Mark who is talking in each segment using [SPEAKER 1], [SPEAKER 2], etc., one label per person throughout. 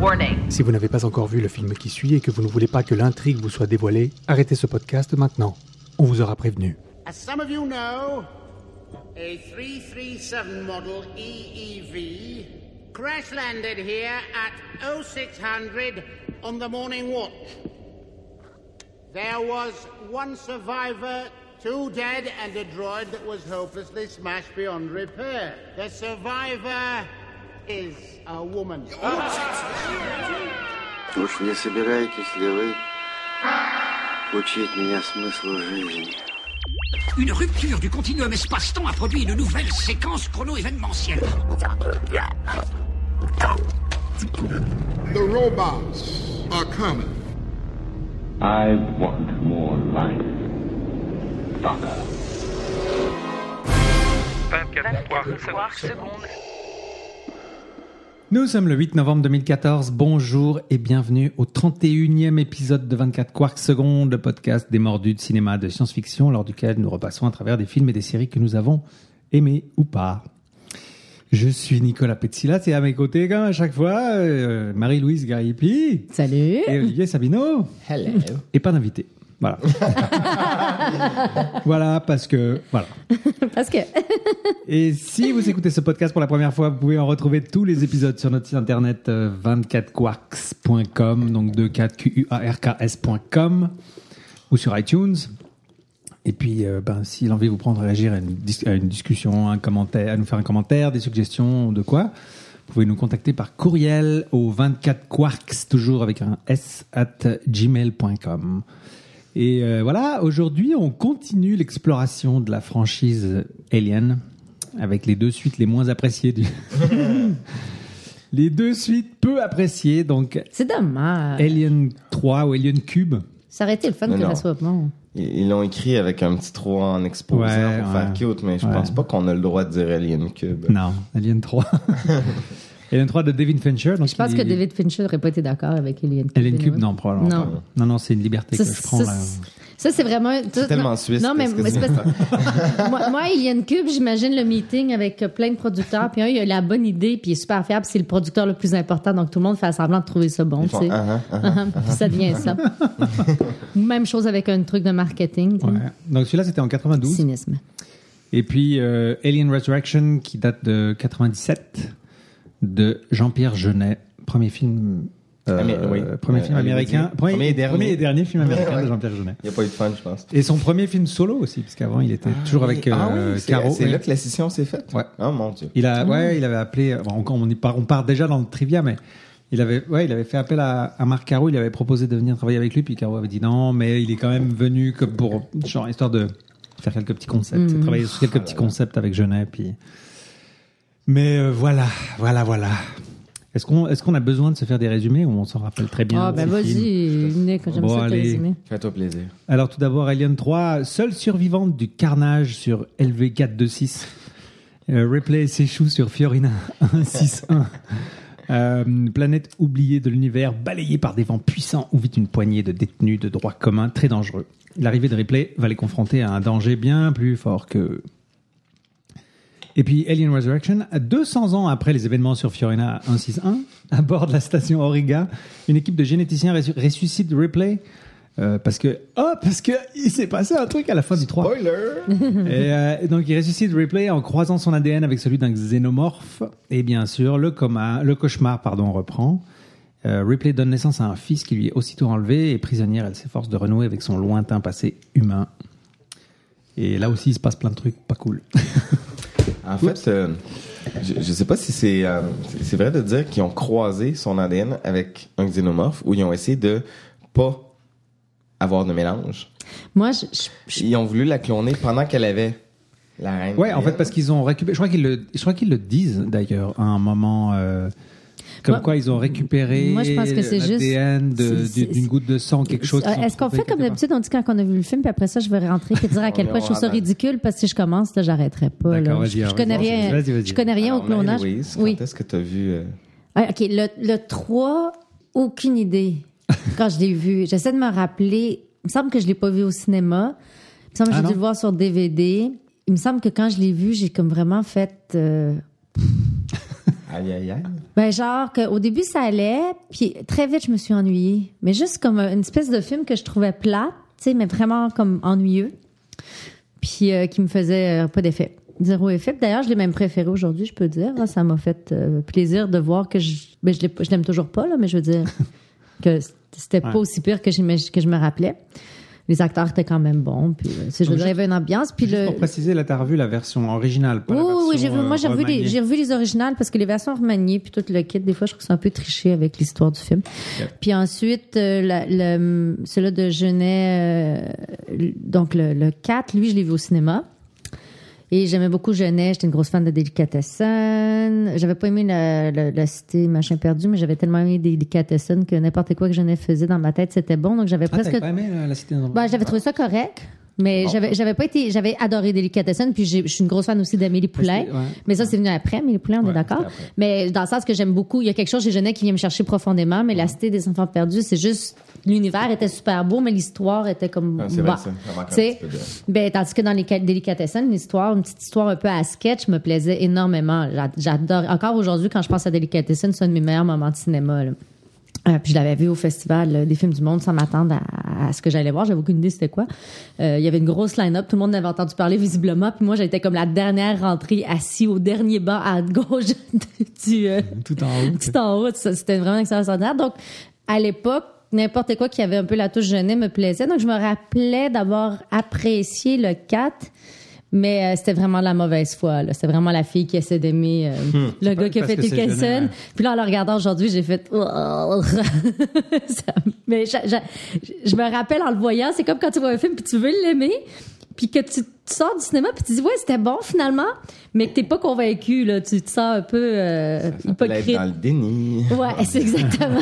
[SPEAKER 1] Warning.
[SPEAKER 2] Si vous n'avez pas encore vu le film qui suit et que vous ne voulez pas que l'intrigue vous soit dévoilée, arrêtez ce podcast maintenant. On vous aura prévenu.
[SPEAKER 3] As some of you know, a 337 model EEV crash landed here at 0600 on the morning watch. There was one survivor, two dead, and a droid that was hopelessly smashed beyond repair. The survivor is a woman.
[SPEAKER 4] Уж не собираетесь ли вы учить меня смыслу жизни?
[SPEAKER 5] Une rupture du continuum espace-temps a produit une nouvelle séquence chrono-événementielle.
[SPEAKER 6] The robots are coming.
[SPEAKER 7] I want more life. Fucker.
[SPEAKER 8] 24 poires secondes.
[SPEAKER 2] Nous sommes le 8 novembre 2014. Bonjour et bienvenue au 31e épisode de 24 Quarks Secondes, le podcast des mordus de cinéma de science-fiction, lors duquel nous repassons à travers des films et des séries que nous avons aimés ou pas. Je suis Nicolas Petzilat et à mes côtés, comme à chaque fois, euh, Marie-Louise Garipi
[SPEAKER 9] Salut
[SPEAKER 2] et Olivier Sabino.
[SPEAKER 10] Hello.
[SPEAKER 2] Et pas d'invité. Voilà. voilà, parce que. Voilà.
[SPEAKER 9] Parce que
[SPEAKER 2] Et si vous écoutez ce podcast pour la première fois, vous pouvez en retrouver tous les épisodes sur notre site internet euh, 24quarks.com, donc 24quarks.com, ou sur iTunes. Et puis, euh, ben, si l'envie vous prend de réagir à une, dis- à une discussion, à un commentaire, à nous faire un commentaire, des suggestions, de quoi, vous pouvez nous contacter par courriel au 24quarks, toujours avec un s at gmail.com. Et euh, voilà, aujourd'hui, on continue l'exploration de la franchise Alien avec les deux suites les moins appréciées du. les deux suites peu appréciées, donc
[SPEAKER 9] c'est dommage.
[SPEAKER 2] Alien 3 ou Alien Cube.
[SPEAKER 9] Ça aurait été le fun
[SPEAKER 10] Mais
[SPEAKER 9] que
[SPEAKER 10] non.
[SPEAKER 9] ça soit bon.
[SPEAKER 10] Ils ils l'ont écrit avec un petit trou en exposant
[SPEAKER 2] Ouais,
[SPEAKER 10] pour
[SPEAKER 2] ouais.
[SPEAKER 10] faire cute, mais je
[SPEAKER 2] Ouais.
[SPEAKER 10] pense pas qu'on a le droit de dire Alien Cube.
[SPEAKER 2] Non, Alien 3. Alien 3 de David Fincher. donc
[SPEAKER 9] Je pense
[SPEAKER 2] il-
[SPEAKER 9] que David Fincher n'aurait pas été d'accord avec Alien Cube.
[SPEAKER 2] Alien Cube,
[SPEAKER 9] anyway.
[SPEAKER 2] non, probablement.
[SPEAKER 9] Non.
[SPEAKER 2] pas. Non, non, c'est une liberté
[SPEAKER 9] Ça,
[SPEAKER 2] que je prends
[SPEAKER 9] ça,
[SPEAKER 2] là.
[SPEAKER 9] ça, c'est vraiment.
[SPEAKER 10] C'est tellement
[SPEAKER 9] non,
[SPEAKER 10] suisse.
[SPEAKER 9] Non, mais
[SPEAKER 10] qu'est-ce que
[SPEAKER 9] mais c'est
[SPEAKER 10] c'est
[SPEAKER 9] parce- moi, moi, Alien Cube, j'imagine le meeting avec euh, plein de producteurs, puis un, il a la bonne idée, puis il est super fiable, c'est le producteur le plus important, donc tout le monde fait semblant de trouver ça bon,
[SPEAKER 10] Ils
[SPEAKER 9] tu
[SPEAKER 10] font,
[SPEAKER 9] sais.
[SPEAKER 10] ah, ah, ah.
[SPEAKER 9] Puis ça devient ça. Même chose avec un truc de marketing. tu sais.
[SPEAKER 2] Ouais. Donc celui-là, c'était en 92.
[SPEAKER 9] Cynisme.
[SPEAKER 2] Et puis euh, Alien Resurrection qui date de 97 de Jean-Pierre Jeunet, premier film euh,
[SPEAKER 10] Amé- oui.
[SPEAKER 2] premier
[SPEAKER 10] Euh,
[SPEAKER 2] film
[SPEAKER 10] elle l'a
[SPEAKER 2] américain,
[SPEAKER 10] dit. Premier et dernier.
[SPEAKER 2] film américain de Jean-Pierre Jeunet.
[SPEAKER 10] Il n'y a pas eu de fun, je pense.
[SPEAKER 2] Et son premier film solo aussi parce qu'avant il était toujours avec euh,
[SPEAKER 10] Ah oui, c'est-
[SPEAKER 2] Caro.
[SPEAKER 10] C'est
[SPEAKER 2] Oui.
[SPEAKER 10] là que la scission s'est faite.
[SPEAKER 2] Ouais.
[SPEAKER 10] Oh mon dieu.
[SPEAKER 2] Il
[SPEAKER 9] Ah.
[SPEAKER 2] a ouais, il avait appelé bon, on, on y part, on part déjà dans le trivia mais il avait ouais, il avait fait appel à, à Marc Caro, il avait proposé de venir travailler avec lui puis Caro avait dit non, mais il est quand même venu comme pour genre histoire de faire quelques petits concepts,
[SPEAKER 9] Mm.
[SPEAKER 2] travailler sur quelques petits concepts avec Genet puis mais euh, voilà, voilà, voilà. Est-ce qu'on est-ce qu'on a besoin de se faire des résumés ou on s'en rappelle très bien
[SPEAKER 9] Ah,
[SPEAKER 2] de
[SPEAKER 9] ben
[SPEAKER 2] ces films
[SPEAKER 9] vas-y, Nick, j'aime
[SPEAKER 2] Bon,
[SPEAKER 9] ça te
[SPEAKER 2] allez.
[SPEAKER 9] résumer.
[SPEAKER 10] Fais-toi plaisir.
[SPEAKER 2] alors tout d'abord, Alien 3, seule survivante du carnage sur LV426. Euh, Ripley s'échoue sur Fiorina 161. Euh, planète oubliée de l'univers, balayée par des vents puissants où vit une poignée de détenus de droit commun très dangereux. L'arrivée de Ripley va les confronter à un danger bien plus fort que et puis Alien Resurrection, 200 ans après les événements sur Fiorina 161, à bord de la station Auriga, une équipe de généticiens ressu- ressuscite Ripley. euh, parce que, oh, parce que il s'est passé un truc à la fin du 3.
[SPEAKER 10] Spoiler!
[SPEAKER 2] Et euh, et donc, il ressuscite Ripley en croisant son ADN avec celui d'un xénomorphe. Et bien sûr, le, coma, le cauchemar pardon, reprend. Euh, Ripley donne naissance à un fils qui lui est aussitôt enlevé. Et prisonnière, elle s'efforce de renouer avec son lointain passé humain. Et là aussi, il se passe plein de trucs pas cool.
[SPEAKER 10] En fait, euh, je, je sais pas si c'est euh, c'est- c'est vrai de dire qu'ils ont croisé son ADN avec un xénomorphe ou ils ont essayé de pas avoir de mélange.
[SPEAKER 9] Moi, je, je- je-
[SPEAKER 10] Ils ont voulu la cloner pendant qu'elle avait la reine.
[SPEAKER 2] Ouais, en fait, parce qu'ils ont récupéré. Je crois qu'ils le, je crois qu'ils le disent d'ailleurs à un moment. euh, comme
[SPEAKER 9] Moi-
[SPEAKER 2] quoi, ils ont récupéré
[SPEAKER 9] Moi, je pense que c'est juste-
[SPEAKER 2] l'ADN de-
[SPEAKER 9] c'est- euh,
[SPEAKER 2] du- d'une goutte de sang, quelque chose. qu'ils ont
[SPEAKER 9] Ah, Est-ce qu'on
[SPEAKER 2] trouvé
[SPEAKER 9] fait comme
[SPEAKER 2] quelque part.
[SPEAKER 9] d'habitude, on dit quand on a vu le film, puis après ça, je vais rentrer et dire à quel
[SPEAKER 10] On
[SPEAKER 9] point
[SPEAKER 10] est
[SPEAKER 9] je trouve ça
[SPEAKER 10] en
[SPEAKER 9] ridicule, parce que si je commence, là, j'arrêterai pas.
[SPEAKER 2] D'accord,
[SPEAKER 9] Là.
[SPEAKER 2] vas-y,
[SPEAKER 9] Je, je
[SPEAKER 2] alors,
[SPEAKER 9] connais
[SPEAKER 2] vas-y,
[SPEAKER 9] rien,
[SPEAKER 2] vas-y, vas-y.
[SPEAKER 9] je connais rien au clonage.
[SPEAKER 10] Louise,
[SPEAKER 9] oui.
[SPEAKER 10] quand est-ce que tu as vu. euh,
[SPEAKER 9] Ah, OK, le, le 3, aucune idée. Quand je l'ai vu, j'essaie de me rappeler. Il me semble que je l'ai pas vu au cinéma. Il me semble que
[SPEAKER 2] Ah,
[SPEAKER 9] j'ai
[SPEAKER 2] non?
[SPEAKER 9] dû le voir sur DVD. Il me semble que quand je l'ai vu, j'ai comme vraiment fait. euh,
[SPEAKER 10] Ah Aïe, aïe, aïe.
[SPEAKER 9] Ben genre qu'au début ça allait, puis très vite je me suis ennuyée. Mais juste comme une espèce de film que je trouvais plate, tu sais, mais vraiment comme ennuyeux, puis euh, qui me faisait euh, pas d'effet. Zéro effet. Puis D'ailleurs, je l'ai même préféré aujourd'hui, je peux dire. là. ça m'a fait euh, plaisir de voir que je, ben, je l'ai pas- je l'aime toujours pas, là, mais je veux dire que c'était
[SPEAKER 2] Ouais.
[SPEAKER 9] pas aussi pire que, j'imagine- que je me rappelais. Les acteurs étaient quand même bons, puis euh, c'est- je veux
[SPEAKER 2] Donc,
[SPEAKER 9] dire, il y avait une ambiance. Puis
[SPEAKER 2] Juste
[SPEAKER 9] le,
[SPEAKER 2] pour préciser, là, t'as revu la version originale, pas
[SPEAKER 9] oui,
[SPEAKER 2] la
[SPEAKER 9] oui,
[SPEAKER 2] version,
[SPEAKER 9] oui, j'ai vu,
[SPEAKER 2] euh,
[SPEAKER 9] moi j'ai revu,
[SPEAKER 2] remaniée.
[SPEAKER 9] les, j'ai revu les originales parce que les versions remaniées puis tout le kit, des fois je trouve que c'est un peu triché avec l'histoire du film. Puis ensuite, euh, la- le- celui-là de Genet, euh, donc le, le 4, lui je l'ai vu au cinéma. Et j'aimais beaucoup Genet, j'étais une grosse fan de Delicatessen. J'avais pas aimé la, la- la cité machin perdu, mais j'avais tellement aimé Delicatessen que n'importe quoi que Genet faisait dans ma tête c'était bon, donc j'avais
[SPEAKER 2] Ah, t'avais
[SPEAKER 9] presque
[SPEAKER 2] pas aimé la, la cité
[SPEAKER 10] Mm.
[SPEAKER 2] Ah, des
[SPEAKER 9] bah, j'avais trouvé ça correct, mais j'avais j'avais pas été j'avais adoré Delicatessen puis j'ai- je suis une grosse fan aussi d'Amélie Poulain.
[SPEAKER 2] Parce que- ouais.
[SPEAKER 9] Mais ça c'est venu après Amélie Poulain, on
[SPEAKER 2] Ouais,
[SPEAKER 9] est d'accord.
[SPEAKER 2] c'était après.
[SPEAKER 9] Mais dans le sens que j'aime beaucoup, il y a quelque chose chez Genet qui vient me chercher profondément, mais la cité des enfants perdus, c'est juste l'univers était super beau mais l'histoire était comme
[SPEAKER 10] Ah, c'est vrai
[SPEAKER 9] bah,
[SPEAKER 10] que ça, ça manque un
[SPEAKER 9] tu sais.
[SPEAKER 10] petit peu de-
[SPEAKER 9] Ben, tandis que dans les ca- Delicatessen, l'histoire, une petite histoire un peu à sketch me plaisait énormément. J'a- J'adore. Encore aujourd'hui, quand je pense à Delicatessen, c'est un de mes meilleurs moments de cinéma. là. Euh, puis je l'avais vu au festival euh, des films du monde sans m'attendre à, à ce que j'allais voir. J'avais aucune idée c'était quoi. Euh, il y avait une grosse line-up. Tout le monde en avait entendu parler visiblement. Puis moi, j'étais comme la dernière rentrée assis au dernier banc à gauche du, euh,
[SPEAKER 2] Tout en haut.
[SPEAKER 9] tout en haut. Ça, C'était vraiment une expérience ordinaire. Donc, à l'époque, n'importe quoi qui avait un peu la touche jeunesse me plaisait. Donc, je me rappelais d'avoir apprécié le 4. Mais euh, c'était vraiment la mauvaise foi. là. C'était vraiment la fille qui essaie d'aimer euh, le gars qui a
[SPEAKER 2] parce
[SPEAKER 9] fait
[SPEAKER 2] que Hmm. c'est hein. Jeunet,
[SPEAKER 9] Dickinson.
[SPEAKER 2] ouais.
[SPEAKER 9] Puis là, en le regardant aujourd'hui, j'ai fait... oh! Ça- mais je, je- je me rappelle en le voyant, c'est comme quand tu vois un film puis tu veux l'aimer, puis que tu, tu sors du cinéma puis tu dis « Ouais, c'était bon finalement », mais que t'es pas convaincu. Là. Tu te sens un peu euh,
[SPEAKER 10] Ça s'appelle être
[SPEAKER 9] hypocrite.
[SPEAKER 10] dans le déni.
[SPEAKER 9] Ouais, c'est exactement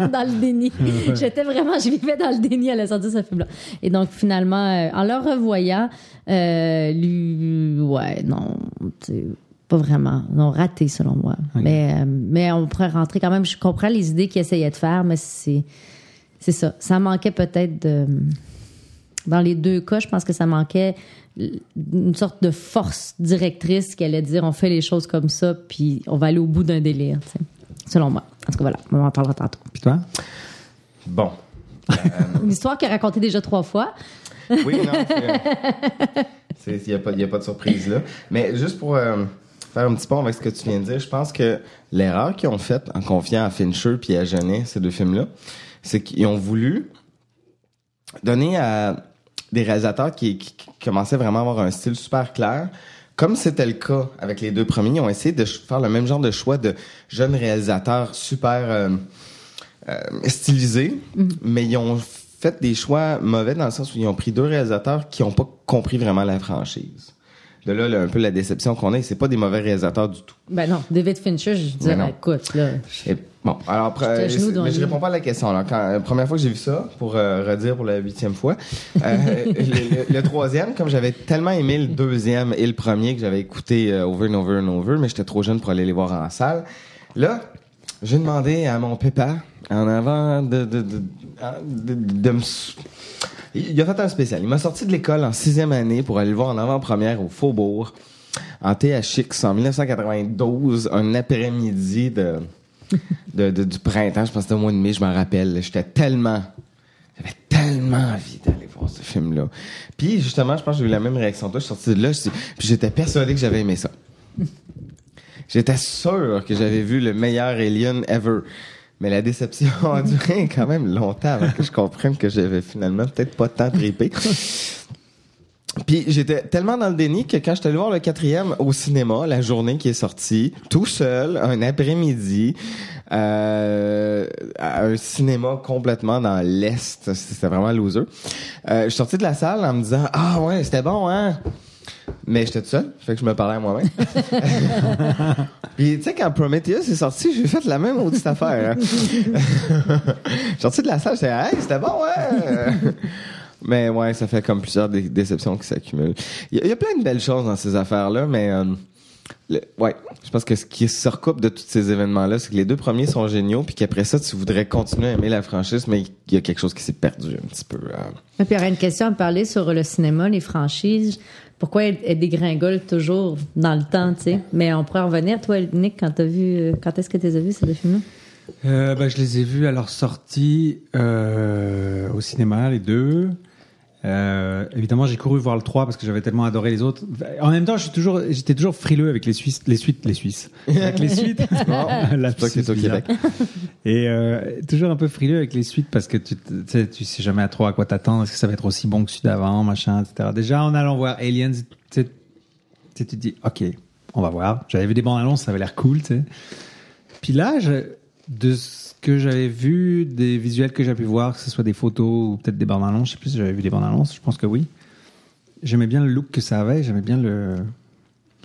[SPEAKER 9] dans le déni. J'étais vraiment, je vivais dans le déni à la sortie de ce film-là. Et donc finalement, euh, en le revoyant, euh, lui, ouais, non, c'est pas vraiment, non, raté selon moi. Mais euh, mais on pourrait rentrer quand même. Je comprends les idées qu'il essayait de faire, mais c'est c'est ça. Ça manquait peut-être de dans les deux cas, je pense que ça manquait une sorte de force directrice qui allait dire on fait les choses comme ça, puis on va aller au bout d'un délire, tu sais. selon moi. En tout cas, voilà, on en parlera tantôt.
[SPEAKER 2] Puis toi
[SPEAKER 10] Bon.
[SPEAKER 9] Une histoire qu'il a racontée déjà trois fois.
[SPEAKER 10] Oui, non, il n'y a, pas- y a pas de surprise là. Mais juste pour euh, faire un petit pont avec ce que tu viens de dire, je pense que l'erreur qu'ils ont faite en confiant à Fincher puis à Genet, ces deux films-là, c'est qu'ils ont voulu donner à des réalisateurs qui, qui- qui commençaient vraiment à avoir un style super clair. Comme c'était le cas avec les deux premiers, ils ont essayé de ch- faire le même genre de choix de jeunes réalisateurs super... euh, stylisé, mais ils ont fait des choix mauvais dans le sens où ils ont pris deux réalisateurs qui n'ont pas compris vraiment la franchise. De là, là, un peu la déception qu'on a, et c'est pas des mauvais réalisateurs du tout.
[SPEAKER 9] Ben non, David Fincher, je
[SPEAKER 2] Ben
[SPEAKER 9] dis,
[SPEAKER 10] Mais non.
[SPEAKER 9] écoute, là.
[SPEAKER 10] Et bon, alors après,
[SPEAKER 9] J'étais à
[SPEAKER 10] euh,
[SPEAKER 9] genoux
[SPEAKER 10] c'est-
[SPEAKER 9] dans
[SPEAKER 10] mais
[SPEAKER 9] le
[SPEAKER 10] je
[SPEAKER 9] lit.
[SPEAKER 10] réponds pas à la question. La première fois que j'ai vu ça, pour euh, redire pour la huitième fois, euh, le, le- le troisième, comme j'avais tellement aimé le deuxième et le premier que j'avais écouté euh, over and over and over, mais j'étais trop jeune pour aller les voir en salle. Là, j'ai demandé à mon pépère en avant de de, de, de, de- de me s- il a fait un spécial. Il m'a sorti de l'école en sixième année pour aller le voir en avant-première au Faubourg, en THX, en 1992, un après-midi de, de- de- du printemps. Je pense que c'était au mois de mai, je m'en rappelle. J'étais tellement... J'avais tellement envie d'aller voir ce film-là. Puis, justement, je pense que j'ai eu la même réaction que toi. Je suis sorti de là, je suis- puis j'étais persuadé que j'avais aimé ça. J'étais sûr que j'avais vu le meilleur Alien ever. Mais la déception a duré quand même longtemps avant que je comprenne que j'avais finalement peut-être pas tant trippé. Puis j'étais tellement dans le déni que quand je suis allé voir le quatrième au cinéma, la journée qui est sortie, tout seul, un après-midi, euh, à un cinéma complètement dans l'Est, c'était vraiment loser, euh, je suis sorti de la salle en me disant « Ah ouais, c'était bon, hein? » Mais j'étais tout seul, fait que je me parlais à moi-même. Puis tu sais, quand Prometheus est sorti, j'ai fait la même audite affaire. hein. J'ai sorti de la salle, j'étais Hey, c'était bon, ouais! mais ouais, ça fait comme plusieurs dé- déceptions qui s'accumulent. Il y, a- il y a plein de belles choses dans ces affaires-là, mais euh, le- ouais, je pense que ce qui se recoupe de tous ces événements-là, c'est que les deux premiers sont géniaux, puis qu'après ça, tu voudrais continuer à aimer la franchise, mais il y a quelque chose qui s'est perdu un petit peu. euh.
[SPEAKER 9] Et puis, il y aurait une question à me parler sur le cinéma, les franchises. pourquoi elle, elle dégringole toujours dans le temps, tu sais. Mais on pourrait en revenir, toi, Nick, quand t'as vu, euh, quand est-ce que tu les as vus, ces deux films-là?
[SPEAKER 2] Euh, bah, je les ai vus à leur sortie euh, au cinéma, les deux. Euh, évidemment, j'ai couru voir le 3 parce que j'avais tellement adoré les autres. En même temps, je suis toujours, j'étais toujours frileux avec les Suisses, les suites, les Suisses, avec les suites. La
[SPEAKER 10] pas que c'est au
[SPEAKER 2] bizarre.
[SPEAKER 10] Québec.
[SPEAKER 2] Et euh, toujours un peu frileux avec les suites parce que tu, t- tu sais, tu sais jamais à trop à quoi t'attendre. Est-ce que ça va être aussi bon que celui d'avant, machin, etc. Déjà, en allant voir Aliens, tu sais, tu sais, tu te dis, ok, on va voir. J'avais vu des bandes annonces, ça avait l'air cool, tu sais. Puis là, je- de ce que j'avais vu, des visuels que j'ai pu voir, que ce soit des photos ou peut-être des bandes annonces, je sais plus si j'avais vu des bandes annonces, je pense que oui. J'aimais bien le look que ça avait, j'aimais bien le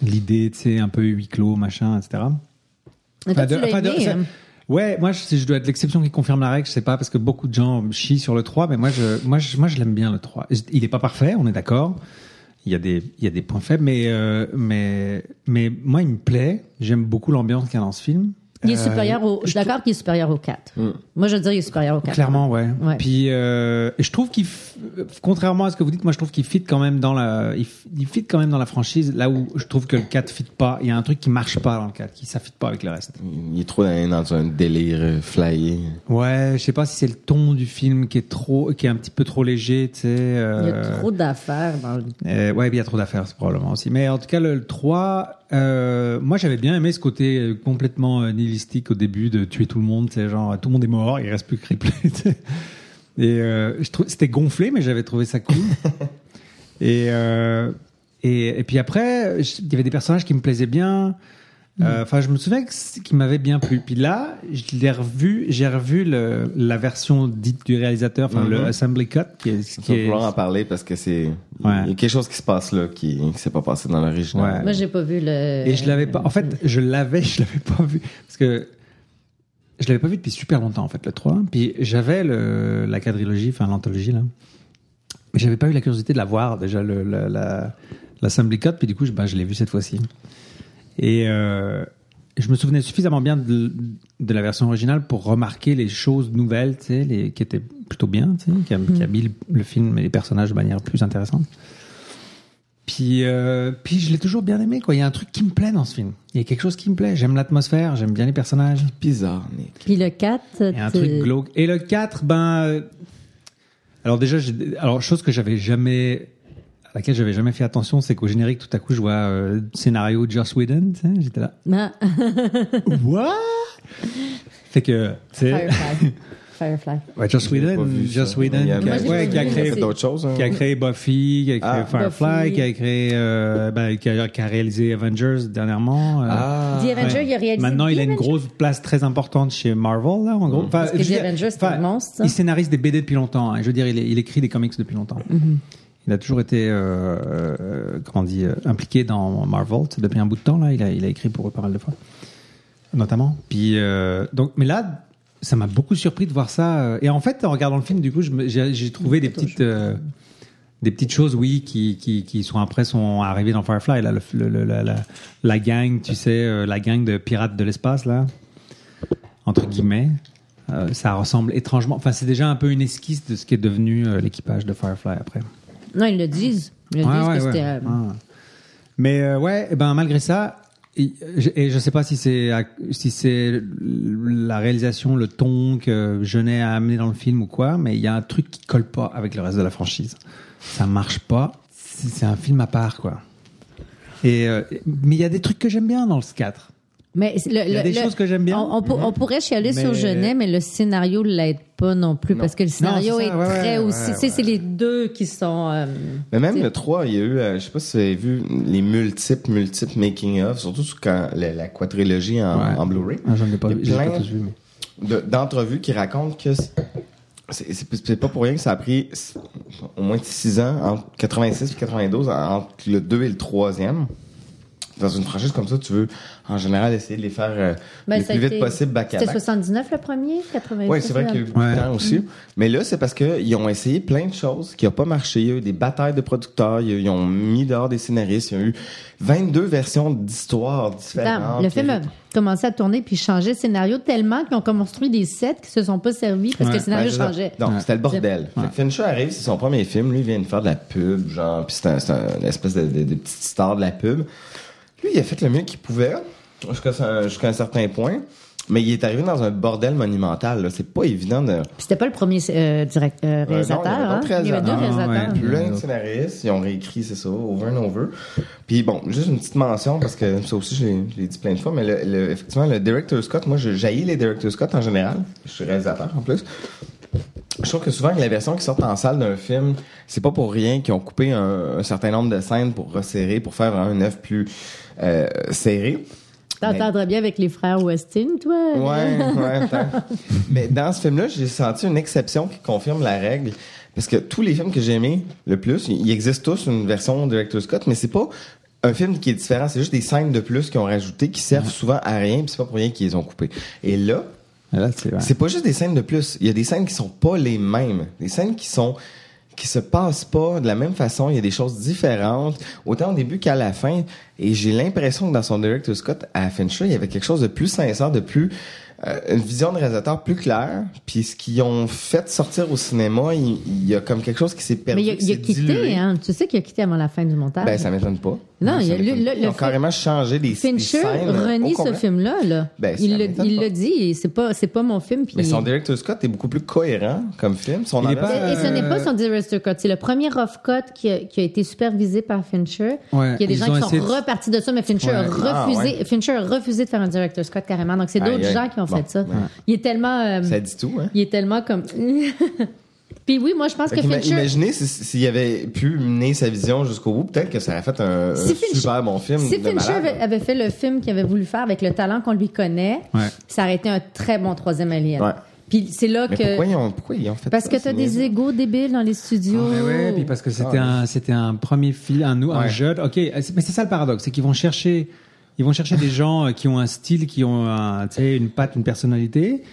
[SPEAKER 2] l'idée, tu sais, un peu huis clos, machin, etc.
[SPEAKER 9] Mais toi,
[SPEAKER 2] Enfin, Ben, de-
[SPEAKER 9] tu l'as
[SPEAKER 2] enfin, de-
[SPEAKER 9] aimé,
[SPEAKER 2] ça-
[SPEAKER 9] hein.
[SPEAKER 2] Ouais, moi, je, si je dois être l'exception qui confirme la règle, je sais pas, parce que beaucoup de gens chient sur le 3, mais moi, je, moi, je, moi, je l'aime bien, le 3. Il est pas parfait, on est d'accord. Il y a des, il y a des points faibles, mais, euh, mais, mais moi, il me plaît. J'aime beaucoup l'ambiance qu'il y a dans ce film.
[SPEAKER 9] Il est
[SPEAKER 2] Euh,
[SPEAKER 9] supérieur au. Je suis d'accord qu'il est supérieur au 4.
[SPEAKER 10] Hmm.
[SPEAKER 9] Moi, je veux dire, il est supérieur au 4.
[SPEAKER 2] Clairement, ouais.
[SPEAKER 9] Ouais.
[SPEAKER 2] Puis, euh, et je trouve qu'il, f- euh, contrairement à ce que vous dites, moi je trouve qu'il fit quand même dans la, il, f- il fit quand même dans la franchise. Là où je trouve que le 4 fit pas, il y a un truc qui marche pas dans le 4, qui ça fit pas avec le reste.
[SPEAKER 10] Il est trop dans, dans un délire euh, flyé.
[SPEAKER 2] Ouais, je sais pas si c'est le ton du film qui est trop, qui est un petit peu trop léger, tu sais. euh,
[SPEAKER 9] Il y a trop d'affaires dans le.
[SPEAKER 2] euh, ouais, il y a trop d'affaires, c'est probablement aussi. Mais en tout cas, le, le 3, euh, moi j'avais bien aimé ce côté euh, complètement euh, nihilistique au début de tuer tout le monde, tu sais, genre tout le monde est mort, il reste plus que Ripley. tu sais. Et euh, je trou- c'était gonflé, mais j'avais trouvé ça cool. et, euh, et, et puis après, je- il y avait des personnages qui me plaisaient bien. Euh, Enfin, je me souviens que c- qu'ils m'avaient bien plu. Puis là, je l'ai revu, j'ai revu le, la version dite du réalisateur, enfin le
[SPEAKER 10] Mhm.
[SPEAKER 2] assembly cut, qui est,
[SPEAKER 10] Je
[SPEAKER 2] qui
[SPEAKER 10] vais
[SPEAKER 2] est
[SPEAKER 10] vouloir en parler parce que c'est.
[SPEAKER 2] Ouais.
[SPEAKER 10] Il y a quelque chose qui se passe là qui ne s'est pas passé dans l'original.
[SPEAKER 2] Ouais.
[SPEAKER 9] Moi, j'ai pas vu le.
[SPEAKER 2] Ah, Et je l'avais pas. En fait, je l'avais, je l'avais pas vu parce que je l'avais pas vu depuis super longtemps en fait le 3. Puis j'avais le la quadrilogie, enfin l'anthologie là. Mais j'avais pas eu la curiosité de la voir déjà le la, la, l'assembly cut. Puis du coup, je, ben, je l'ai vu cette fois-ci. Et euh, je me souvenais suffisamment bien de, de la version originale pour remarquer les choses nouvelles, tu sais, les, qui étaient plutôt bien, tu sais, qui, a- qui habillent le film et les personnages de manière plus intéressante. Puis, euh, puis je l'ai toujours bien aimé. Quoi. Il y a un truc qui me plaît dans ce film. Il y a quelque chose qui me plaît. J'aime l'atmosphère, j'aime bien les personnages.
[SPEAKER 10] Bizarre, Nick.
[SPEAKER 9] Puis le 4.
[SPEAKER 2] Il y a un truc glauque. Et le 4, ben. euh, Alors, déjà, j'ai- alors, chose que j'avais jamais. à laquelle j'avais jamais fait attention, c'est qu'au générique, tout à coup, je vois euh, scénario Joss Whedon. tu sais. J'étais là. What? Fait que. tu sais,
[SPEAKER 9] Firefly. Firefly.
[SPEAKER 2] Ouais, Joss
[SPEAKER 10] Je l'ai pas
[SPEAKER 2] Whedon.
[SPEAKER 10] vu, ça.
[SPEAKER 2] Joss Whedon,
[SPEAKER 10] Il y a-
[SPEAKER 2] qui a-
[SPEAKER 9] Moi, je l'ai
[SPEAKER 2] ouais,
[SPEAKER 9] pas
[SPEAKER 2] qui a
[SPEAKER 9] vu,
[SPEAKER 2] créé
[SPEAKER 9] mais c'est-
[SPEAKER 10] d'autres choses. hein?
[SPEAKER 2] qui a créé Buffy, qui a créé
[SPEAKER 10] Ah.
[SPEAKER 2] Firefly,
[SPEAKER 9] Buffy.
[SPEAKER 2] qui a créé, euh, ben, qui, a, qui a réalisé Avengers dernièrement. euh.
[SPEAKER 10] Ah.
[SPEAKER 9] The Avenger,
[SPEAKER 2] Ouais.
[SPEAKER 9] il a réalisé.
[SPEAKER 2] Maintenant,
[SPEAKER 9] The
[SPEAKER 2] il a une
[SPEAKER 9] Avenger.
[SPEAKER 2] grosse place très importante chez Marvel, là, en gros. Enfin,
[SPEAKER 9] Parce que
[SPEAKER 2] je veux
[SPEAKER 9] The
[SPEAKER 2] dire,
[SPEAKER 9] Avengers, c'est hein.
[SPEAKER 2] enfin,
[SPEAKER 9] un monstre, ça.
[SPEAKER 2] Il scénarise des BD depuis longtemps. hein. Je veux dire, il, est- il écrit des comics depuis longtemps.
[SPEAKER 9] Mm-hmm.
[SPEAKER 2] Il a toujours été, euh, euh, comment on dit, euh, impliqué dans Marvel tu sais, depuis un bout de temps. Là, il a, il a écrit pour eux pas mal de fois, notamment. Puis, euh, donc, mais là, ça m'a beaucoup surpris de voir ça. euh, Et en fait, en regardant le film, du coup, je me- j'ai j'ai trouvé des petites, euh, des petites choses, oui, qui, qui, qui sont après sont arrivées dans Firefly. Là, le- le- le- la, la- la gang, tu sais, euh, la gang de pirates de l'espace, là, entre guillemets. Euh, ça ressemble étrangement. Enfin, c'est déjà un peu une esquisse de ce qui est devenu euh, l'équipage de Firefly après.
[SPEAKER 9] Non, ils le disent. Ils le
[SPEAKER 2] Ouais,
[SPEAKER 9] disent
[SPEAKER 2] ouais,
[SPEAKER 9] que
[SPEAKER 2] ouais.
[SPEAKER 9] c'était. euh,
[SPEAKER 2] Ah. Mais euh, ouais, eh ben malgré ça, et, je- et je sais pas si c'est à- si c'est la réalisation, le ton que Jeunet a amené dans le film ou quoi, mais il y a un truc qui colle pas avec le reste de la franchise. Ça marche pas. C'est c'est un film à part quoi. Et euh, mais il y a des trucs que j'aime bien dans le 4.
[SPEAKER 9] Mais c'est le-
[SPEAKER 2] y
[SPEAKER 9] le-
[SPEAKER 2] a des
[SPEAKER 9] le-
[SPEAKER 2] choses que j'aime bien. Mm-hmm.
[SPEAKER 9] On, on pour- on pourrait chialer
[SPEAKER 2] Mais-
[SPEAKER 9] sur Genet, mais le scénario l'aide pas non plus parce que le scénario
[SPEAKER 2] c'est
[SPEAKER 9] est,
[SPEAKER 2] ça, ouais,
[SPEAKER 9] très
[SPEAKER 2] ouais,
[SPEAKER 9] aussi.
[SPEAKER 2] ouais,
[SPEAKER 9] tu sais, c'est les deux qui sont. euh,
[SPEAKER 10] Mais même
[SPEAKER 9] tu sais,
[SPEAKER 10] le 3, il y a eu, euh, je sais pas si vous avez vu les multiples, multiples making-of, surtout sur quand la, la quadrilogie en,
[SPEAKER 2] Ouais.
[SPEAKER 10] en Blu-ray.
[SPEAKER 2] Ah, j'en ai pas,
[SPEAKER 10] Il y a
[SPEAKER 2] j'ai pas
[SPEAKER 10] plein
[SPEAKER 2] tous vu. mais-
[SPEAKER 10] de- d'entrevues qui racontent que c'est- c'est c'est- c'est pas pour rien que ça a pris s- au moins 6 ans, entre 86 et 92, entre le 2 et le 3e, dans une franchise comme ça, tu veux en général essayer de les faire euh,
[SPEAKER 9] Ben,
[SPEAKER 10] le
[SPEAKER 9] ça
[SPEAKER 10] plus
[SPEAKER 9] a
[SPEAKER 10] vite
[SPEAKER 9] été-
[SPEAKER 10] possible back à
[SPEAKER 9] C'était
[SPEAKER 10] back.
[SPEAKER 9] 79 le premier, 88.
[SPEAKER 10] Oui, c'est vrai qu'il y a eu beaucoup de
[SPEAKER 2] Ouais.
[SPEAKER 10] temps
[SPEAKER 9] Mm.
[SPEAKER 10] aussi. Mais là, c'est parce qu'ils ont essayé plein de choses qui n'ont pas marché. Il y a eu des batailles de producteurs, il y a- ils ont mis dehors des scénaristes, il y a eu 22 versions d'histoires
[SPEAKER 9] Attends,
[SPEAKER 10] différentes.
[SPEAKER 9] le film a commencé à tourner puis changer de scénario tellement qu'ils ont construit des sets qui se sont pas servis parce que
[SPEAKER 2] Ouais.
[SPEAKER 9] le scénario
[SPEAKER 10] Ouais, c'est ça.
[SPEAKER 9] changeait.
[SPEAKER 10] Donc,
[SPEAKER 2] Ouais.
[SPEAKER 10] c'était le bordel.
[SPEAKER 2] Ouais.
[SPEAKER 10] Fait que Fincher arrive, c'est son premier film. Lui, il vient de faire de la pub, genre, puis c'est un, c'est un- une espèce de, de, de petite star de la pub. Lui, il a fait le mieux qu'il pouvait, jusqu'à un, jusqu'à un certain point. Mais il est arrivé dans un bordel monumental. là. C'est pas évident de...
[SPEAKER 9] Puis c'était pas le premier euh, direct, euh, réalisateur.
[SPEAKER 10] non, il y avait
[SPEAKER 9] hein.
[SPEAKER 10] d'autres réalisateurs.
[SPEAKER 9] deux
[SPEAKER 2] Ah, ouais.
[SPEAKER 9] réalisateurs.
[SPEAKER 2] Puis
[SPEAKER 10] plein de
[SPEAKER 2] l'autre.
[SPEAKER 10] scénaristes, ils ont réécrit, c'est ça, over and over. Puis bon, juste une petite mention, parce que ça aussi, je l'ai- je l'ai dit plein de fois, mais le- le- effectivement, le director Scott, moi, je jaillis les director Scott en général. Je suis réalisateur, en plus. Je trouve que souvent, que la version qui sort en salle d'un film, c'est pas pour rien qu'ils ont coupé un, un certain nombre de scènes pour resserrer, pour faire un œuf plus euh, serré. Mais-
[SPEAKER 9] T'entendrais bien avec les frères Westing, toi?
[SPEAKER 10] Ouais, ouais, attends. Mais dans ce film-là, j'ai senti une exception qui confirme la règle. Parce que tous les films que j'ai aimés le plus, il existe tous une version Director Scott, mais c'est pas un film qui est différent, c'est juste des scènes de plus qu'ils ont rajoutées qui servent souvent à rien, puis c'est pas pour rien qu'ils les ont coupées. Et là,
[SPEAKER 2] Là, c'est vrai.
[SPEAKER 10] c'est pas juste des scènes de plus. Il y a des scènes qui sont pas les mêmes. Des scènes qui sont qui se passent pas de la même façon. Il y a des choses différentes, autant au début qu'à la fin. Et j'ai l'impression que dans son director Scott à Fincher, il y avait quelque chose de plus sincère, de plus euh, une vision de réalisateur plus claire. Puis ce qu'ils ont fait sortir au cinéma, il, il y a comme quelque chose qui s'est perdu.
[SPEAKER 9] Mais il a,
[SPEAKER 10] qui
[SPEAKER 9] il a
[SPEAKER 10] s'est
[SPEAKER 9] quitté,
[SPEAKER 10] dilué.
[SPEAKER 9] hein? Tu sais qu'il a quitté avant la fin du montage.
[SPEAKER 10] Ben ça m'étonne pas.
[SPEAKER 9] Non, il y
[SPEAKER 10] ça
[SPEAKER 9] a- le-
[SPEAKER 10] m'étonne
[SPEAKER 9] le-
[SPEAKER 10] pas.
[SPEAKER 9] le
[SPEAKER 10] Ils ont
[SPEAKER 9] fi-
[SPEAKER 10] carrément changé des, des
[SPEAKER 9] Fincher
[SPEAKER 10] scènes. euh,
[SPEAKER 9] renie
[SPEAKER 10] au
[SPEAKER 9] ce
[SPEAKER 10] complet.
[SPEAKER 9] film-là. Là.
[SPEAKER 10] Ben, ça
[SPEAKER 9] il le-
[SPEAKER 10] m'étonne
[SPEAKER 9] il
[SPEAKER 10] pas.
[SPEAKER 9] l'a dit, et c'est pas, c'est pas mon film. puis-
[SPEAKER 10] Mais son director Scott est beaucoup plus cohérent comme film. Son
[SPEAKER 2] Il est
[SPEAKER 10] ambiance-
[SPEAKER 2] pas-
[SPEAKER 9] Et ce n'est
[SPEAKER 2] Euh,
[SPEAKER 9] pas son director cut. C'est le premier rough cut qui a, qui a été supervisé par Fincher.
[SPEAKER 2] Ouais,
[SPEAKER 9] il y a des
[SPEAKER 2] ils
[SPEAKER 9] gens
[SPEAKER 2] ont
[SPEAKER 9] qui sont
[SPEAKER 2] essayé de-
[SPEAKER 9] repartis de ça, mais Fincher, a
[SPEAKER 2] Ouais.
[SPEAKER 10] Ah,
[SPEAKER 9] refusé, Fincher a refusé de faire un director cut carrément. Donc, c'est
[SPEAKER 10] Aïe,
[SPEAKER 9] d'autres
[SPEAKER 10] aïe.
[SPEAKER 9] gens qui ont
[SPEAKER 10] Bon,
[SPEAKER 9] fait ça.
[SPEAKER 10] ouais.
[SPEAKER 9] Il est tellement... euh,
[SPEAKER 10] Ça dit tout, hein?
[SPEAKER 9] il est tellement comme... Puis oui, moi, je pense
[SPEAKER 10] Fait
[SPEAKER 9] que
[SPEAKER 10] qu'ima-
[SPEAKER 9] Fincher...
[SPEAKER 10] Imaginez si- s'il avait pu mener sa vision jusqu'au bout, peut-être que ça aurait fait un,
[SPEAKER 9] Si
[SPEAKER 10] un
[SPEAKER 9] Fincher-
[SPEAKER 10] Euh, super bon film.
[SPEAKER 9] Si
[SPEAKER 10] de
[SPEAKER 9] Fincher
[SPEAKER 10] malade.
[SPEAKER 9] avait, avait fait le film qu'il avait voulu faire avec le talent qu'on lui connaît,
[SPEAKER 2] Ouais.
[SPEAKER 9] ça aurait été un très bon troisième Alien.
[SPEAKER 10] Ouais.
[SPEAKER 9] Puis c'est là
[SPEAKER 10] Mais
[SPEAKER 9] que...
[SPEAKER 10] pourquoi, ils ont, pourquoi ils ont fait
[SPEAKER 9] Parce
[SPEAKER 10] ça?
[SPEAKER 9] que t'as
[SPEAKER 10] c'est
[SPEAKER 9] des
[SPEAKER 10] niaiseux.
[SPEAKER 9] égaux débiles dans les studios.
[SPEAKER 2] Ah, mais ouais, puis parce que c'était
[SPEAKER 10] Ah,
[SPEAKER 2] un, c'était un premier film, un, nou- un
[SPEAKER 10] Oh. Ouais.
[SPEAKER 2] jeune. Ok, mais c'est ça le paradoxe, c'est qu'ils vont chercher, ils vont chercher des gens euh, qui ont un style, qui ont un, tu sais, une patte, une personnalité,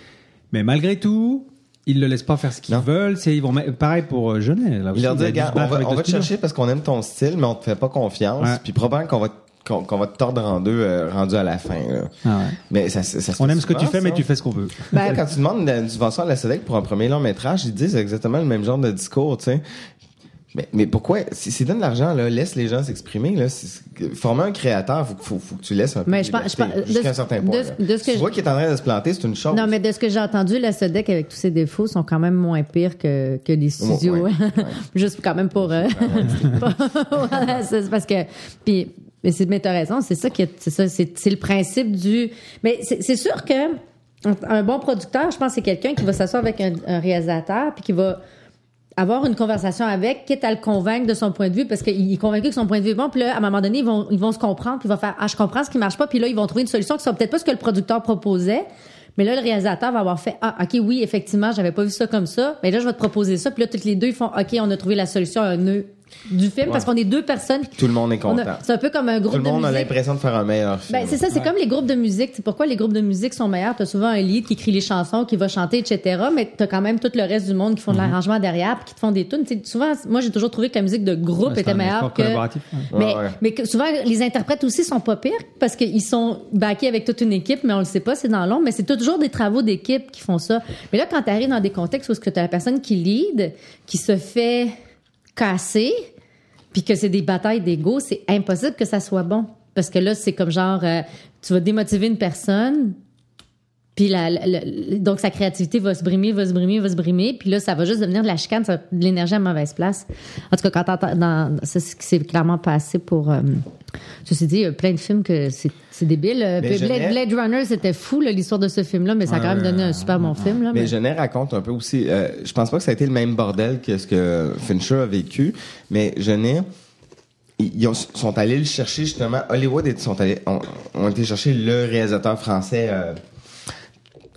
[SPEAKER 2] mais malgré tout, ils le laissent pas faire ce qu'ils
[SPEAKER 10] Non.
[SPEAKER 2] veulent. C'est ils vont ma- pareil pour euh, Jeunet.
[SPEAKER 10] Il
[SPEAKER 2] là aussi,
[SPEAKER 10] leur dit,
[SPEAKER 2] a dû se
[SPEAKER 10] regarde, on
[SPEAKER 2] battre
[SPEAKER 10] va,
[SPEAKER 2] avec
[SPEAKER 10] on
[SPEAKER 2] le
[SPEAKER 10] va te
[SPEAKER 2] studio.
[SPEAKER 10] chercher parce qu'on aime ton style, mais on te fait pas confiance.
[SPEAKER 2] Ouais.
[SPEAKER 10] Puis probablement qu'on va, te- qu'on, qu'on va te tordre en deux euh, rendu à la fin. là.
[SPEAKER 2] Ah ouais.
[SPEAKER 10] Mais ça, ça- ça se
[SPEAKER 2] On
[SPEAKER 10] fait
[SPEAKER 2] aime ce que tu
[SPEAKER 10] souvent,
[SPEAKER 2] fais, mais
[SPEAKER 10] ça.
[SPEAKER 2] tu fais ce qu'on veut.
[SPEAKER 9] Ben,
[SPEAKER 10] Tu sais, quand tu demandes une subvention à la SEDEC pour un premier long métrage, ils disent exactement le même genre de discours, tu sais. Mais, mais pourquoi? Si, si donne de l'argent, là, laisse les gens s'exprimer, là. Si- si- former un créateur, faut, que- faut, faut que tu laisses un peu
[SPEAKER 9] Mais
[SPEAKER 10] de
[SPEAKER 9] je pense- je
[SPEAKER 10] liberté
[SPEAKER 9] pense- de
[SPEAKER 10] jusqu'à
[SPEAKER 9] ce-
[SPEAKER 10] un certain point.
[SPEAKER 9] de ce-
[SPEAKER 10] là.
[SPEAKER 9] de ce que
[SPEAKER 10] tu
[SPEAKER 9] je-
[SPEAKER 10] vois qu'il est en train de se planter, c'est une chose.
[SPEAKER 9] Non, mais de ce que j'ai entendu, la Sodec, avec tous ses défauts, sont quand même moins pires que, que les studios.
[SPEAKER 10] ouais, ouais.
[SPEAKER 9] Juste quand même pour... euh, Voilà, c'est parce que... Puis, mais c'est- mais t'as raison, c'est ça qui est- c'est ça, c'est c'est le principe du... Mais c'est c'est sûr que un- un bon producteur, je pense, c'est quelqu'un qui va s'asseoir avec un, un réalisateur puis qui va avoir une conversation avec, quitte à le convaincre de son point de vue, parce qu'il est convaincu que son point de vue est bon, puis là, à un moment donné, ils vont, ils vont se comprendre, puis ils vont faire, ah, je comprends ce qui marche pas, puis là, ils vont trouver une solution qui sera peut-être pas ce que le producteur proposait, mais là, le réalisateur va avoir fait, ah, ok, oui, effectivement, j'avais pas vu ça comme ça, mais là, je vais te proposer ça, puis là, toutes les deux, ils font, ok, on a trouvé la solution à un nœud du film, parce qu'on est deux personnes.
[SPEAKER 10] Tout le monde est
[SPEAKER 9] on a-
[SPEAKER 10] content.
[SPEAKER 9] C'est un peu comme un groupe
[SPEAKER 10] Tout le monde
[SPEAKER 9] de
[SPEAKER 10] a
[SPEAKER 9] musique.
[SPEAKER 10] l'impression de faire un meilleur film.
[SPEAKER 9] Ben, c'est ça, c'est comme les groupes de musique. C'est pourquoi les groupes de musique sont meilleurs. T'as souvent un lead qui crie les chansons, qui va chanter, etc. Mais t'as quand même tout le reste du monde qui font de l'arrangement derrière, puis qui te font des tunes. Tu sais, souvent, moi, j'ai toujours trouvé que la musique de groupe
[SPEAKER 2] Ouais, c'est
[SPEAKER 9] était
[SPEAKER 2] un
[SPEAKER 9] meilleure
[SPEAKER 2] effort
[SPEAKER 9] que.
[SPEAKER 2] collaboratif, ouais.
[SPEAKER 9] Mais,
[SPEAKER 10] Ouais, ouais.
[SPEAKER 9] mais que souvent, les interprètes aussi sont pas pires parce qu'ils sont backés avec toute une équipe, mais on le sait pas, c'est dans l'ombre. Mais c'est toujours des travaux d'équipe qui font ça. Mais là, quand t'arrives dans des contextes où tu as la personne qui lead, qui se fait casser, puis que c'est des batailles d'ego, c'est impossible que ça soit bon. Parce que là, c'est comme genre, euh, tu vas démotiver une personne, puis la, la- la- la- donc sa créativité va se brimer, va se brimer, va se brimer, puis là, ça va juste devenir de la chicane, ça va être de l'énergie à mauvaise place. En tout cas, quand t'entends- dans, c'est ce qui s'est clairement passé pour... euh, ceci dit, il y a plein de films que c'est c'est débile. Euh, Blade,
[SPEAKER 10] Mais Genève-
[SPEAKER 9] Blade Runner, c'était fou, là, l'histoire de ce film-là, mais ça a quand même donné un super bon film. Là,
[SPEAKER 10] Mais
[SPEAKER 9] mais-
[SPEAKER 10] Genet raconte un peu aussi. euh, je pense pas que ça a été le même bordel que ce que Fincher a vécu, mais Genet, ils ils ont- sont allés le chercher justement. Hollywood ils sont allés, ont, ont été chercher le réalisateur français euh,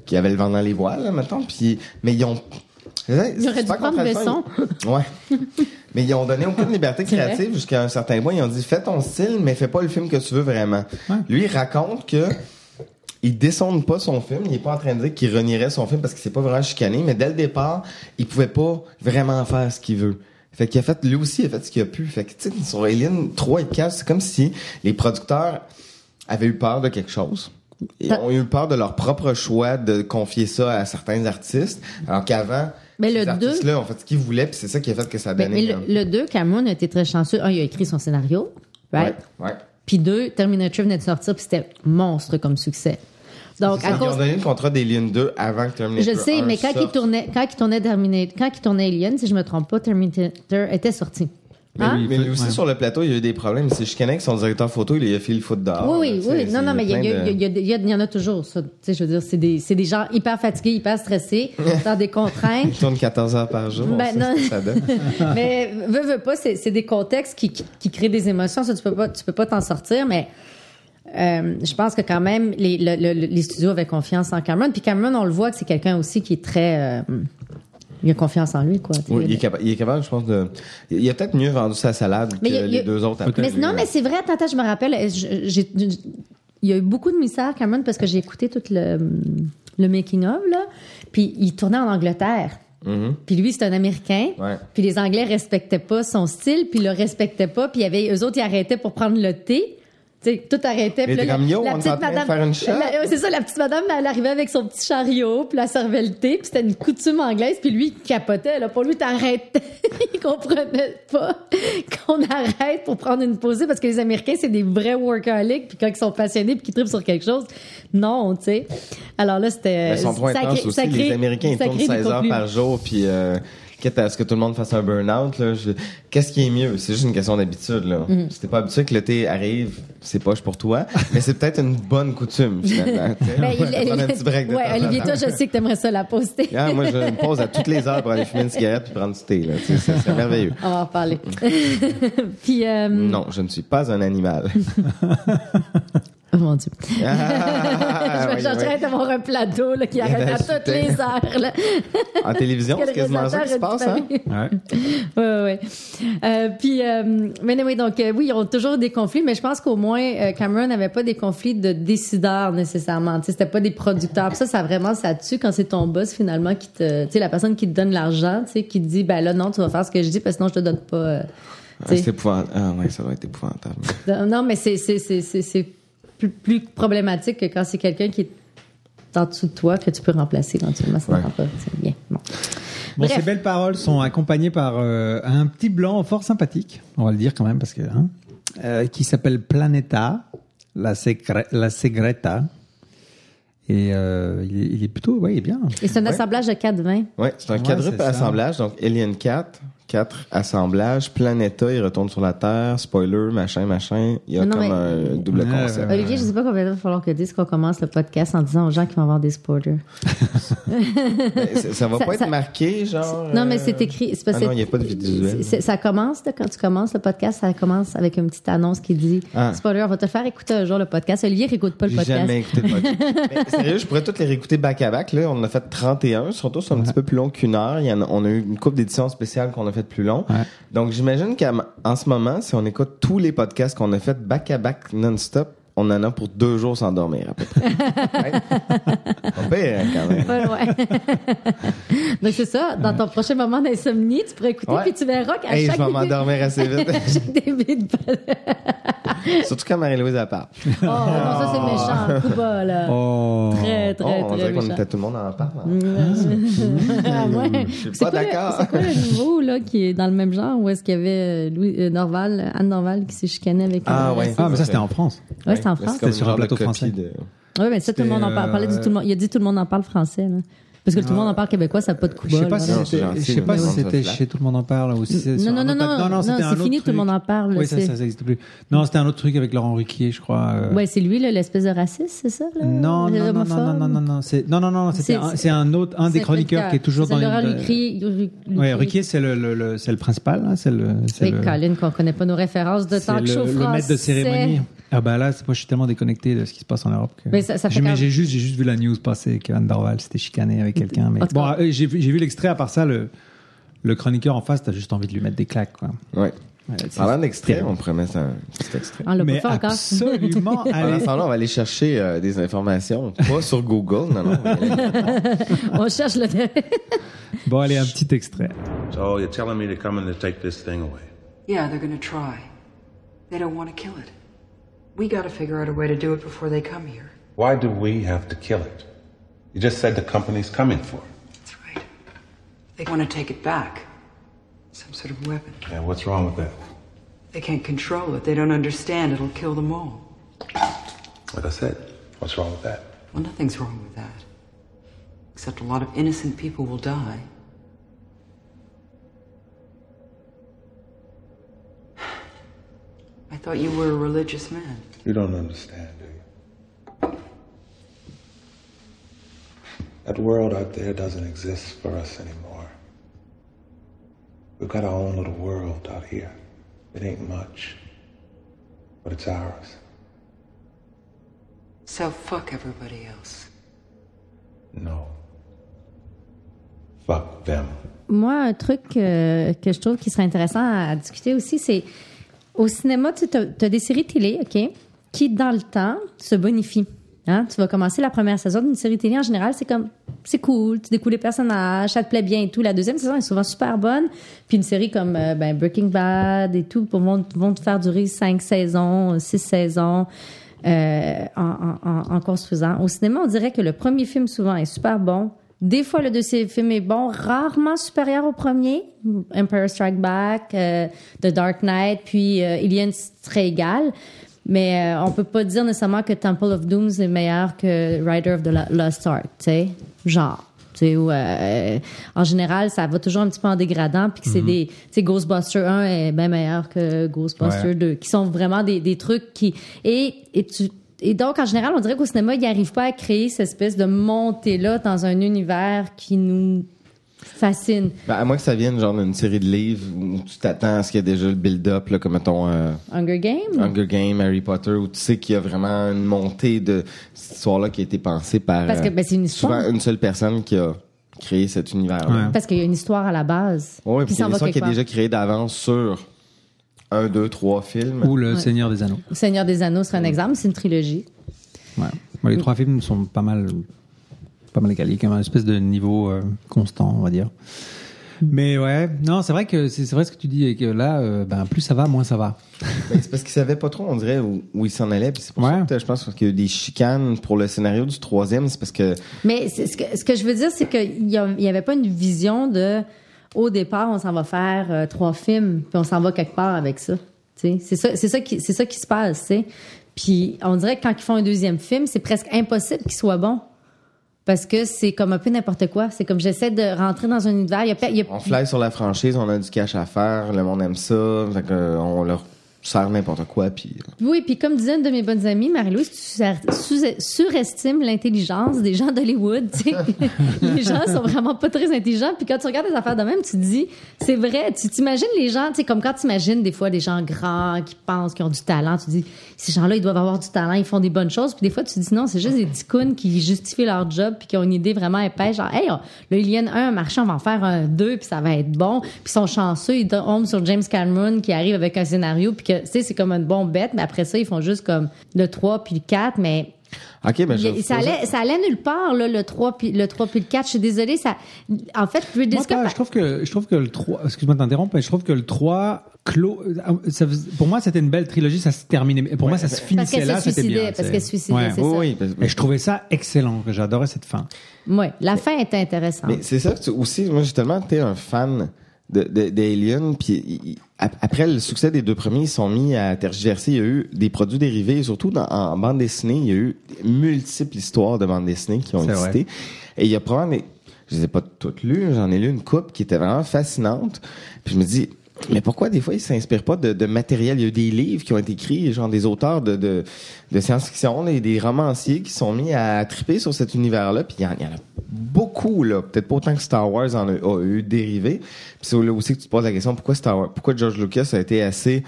[SPEAKER 10] qui avait le vent dans les voiles, là, maintenant. Puis, mais ils ont.
[SPEAKER 9] Il aurait dû prendre Besson.
[SPEAKER 10] Ouais. Mais ils ont donné aucune liberté
[SPEAKER 9] C'est vrai.
[SPEAKER 10] créative jusqu'à un certain point. Ils ont dit, fais ton style, mais fais pas le film que tu veux vraiment. Lui, il raconte que il descende pas son film. Il n'est pas en train de dire qu'il renierait son film parce qu'il s'est pas vraiment chicané. Mais dès le départ, il pouvait pas vraiment faire ce qu'il veut. Fait qu'il a fait, lui aussi, il a fait ce qu'il a pu. Fait que, tu sais, sur Alien 3 et 4, c'est comme si les producteurs avaient eu peur de quelque chose. Ils
[SPEAKER 9] T'as-
[SPEAKER 10] ont eu peur de leur propre choix de confier ça à certains artistes. Alors qu'avant,
[SPEAKER 9] Mais
[SPEAKER 10] ces
[SPEAKER 9] le deux-
[SPEAKER 10] artistes-là ont fait ce qu'ils voulaient, puis c'est ça qui a fait que ça a
[SPEAKER 9] Ben,
[SPEAKER 10] donné.
[SPEAKER 9] mais
[SPEAKER 10] comme-
[SPEAKER 9] le, 2, Cameron a été très chanceux. Un, il a écrit son scénario. Right?
[SPEAKER 10] Ouais, ouais.
[SPEAKER 9] Puis deux, Terminator venait de sortir, puis c'était monstre comme succès. Donc,
[SPEAKER 10] C'est ça,
[SPEAKER 9] à
[SPEAKER 10] Ils
[SPEAKER 9] cause
[SPEAKER 10] ont donné le contrat d'Alien 2 avant que
[SPEAKER 9] Je
[SPEAKER 10] Terminator
[SPEAKER 9] le sais,
[SPEAKER 10] 1
[SPEAKER 9] mais quand il
[SPEAKER 10] sorte.
[SPEAKER 9] tournait, quand il tournait Terminator, quand il tournait Alien, si je me trompe pas, Terminator était sorti.
[SPEAKER 10] Mais,
[SPEAKER 9] Hein?
[SPEAKER 10] lui- mais lui aussi
[SPEAKER 2] Ouais.
[SPEAKER 10] sur le plateau, il y a eu des problèmes. C'est chicané avec son directeur photo, il lui a fait le foot dehors.
[SPEAKER 9] oui,
[SPEAKER 10] Tu
[SPEAKER 9] oui,
[SPEAKER 10] sais,
[SPEAKER 9] oui. Non,
[SPEAKER 10] c'est
[SPEAKER 9] non, mais il y, a-
[SPEAKER 10] plein
[SPEAKER 9] il y a-
[SPEAKER 10] de-
[SPEAKER 9] il y a- il y a- il y en a toujours, ça. Tu sais, je veux dire, c'est des, c'est des gens hyper fatigués, hyper stressés, dans des contraintes.
[SPEAKER 10] Il tourne 14 heures par jour.
[SPEAKER 9] Ben,
[SPEAKER 10] on sait ce
[SPEAKER 9] non.
[SPEAKER 10] que ça donne.
[SPEAKER 9] mais veux, veux pas, c'est c'est des contextes qui, qui, qui créent des émotions. Ça, tu peux pas, tu peux pas t'en sortir, mais euh, je pense que quand même, les, le- le- le- les studios avaient confiance en Cameron. Puis Cameron, on le voit que c'est quelqu'un aussi qui est très. euh, il a confiance en lui, quoi. tu sais.
[SPEAKER 10] Oui, il, est capa- il est capable, je pense, de. Il a peut-être mieux vendu sa salade
[SPEAKER 9] Mais
[SPEAKER 10] que
[SPEAKER 9] il y a- il y
[SPEAKER 10] les
[SPEAKER 9] a-
[SPEAKER 10] deux autres après.
[SPEAKER 9] Mais
[SPEAKER 10] lui,
[SPEAKER 9] non,
[SPEAKER 10] là.
[SPEAKER 9] mais c'est vrai. Attends, attends, je me rappelle. euh, je- j'ai- il y a eu beaucoup de mystères, Cameron, parce que j'ai écouté tout le, le making-of, là. Puis il tournait en Angleterre. Puis lui, c'est un Américain.
[SPEAKER 10] Ouais.
[SPEAKER 9] Puis les Anglais respectaient pas son style, puis le respectaient pas. Puis il y avait, eux autres, ils arrêtaient pour prendre le thé. Tu sais, tout arrêtait. puis
[SPEAKER 10] Mais t'es
[SPEAKER 9] là,
[SPEAKER 10] comme, yo, on est en train de
[SPEAKER 9] madame,
[SPEAKER 10] faire une shot.
[SPEAKER 9] la- ouais, c'est ça, la petite madame, elle arrivait avec son petit chariot, puis elle servait le thé, puis c'était une coutume anglaise, puis lui, il capotait. Là. Pour lui, t'arrêtes. il comprenait pas qu'on arrête pour prendre une pause, parce que les Américains, c'est des vrais workaholics, puis quand ils sont passionnés, puis qu'ils trippent sur quelque chose, non, tu sais. Alors là, c'était...
[SPEAKER 10] Mais son point
[SPEAKER 9] ça
[SPEAKER 10] intense
[SPEAKER 9] crée-
[SPEAKER 10] aussi,
[SPEAKER 9] ça crée-
[SPEAKER 10] les Américains, ils
[SPEAKER 9] ça
[SPEAKER 10] tournent
[SPEAKER 9] crée des
[SPEAKER 10] 16 heures
[SPEAKER 9] conflits.
[SPEAKER 10] par jour, puis euh, quitte à ce que tout le monde fasse un burn-out, là, je- qu'est-ce qui est mieux? C'est juste une question d'habitude, là.
[SPEAKER 9] Mm-hmm.
[SPEAKER 10] Si t'es pas habitué que le thé arrive, c'est poche pour toi, mais c'est peut-être une bonne coutume, finalement. tu sais.
[SPEAKER 9] Ben, il-
[SPEAKER 10] Prendre un petit break de
[SPEAKER 9] ouais,
[SPEAKER 10] temps en
[SPEAKER 9] Olivier,
[SPEAKER 10] temps.
[SPEAKER 9] toi, je sais que t'aimerais ça la poster.
[SPEAKER 10] Ah, moi, je me pose à toutes les heures pour aller fumer une cigarette puis prendre du thé, là. Tu sais, ça serait merveilleux.
[SPEAKER 9] On va en reparler. Puis, euh,
[SPEAKER 10] Non, je ne suis pas un animal.
[SPEAKER 9] oh mon Dieu.
[SPEAKER 10] Ah,
[SPEAKER 9] je
[SPEAKER 10] oui,
[SPEAKER 9] me chargerais
[SPEAKER 10] oui.
[SPEAKER 9] d'avoir un plateau là, qui arrête à toutes
[SPEAKER 10] Ajouter.
[SPEAKER 9] les heures. Là.
[SPEAKER 10] En télévision, c'est quasiment ça qui se passe, hein?
[SPEAKER 2] Ouais.
[SPEAKER 9] Ouais, ouais. Euh, puis, euh, mais anyway, donc, euh, oui, ils ont toujours des conflits, mais je pense qu'au moins, euh, Cameron n'avait pas des conflits de décideurs nécessairement. Tu sais, c'était pas des producteurs. Puis ça, ça vraiment, ça tue quand c'est ton boss finalement qui te, tu sais, la personne qui te donne l'argent, tu sais, qui te dit, ben là, non, tu vas faire ce que je dis, parce que sinon, je te donne pas. euh,
[SPEAKER 10] Ah,
[SPEAKER 9] tu sais.
[SPEAKER 10] c'est épouvantable. Ah, ouais, ça doit être épouvantable.
[SPEAKER 9] Non, non, mais c'est, c'est, c'est, c'est, c'est plus, plus problématique que quand c'est quelqu'un qui est en dessous de toi que tu peux remplacer éventuellement. Ça
[SPEAKER 10] Ouais.
[SPEAKER 9] n'entend pas. C'est bien. Bon.
[SPEAKER 2] Bon,
[SPEAKER 9] Bref.
[SPEAKER 2] ces belles paroles sont accompagnées par euh, un petit blanc fort sympathique, on va le dire quand même, parce que hein, euh, qui s'appelle Planeta, la, secré- la Segreta. Et euh, il, est, il est plutôt, ouais, il est bien.
[SPEAKER 9] Et c'est un assemblage de 4 vins.
[SPEAKER 10] Ouais, c'est un
[SPEAKER 2] Ouais,
[SPEAKER 10] quadruple
[SPEAKER 2] c'est ça.
[SPEAKER 10] assemblage, donc Alien 4, 4 assemblages, Planeta, il retourne sur la Terre, spoiler, machin, machin. Il y a
[SPEAKER 9] Non,
[SPEAKER 10] comme
[SPEAKER 9] mais-
[SPEAKER 10] un double
[SPEAKER 2] Ouais,
[SPEAKER 10] concept.
[SPEAKER 2] ouais,
[SPEAKER 9] Olivier, je sais pas combien il va falloir que dise qu'on commence le podcast en disant aux gens qui vont avoir des spoilers.
[SPEAKER 10] Mais ça- ça va
[SPEAKER 9] Ça-
[SPEAKER 10] pas
[SPEAKER 9] ça-
[SPEAKER 10] être marqué, genre.
[SPEAKER 9] Non, mais
[SPEAKER 10] euh,
[SPEAKER 9] c'est écrit. C'est parce
[SPEAKER 10] ah
[SPEAKER 9] que
[SPEAKER 10] non, il y a pas de visuel.
[SPEAKER 9] c'est- c'est- ça commence, là, quand tu commences le podcast, ça commence avec une petite annonce qui dit
[SPEAKER 10] Ah.
[SPEAKER 9] Spoiler, on va te faire écouter un jour le podcast. Olivier, n'écoute pas le
[SPEAKER 10] J'ai
[SPEAKER 9] podcast.
[SPEAKER 10] jamais écouté le podcast. Mais sérieux, je pourrais toutes les réécouter back à back. Là. On en a fait 31. Surtout, c'est un petit peu plus long qu'une heure. Il y en a- on a eu une coupe d'éditions spéciales qu'on a fait plus long.
[SPEAKER 2] Ouais.
[SPEAKER 10] Donc, j'imagine qu'en en ce moment, si on écoute tous les podcasts qu'on a fait back à back non-stop, on en a pour deux jours sans dormir, à peu près. Ouais. On paye, hein, quand même.
[SPEAKER 9] Ouais, ouais. Donc, c'est ça. Dans ton prochain moment d'insomnie, tu pourrais écouter,
[SPEAKER 10] Ouais.
[SPEAKER 9] puis tu verras qu'à
[SPEAKER 10] Hey, je
[SPEAKER 9] chaque
[SPEAKER 10] vais
[SPEAKER 9] idée-
[SPEAKER 10] m'endormir assez vite.
[SPEAKER 9] à chaque début de podcast.
[SPEAKER 10] Surtout quand Marie-Louise elle parle.
[SPEAKER 9] Oh, non, ça, c'est méchant. Coup bas, là.
[SPEAKER 2] Oh,
[SPEAKER 9] Très, très,
[SPEAKER 10] Oh, on
[SPEAKER 9] très
[SPEAKER 10] dirait qu'on
[SPEAKER 9] méchant.
[SPEAKER 10] était tout le monde en parle. hein.
[SPEAKER 9] Ah, ouais.
[SPEAKER 10] Je suis
[SPEAKER 9] C'est
[SPEAKER 10] pas
[SPEAKER 9] quoi le-
[SPEAKER 10] d'accord.
[SPEAKER 9] C'est quoi le nouveau, là, qui est dans le même genre, où est-ce qu'il y avait euh, Louis, euh, Norval, Anne Norval qui s'est chicanée avec.
[SPEAKER 10] Ah,
[SPEAKER 9] euh,
[SPEAKER 10] ouais.
[SPEAKER 9] la-
[SPEAKER 2] ah, mais ça c'était en France.
[SPEAKER 9] Ouais, c'était en
[SPEAKER 10] Mais
[SPEAKER 9] France.
[SPEAKER 10] comme
[SPEAKER 2] C'était sur un
[SPEAKER 10] genre de
[SPEAKER 2] plateau
[SPEAKER 10] copie
[SPEAKER 2] français.
[SPEAKER 10] de-
[SPEAKER 9] Ouais, mais ça, tout le monde en parle. parlait du tout le monde. Il a dit tout le monde en parle français, là. Parce que tout le monde en parle québécois, ça n'a pas de coup
[SPEAKER 2] Je sais
[SPEAKER 9] bas,
[SPEAKER 2] pas
[SPEAKER 9] là.
[SPEAKER 2] si
[SPEAKER 10] Non, c'est
[SPEAKER 2] c'était,
[SPEAKER 10] gentil,
[SPEAKER 2] je sais pas
[SPEAKER 9] hein,
[SPEAKER 10] mais
[SPEAKER 2] si
[SPEAKER 10] non,
[SPEAKER 2] c'était
[SPEAKER 10] ça flatte.
[SPEAKER 2] chez Tout le monde en parle ou si c'est sur
[SPEAKER 9] Non,
[SPEAKER 2] un
[SPEAKER 9] non, non,
[SPEAKER 2] autre-
[SPEAKER 9] non, non,
[SPEAKER 2] c'était
[SPEAKER 9] c'est
[SPEAKER 2] un
[SPEAKER 9] fini,
[SPEAKER 2] autre
[SPEAKER 9] tout le monde
[SPEAKER 2] truc.
[SPEAKER 9] en parle,
[SPEAKER 2] Oui, ça,
[SPEAKER 9] c'est-
[SPEAKER 2] ça, ça existe plus. Non, c'était un autre truc avec Laurent Ruquier, je crois. euh,
[SPEAKER 9] Ouais, c'est lui, là, l'espèce de raciste, c'est ça, là?
[SPEAKER 2] Non,
[SPEAKER 9] Le
[SPEAKER 2] non, non, non, non,
[SPEAKER 9] homophobe?
[SPEAKER 2] non, non, non, c'est non, non, non, c'était
[SPEAKER 9] C'est-
[SPEAKER 2] un- c'est un autre, un des
[SPEAKER 9] C'est
[SPEAKER 2] chroniqueurs qui est toujours
[SPEAKER 9] C'est
[SPEAKER 2] dans les.
[SPEAKER 9] Laurent
[SPEAKER 2] dans-
[SPEAKER 9] Lucry. Lucry-
[SPEAKER 2] Ouais,
[SPEAKER 9] Lucry.
[SPEAKER 2] Ruquier, c'est le, le, le- c'est le principal, hein, c'est le. c'est
[SPEAKER 9] Oui,
[SPEAKER 2] le-
[SPEAKER 9] Colin, qu'on connaît pas nos références de
[SPEAKER 2] c'est
[SPEAKER 9] talk show
[SPEAKER 2] le, le maître
[SPEAKER 9] français.
[SPEAKER 2] de cérémonie. Ah bah là, c'est moi, je suis tellement déconnecté de ce qui se passe en Europe que.
[SPEAKER 9] Mais ça- ça fait
[SPEAKER 2] Je- mais
[SPEAKER 9] quand-
[SPEAKER 2] j'ai juste, j'ai juste vu la news passer qu'Anne Dorval s'était chicanée avec quelqu'un. Mais
[SPEAKER 9] En tout
[SPEAKER 2] bon,
[SPEAKER 9] cas-
[SPEAKER 2] euh, j'ai vu j'ai vu l'extrait. À part ça, le le chroniqueur en face, t'as juste envie de lui mettre des claques. Quoi.
[SPEAKER 10] Ouais.
[SPEAKER 2] Ouais, c'est-
[SPEAKER 10] Parlant d'extrait, on pourrait mettre un petit extrait.
[SPEAKER 9] On l'a pas
[SPEAKER 2] Mais
[SPEAKER 9] fait encore.
[SPEAKER 2] absolument.
[SPEAKER 10] En
[SPEAKER 2] allez.
[SPEAKER 10] attendant, on va aller chercher euh, des informations. Pas sur Google, non, non.
[SPEAKER 9] On cherche le
[SPEAKER 2] Bon, allez, un petit extrait.
[SPEAKER 1] So you're telling me to come in to take this thing away?
[SPEAKER 8] Yeah, they're gonna try. They don't want to kill it. We gotta figure out a way to do it before they come here.
[SPEAKER 1] Why do we have to kill it? You just said the company's coming for it.
[SPEAKER 8] That's right. They want to take it back. Some sort of weapon.
[SPEAKER 1] Yeah, what's wrong with that?
[SPEAKER 8] They can't control it. They don't understand. It'll kill them all.
[SPEAKER 1] What I said. What's wrong with that?
[SPEAKER 8] Well, nothing's wrong with that. Except a lot of innocent people will die. I thought you were a religious man.
[SPEAKER 1] You don't understand, do you? That world out there doesn't exist for us anymore. We've got our own little world out here. It ain't much, but it's ours.
[SPEAKER 8] So fuck everybody else.
[SPEAKER 1] No. Fuck them.
[SPEAKER 9] Moi, un truc euh, que je trouve qui serait intéressant à discuter aussi, c'est au cinéma, tu as, des séries télé, OK, qui, dans le temps, se bonifient. Hein? Tu vas commencer la première saison d'une série télé, en général, c'est comme, c'est cool, tu découvres les personnages, ça te plaît bien et tout. La deuxième saison est souvent super bonne. Puis une série comme euh, ben, Breaking Bad et tout, pour- vont, vont te faire durer cinq saisons, six saisons. euh, en, en- en- en construisant. Au cinéma, on dirait que le premier film souvent est super bon. Des fois, le deuxième film est bon, rarement supérieur au premier. Empire Strike Back, euh, The Dark Knight, puis euh, Alien, c'est très égal. Mais euh, on peut pas dire nécessairement que Temple of Doom est meilleur que Rider of the Lo- Lost Ark, tu sais. Genre. Tu sais, ou, euh, en général, ça va toujours un petit peu en dégradant, puis que c'est des, tu sais, Ghostbusters 1 est bien meilleur que Ghostbusters
[SPEAKER 2] Ouais.
[SPEAKER 9] 2, qui sont vraiment des, des trucs qui, et, et tu, et donc, en général, on dirait qu'au cinéma, ils n'arrivent pas à créer cette espèce de montée-là dans un univers qui nous fascine.
[SPEAKER 10] Ben, à moins que ça vienne genre d'une série de livres où tu t'attends à ce qu'il y ait déjà le build-up, là, comme mettons euh,
[SPEAKER 9] Hunger Games?
[SPEAKER 10] Hunger Games, Harry Potter, où tu sais qu'il y a vraiment une montée de cette histoire-là qui a été pensée par
[SPEAKER 9] Parce que,
[SPEAKER 10] euh,
[SPEAKER 9] ben, c'est une histoire.
[SPEAKER 10] souvent une seule personne qui a créé cet univers-là.
[SPEAKER 9] Parce qu'il y a une histoire à la base.
[SPEAKER 10] Oui, ouais,
[SPEAKER 9] qui
[SPEAKER 10] puis c'est
[SPEAKER 9] s'en
[SPEAKER 10] une
[SPEAKER 9] va
[SPEAKER 10] histoire
[SPEAKER 9] quelque
[SPEAKER 10] qui est
[SPEAKER 9] part.
[SPEAKER 10] déjà créée d'avance sur un, deux, trois films.
[SPEAKER 2] Ou Le Seigneur des Anneaux.
[SPEAKER 9] Le Seigneur des Anneaux serait un exemple, c'est une trilogie.
[SPEAKER 2] Ouais. Bon,
[SPEAKER 9] Mm.
[SPEAKER 2] les trois films sont pas mal, pas mal égalés, comme un espèce de niveau euh, constant, on va dire.
[SPEAKER 9] Mm.
[SPEAKER 2] Mais ouais, non, c'est vrai que c'est c'est vrai ce que tu dis et que là, euh, ben plus ça va, moins ça va.
[SPEAKER 10] Ben, c'est parce qu'ils savaient pas trop, on dirait, où, où ils s'en allaient. Puis c'est pour
[SPEAKER 2] Ouais.
[SPEAKER 10] ça que euh, je pense qu'il y a eu des chicanes pour le scénario du troisième. C'est parce que
[SPEAKER 9] Mais c'est- ce que, ce que je veux dire, c'est qu'il n'y avait pas une vision de au départ, on s'en va faire euh, trois films, puis on s'en va quelque part avec ça. Tu sais, C'est ça, c'est ça, qui- c'est ça qui se passe. tu sais. Puis on dirait que quand ils font un deuxième film, c'est presque impossible qu'il soit bon. Parce que c'est comme un peu n'importe quoi. C'est comme j'essaie de rentrer dans un univers. Il y a, pe- il y a-
[SPEAKER 10] on fly sur la franchise, on a du cash à faire, le monde aime ça. Fait que, euh, on leur sert n'importe quoi. Puis euh.
[SPEAKER 9] Oui, puis comme disait une de mes bonnes amies, Marie-Louise, tu sur- sous- surestimes l'intelligence des gens d'Hollywood. tu sais. les gens sont vraiment pas très intelligents. Puis quand tu regardes des affaires de même, tu te dis, c'est vrai, tu t'imagines les gens, tu sais, comme quand tu imagines des fois des gens grands qui pensent, qui ont du talent, tu dis, ces gens-là, ils doivent avoir du talent, ils font des bonnes choses. Puis des fois, tu te dis, non, c'est juste des ticounes qui justifient leur job puis qui ont une idée vraiment épaisse. Genre, hey, on- le Alien 1 a marché, on va en faire un 2 puis ça va être bon. Puis ils sont chanceux, ils tombent sur James Cameron qui arrive avec un scénario puis que, tu sais, c'est comme une bombe bête, mais après ça, ils font juste comme le 3 puis le 4, mais
[SPEAKER 10] OK, ben, je
[SPEAKER 9] il- ça, allait, ça allait nulle part, là, le 3 puis le, 3 puis le 4. Je suis désolée, ça. En fait, Ridley
[SPEAKER 2] Moi,
[SPEAKER 9] Scott.
[SPEAKER 2] pas, je trouve que je trouve que le 3 excuse-moi de t'interrompre mais je trouve que le 3 clos euh, ça fais- pour moi c'était une belle trilogie ça se terminait pour moi ça se
[SPEAKER 9] parce
[SPEAKER 2] finissait
[SPEAKER 9] qu'elle
[SPEAKER 2] là
[SPEAKER 9] se
[SPEAKER 2] c'était bien
[SPEAKER 9] suicidait, parce qu'elle se suicidait, c'est
[SPEAKER 10] Oui,
[SPEAKER 9] ça.
[SPEAKER 10] oui, parce-
[SPEAKER 2] et je trouvais ça excellent que j'adorais cette fin
[SPEAKER 9] Ouais, la fin était intéressante.
[SPEAKER 10] Mais c'est ça que tu- aussi, moi j'ai tellement été un fan de, de, d'Alien, puis il- il- ap- après le succès des deux premiers, ils sont mis à tergiverser. Il y a eu des produits dérivés, et surtout dans, en bande dessinée, il y a eu multiples histoires de bande dessinée qui ont
[SPEAKER 2] C'est vrai.
[SPEAKER 10] existé. Et il y a probablement des- je les ai pas toutes lues, j'en ai lu une coupe qui était vraiment fascinante. Puis je me dis, mais pourquoi des fois ils s'inspirent pas de, de matériel? Il y a eu des livres qui ont été écrits, genre des auteurs de, de, de science-fiction, des, des romanciers qui sont mis à triper sur cet univers-là. Puis il y, en il y en a beaucoup, là. Peut-être pas autant que Star Wars en a, a eu dérivé. Puis c'est là aussi que tu te poses la question, pourquoi Star Wars, pourquoi George Lucas a été assez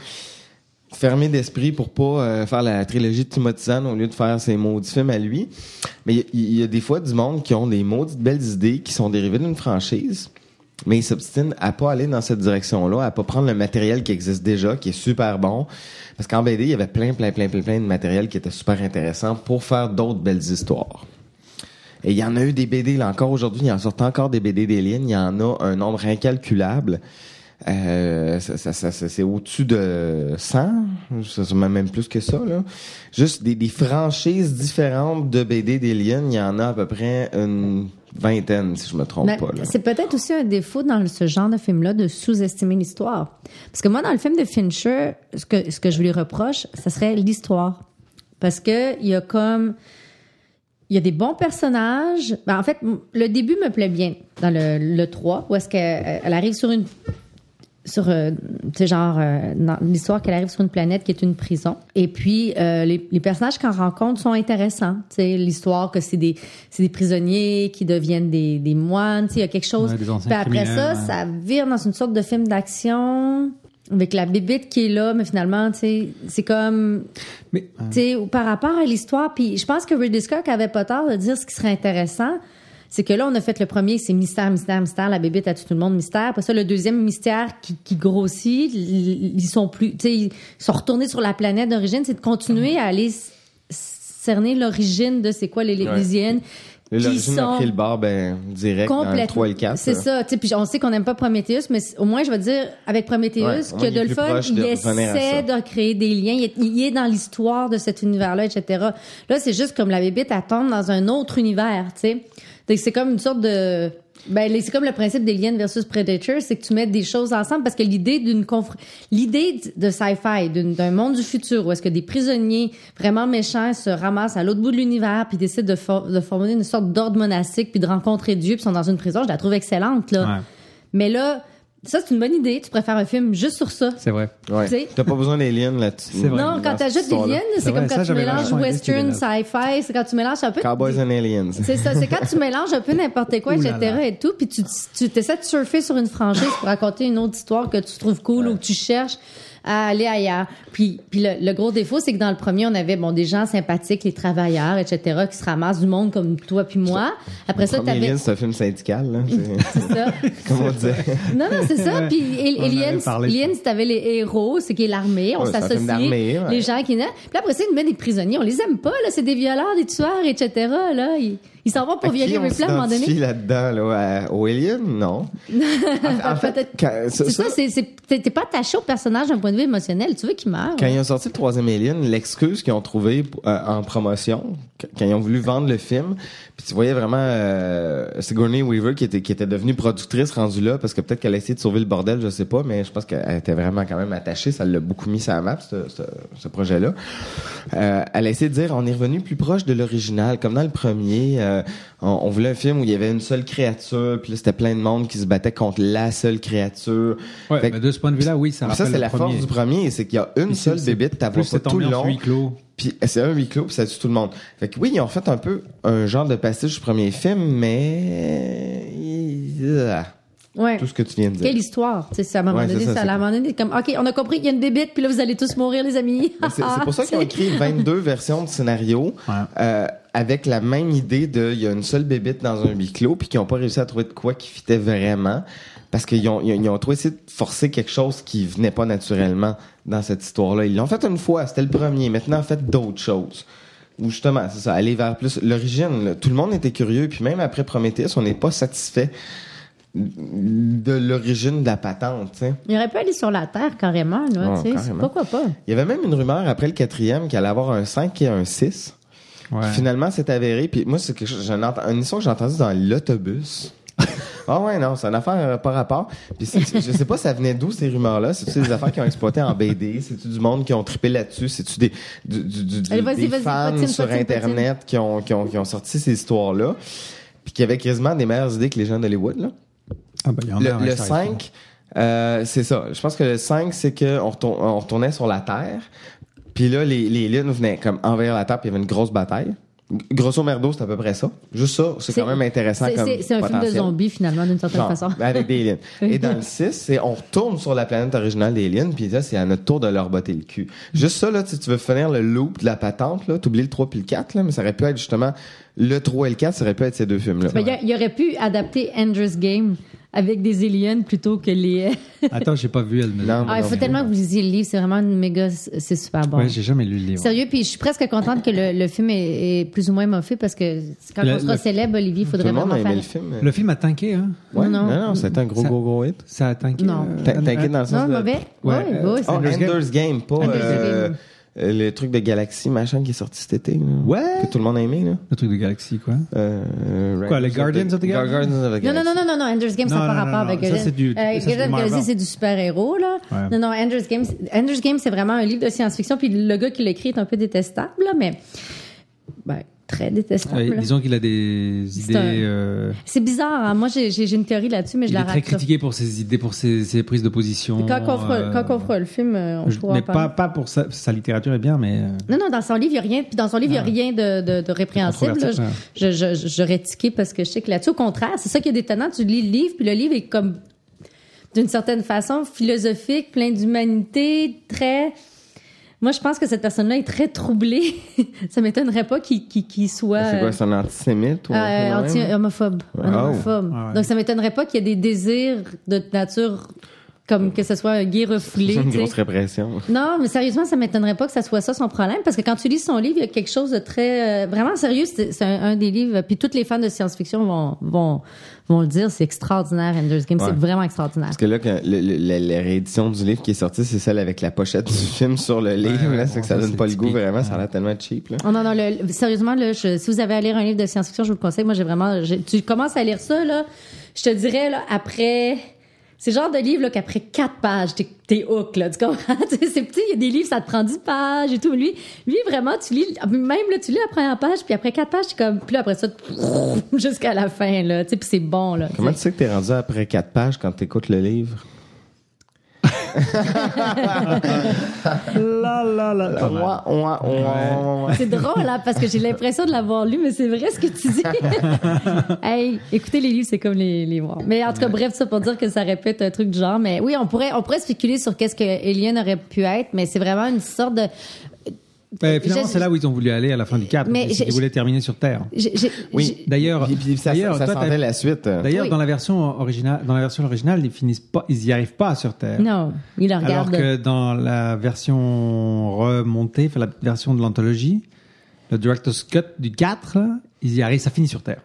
[SPEAKER 10] fermé d'esprit pour pas euh, faire la trilogie de Timothy Zahn au lieu de faire ses maudits films à lui. Mais il y, a- il y a des fois du monde qui ont des maudites belles idées qui sont dérivées d'une franchise mais ils s'obstinent à pas aller dans cette direction-là, à pas prendre le matériel qui existe déjà, qui est super bon. Parce qu'en BD, il y avait plein, plein, plein, plein, plein de matériel qui était super intéressant pour faire d'autres belles histoires. Et il y en a eu des BD, là, encore aujourd'hui, il en sort encore des BD des lignes, il y en a un nombre incalculable. Euh, ça, ça, ça, ça, c'est au-dessus de 100, c'est même plus que ça. Là. Juste des, des franchises différentes de BD d'Alien, il y en a à peu près une vingtaine, si je me trompe
[SPEAKER 9] Ben,
[SPEAKER 10] pas. là.
[SPEAKER 9] C'est peut-être aussi un défaut dans ce genre de film-là de sous-estimer l'histoire. Parce que moi, dans le film de Fincher, ce que, ce que je lui reproche, ça serait l'histoire. Parce que il y a comme. Il y a des bons personnages. Ben, en fait, m- le début me plaît bien dans le, le 3, où est-ce qu'elle elle arrive sur une. Sur, euh, tu sais, genre, euh, dans l'histoire qu'elle arrive sur une planète qui est une prison. Et puis, euh, les, les personnages qu'on rencontre sont intéressants. Tu sais, l'histoire que c'est des, c'est des prisonniers qui deviennent des, des moines. Tu sais, il y a quelque chose.
[SPEAKER 2] Ouais, des anciens
[SPEAKER 9] puis après
[SPEAKER 2] criminels,
[SPEAKER 9] ça,
[SPEAKER 2] ouais.
[SPEAKER 9] ça vire dans une sorte de film d'action avec la bébite qui est là, mais finalement, tu sais, c'est comme
[SPEAKER 2] Mais
[SPEAKER 9] tu sais, ou par rapport à l'histoire, puis je pense que Ridley Scott avait pas tort de dire ce qui serait intéressant, c'est que là, on a fait le premier, c'est mystère, mystère, mystère, la bébête a tout le monde, mystère. Après ça, le deuxième mystère qui, qui grossit, ils ils sont plus, tu sais, ils sont retournés sur la planète d'origine, c'est de continuer à aller s- cerner l'origine de c'est quoi les
[SPEAKER 10] Ouais.
[SPEAKER 9] Lévisiennes.
[SPEAKER 10] Et
[SPEAKER 9] qui
[SPEAKER 10] L'origine a
[SPEAKER 9] sont
[SPEAKER 10] pris le bar, ben, direct, dans le 3 et euh. le 4.
[SPEAKER 9] C'est
[SPEAKER 10] là.
[SPEAKER 9] ça. tu sais, Puis on sait qu'on n'aime pas Prometheus, mais c- au moins, je vais dire, avec Prometheus,
[SPEAKER 10] Ouais, au
[SPEAKER 9] que
[SPEAKER 10] moins, il
[SPEAKER 9] de
[SPEAKER 10] est
[SPEAKER 9] le
[SPEAKER 10] plus
[SPEAKER 9] fun,
[SPEAKER 10] proche de
[SPEAKER 9] il
[SPEAKER 10] revenir à
[SPEAKER 9] essaie de créer des liens. Il est, il est dans l'histoire de cet univers-là, etc. Là, c'est juste comme la bébite, elle tombe dans un autre univers, tu sais. Donc, C'est comme une sorte de... Ben, les- c'est comme le principe des liens versus Predator, c'est que tu mets des choses ensemble parce que l'idée d'une confr- l'idée d- de sci-fi, d'une- d'un monde du futur où est-ce que des prisonniers vraiment méchants se ramassent à l'autre bout de l'univers puis décident de, for- de former une sorte d'ordre monastique puis de rencontrer Dieu puis sont dans une prison, je la trouve excellente là.
[SPEAKER 2] Ouais.
[SPEAKER 9] Mais là, ça c'est une bonne idée. Tu préfères un film juste sur ça.
[SPEAKER 2] c'est vrai.
[SPEAKER 10] Ouais.
[SPEAKER 9] Tu sais-
[SPEAKER 10] T'as pas besoin des lignes là-dessus.
[SPEAKER 2] C'est vrai.
[SPEAKER 9] Non, quand tu
[SPEAKER 10] Dans cette
[SPEAKER 9] ajoutes des
[SPEAKER 10] histoire-là.
[SPEAKER 9] liens,
[SPEAKER 2] C'est
[SPEAKER 9] c'est
[SPEAKER 2] vrai,
[SPEAKER 9] comme
[SPEAKER 2] ça,
[SPEAKER 9] quand tu
[SPEAKER 2] j'avais
[SPEAKER 9] mélanges
[SPEAKER 2] vachement aimé ce
[SPEAKER 9] western,
[SPEAKER 2] film-là.
[SPEAKER 9] sci-fi, c'est quand tu mélanges un peu
[SPEAKER 10] Cowboys
[SPEAKER 9] des-
[SPEAKER 10] and Aliens.
[SPEAKER 9] c'est ça, c'est quand tu mélanges un peu n'importe quoi,
[SPEAKER 2] Ouh
[SPEAKER 9] etc.
[SPEAKER 2] là là.
[SPEAKER 9] et tout, puis tu, tu t'essaies de surfer sur une franchise pour raconter une autre histoire que tu trouves cool ou que tu cherches à aller ailleurs. Puis, puis le, le gros défaut, c'est que dans le premier, on avait bon des gens sympathiques, les travailleurs, etc., qui se ramassent du monde comme toi puis moi. Après ça,
[SPEAKER 10] Premier
[SPEAKER 9] t'avais
[SPEAKER 10] Alien, c'est un film syndical, là. C'est-
[SPEAKER 9] c'est ça.
[SPEAKER 10] Comme on disait.
[SPEAKER 9] Non, non, c'est ça. Puis
[SPEAKER 2] On en avait
[SPEAKER 9] Aliens,
[SPEAKER 2] parlé, ça.
[SPEAKER 9] Aliens, t'avais les héros, c'est qui est l'armée, on
[SPEAKER 10] Ouais, c'est un
[SPEAKER 9] s'associe.
[SPEAKER 10] film d'armée, ouais.
[SPEAKER 9] Les gens qui naissent. Puis après ça, ils nous mettent des prisonniers. On les aime pas, là. C'est des violeurs, des tueurs, etc. Là, ils, ils s'en vont pour
[SPEAKER 10] À qui
[SPEAKER 9] violer
[SPEAKER 10] on
[SPEAKER 9] Ripley à un moment donné.
[SPEAKER 10] s'identifie là-dedans, là, à- aux aliens? Non. en, en fait,
[SPEAKER 9] Peut-être-
[SPEAKER 10] quand, ça-
[SPEAKER 9] C'est
[SPEAKER 10] ça,
[SPEAKER 9] ça, c'est- c'est- t'es t'es pas attaché au personnage d'un point de vue émotionnel. Tu veux qu'il meure.
[SPEAKER 10] quand ils ont sorti le troisième Alien, l'excuse qu'ils ont trouvée euh, en promotion, qu- quand ils ont voulu vendre le film, puis tu voyais vraiment euh, Sigourney Weaver qui était, qui était devenue productrice rendue là, parce que peut-être qu'elle a essayé de sauver le bordel, je sais pas, mais je pense qu'elle était vraiment quand même attachée, ça l'a beaucoup mis sur la map, ce, ce- ce projet-là. Euh, elle a essayé de dire, on est revenu plus proche de l'original, comme dans le premier, euh, on, on voulait un film où il y avait une seule créature, puis là c'était plein de monde qui se battait contre la seule créature.
[SPEAKER 2] Ouais,
[SPEAKER 10] Fait que-
[SPEAKER 2] mais de ce point de vue-là, oui, ça
[SPEAKER 10] ça,
[SPEAKER 2] rappelle
[SPEAKER 10] c'est
[SPEAKER 2] le
[SPEAKER 10] la
[SPEAKER 2] premier.
[SPEAKER 10] force du premier, c'est qu'il y a une
[SPEAKER 2] Puis c'est-
[SPEAKER 10] seule
[SPEAKER 2] c'est
[SPEAKER 10] bébite, t'as
[SPEAKER 2] plus
[SPEAKER 10] pas
[SPEAKER 2] cette
[SPEAKER 10] tout le
[SPEAKER 2] ambiance
[SPEAKER 10] long.
[SPEAKER 2] huis clos.
[SPEAKER 10] Puis c'est un huis clos, puis ça tue tout le monde. Fait que oui, ils ont fait un peu un genre de passage du premier film, mais Ah,
[SPEAKER 9] Ouais.
[SPEAKER 10] tout ce que tu viens de dire.
[SPEAKER 9] Quelle histoire. Tu sais, c'est à un moment
[SPEAKER 10] Ouais,
[SPEAKER 9] donné,
[SPEAKER 10] c'est ça,
[SPEAKER 9] ça, à
[SPEAKER 10] c'est-
[SPEAKER 9] un moment donné, comme, OK, on a compris qu'il y a une bébite, puis là, vous allez tous mourir, les amis.
[SPEAKER 10] Mais C'est c'est pour ça
[SPEAKER 9] Ah,
[SPEAKER 10] qu'ils ont écrit 22 versions de scénario
[SPEAKER 2] Ouais.
[SPEAKER 10] euh, avec la même idée de il y a une seule bébite dans un huis clos puis qu'ils n'ont pas réussi à trouver de quoi qui fitait vraiment parce qu'ils ont, ils ont, ils ont trop essayé de forcer quelque chose qui venait pas naturellement dans cette histoire-là. Ils l'ont fait une fois, c'était le premier. Maintenant, faites d'autres choses. Ou justement, c'est ça, aller vers plus l'origine. là. Tout le monde était curieux puis même après Prometheus, on n'est pas satisfait de l'origine de la patente, tu sais.
[SPEAKER 9] Il aurait pu aller sur la Terre, carrément, là.
[SPEAKER 10] Ouais,
[SPEAKER 9] tu sais.
[SPEAKER 10] carrément.
[SPEAKER 9] Pourquoi pas?
[SPEAKER 10] Il y avait même une rumeur après le quatrième qu'il allait avoir un 5 et un 6.
[SPEAKER 2] Ouais.
[SPEAKER 10] Finalement, c'est avéré. Puis moi, c'est quelque chose, j'en entends- une histoire que j'ai entendue dans l'autobus. ah ouais, non, c'est une affaire euh, par rapport. Puis c'est- c'est- je sais pas, ça venait d'où ces rumeurs-là. C'est-tu des affaires qui ont exploité en BD? C'est-tu du monde qui ont trippé là-dessus? C'est-tu des, du- du- du- du-
[SPEAKER 9] Allez, vas-y,
[SPEAKER 10] des
[SPEAKER 9] vas-y,
[SPEAKER 10] fans
[SPEAKER 9] patine,
[SPEAKER 10] sur
[SPEAKER 9] patine, patine.
[SPEAKER 10] Internet qui ont, qui, ont, qui ont sorti ces histoires-là? Puis qui avaient quasiment des meilleures idées que les gens d'Hollywood, là?
[SPEAKER 2] Ah, ben, il y en a un,
[SPEAKER 10] le, le
[SPEAKER 2] ça,
[SPEAKER 10] 5, euh, c'est ça. Je pense que le 5, c'est qu'on retour- on retournait sur la Terre. Puis là, les, les lignes venaient comme envers la Terre, puis il y avait une grosse bataille. Grosso merdo, c'est à peu près ça. Juste ça, c'est quand même intéressant
[SPEAKER 9] C'est-
[SPEAKER 10] comme
[SPEAKER 9] C'est c'est un film de
[SPEAKER 10] potentiel.
[SPEAKER 9] zombies, finalement, d'une certaine
[SPEAKER 10] Genre, ben,
[SPEAKER 9] façon.
[SPEAKER 10] mais avec des aliens. Et dans le 6, c'est on retourne sur la planète originale des aliens, puis ça, c'est à notre tour de leur botter le cul. Juste ça, là, si tu veux finir le loop de la patente, là, t'oublies le 3 puis le 4, là, mais ça aurait pu être justement le 3 et le 4, ça aurait pu être ces deux films-là.
[SPEAKER 9] Ben, il y a- il aurait pu adapter Ender's Game avec des aliens plutôt que les.
[SPEAKER 2] Attends, j'ai pas vu elle. mais-
[SPEAKER 10] Non,
[SPEAKER 9] Ah, il faut tellement que vous lisiez le livre, c'est vraiment une méga. C'est super bon.
[SPEAKER 2] Ouais, j'ai jamais lu le livre.
[SPEAKER 9] Sérieux, puis je suis presque contente que le, le film est, est plus ou moins moffé parce que quand
[SPEAKER 2] Le-
[SPEAKER 9] on sera
[SPEAKER 2] le-
[SPEAKER 9] célèbre, Olivier, il
[SPEAKER 10] Tout
[SPEAKER 9] faudrait
[SPEAKER 10] le monde
[SPEAKER 9] vraiment
[SPEAKER 10] a aimé
[SPEAKER 9] faire.
[SPEAKER 10] le film. euh,
[SPEAKER 2] Le film a tanké, hein
[SPEAKER 10] Ouais,
[SPEAKER 9] Non.
[SPEAKER 10] non, non, c'était un gros,
[SPEAKER 2] Ça-
[SPEAKER 10] gros, gros hit.
[SPEAKER 2] Ça a tanké.
[SPEAKER 9] Non.
[SPEAKER 2] euh,
[SPEAKER 10] T'in- T'inquiète dans le
[SPEAKER 9] Non,
[SPEAKER 10] sens
[SPEAKER 9] le
[SPEAKER 10] de...
[SPEAKER 9] mauvais. Oui,
[SPEAKER 2] Ouais, euh,
[SPEAKER 9] oui,
[SPEAKER 10] Oh,
[SPEAKER 9] ça-
[SPEAKER 2] Ender's Game.
[SPEAKER 10] Ender's Game, pas
[SPEAKER 9] Ender's
[SPEAKER 10] euh,
[SPEAKER 9] Game.
[SPEAKER 10] euh, le truc de Galaxy, machin, qui est sorti cet été. là.
[SPEAKER 2] Ouais.
[SPEAKER 10] Que tout le monde a aimé, là.
[SPEAKER 2] Le truc de Galaxie, quoi.
[SPEAKER 10] Euh,
[SPEAKER 2] Quoi, les Guardians of the Galaxy?
[SPEAKER 10] Guardians of the
[SPEAKER 9] Non,
[SPEAKER 10] Galaxy.
[SPEAKER 9] non, non, non, non, non, Ender's Game, ça
[SPEAKER 2] Non,
[SPEAKER 9] n'a pas
[SPEAKER 2] non, non,
[SPEAKER 9] rapport
[SPEAKER 2] non,
[SPEAKER 9] avec.
[SPEAKER 2] ça, c'est du- ça, c'est du
[SPEAKER 9] Guardians of the Galaxy,
[SPEAKER 2] Marvel.
[SPEAKER 9] c'est du super-héros, là.
[SPEAKER 2] Ouais.
[SPEAKER 9] Non, non, Ender's Game, c'est- Ender's Game, c'est vraiment un livre de science-fiction, puis le gars qui l'écrit est un peu détestable, là, mais. Ben, très détestable.
[SPEAKER 2] Ouais,
[SPEAKER 9] là.
[SPEAKER 2] Euh, disons qu'il a des idées.
[SPEAKER 9] un-
[SPEAKER 2] euh,
[SPEAKER 9] C'est bizarre, hein. moi, j'ai j'ai- j'ai une théorie là-dessus, mais je
[SPEAKER 2] il
[SPEAKER 9] la
[SPEAKER 2] est très
[SPEAKER 9] rate.
[SPEAKER 2] critiqué pour ses idées, pour ses, ses prises de position.
[SPEAKER 9] Quand, on fera-
[SPEAKER 2] euh,
[SPEAKER 9] quand on fera le film, euh, on
[SPEAKER 2] je-
[SPEAKER 9] pourra
[SPEAKER 2] mais
[SPEAKER 9] en
[SPEAKER 2] pas,
[SPEAKER 9] parler.
[SPEAKER 2] pas pour sa, sa littérature est bien, mais euh,
[SPEAKER 9] Non, non, dans son livre, il n'y a rien. Puis dans son livre, il n'y a rien de, de, de répréhensible. là.
[SPEAKER 2] Ah. controversé,
[SPEAKER 9] Je-
[SPEAKER 2] ouais.
[SPEAKER 9] je- je- J'aurais tiqué parce que je sais que là-dessus, au contraire, c'est ça qui est détonnant. Tu lis le livre, puis le livre est comme, d'une certaine façon, philosophique, plein d'humanité, très. Moi, je pense que cette personne-là est très troublée. ça m'étonnerait pas qu'il qu'il- qu'il soit.
[SPEAKER 10] C'est
[SPEAKER 9] euh,
[SPEAKER 10] quoi, c'est un antisémite? ou un-
[SPEAKER 9] euh,
[SPEAKER 10] quand même?
[SPEAKER 9] anti-homophobe. Un
[SPEAKER 10] Oh.
[SPEAKER 9] homophobe.
[SPEAKER 2] Ah ouais.
[SPEAKER 9] Donc, ça m'étonnerait pas qu'il y ait des désirs de nature, comme que ce soit un gay refoulé.
[SPEAKER 10] C'est une
[SPEAKER 9] tu sais.
[SPEAKER 10] grosse répression.
[SPEAKER 9] Non, mais sérieusement, ça m'étonnerait pas que ça soit ça son problème, parce que quand tu lis son livre, il y a quelque chose de très euh, vraiment sérieux. C'est c'est un, un des livres, puis toutes les fans de science-fiction vont vont vont le dire. C'est extraordinaire, Ender's Game,
[SPEAKER 10] Ouais.
[SPEAKER 9] c'est vraiment extraordinaire.
[SPEAKER 10] Parce que là, quand le- le- le- la réédition du livre qui est sortie, c'est celle avec la pochette du film sur le livre.
[SPEAKER 2] ouais,
[SPEAKER 10] là, c'est
[SPEAKER 2] bon,
[SPEAKER 10] que ça
[SPEAKER 2] ça,
[SPEAKER 10] donne
[SPEAKER 2] c'est
[SPEAKER 10] pas le goût
[SPEAKER 2] typique.
[SPEAKER 10] vraiment. Ça a l'air tellement cheap. Là.
[SPEAKER 9] Oh non, non, le- le- sérieusement, là, je- si vous avez à lire un livre de science-fiction, je vous le conseille. Moi, j'ai vraiment. j'ai- tu commences à lire ça, là, je te dirais, là, après. C'est le genre de livre là, qu'après quatre pages, t'es, t'es hook, là, tu comprends? Tu sais, c'est petit, il y a des livres, ça te prend dix pages et tout. Lui, lui vraiment, tu lis, même là, tu lis la première page, puis après quatre pages, t'es comme, puis là, après ça, jusqu'à la fin, là, tu sais, puis c'est bon, là. tu
[SPEAKER 10] Comment
[SPEAKER 9] sais.
[SPEAKER 10] tu sais que t'es rendu après quatre pages quand t'écoutes le livre?
[SPEAKER 2] euh,
[SPEAKER 10] Ouah, ouah, ouah, ouah.
[SPEAKER 9] C'est drôle, là, parce que j'ai l'impression de l'avoir lu, mais c'est vrai ce que tu dis. hey, écoutez les livres, c'est comme les, les voir. Mais en tout cas, bref, ça pour dire que ça répète un truc du genre. Mais oui, on pourrait, on pourrait spéculer sur qu'est-ce que Alien aurait pu être, mais c'est vraiment une sorte de.
[SPEAKER 2] Ben, finalement,
[SPEAKER 9] Je-
[SPEAKER 2] c'est là où ils ont voulu aller à la fin du 4.
[SPEAKER 9] Mais
[SPEAKER 2] Ils
[SPEAKER 9] j'ai-
[SPEAKER 2] voulaient terminer sur Terre.
[SPEAKER 9] j'ai- j'ai-
[SPEAKER 10] Oui.
[SPEAKER 2] D'ailleurs-
[SPEAKER 10] Puis- puis ça,
[SPEAKER 2] d'ailleurs,
[SPEAKER 10] ça
[SPEAKER 2] toi, t'as-
[SPEAKER 10] sentait la suite. euh.
[SPEAKER 2] D'ailleurs,
[SPEAKER 9] Oui.
[SPEAKER 2] dans la version originale, dans la version originale, ils finissent pas, ils y arrivent pas sur Terre.
[SPEAKER 9] j'ai- Non, il la
[SPEAKER 2] Alors
[SPEAKER 9] regarde.
[SPEAKER 2] que dans la version remontée, enfin, la version de l'anthologie, le Director's Cut du 4, là, ils y arrivent, ça finit sur Terre.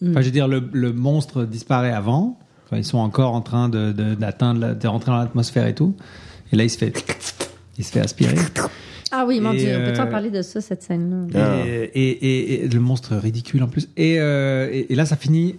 [SPEAKER 9] Hmm.
[SPEAKER 2] Enfin, je veux dire, le, le monstre disparaît avant. Enfin, ils sont encore en train de, de- d'atteindre, la- de rentrer dans l'atmosphère et tout. Et là, il se fait, il se fait aspirer.
[SPEAKER 9] Ah oui, mon
[SPEAKER 2] Et,
[SPEAKER 9] Dieu, on peut
[SPEAKER 2] euh, Ah,
[SPEAKER 9] en parler de ça, cette scène-là?
[SPEAKER 2] Et,
[SPEAKER 10] Ah.
[SPEAKER 2] et, et- et le monstre ridicule en plus. Et, euh, et, et là, ça finit.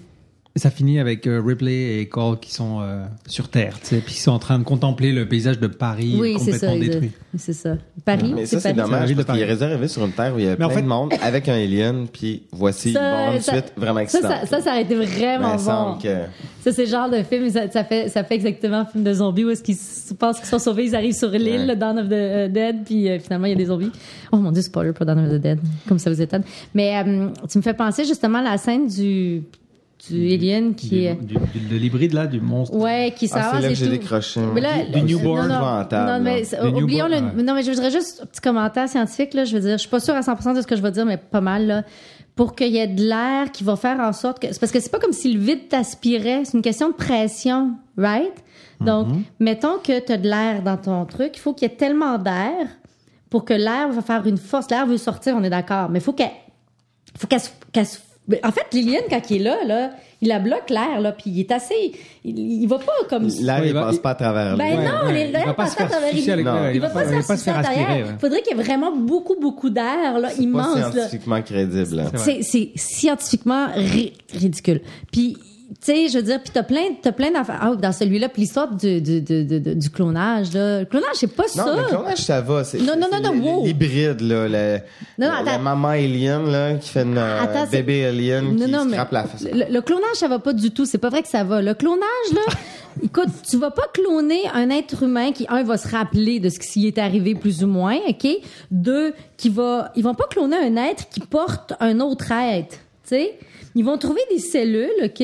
[SPEAKER 2] Ça finit avec euh, Ripley et Cole qui sont euh, sur Terre, tu sais, puis ils sont en train de contempler le paysage de Paris
[SPEAKER 9] Oui, c'est
[SPEAKER 2] complètement
[SPEAKER 9] ça. ils-
[SPEAKER 2] détruit.
[SPEAKER 9] C'est ça. Paris,
[SPEAKER 10] Mais
[SPEAKER 9] c'est
[SPEAKER 10] ça,
[SPEAKER 9] Paris.
[SPEAKER 10] c'est
[SPEAKER 2] la
[SPEAKER 10] dommage
[SPEAKER 2] ville de
[SPEAKER 10] parce qu'il
[SPEAKER 2] Paris.
[SPEAKER 10] est arrivé sur une terre où il y avait
[SPEAKER 2] Mais en
[SPEAKER 10] plein
[SPEAKER 2] fait-
[SPEAKER 10] de monde avec un alien, puis voici
[SPEAKER 9] Ça,
[SPEAKER 10] bon, une
[SPEAKER 9] ça-
[SPEAKER 10] suite vraiment
[SPEAKER 9] Ça,
[SPEAKER 10] excitante.
[SPEAKER 9] ça, ça, ça aurait été
[SPEAKER 10] Mais
[SPEAKER 9] vraiment
[SPEAKER 10] il
[SPEAKER 9] bon.
[SPEAKER 10] semble que...
[SPEAKER 9] Ça, c'est le genre de film, ça, ça fait, ça fait exactement un film de zombies où est-ce qu'ils se pensent qu'ils sont sauvés, ils arrivent sur l'île,
[SPEAKER 10] Ouais.
[SPEAKER 9] le Dawn of the euh, Dead, puis euh, finalement, il y a des zombies. Oh mon dieu, spoiler pour Dawn of the Dead, comme ça vous étonne. Mais euh, tu me fais penser justement à la scène du, du Alien qui
[SPEAKER 2] Du-
[SPEAKER 9] est.
[SPEAKER 2] du- du- de l'hybride là, du monstre.
[SPEAKER 9] Ouais, qui
[SPEAKER 10] Ah, c'est
[SPEAKER 9] s'avance
[SPEAKER 10] là que
[SPEAKER 9] et
[SPEAKER 10] j'ai
[SPEAKER 9] tout.
[SPEAKER 10] décroché.
[SPEAKER 9] Mais là,
[SPEAKER 2] Du- du
[SPEAKER 9] non,
[SPEAKER 2] newborn
[SPEAKER 9] non,
[SPEAKER 10] épouvantable,
[SPEAKER 9] non, mais
[SPEAKER 10] là.
[SPEAKER 9] c'est-
[SPEAKER 2] Du newborn,
[SPEAKER 9] oublions le.
[SPEAKER 2] ouais.
[SPEAKER 9] Non, mais je voudrais juste un petit commentaire scientifique. Là, je veux dire, je suis pas sûre à 100% de ce que je vais dire, mais pas mal. Là, pour qu'il y ait de l'air qui va faire en sorte que. c'est Parce que c'est pas comme si le vide t'aspirait. C'est une question de pression, right? Donc, mettons que tu as de l'air dans ton truc. Il faut qu'il y ait tellement d'air pour que l'air va faire une force. L'air veut sortir, on est d'accord. Mais il faut qu'elle faut qu'elle se- qu'elle se- Mais En fait, Liliane, quand il est là, là, il la bloque l'air, là, puis il est assez. Il, il va pas comme.
[SPEAKER 10] L'air,
[SPEAKER 2] Ouais, bah,
[SPEAKER 10] il
[SPEAKER 2] il va-
[SPEAKER 10] passe pas à travers lui.
[SPEAKER 9] Ben
[SPEAKER 2] Ouais,
[SPEAKER 9] non,
[SPEAKER 2] ouais,
[SPEAKER 9] les-
[SPEAKER 2] il
[SPEAKER 9] l'air
[SPEAKER 2] va pas
[SPEAKER 9] passe
[SPEAKER 2] se
[SPEAKER 9] pas à
[SPEAKER 2] faire
[SPEAKER 9] travers
[SPEAKER 2] sucer
[SPEAKER 9] les-
[SPEAKER 2] avec
[SPEAKER 10] Non.
[SPEAKER 2] l'air,
[SPEAKER 9] Il va pas se faire sucer
[SPEAKER 2] aspirer,
[SPEAKER 9] derrière.
[SPEAKER 2] ouais.
[SPEAKER 9] Il faudrait qu'il y ait vraiment beaucoup, beaucoup d'air, là,
[SPEAKER 10] C'est pas
[SPEAKER 9] immense. là.
[SPEAKER 10] scientifiquement crédible. là.
[SPEAKER 2] C'est
[SPEAKER 9] C'est
[SPEAKER 2] vrai.
[SPEAKER 9] c'est scientifiquement ri- ridicule. Puis, tu sais, je veux dire, puis t'as plein, t'as plein d'affaires. Ah, dans celui-là, puis l'histoire du, du, du, du, du clonage, là. Le clonage, c'est pas
[SPEAKER 10] Non,
[SPEAKER 9] ça.
[SPEAKER 10] mais clonage, ça va. C'est,
[SPEAKER 9] Non, non,
[SPEAKER 10] c'est
[SPEAKER 9] non, non,
[SPEAKER 10] l-
[SPEAKER 9] wow.
[SPEAKER 10] L'hybride, là. La,
[SPEAKER 9] Non, non,
[SPEAKER 10] la-
[SPEAKER 9] attends.
[SPEAKER 10] la maman alien, là, qui fait une euh,
[SPEAKER 9] Attends, c'est-
[SPEAKER 10] bébé alien
[SPEAKER 9] Non,
[SPEAKER 10] qui
[SPEAKER 9] non,
[SPEAKER 10] se
[SPEAKER 9] mais
[SPEAKER 10] frappe la face.
[SPEAKER 9] Le, le clonage, ça va pas du tout. C'est pas vrai que ça va. Le clonage, là, écoute, tu vas pas cloner un être humain qui, un, va se rappeler de ce qui s'y est arrivé plus ou moins, OK? Deux, qui va. Ils vont pas cloner un être qui porte un autre être, tu sais? Ils vont trouver des cellules, OK?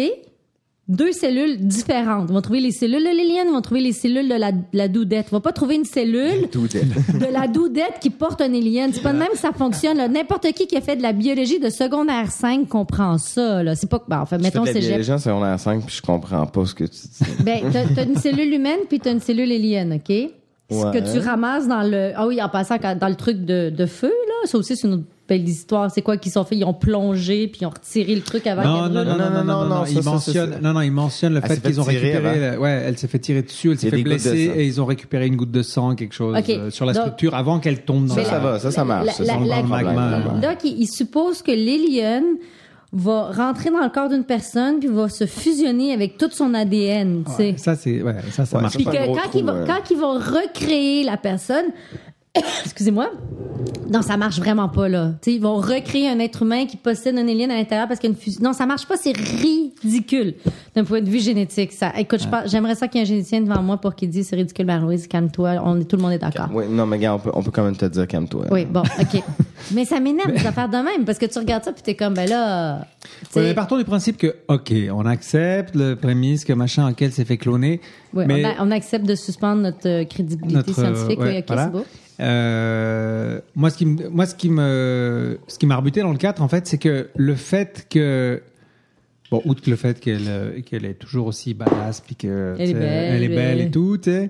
[SPEAKER 9] deux cellules différentes. Ils vont trouver les cellules de l'alien, ils vont trouver les cellules de la, de la doudette. Ils vont pas trouver une cellule de la doudette qui porte un alien. C'est pas de même que ça fonctionne. là. N'importe qui qui a fait de la biologie de secondaire 5 comprend ça. là. C'est pas... Ben, enfin, mettons,
[SPEAKER 10] c'est
[SPEAKER 9] c'est...
[SPEAKER 10] les gens sont à 5 puis je comprends pas ce que tu dis.
[SPEAKER 9] Ben, t'as t'as une cellule humaine puis t'as une cellule alien, OK? Ce
[SPEAKER 10] Ouais.
[SPEAKER 9] que tu ramasses dans le... Ah oui, en passant quand- dans le truc de, de feu, là, ça aussi, c'est une autre belle histoire. C'est quoi qu'ils sont fait? Ils ont plongé puis ils ont retiré le truc avant
[SPEAKER 2] Non,
[SPEAKER 9] qu'elle
[SPEAKER 2] non,
[SPEAKER 9] brûle.
[SPEAKER 2] non, non, non, non, non,
[SPEAKER 10] ça,
[SPEAKER 2] ils
[SPEAKER 10] ça,
[SPEAKER 2] mentionnent,
[SPEAKER 10] ça, ça.
[SPEAKER 2] non, non, ils mentionnent le
[SPEAKER 10] Elle
[SPEAKER 2] fait
[SPEAKER 10] s'est fait
[SPEAKER 2] qu'ils ont
[SPEAKER 10] tirer
[SPEAKER 2] récupéré,
[SPEAKER 10] avant.
[SPEAKER 2] la- ouais, elle s'est fait tirer dessus, elle
[SPEAKER 10] y
[SPEAKER 2] s'est
[SPEAKER 10] a
[SPEAKER 2] fait
[SPEAKER 10] des hein. gouttes de
[SPEAKER 2] blesser
[SPEAKER 10] sang.
[SPEAKER 2] et ils ont récupéré une goutte de sang, quelque chose
[SPEAKER 9] Ok,
[SPEAKER 2] euh, sur la
[SPEAKER 9] donc-
[SPEAKER 2] structure avant qu'elle tombe dans
[SPEAKER 10] Ça,
[SPEAKER 9] Mais
[SPEAKER 10] ça
[SPEAKER 9] la-
[SPEAKER 10] va, ça, ça marche.
[SPEAKER 9] La-
[SPEAKER 10] ça,
[SPEAKER 9] la-
[SPEAKER 10] c'est
[SPEAKER 9] la-
[SPEAKER 10] pas un problème.
[SPEAKER 2] magma.
[SPEAKER 9] Donc, il, il suppose que l'alien va rentrer dans le corps d'une personne puis va se fusionner avec tout son ADN, tu sais.
[SPEAKER 2] Ouais, ça, c'est, ouais, ça, ça
[SPEAKER 10] Ouais,
[SPEAKER 2] marche.
[SPEAKER 10] ça,
[SPEAKER 9] Puis
[SPEAKER 10] c'est
[SPEAKER 9] que
[SPEAKER 10] un gros
[SPEAKER 9] quand,
[SPEAKER 10] trou,
[SPEAKER 9] ils vont,
[SPEAKER 2] hein.
[SPEAKER 10] ouais.
[SPEAKER 9] quand ils vont recréer la personne, excusez-moi, non, ça marche vraiment pas, là. Tu sais, ils vont recréer un être humain qui possède un alien à l'intérieur parce qu'il y a une fusion. Non, ça marche pas, c'est ridicule d'un point de vue génétique. Ça. Écoute, je pense- j'aimerais ça qu'il y ait un généticien devant moi pour qu'il dise c'est ridicule, Marie-Louise, calme-toi, on, est- tout le monde est d'accord.
[SPEAKER 10] Ouais, non, mais gars, on peut, on peut quand même te dire calme-toi.
[SPEAKER 9] Ah. Oui, bon, OK. mais ça m'énerve, des affaires de même, parce que tu regardes ça, puis t'es comme, ben là... tu sais,
[SPEAKER 2] Ouais, mais partons du principe que, ok, on accepte le prémisse que machin en elle s'est fait cloner.
[SPEAKER 9] ouais,
[SPEAKER 2] mais
[SPEAKER 9] on, a- on accepte de suspendre notre euh, crédibilité
[SPEAKER 2] notre, euh,
[SPEAKER 9] scientifique.
[SPEAKER 2] ouais,
[SPEAKER 9] oui, OK,
[SPEAKER 2] voilà.
[SPEAKER 9] c'est beau.
[SPEAKER 2] Euh, moi, ce qui me, moi, ce qui me, ce qui m'a rebuté dans le 4, en fait, c'est que le fait que, bon, outre que le fait qu'elle, euh, qu'elle est toujours aussi badass, puis que,
[SPEAKER 9] Elle est
[SPEAKER 2] tu sais,
[SPEAKER 9] belle,
[SPEAKER 2] elle est belle
[SPEAKER 9] ouais.
[SPEAKER 2] et tout, tu sais,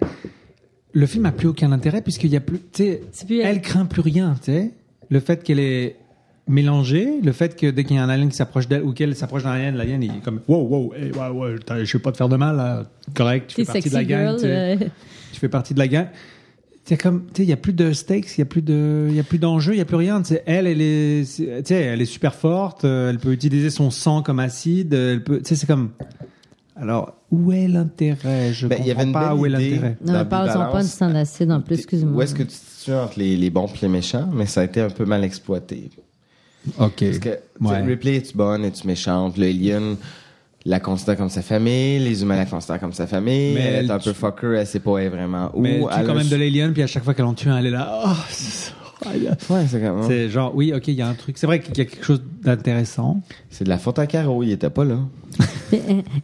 [SPEAKER 2] le film a plus aucun intérêt puisqu'il y a plus, tu sais,
[SPEAKER 9] C'est plus elle.
[SPEAKER 2] elle craint plus rien, tu sais. Le fait qu'elle est mélangée, le fait que dès qu'il y a un alien qui s'approche d'elle ou qu'elle s'approche d'un alien, l'alien il est comme wow wow, hey, ouais, ouais, t'as- je vais pas te faire de mal, là. correct, tu
[SPEAKER 9] T'es
[SPEAKER 2] fais partie
[SPEAKER 9] sexy
[SPEAKER 2] de la gang,
[SPEAKER 9] girl.
[SPEAKER 2] tu sais
[SPEAKER 9] euh,
[SPEAKER 2] tu fais partie de la gang. Tu sais, comme, tu sais, il n'y a plus de stakes, il n'y a plus de, il y a plus d'enjeux, il n'y a plus rien. Tu sais, elle, elle est, tu sais, elle est super forte, euh, elle peut utiliser son sang comme acide, euh, elle peut, tu sais, c'est comme, alors, où est l'intérêt? Je
[SPEAKER 10] Ben, il y avait
[SPEAKER 2] comprends
[SPEAKER 10] une
[SPEAKER 2] pas
[SPEAKER 10] belle
[SPEAKER 2] où est
[SPEAKER 10] idée.
[SPEAKER 2] l'intérêt.
[SPEAKER 9] Non,
[SPEAKER 10] La
[SPEAKER 9] mais parle-en
[SPEAKER 10] bivalence.
[SPEAKER 9] pas du sang d'acide en plus, excuse-moi.
[SPEAKER 10] Où est-ce que tu te situes entre les, les bons et les méchants, mais ça a été un peu mal exploité.
[SPEAKER 2] Ok.
[SPEAKER 10] Parce que tu sais, Ripley, es-tu bonne, es-tu méchante? Le Alien la considère comme sa famille, les humains la considèrent comme sa famille,
[SPEAKER 2] Mais
[SPEAKER 10] elle,
[SPEAKER 2] elle
[SPEAKER 10] est un
[SPEAKER 2] tue-
[SPEAKER 10] peu fucker, elle sait pas elle est vraiment où.
[SPEAKER 2] Mais tu
[SPEAKER 10] elle
[SPEAKER 2] quand
[SPEAKER 10] a
[SPEAKER 2] même
[SPEAKER 10] su-
[SPEAKER 2] de l'alien, puis à chaque fois qu'elle en tue un, elle est là, oh, c'est
[SPEAKER 10] Ouais, c'est quand même...
[SPEAKER 2] C'est genre, oui, ok, il y a un truc. C'est vrai qu'il y a quelque chose d'intéressant.
[SPEAKER 10] C'est de la faute à Caro, il était pas là.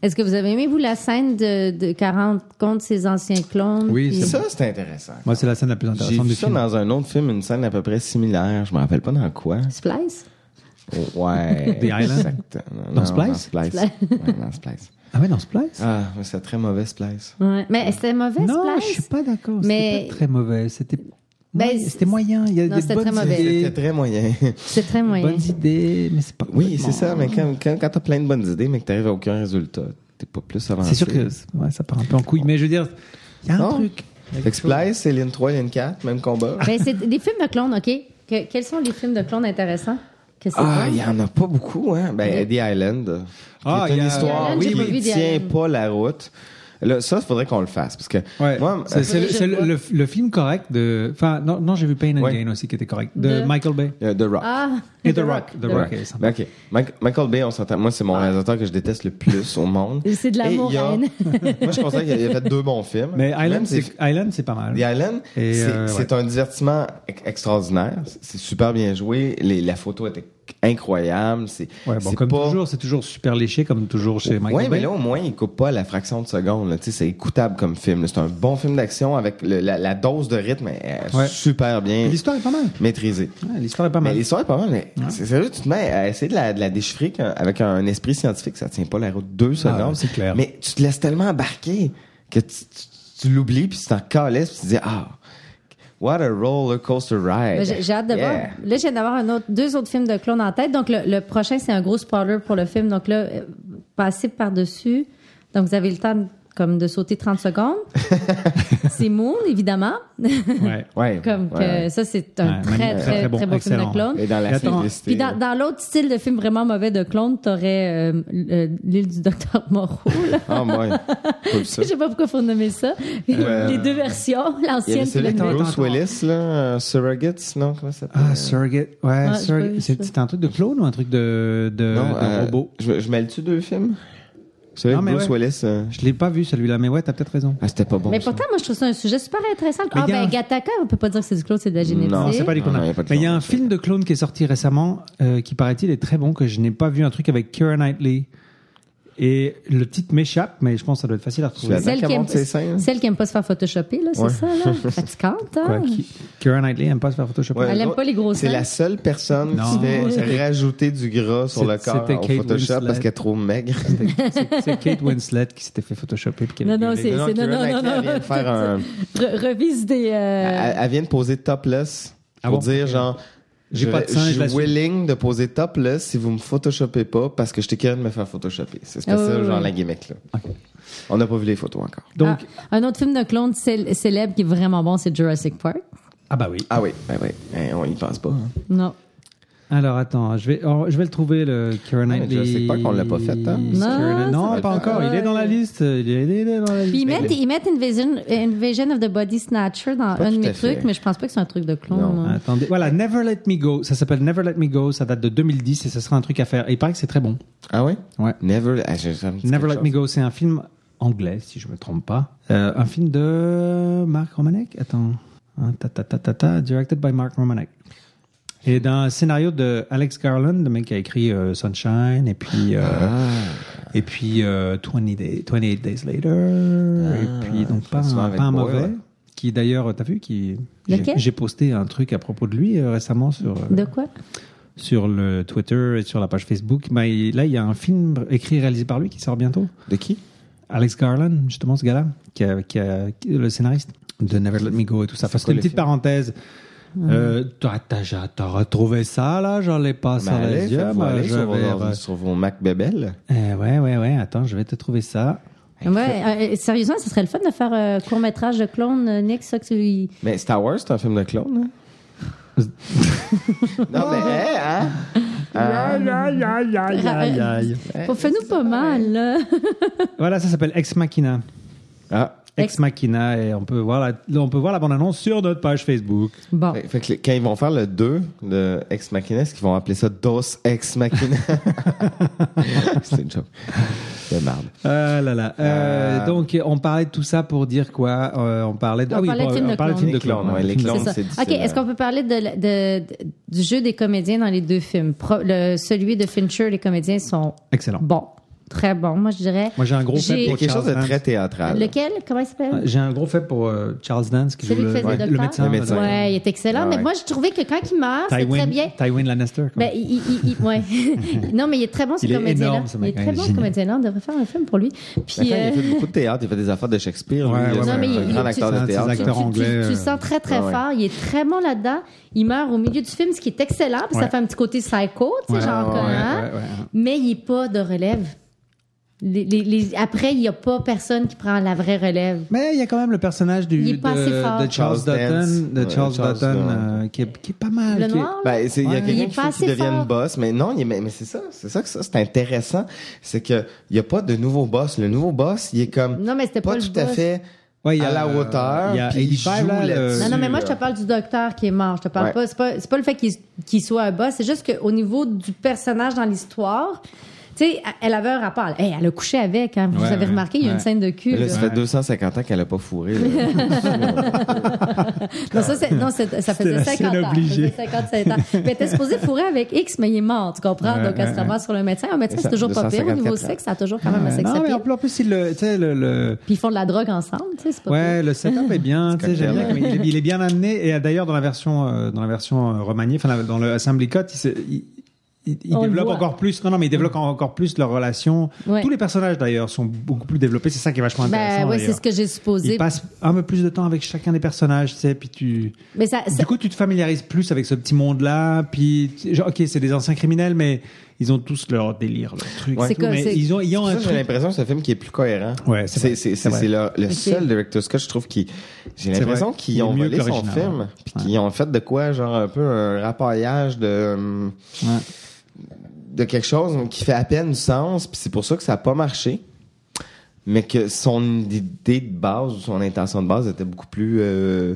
[SPEAKER 9] Est-ce que vous avez aimé, vous, la scène de, de 40 contre ses anciens clones?
[SPEAKER 2] Oui,
[SPEAKER 9] puis-
[SPEAKER 2] c'est
[SPEAKER 10] Ça, c'est intéressant.
[SPEAKER 2] Moi, c'est la scène la plus
[SPEAKER 10] J'ai
[SPEAKER 2] intéressante
[SPEAKER 10] vu
[SPEAKER 2] du
[SPEAKER 10] ça
[SPEAKER 2] film.
[SPEAKER 10] dans un autre film, une scène à peu près similaire. Je me rappelle pas dans quoi.
[SPEAKER 9] Splice?
[SPEAKER 10] Ouais.
[SPEAKER 2] The Island?
[SPEAKER 10] Exactement.
[SPEAKER 2] Dans
[SPEAKER 10] Non,
[SPEAKER 2] Splice?
[SPEAKER 10] Dans Splice. Ouais, dans Splice.
[SPEAKER 2] Ah ouais, dans Splice?
[SPEAKER 10] Ah, mais c'est très mauvais Splice.
[SPEAKER 9] Ouais. Mais c'était mauvais,
[SPEAKER 2] non, je
[SPEAKER 9] Splice?
[SPEAKER 2] suis pas d'accord.
[SPEAKER 9] Mais-
[SPEAKER 2] C'était pas très mauvais. C'était,
[SPEAKER 9] Ben,
[SPEAKER 2] Ouais,
[SPEAKER 9] c'est-
[SPEAKER 2] c'était moyen. Il y a
[SPEAKER 9] Non,
[SPEAKER 2] des
[SPEAKER 9] c'était
[SPEAKER 2] bonnes
[SPEAKER 9] très mauvais.
[SPEAKER 2] idées.
[SPEAKER 10] C'était très moyen.
[SPEAKER 9] C'est très
[SPEAKER 2] Des
[SPEAKER 9] moyen.
[SPEAKER 2] bonnes idées, mais c'est pas.
[SPEAKER 10] Oui,
[SPEAKER 2] complètement-
[SPEAKER 10] c'est ça, mais quand, quand, quand t'as plein de bonnes idées, mais que t'arrives à aucun résultat, t'es pas plus avancé.
[SPEAKER 2] C'est sûr que ouais, ça part un peu en couille, mais je veux dire, il y a un
[SPEAKER 10] Non.
[SPEAKER 2] truc.
[SPEAKER 10] Fait que Splice, c'est Ligne 3, Ligne 4, même combat.
[SPEAKER 9] Ben, c'est des films de clones, OK? Que- quels sont les films de clones intéressants? Que c'est
[SPEAKER 10] Ah,
[SPEAKER 9] bon?
[SPEAKER 10] il y en a pas beaucoup, hein. Ben, The Island.
[SPEAKER 2] Ah,
[SPEAKER 10] c'est
[SPEAKER 2] il y
[SPEAKER 10] une
[SPEAKER 2] a-
[SPEAKER 10] histoire
[SPEAKER 9] The Island, j'ai pas
[SPEAKER 10] qui
[SPEAKER 9] vu The
[SPEAKER 10] tient
[SPEAKER 9] Island.
[SPEAKER 10] pas la route. Là, ça, il faudrait qu'on le fasse, parce que
[SPEAKER 2] Ouais,
[SPEAKER 10] moi,
[SPEAKER 2] c'est,
[SPEAKER 10] euh,
[SPEAKER 2] c'est le, c'est le- le- le film correct de. Enfin, non, non j'ai vu Pain and
[SPEAKER 10] Ouais.
[SPEAKER 2] Gain aussi qui était correct. De,
[SPEAKER 9] De-
[SPEAKER 2] Michael Bay.
[SPEAKER 10] euh, The Rock.
[SPEAKER 9] Ah,
[SPEAKER 2] Et The Rock. The Rock
[SPEAKER 10] Ouais.
[SPEAKER 2] est sympa.
[SPEAKER 10] Ben, ok. Mike- Michael Bay, on s'entend. Moi, c'est mon réalisateur que je déteste le plus au monde.
[SPEAKER 9] C'est de l'amour,
[SPEAKER 10] Et il y a-
[SPEAKER 9] Anne.
[SPEAKER 10] Moi, je considère qu'il a fait deux bons films.
[SPEAKER 2] Mais
[SPEAKER 10] Même
[SPEAKER 2] Island,
[SPEAKER 10] ses-
[SPEAKER 2] c'est, Island, c'est pas mal.
[SPEAKER 10] The Island,
[SPEAKER 2] Et,
[SPEAKER 10] c'est
[SPEAKER 2] euh,
[SPEAKER 10] c'est un divertissement ex- extraordinaire. C'est- C'est super bien joué. Les- la photo était incroyable. C'est
[SPEAKER 2] Ouais, bon,
[SPEAKER 10] c'est
[SPEAKER 2] comme
[SPEAKER 10] pas-
[SPEAKER 2] toujours, c'est toujours super léché, comme toujours chez Michael
[SPEAKER 10] Ouais,
[SPEAKER 2] Bay.
[SPEAKER 10] mais là, au moins, il coupe pas à la fraction de seconde. là. Tu sais, C'est écoutable comme film. là. C'est un bon film d'action avec le- la, la dose de rythme est
[SPEAKER 2] Ouais.
[SPEAKER 10] super bien
[SPEAKER 2] L'histoire est pas mal.
[SPEAKER 10] maîtrisée.
[SPEAKER 2] Ouais, l'histoire est pas
[SPEAKER 10] Mais
[SPEAKER 2] mal.
[SPEAKER 10] l'histoire est pas mal, mais c'est sérieux, tu te mets à essayer de la, de la déchiffrer qu'un- avec un, esprit scientifique, ça tient pas la route deux
[SPEAKER 2] Ah,
[SPEAKER 10] secondes.
[SPEAKER 2] c'est clair.
[SPEAKER 10] Mais tu te laisses tellement embarquer que tu, tu- tu l'oublies puis tu t'en calisses puis tu dis ah what a roller coaster ride.
[SPEAKER 9] Ben, J'ai j'ai hâte de voir.
[SPEAKER 10] Yeah.
[SPEAKER 9] Là, j'ai d'avoir un autre, deux autres films de clones en tête. Donc, le, le prochain, c'est un gros spoiler pour le film. Donc là, euh, passez par-dessus. Donc, vous avez le temps de- comme de sauter 30 secondes. c'est Moon, évidemment.
[SPEAKER 2] Ouais.
[SPEAKER 10] Ouais.
[SPEAKER 9] Comme que
[SPEAKER 10] ouais.
[SPEAKER 9] ça, c'est un
[SPEAKER 2] Ouais,
[SPEAKER 9] très,
[SPEAKER 2] magnifique.
[SPEAKER 9] très,
[SPEAKER 2] Très
[SPEAKER 9] très
[SPEAKER 2] bon,
[SPEAKER 9] bon, film
[SPEAKER 2] excellent.
[SPEAKER 9] de clone.
[SPEAKER 10] Et dans la
[SPEAKER 2] Attends,
[SPEAKER 10] simplicité.
[SPEAKER 9] Puis dans, dans l'autre style de film vraiment mauvais de clone, t'aurais euh, euh, l'île du docteur Moreau. là.
[SPEAKER 10] Ah, ouais. Pas vu ça.
[SPEAKER 9] Je sais pas pourquoi faut le nommer ça. Les deux versions,
[SPEAKER 10] Il y avait
[SPEAKER 9] l'ancienne et
[SPEAKER 10] celui
[SPEAKER 9] la
[SPEAKER 10] avec
[SPEAKER 9] nouvelle.
[SPEAKER 10] Bruce Willis, là, euh, Surrogates, non? Comment ça s'appelle?
[SPEAKER 2] Ah, Surrogate. Ouais,
[SPEAKER 9] Euh, j'ai pas
[SPEAKER 2] Surrogate.
[SPEAKER 9] vu
[SPEAKER 2] C'est,
[SPEAKER 9] ça.
[SPEAKER 2] c'est un truc de clone ou un truc de, de,
[SPEAKER 10] non,
[SPEAKER 2] de
[SPEAKER 10] euh,
[SPEAKER 2] robot
[SPEAKER 10] Je, je mêle-tu deux films? Celui
[SPEAKER 2] Non,
[SPEAKER 10] avec
[SPEAKER 2] mais
[SPEAKER 10] Bruce
[SPEAKER 2] ouais.
[SPEAKER 10] Willis. euh,
[SPEAKER 2] Je l'ai pas vu celui-là, mais ouais, t'as peut-être raison.
[SPEAKER 10] Ah, c'était pas bon.
[SPEAKER 9] Mais
[SPEAKER 10] ça.
[SPEAKER 9] pourtant, moi, je trouve ça un sujet super intéressant.
[SPEAKER 2] Mais
[SPEAKER 9] Ah,
[SPEAKER 2] il y a un-
[SPEAKER 9] ben, Gattaca, on peut pas dire que c'est du clone, c'est de la génétique.
[SPEAKER 10] Non,
[SPEAKER 2] Non, c'est pas des
[SPEAKER 10] Non,
[SPEAKER 2] clones.
[SPEAKER 10] non, y a pas de
[SPEAKER 2] Mais il y a
[SPEAKER 10] clones.
[SPEAKER 2] un film de clone qui est sorti récemment, euh, qui paraît-il est très bon, que je n'ai pas vu, un truc avec Keira Knightley. Et le titre m'échappe, mais je pense que ça doit être facile à retrouver.
[SPEAKER 9] Celle qui, aime, celle qui aime pas se faire photoshopper, là, c'est
[SPEAKER 10] hein. Ouais.
[SPEAKER 9] ça, là? Fatigante, hein?
[SPEAKER 2] Karen Knightley aime pas se faire photoshopper.
[SPEAKER 10] Ouais,
[SPEAKER 9] Elle aime
[SPEAKER 10] l'autre-
[SPEAKER 9] pas les gros
[SPEAKER 10] C'est
[SPEAKER 9] seins.
[SPEAKER 10] la seule personne
[SPEAKER 2] Non,
[SPEAKER 10] qui se
[SPEAKER 2] c'était-
[SPEAKER 10] fait rajouter du gras sur le
[SPEAKER 2] C'était-
[SPEAKER 10] corps
[SPEAKER 2] c'était
[SPEAKER 10] au
[SPEAKER 2] Kate
[SPEAKER 10] Photoshop
[SPEAKER 2] Winslet.
[SPEAKER 10] parce qu'elle est trop maigre.
[SPEAKER 2] C'est- C'est Kate Winslet qui s'était fait photoshopper. puis qui avait
[SPEAKER 9] Non, non,
[SPEAKER 2] gueulé.
[SPEAKER 9] c'est.
[SPEAKER 10] Non,
[SPEAKER 9] c'est- Non,
[SPEAKER 10] Keira
[SPEAKER 9] non, non,
[SPEAKER 10] Knightley,
[SPEAKER 9] non.
[SPEAKER 10] elle vient de faire un-
[SPEAKER 9] Re- Revise des. euh,
[SPEAKER 10] Elle, elle vient de poser topless
[SPEAKER 2] Ah
[SPEAKER 10] pour
[SPEAKER 2] bon?
[SPEAKER 10] dire genre.
[SPEAKER 2] J'ai
[SPEAKER 10] je-
[SPEAKER 2] pas de sein, je
[SPEAKER 10] Je
[SPEAKER 2] la
[SPEAKER 10] suis
[SPEAKER 2] suis.
[SPEAKER 10] willing de poser topless si vous me photoshopez pas parce que j'étais curieux de me faire photoshopper. C'est ce que
[SPEAKER 9] Ah
[SPEAKER 10] c'est,
[SPEAKER 9] ouais,
[SPEAKER 10] genre
[SPEAKER 9] ouais.
[SPEAKER 10] la gimmick là.
[SPEAKER 2] Ok.
[SPEAKER 10] On n'a pas vu les photos encore.
[SPEAKER 2] Donc,
[SPEAKER 9] ah, un autre film de clone cél- célèbre qui est vraiment bon, c'est Jurassic Park.
[SPEAKER 2] ah bah oui.
[SPEAKER 10] Ah oui, ben oui, Ben, on y pense pas. hein.
[SPEAKER 9] Non.
[SPEAKER 2] Alors attends, je vais, oh, je vais le trouver le Karen
[SPEAKER 10] Ouais, mais
[SPEAKER 2] Knightley.
[SPEAKER 10] Jurassic Park, on l'a pas fait, hein?
[SPEAKER 9] Non,
[SPEAKER 2] Keira- non,
[SPEAKER 10] ça va
[SPEAKER 2] pas
[SPEAKER 10] le faire.
[SPEAKER 2] encore. Il est dans la liste. Il est, il est dans la liste.
[SPEAKER 9] Puis ils mettent, ils mettent Invasion, Invasion of the Body Snatcher dans
[SPEAKER 10] pas
[SPEAKER 9] un de
[SPEAKER 10] tout
[SPEAKER 9] mes
[SPEAKER 10] à fait.
[SPEAKER 9] trucs, mais je pense pas que c'est un truc de clone.
[SPEAKER 10] Non.
[SPEAKER 9] non.
[SPEAKER 2] Attendez, voilà, Never Let Me Go. Ça s'appelle Never Let Me Go. Ça date de 2010 et ce sera un truc à faire. Et il paraît que c'est très bon.
[SPEAKER 10] Ah ouais?
[SPEAKER 2] Ouais.
[SPEAKER 10] Never, ah, j'ai- ça me dit
[SPEAKER 2] Never
[SPEAKER 10] quelque
[SPEAKER 2] Let Me
[SPEAKER 10] chose.
[SPEAKER 2] Go, c'est un film anglais, si je me trompe pas. Euh, un film de Mark Romanek Attends. Hein, ta, ta, ta, ta, ta, directed by Mark Romanek. Et d'un scénario de Alex Garland, le mec qui a écrit euh, Sunshine, et puis, euh, et puis euh, 20, Day- 28 Days Later, et puis donc pas
[SPEAKER 10] souvent
[SPEAKER 2] un,
[SPEAKER 10] avec
[SPEAKER 2] pas un
[SPEAKER 10] Boyle.
[SPEAKER 2] mauvais, qui d'ailleurs, t'as vu, qui j'ai-
[SPEAKER 9] Lequel
[SPEAKER 2] j'ai posté un truc à propos de lui euh, récemment sur euh,
[SPEAKER 9] De quoi?
[SPEAKER 2] sur le Twitter et sur la page Facebook. Mais il- là, il y a un film écrit et réalisé par lui qui sort bientôt.
[SPEAKER 10] De qui?
[SPEAKER 2] Alex Garland, justement, ce gars-là, qui, a- qui a- qui est le scénariste de Never Let Me Go et tout ça. Enfin, C'était
[SPEAKER 10] quoi
[SPEAKER 2] une
[SPEAKER 10] le
[SPEAKER 2] petite
[SPEAKER 10] film
[SPEAKER 2] parenthèse. Euh, t'as, t'as- j'ai- t'as retrouvé ça, là? J'en ai pas
[SPEAKER 10] Ben,
[SPEAKER 2] sur les
[SPEAKER 10] allez,
[SPEAKER 2] yeux.
[SPEAKER 10] faites-vous
[SPEAKER 2] moi,
[SPEAKER 10] aller
[SPEAKER 2] euh, je
[SPEAKER 10] sur,
[SPEAKER 2] vais
[SPEAKER 10] vos,
[SPEAKER 2] re-
[SPEAKER 10] sur vos Mac Bebel.
[SPEAKER 2] Euh, ouais, ouais, ouais. Attends, je vais te trouver ça.
[SPEAKER 9] Ouais, euh, sérieusement, ce serait le fun de faire un court-métrage de clone, euh, Nick, ça que tu-
[SPEAKER 10] Mais Star Wars, c'est un film de clone, hein? non, mais hey, hein?
[SPEAKER 9] aïe, aïe, aïe. Bon, Fais-nous pas mal, là.
[SPEAKER 2] Voilà, ça s'appelle Ex Machina.
[SPEAKER 10] Ah.
[SPEAKER 2] Ex Machina, et on peut voir la, là, on peut voir la bande-annonce sur notre page Facebook.
[SPEAKER 9] Bon.
[SPEAKER 10] Fait, fait que les- quand ils vont faire le 2, le Ex Machina, est-ce qu'ils vont appeler ça Dos Ex Machina? c'est une joke. De merde.
[SPEAKER 2] Ah là là. Euh,
[SPEAKER 10] Euh,
[SPEAKER 2] Donc, on parlait de tout ça pour dire quoi Euh, On parlait de.
[SPEAKER 9] On
[SPEAKER 2] ah oui,
[SPEAKER 9] parlait de
[SPEAKER 2] bon,
[SPEAKER 9] films de
[SPEAKER 2] on parlait de
[SPEAKER 9] clones.
[SPEAKER 2] films de
[SPEAKER 10] Les clones,
[SPEAKER 2] clones.
[SPEAKER 10] ouais, les
[SPEAKER 2] Films de
[SPEAKER 10] clones.
[SPEAKER 9] C'est ça.
[SPEAKER 10] c'est difficile,
[SPEAKER 9] OK, est-ce
[SPEAKER 10] hein.
[SPEAKER 9] qu'on peut parler de, la- de- de- du jeu des comédiens dans les deux films? Pro- le- celui de Fincher, les comédiens sont
[SPEAKER 2] Excellent.
[SPEAKER 9] bons. Très bons, moi, je dirais.
[SPEAKER 2] Moi, j'ai un gros
[SPEAKER 10] Il
[SPEAKER 9] J'ai-
[SPEAKER 10] y a
[SPEAKER 2] pour
[SPEAKER 10] quelque chose de
[SPEAKER 2] Charles
[SPEAKER 10] très
[SPEAKER 2] Dance.
[SPEAKER 10] théâtral.
[SPEAKER 9] Lequel? Comment il s'appelle?
[SPEAKER 2] Ah, J'ai un gros fait pour euh, Charles Dance qui
[SPEAKER 9] Celui
[SPEAKER 2] joue
[SPEAKER 9] qui
[SPEAKER 2] le,
[SPEAKER 9] faisait
[SPEAKER 2] le
[SPEAKER 9] docteur?
[SPEAKER 2] médecin.
[SPEAKER 10] Le médecin.
[SPEAKER 9] Ouais, il est excellent,
[SPEAKER 10] Ah
[SPEAKER 9] mais
[SPEAKER 10] ouais.
[SPEAKER 9] moi, je trouvais que quand il meurt, c'est très
[SPEAKER 2] Tywin,
[SPEAKER 9] bien.
[SPEAKER 2] Tywin Lannister. quoi.
[SPEAKER 9] Ben, il, il- il- ouais. non, mais il est très bon, ce
[SPEAKER 2] Il est
[SPEAKER 9] comédien-là.
[SPEAKER 2] énorme,
[SPEAKER 9] Il
[SPEAKER 2] ce
[SPEAKER 9] est
[SPEAKER 2] mec,
[SPEAKER 9] très
[SPEAKER 2] hein,
[SPEAKER 9] bon, ce
[SPEAKER 2] génial.
[SPEAKER 9] comédien-là. On devrait faire un film pour lui. Puis,
[SPEAKER 10] Attends,
[SPEAKER 9] euh,
[SPEAKER 10] Il a fait beaucoup de théâtre, il a fait des affaires de Shakespeare.
[SPEAKER 2] Ouais,
[SPEAKER 10] lui,
[SPEAKER 2] ouais,
[SPEAKER 10] là,
[SPEAKER 2] ouais,
[SPEAKER 10] c'est
[SPEAKER 9] ouais.
[SPEAKER 10] un grand
[SPEAKER 9] Il-
[SPEAKER 10] acteur
[SPEAKER 2] c'est un
[SPEAKER 10] de
[SPEAKER 2] de ses
[SPEAKER 10] théâtre.
[SPEAKER 9] tu,
[SPEAKER 2] acteurs
[SPEAKER 9] tu-
[SPEAKER 2] anglais,
[SPEAKER 9] tu
[SPEAKER 2] euh,
[SPEAKER 9] le sens très, très
[SPEAKER 10] ouais.
[SPEAKER 9] fort. Il est très bon là-dedans. Il meurt au milieu du film, ce qui est excellent. Puis
[SPEAKER 2] Ouais.
[SPEAKER 9] ça fait un petit côté psycho, tu sais,
[SPEAKER 2] Ouais,
[SPEAKER 9] genre,
[SPEAKER 2] ouais,
[SPEAKER 9] comme, hein.
[SPEAKER 2] ouais, ouais, ouais.
[SPEAKER 9] Mais il n'est pas de relève. Les- les- les- Après, il n'y a pas personne qui prend la vraie relève.
[SPEAKER 2] Mais il y a quand même le personnage du,
[SPEAKER 9] Il
[SPEAKER 2] de,
[SPEAKER 9] est pas assez fort.
[SPEAKER 2] de Charles
[SPEAKER 10] Charles Dance.
[SPEAKER 2] Dutton, de
[SPEAKER 10] Ouais,
[SPEAKER 2] Charles
[SPEAKER 10] Charles
[SPEAKER 2] Dutton,
[SPEAKER 10] Dutton.
[SPEAKER 2] euh, qui, est, qui est pas mal.
[SPEAKER 9] Le
[SPEAKER 2] qui est-
[SPEAKER 9] noir, là.
[SPEAKER 10] Ben, c'est- il y a
[SPEAKER 2] Ouais.
[SPEAKER 9] Il est
[SPEAKER 10] quelqu'un qui
[SPEAKER 9] pas
[SPEAKER 10] faut qu'il
[SPEAKER 9] assez
[SPEAKER 10] devienne
[SPEAKER 9] fort.
[SPEAKER 10] boss, mais non, il est- mais, mais c'est ça, c'est ça que ça, c'est intéressant, c'est que il y a pas de nouveau boss. Le nouveau boss, il est comme
[SPEAKER 9] Non, mais c'était pas le
[SPEAKER 10] tout à
[SPEAKER 9] boss.
[SPEAKER 10] fait
[SPEAKER 2] Ouais, il y a,
[SPEAKER 10] à la
[SPEAKER 2] euh,
[SPEAKER 10] hauteur.
[SPEAKER 2] il y a
[SPEAKER 10] puis il
[SPEAKER 2] 85,
[SPEAKER 10] joue
[SPEAKER 2] là, euh, le-
[SPEAKER 10] là-dessus,
[SPEAKER 9] Non, non, mais moi, je te
[SPEAKER 10] là.
[SPEAKER 9] parle du docteur qui est mort. Je te parle
[SPEAKER 10] Euh, Ouais.
[SPEAKER 9] pas. C'est pas, c'est pas le fait qu'il qu'il soit un boss. C'est juste qu'au niveau du personnage dans l'histoire, tu sais, elle avait un rapport. Hey, elle a couché avec. hein. Vous
[SPEAKER 2] Ouais,
[SPEAKER 9] avez
[SPEAKER 2] ouais,
[SPEAKER 9] remarqué, il y a
[SPEAKER 2] ouais.
[SPEAKER 9] une scène de cul.
[SPEAKER 10] Mais là,
[SPEAKER 9] là.
[SPEAKER 10] ça fait 250 ans qu'elle a pas fourré. là.
[SPEAKER 9] Non, ça, c'est- non, c'est- ça
[SPEAKER 2] C'était
[SPEAKER 9] faisait
[SPEAKER 2] la
[SPEAKER 9] 50
[SPEAKER 2] scène
[SPEAKER 9] ans. Ça
[SPEAKER 2] obligée.
[SPEAKER 9] faisait 57 ans. Mais t'es supposé fourrer avec X, mais il est mort, tu comprends?
[SPEAKER 2] Ouais,
[SPEAKER 9] Donc, elle
[SPEAKER 2] ouais,
[SPEAKER 9] se ramasse sur le médecin. Un médecin,
[SPEAKER 10] Et
[SPEAKER 9] c'est
[SPEAKER 10] ça,
[SPEAKER 9] toujours pas pire. Au niveau
[SPEAKER 10] 254 ans.
[SPEAKER 9] sexe, ça a toujours quand même un
[SPEAKER 2] Ouais,
[SPEAKER 9] sexe
[SPEAKER 2] non, mais
[SPEAKER 9] appeal.
[SPEAKER 2] en plus, en plus, il le, tu sais, le, le-
[SPEAKER 9] Puis ils font de la drogue ensemble, tu sais, c'est pas
[SPEAKER 2] Ouais, le setup est bien, tu sais, j'aime bien.
[SPEAKER 10] cocktail.
[SPEAKER 2] Il est, il est bien amené. Et d'ailleurs, dans la version, euh, dans la version euh, remaniée, enfin, la- dans le Assembly Cut, il, se- il, il- il
[SPEAKER 9] On le
[SPEAKER 2] développe
[SPEAKER 9] voit.
[SPEAKER 2] encore plus. Non, non, mais il développe encore plus leur relation.
[SPEAKER 9] Ouais.
[SPEAKER 2] Tous les personnages, d'ailleurs, sont beaucoup plus développés. C'est ça qui est vachement
[SPEAKER 9] pire.
[SPEAKER 2] intéressant.
[SPEAKER 9] Ben, ouais, c'est
[SPEAKER 2] d'ailleurs.
[SPEAKER 9] ce que j'ai supposé.
[SPEAKER 2] Ils passent un peu plus de temps avec chacun des personnages, tu sais, puis tu.
[SPEAKER 9] Mais ça, ça-
[SPEAKER 2] Du coup, tu te familiarises plus avec ce petit monde-là, puis tu- genre, ok, c'est des anciens criminels, mais ils ont tous leur délire, leur truc.
[SPEAKER 9] C'est
[SPEAKER 2] tout,
[SPEAKER 9] quoi,
[SPEAKER 2] mais
[SPEAKER 9] c'est-
[SPEAKER 2] ils ont, ils ont
[SPEAKER 10] Ça,
[SPEAKER 2] un
[SPEAKER 10] j'ai
[SPEAKER 2] truc.
[SPEAKER 10] l'impression que c'est un film qui est plus cohérent.
[SPEAKER 2] Ouais, c'est vrai.
[SPEAKER 10] c'est c'est-
[SPEAKER 2] C'est
[SPEAKER 10] c'est-
[SPEAKER 2] vrai.
[SPEAKER 10] c'est leur- le
[SPEAKER 9] Ok.
[SPEAKER 10] seul directeur Scott, je trouve qui j'ai
[SPEAKER 2] C'est
[SPEAKER 10] l'impression
[SPEAKER 2] vrai.
[SPEAKER 10] qu'ils
[SPEAKER 2] Il est
[SPEAKER 10] ont
[SPEAKER 2] mieux
[SPEAKER 10] volé
[SPEAKER 2] que
[SPEAKER 10] son
[SPEAKER 2] l'original, ouais.
[SPEAKER 10] film, puis qu'ils ont fait de quoi, genre un peu un rapaillage de euh,
[SPEAKER 2] Ouais.
[SPEAKER 10] de quelque chose qui fait à peine du sens, puis c'est pour ça que ça a pas marché. Mais que son idée de base ou son intention de base était beaucoup plus euh,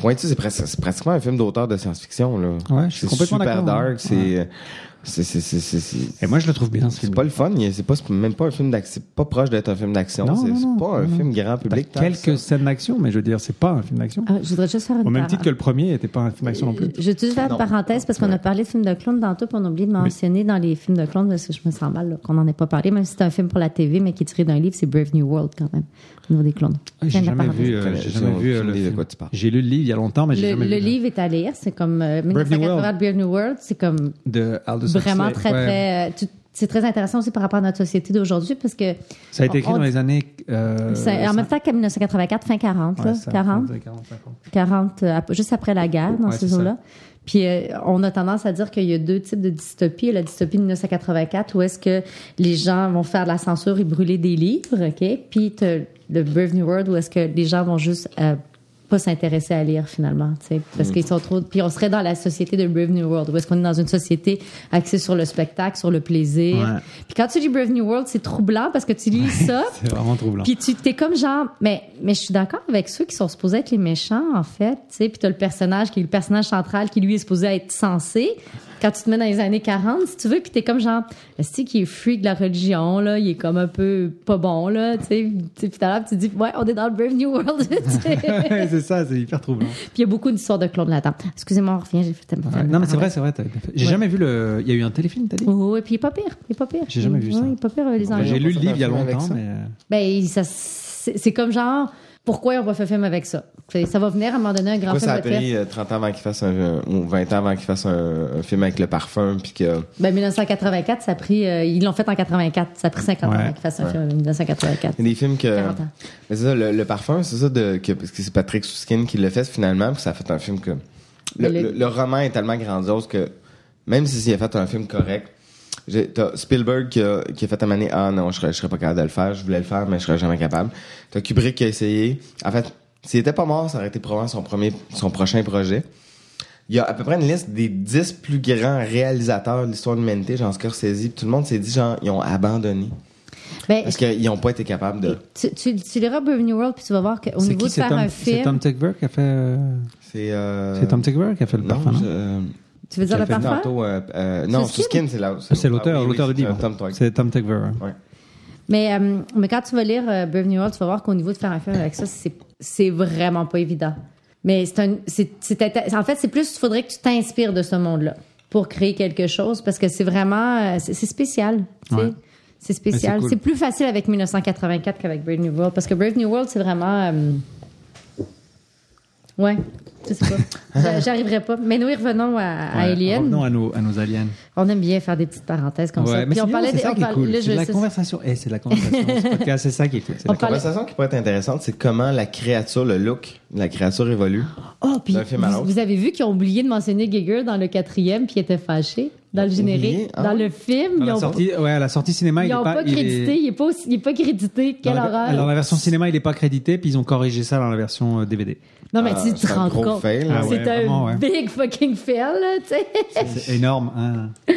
[SPEAKER 10] pointue. C'est pres- c'est pratiquement un film d'auteur de science-fiction. là.
[SPEAKER 2] Ouais, je suis
[SPEAKER 10] C'est
[SPEAKER 2] complètement
[SPEAKER 10] super
[SPEAKER 2] d'accord, hein.
[SPEAKER 10] dark. C'est C'est, c'est, c'est, c'est, c'est-
[SPEAKER 2] Et moi, je le trouve bien, ce
[SPEAKER 10] c'est
[SPEAKER 2] film.
[SPEAKER 10] pas le fun. il- C'est pas, c'est même pas un film d'action. C'est pas proche d'être un film d'action.
[SPEAKER 2] Non,
[SPEAKER 10] c'est
[SPEAKER 2] non,
[SPEAKER 10] c'est
[SPEAKER 2] non,
[SPEAKER 10] pas un
[SPEAKER 2] non,
[SPEAKER 10] film
[SPEAKER 2] non.
[SPEAKER 10] grand public.
[SPEAKER 2] T'as
[SPEAKER 10] tant que
[SPEAKER 2] Bah, quelques
[SPEAKER 10] ça.
[SPEAKER 2] scènes d'action, mais je veux dire, c'est pas un film d'action.
[SPEAKER 9] Ah, je voudrais juste faire une
[SPEAKER 2] Au même
[SPEAKER 9] par-
[SPEAKER 2] titre que le premier, n'était pas un film d'action non plus.
[SPEAKER 9] Euh, Je vais juste faire
[SPEAKER 10] Non.
[SPEAKER 9] une parenthèse parce qu'on a parlé de films de clown tantôt, puis on a oublié de mentionner dans les films de clown, parce que je me sens mal là, qu'on n'en ait pas parlé, même si c'est un film pour la TV, mais qui est tiré d'un livre, c'est Brave New World quand même, au niveau des clowns. Fin
[SPEAKER 2] Ah, J'ai
[SPEAKER 9] de la
[SPEAKER 2] jamais
[SPEAKER 9] parenthèse.
[SPEAKER 2] vu,
[SPEAKER 10] Je connais-
[SPEAKER 2] euh, j'ai
[SPEAKER 10] j'ai
[SPEAKER 2] jamais vu euh,
[SPEAKER 10] aucune
[SPEAKER 2] le
[SPEAKER 10] idée de
[SPEAKER 2] film.
[SPEAKER 10] quoi tu parles.
[SPEAKER 2] J'ai lu le livre il y a longtemps, mais j'ai
[SPEAKER 9] Le,
[SPEAKER 2] jamais
[SPEAKER 9] le
[SPEAKER 2] vu.
[SPEAKER 9] livre est à lire, c'est comme euh,
[SPEAKER 2] Brave New
[SPEAKER 9] 1980
[SPEAKER 2] World.
[SPEAKER 9] Brave New World, c'est comme
[SPEAKER 2] de Aldous
[SPEAKER 9] vraiment
[SPEAKER 2] Huxley.
[SPEAKER 9] très,
[SPEAKER 2] Ouais.
[SPEAKER 9] très. euh, tu- c'est très intéressant aussi par rapport à notre société d'aujourd'hui parce que.
[SPEAKER 2] Ça a été écrit
[SPEAKER 9] on-
[SPEAKER 2] dans les années. euh,
[SPEAKER 9] c'est- en même temps qu'à 1984, fin 40, là,
[SPEAKER 2] Ouais, ça-
[SPEAKER 9] 40.
[SPEAKER 2] 40, 50.
[SPEAKER 9] 40, euh, ap- juste après la guerre, dans
[SPEAKER 2] Ouais,
[SPEAKER 9] ces
[SPEAKER 2] c'est
[SPEAKER 9] eaux-là. Puis euh, on a tendance à dire qu'il y a deux types de dystopies. La dystopie de 1984, où est-ce que les gens vont faire de la censure et brûler des livres, OK? Puis t'as le Brave New World, où est-ce que les gens vont juste euh, pas s'intéresser à lire, finalement, tu sais,
[SPEAKER 2] Mm.
[SPEAKER 9] parce qu'ils sont trop... Puis on serait dans la société de Brave New World, où est-ce qu'on est dans une société axée sur le spectacle, sur le plaisir.
[SPEAKER 2] Ouais.
[SPEAKER 9] Puis quand tu lis Brave New World, c'est troublant, parce que tu lis ça...
[SPEAKER 2] C'est vraiment troublant.
[SPEAKER 9] Puis tu t'es comme genre, mais, mais je suis d'accord avec ceux qui sont supposés être les méchants, en fait. Tu sais, puis t'as le personnage qui est le personnage central qui lui est supposé être censé. Quand tu te mets dans les années 40, si tu veux, puis t'es comme genre, c'est qui est freak de la religion, là, il est comme un peu pas bon, là, tu sais. Tu sais, Puis tout à l'heure, tu dis, ouais, on est dans le Brave New World, tu sais.
[SPEAKER 2] Ouais, c'est ça, c'est hyper troublant.
[SPEAKER 9] Puis il y a beaucoup d'histoires de clones là-dedans. Excusez-moi, on revient, j'ai fait tellement de
[SPEAKER 2] Ouais, Non, mais c'est vrai, c'est vrai. t'as- J'ai
[SPEAKER 9] Ah Ouais.
[SPEAKER 2] jamais vu le. Il y a eu un téléfilm, t'as dit
[SPEAKER 9] Oh, et puis il est pas pire, il est pas pire.
[SPEAKER 2] J'ai jamais vu ça. ben,
[SPEAKER 9] Ouais, Il est pas pire, euh, les
[SPEAKER 2] J'ai
[SPEAKER 9] anges.
[SPEAKER 2] lu le livre il y a
[SPEAKER 10] faire un film
[SPEAKER 2] longtemps,
[SPEAKER 10] avec
[SPEAKER 2] mais. euh,
[SPEAKER 9] Ben, ça, c'est c'est comme genre, pourquoi on va faire film avec ça? Fait, Ça va venir à un moment donné, un grand
[SPEAKER 10] Pourquoi
[SPEAKER 9] film
[SPEAKER 10] ça a
[SPEAKER 9] va être fait.
[SPEAKER 10] pris euh, 30 ans avant qu'il fasse un, euh, ou 20 ans avant qu'il fasse un, un film avec le parfum, puis que
[SPEAKER 9] Ben, 1984, ça a pris, euh, ils l'ont fait en 84. Ça a pris 50 ans
[SPEAKER 2] Ouais.
[SPEAKER 9] avant qu'ils fassent un film en 1984.
[SPEAKER 10] Il y a des films que.
[SPEAKER 9] 40 ans.
[SPEAKER 10] Mais c'est ça, le, le parfum, c'est ça, de, que, parce que c'est Patrick Suskin qui l'a fait finalement, puis ça a fait un film que. Le,
[SPEAKER 9] Mais le-
[SPEAKER 10] le- le roman est tellement grandiose que même s'il a fait un film correct, j'ai- t'as Spielberg qui a, qui a fait à mané Ah non, je serais, je serais pas capable de le faire, je voulais le faire, mais je serais jamais capable. T'as Kubrick qui a essayé. En fait, s'il était pas mort, ça aurait été probablement son, premier, son prochain projet. Il y a à peu près une liste des 10 plus grands réalisateurs de l'histoire de l'humanité, genre Scorsese, puis tout le monde s'est dit, genre, ils ont abandonné.
[SPEAKER 9] Ben,
[SPEAKER 10] Parce qu'ils n'ont pas été capables de.
[SPEAKER 9] tu, tu, tu liras Brave New World, puis tu vas voir qu'au
[SPEAKER 2] C'est
[SPEAKER 9] niveau
[SPEAKER 2] qui
[SPEAKER 9] de
[SPEAKER 2] C'est
[SPEAKER 9] faire
[SPEAKER 2] Tom,
[SPEAKER 9] un
[SPEAKER 2] c'est Tom
[SPEAKER 9] film.
[SPEAKER 2] Tykwer qui a fait. euh,
[SPEAKER 10] C'est euh...
[SPEAKER 2] C'est Tom Tykwer qui a fait le
[SPEAKER 10] Non,
[SPEAKER 2] parfum. non
[SPEAKER 10] je- euh,
[SPEAKER 9] Tu veux dire
[SPEAKER 10] j'ai
[SPEAKER 9] le
[SPEAKER 10] fait
[SPEAKER 9] parfum?
[SPEAKER 10] tantôt, euh, euh, non,
[SPEAKER 9] Susskind?
[SPEAKER 10] Susskind, c'est la-
[SPEAKER 2] Ah, C'est l'auteur,
[SPEAKER 10] Oui, oui,
[SPEAKER 2] l'auteur du
[SPEAKER 10] c'est
[SPEAKER 2] livre.
[SPEAKER 10] un Tom Tykwer.
[SPEAKER 2] C'est Tom Tykwer. hein.
[SPEAKER 10] Ouais.
[SPEAKER 9] Mais, euh, mais quand tu vas lire euh, Brave New World, tu vas voir qu'au niveau de faire un film avec ça, c'est c'est vraiment pas évident. Mais c'est un. c'est- c'est inté- en fait, c'est plus, il faudrait que tu t'inspires de ce monde-là pour créer quelque chose parce que c'est vraiment. euh, C'est c'est spécial. tu sais.
[SPEAKER 2] Ouais.
[SPEAKER 9] C'est spécial.
[SPEAKER 2] Mais c'est cool.
[SPEAKER 9] C'est plus facile avec 1984 qu'avec Brave New World parce que Brave New World, c'est vraiment. euh, Ouais, je sais pas. J'a- J'arriverai pas. Mais nous, y revenons à, à
[SPEAKER 2] Ouais,
[SPEAKER 9] Alien.
[SPEAKER 2] Revenons à nos, à nos aliens.
[SPEAKER 9] On aime bien faire des petites parenthèses comme ça.
[SPEAKER 2] Ouais, mais
[SPEAKER 9] Puis on
[SPEAKER 2] c'est bien,
[SPEAKER 9] parlait
[SPEAKER 2] c'est
[SPEAKER 9] des.
[SPEAKER 2] ça
[SPEAKER 9] on
[SPEAKER 2] qui est
[SPEAKER 9] parlait-
[SPEAKER 2] cool.
[SPEAKER 9] là, je
[SPEAKER 2] C'est de la
[SPEAKER 9] sais-
[SPEAKER 2] conversation. Eh, c'est de la conversation. ce podcast, c'est ça qui est cool. C'est
[SPEAKER 9] On
[SPEAKER 2] la-
[SPEAKER 10] La
[SPEAKER 9] parlait-
[SPEAKER 10] conversation qui pourrait être intéressante, c'est comment la créature, le look, de la créature évolue.
[SPEAKER 9] Oh, puis
[SPEAKER 10] D'un film à
[SPEAKER 9] vous-
[SPEAKER 10] l'autre.
[SPEAKER 9] vous, avez vu qu'ils ont oublié de mentionner Giger dans le quatrième, puis il était fâché dans le
[SPEAKER 10] Oublié?
[SPEAKER 9] générique,
[SPEAKER 10] Ah
[SPEAKER 9] dans
[SPEAKER 10] ouais?
[SPEAKER 9] le film.
[SPEAKER 2] à
[SPEAKER 9] ils
[SPEAKER 2] la
[SPEAKER 9] ont,
[SPEAKER 2] sortie, ouais, à la sortie cinéma,
[SPEAKER 9] ils
[SPEAKER 2] il est
[SPEAKER 9] ont pas,
[SPEAKER 2] pas. il est-
[SPEAKER 9] crédité, il est pas, aussi- il est pas crédité.
[SPEAKER 2] dans
[SPEAKER 9] Quelle
[SPEAKER 2] la,
[SPEAKER 9] horreur!
[SPEAKER 2] Alors la version cinéma, il est pas crédité, puis ils ont corrigé ça dans la version euh, DVD.
[SPEAKER 9] non, mais
[SPEAKER 10] Ah,
[SPEAKER 9] tu te
[SPEAKER 10] c'est un
[SPEAKER 9] rends
[SPEAKER 10] gros
[SPEAKER 9] compte.
[SPEAKER 10] fail, hein. là.
[SPEAKER 2] Ah ouais,
[SPEAKER 9] c'est un
[SPEAKER 2] vraiment, ouais.
[SPEAKER 9] big fucking fail, là, tu sais.
[SPEAKER 2] C'est énorme. hein.
[SPEAKER 9] Tu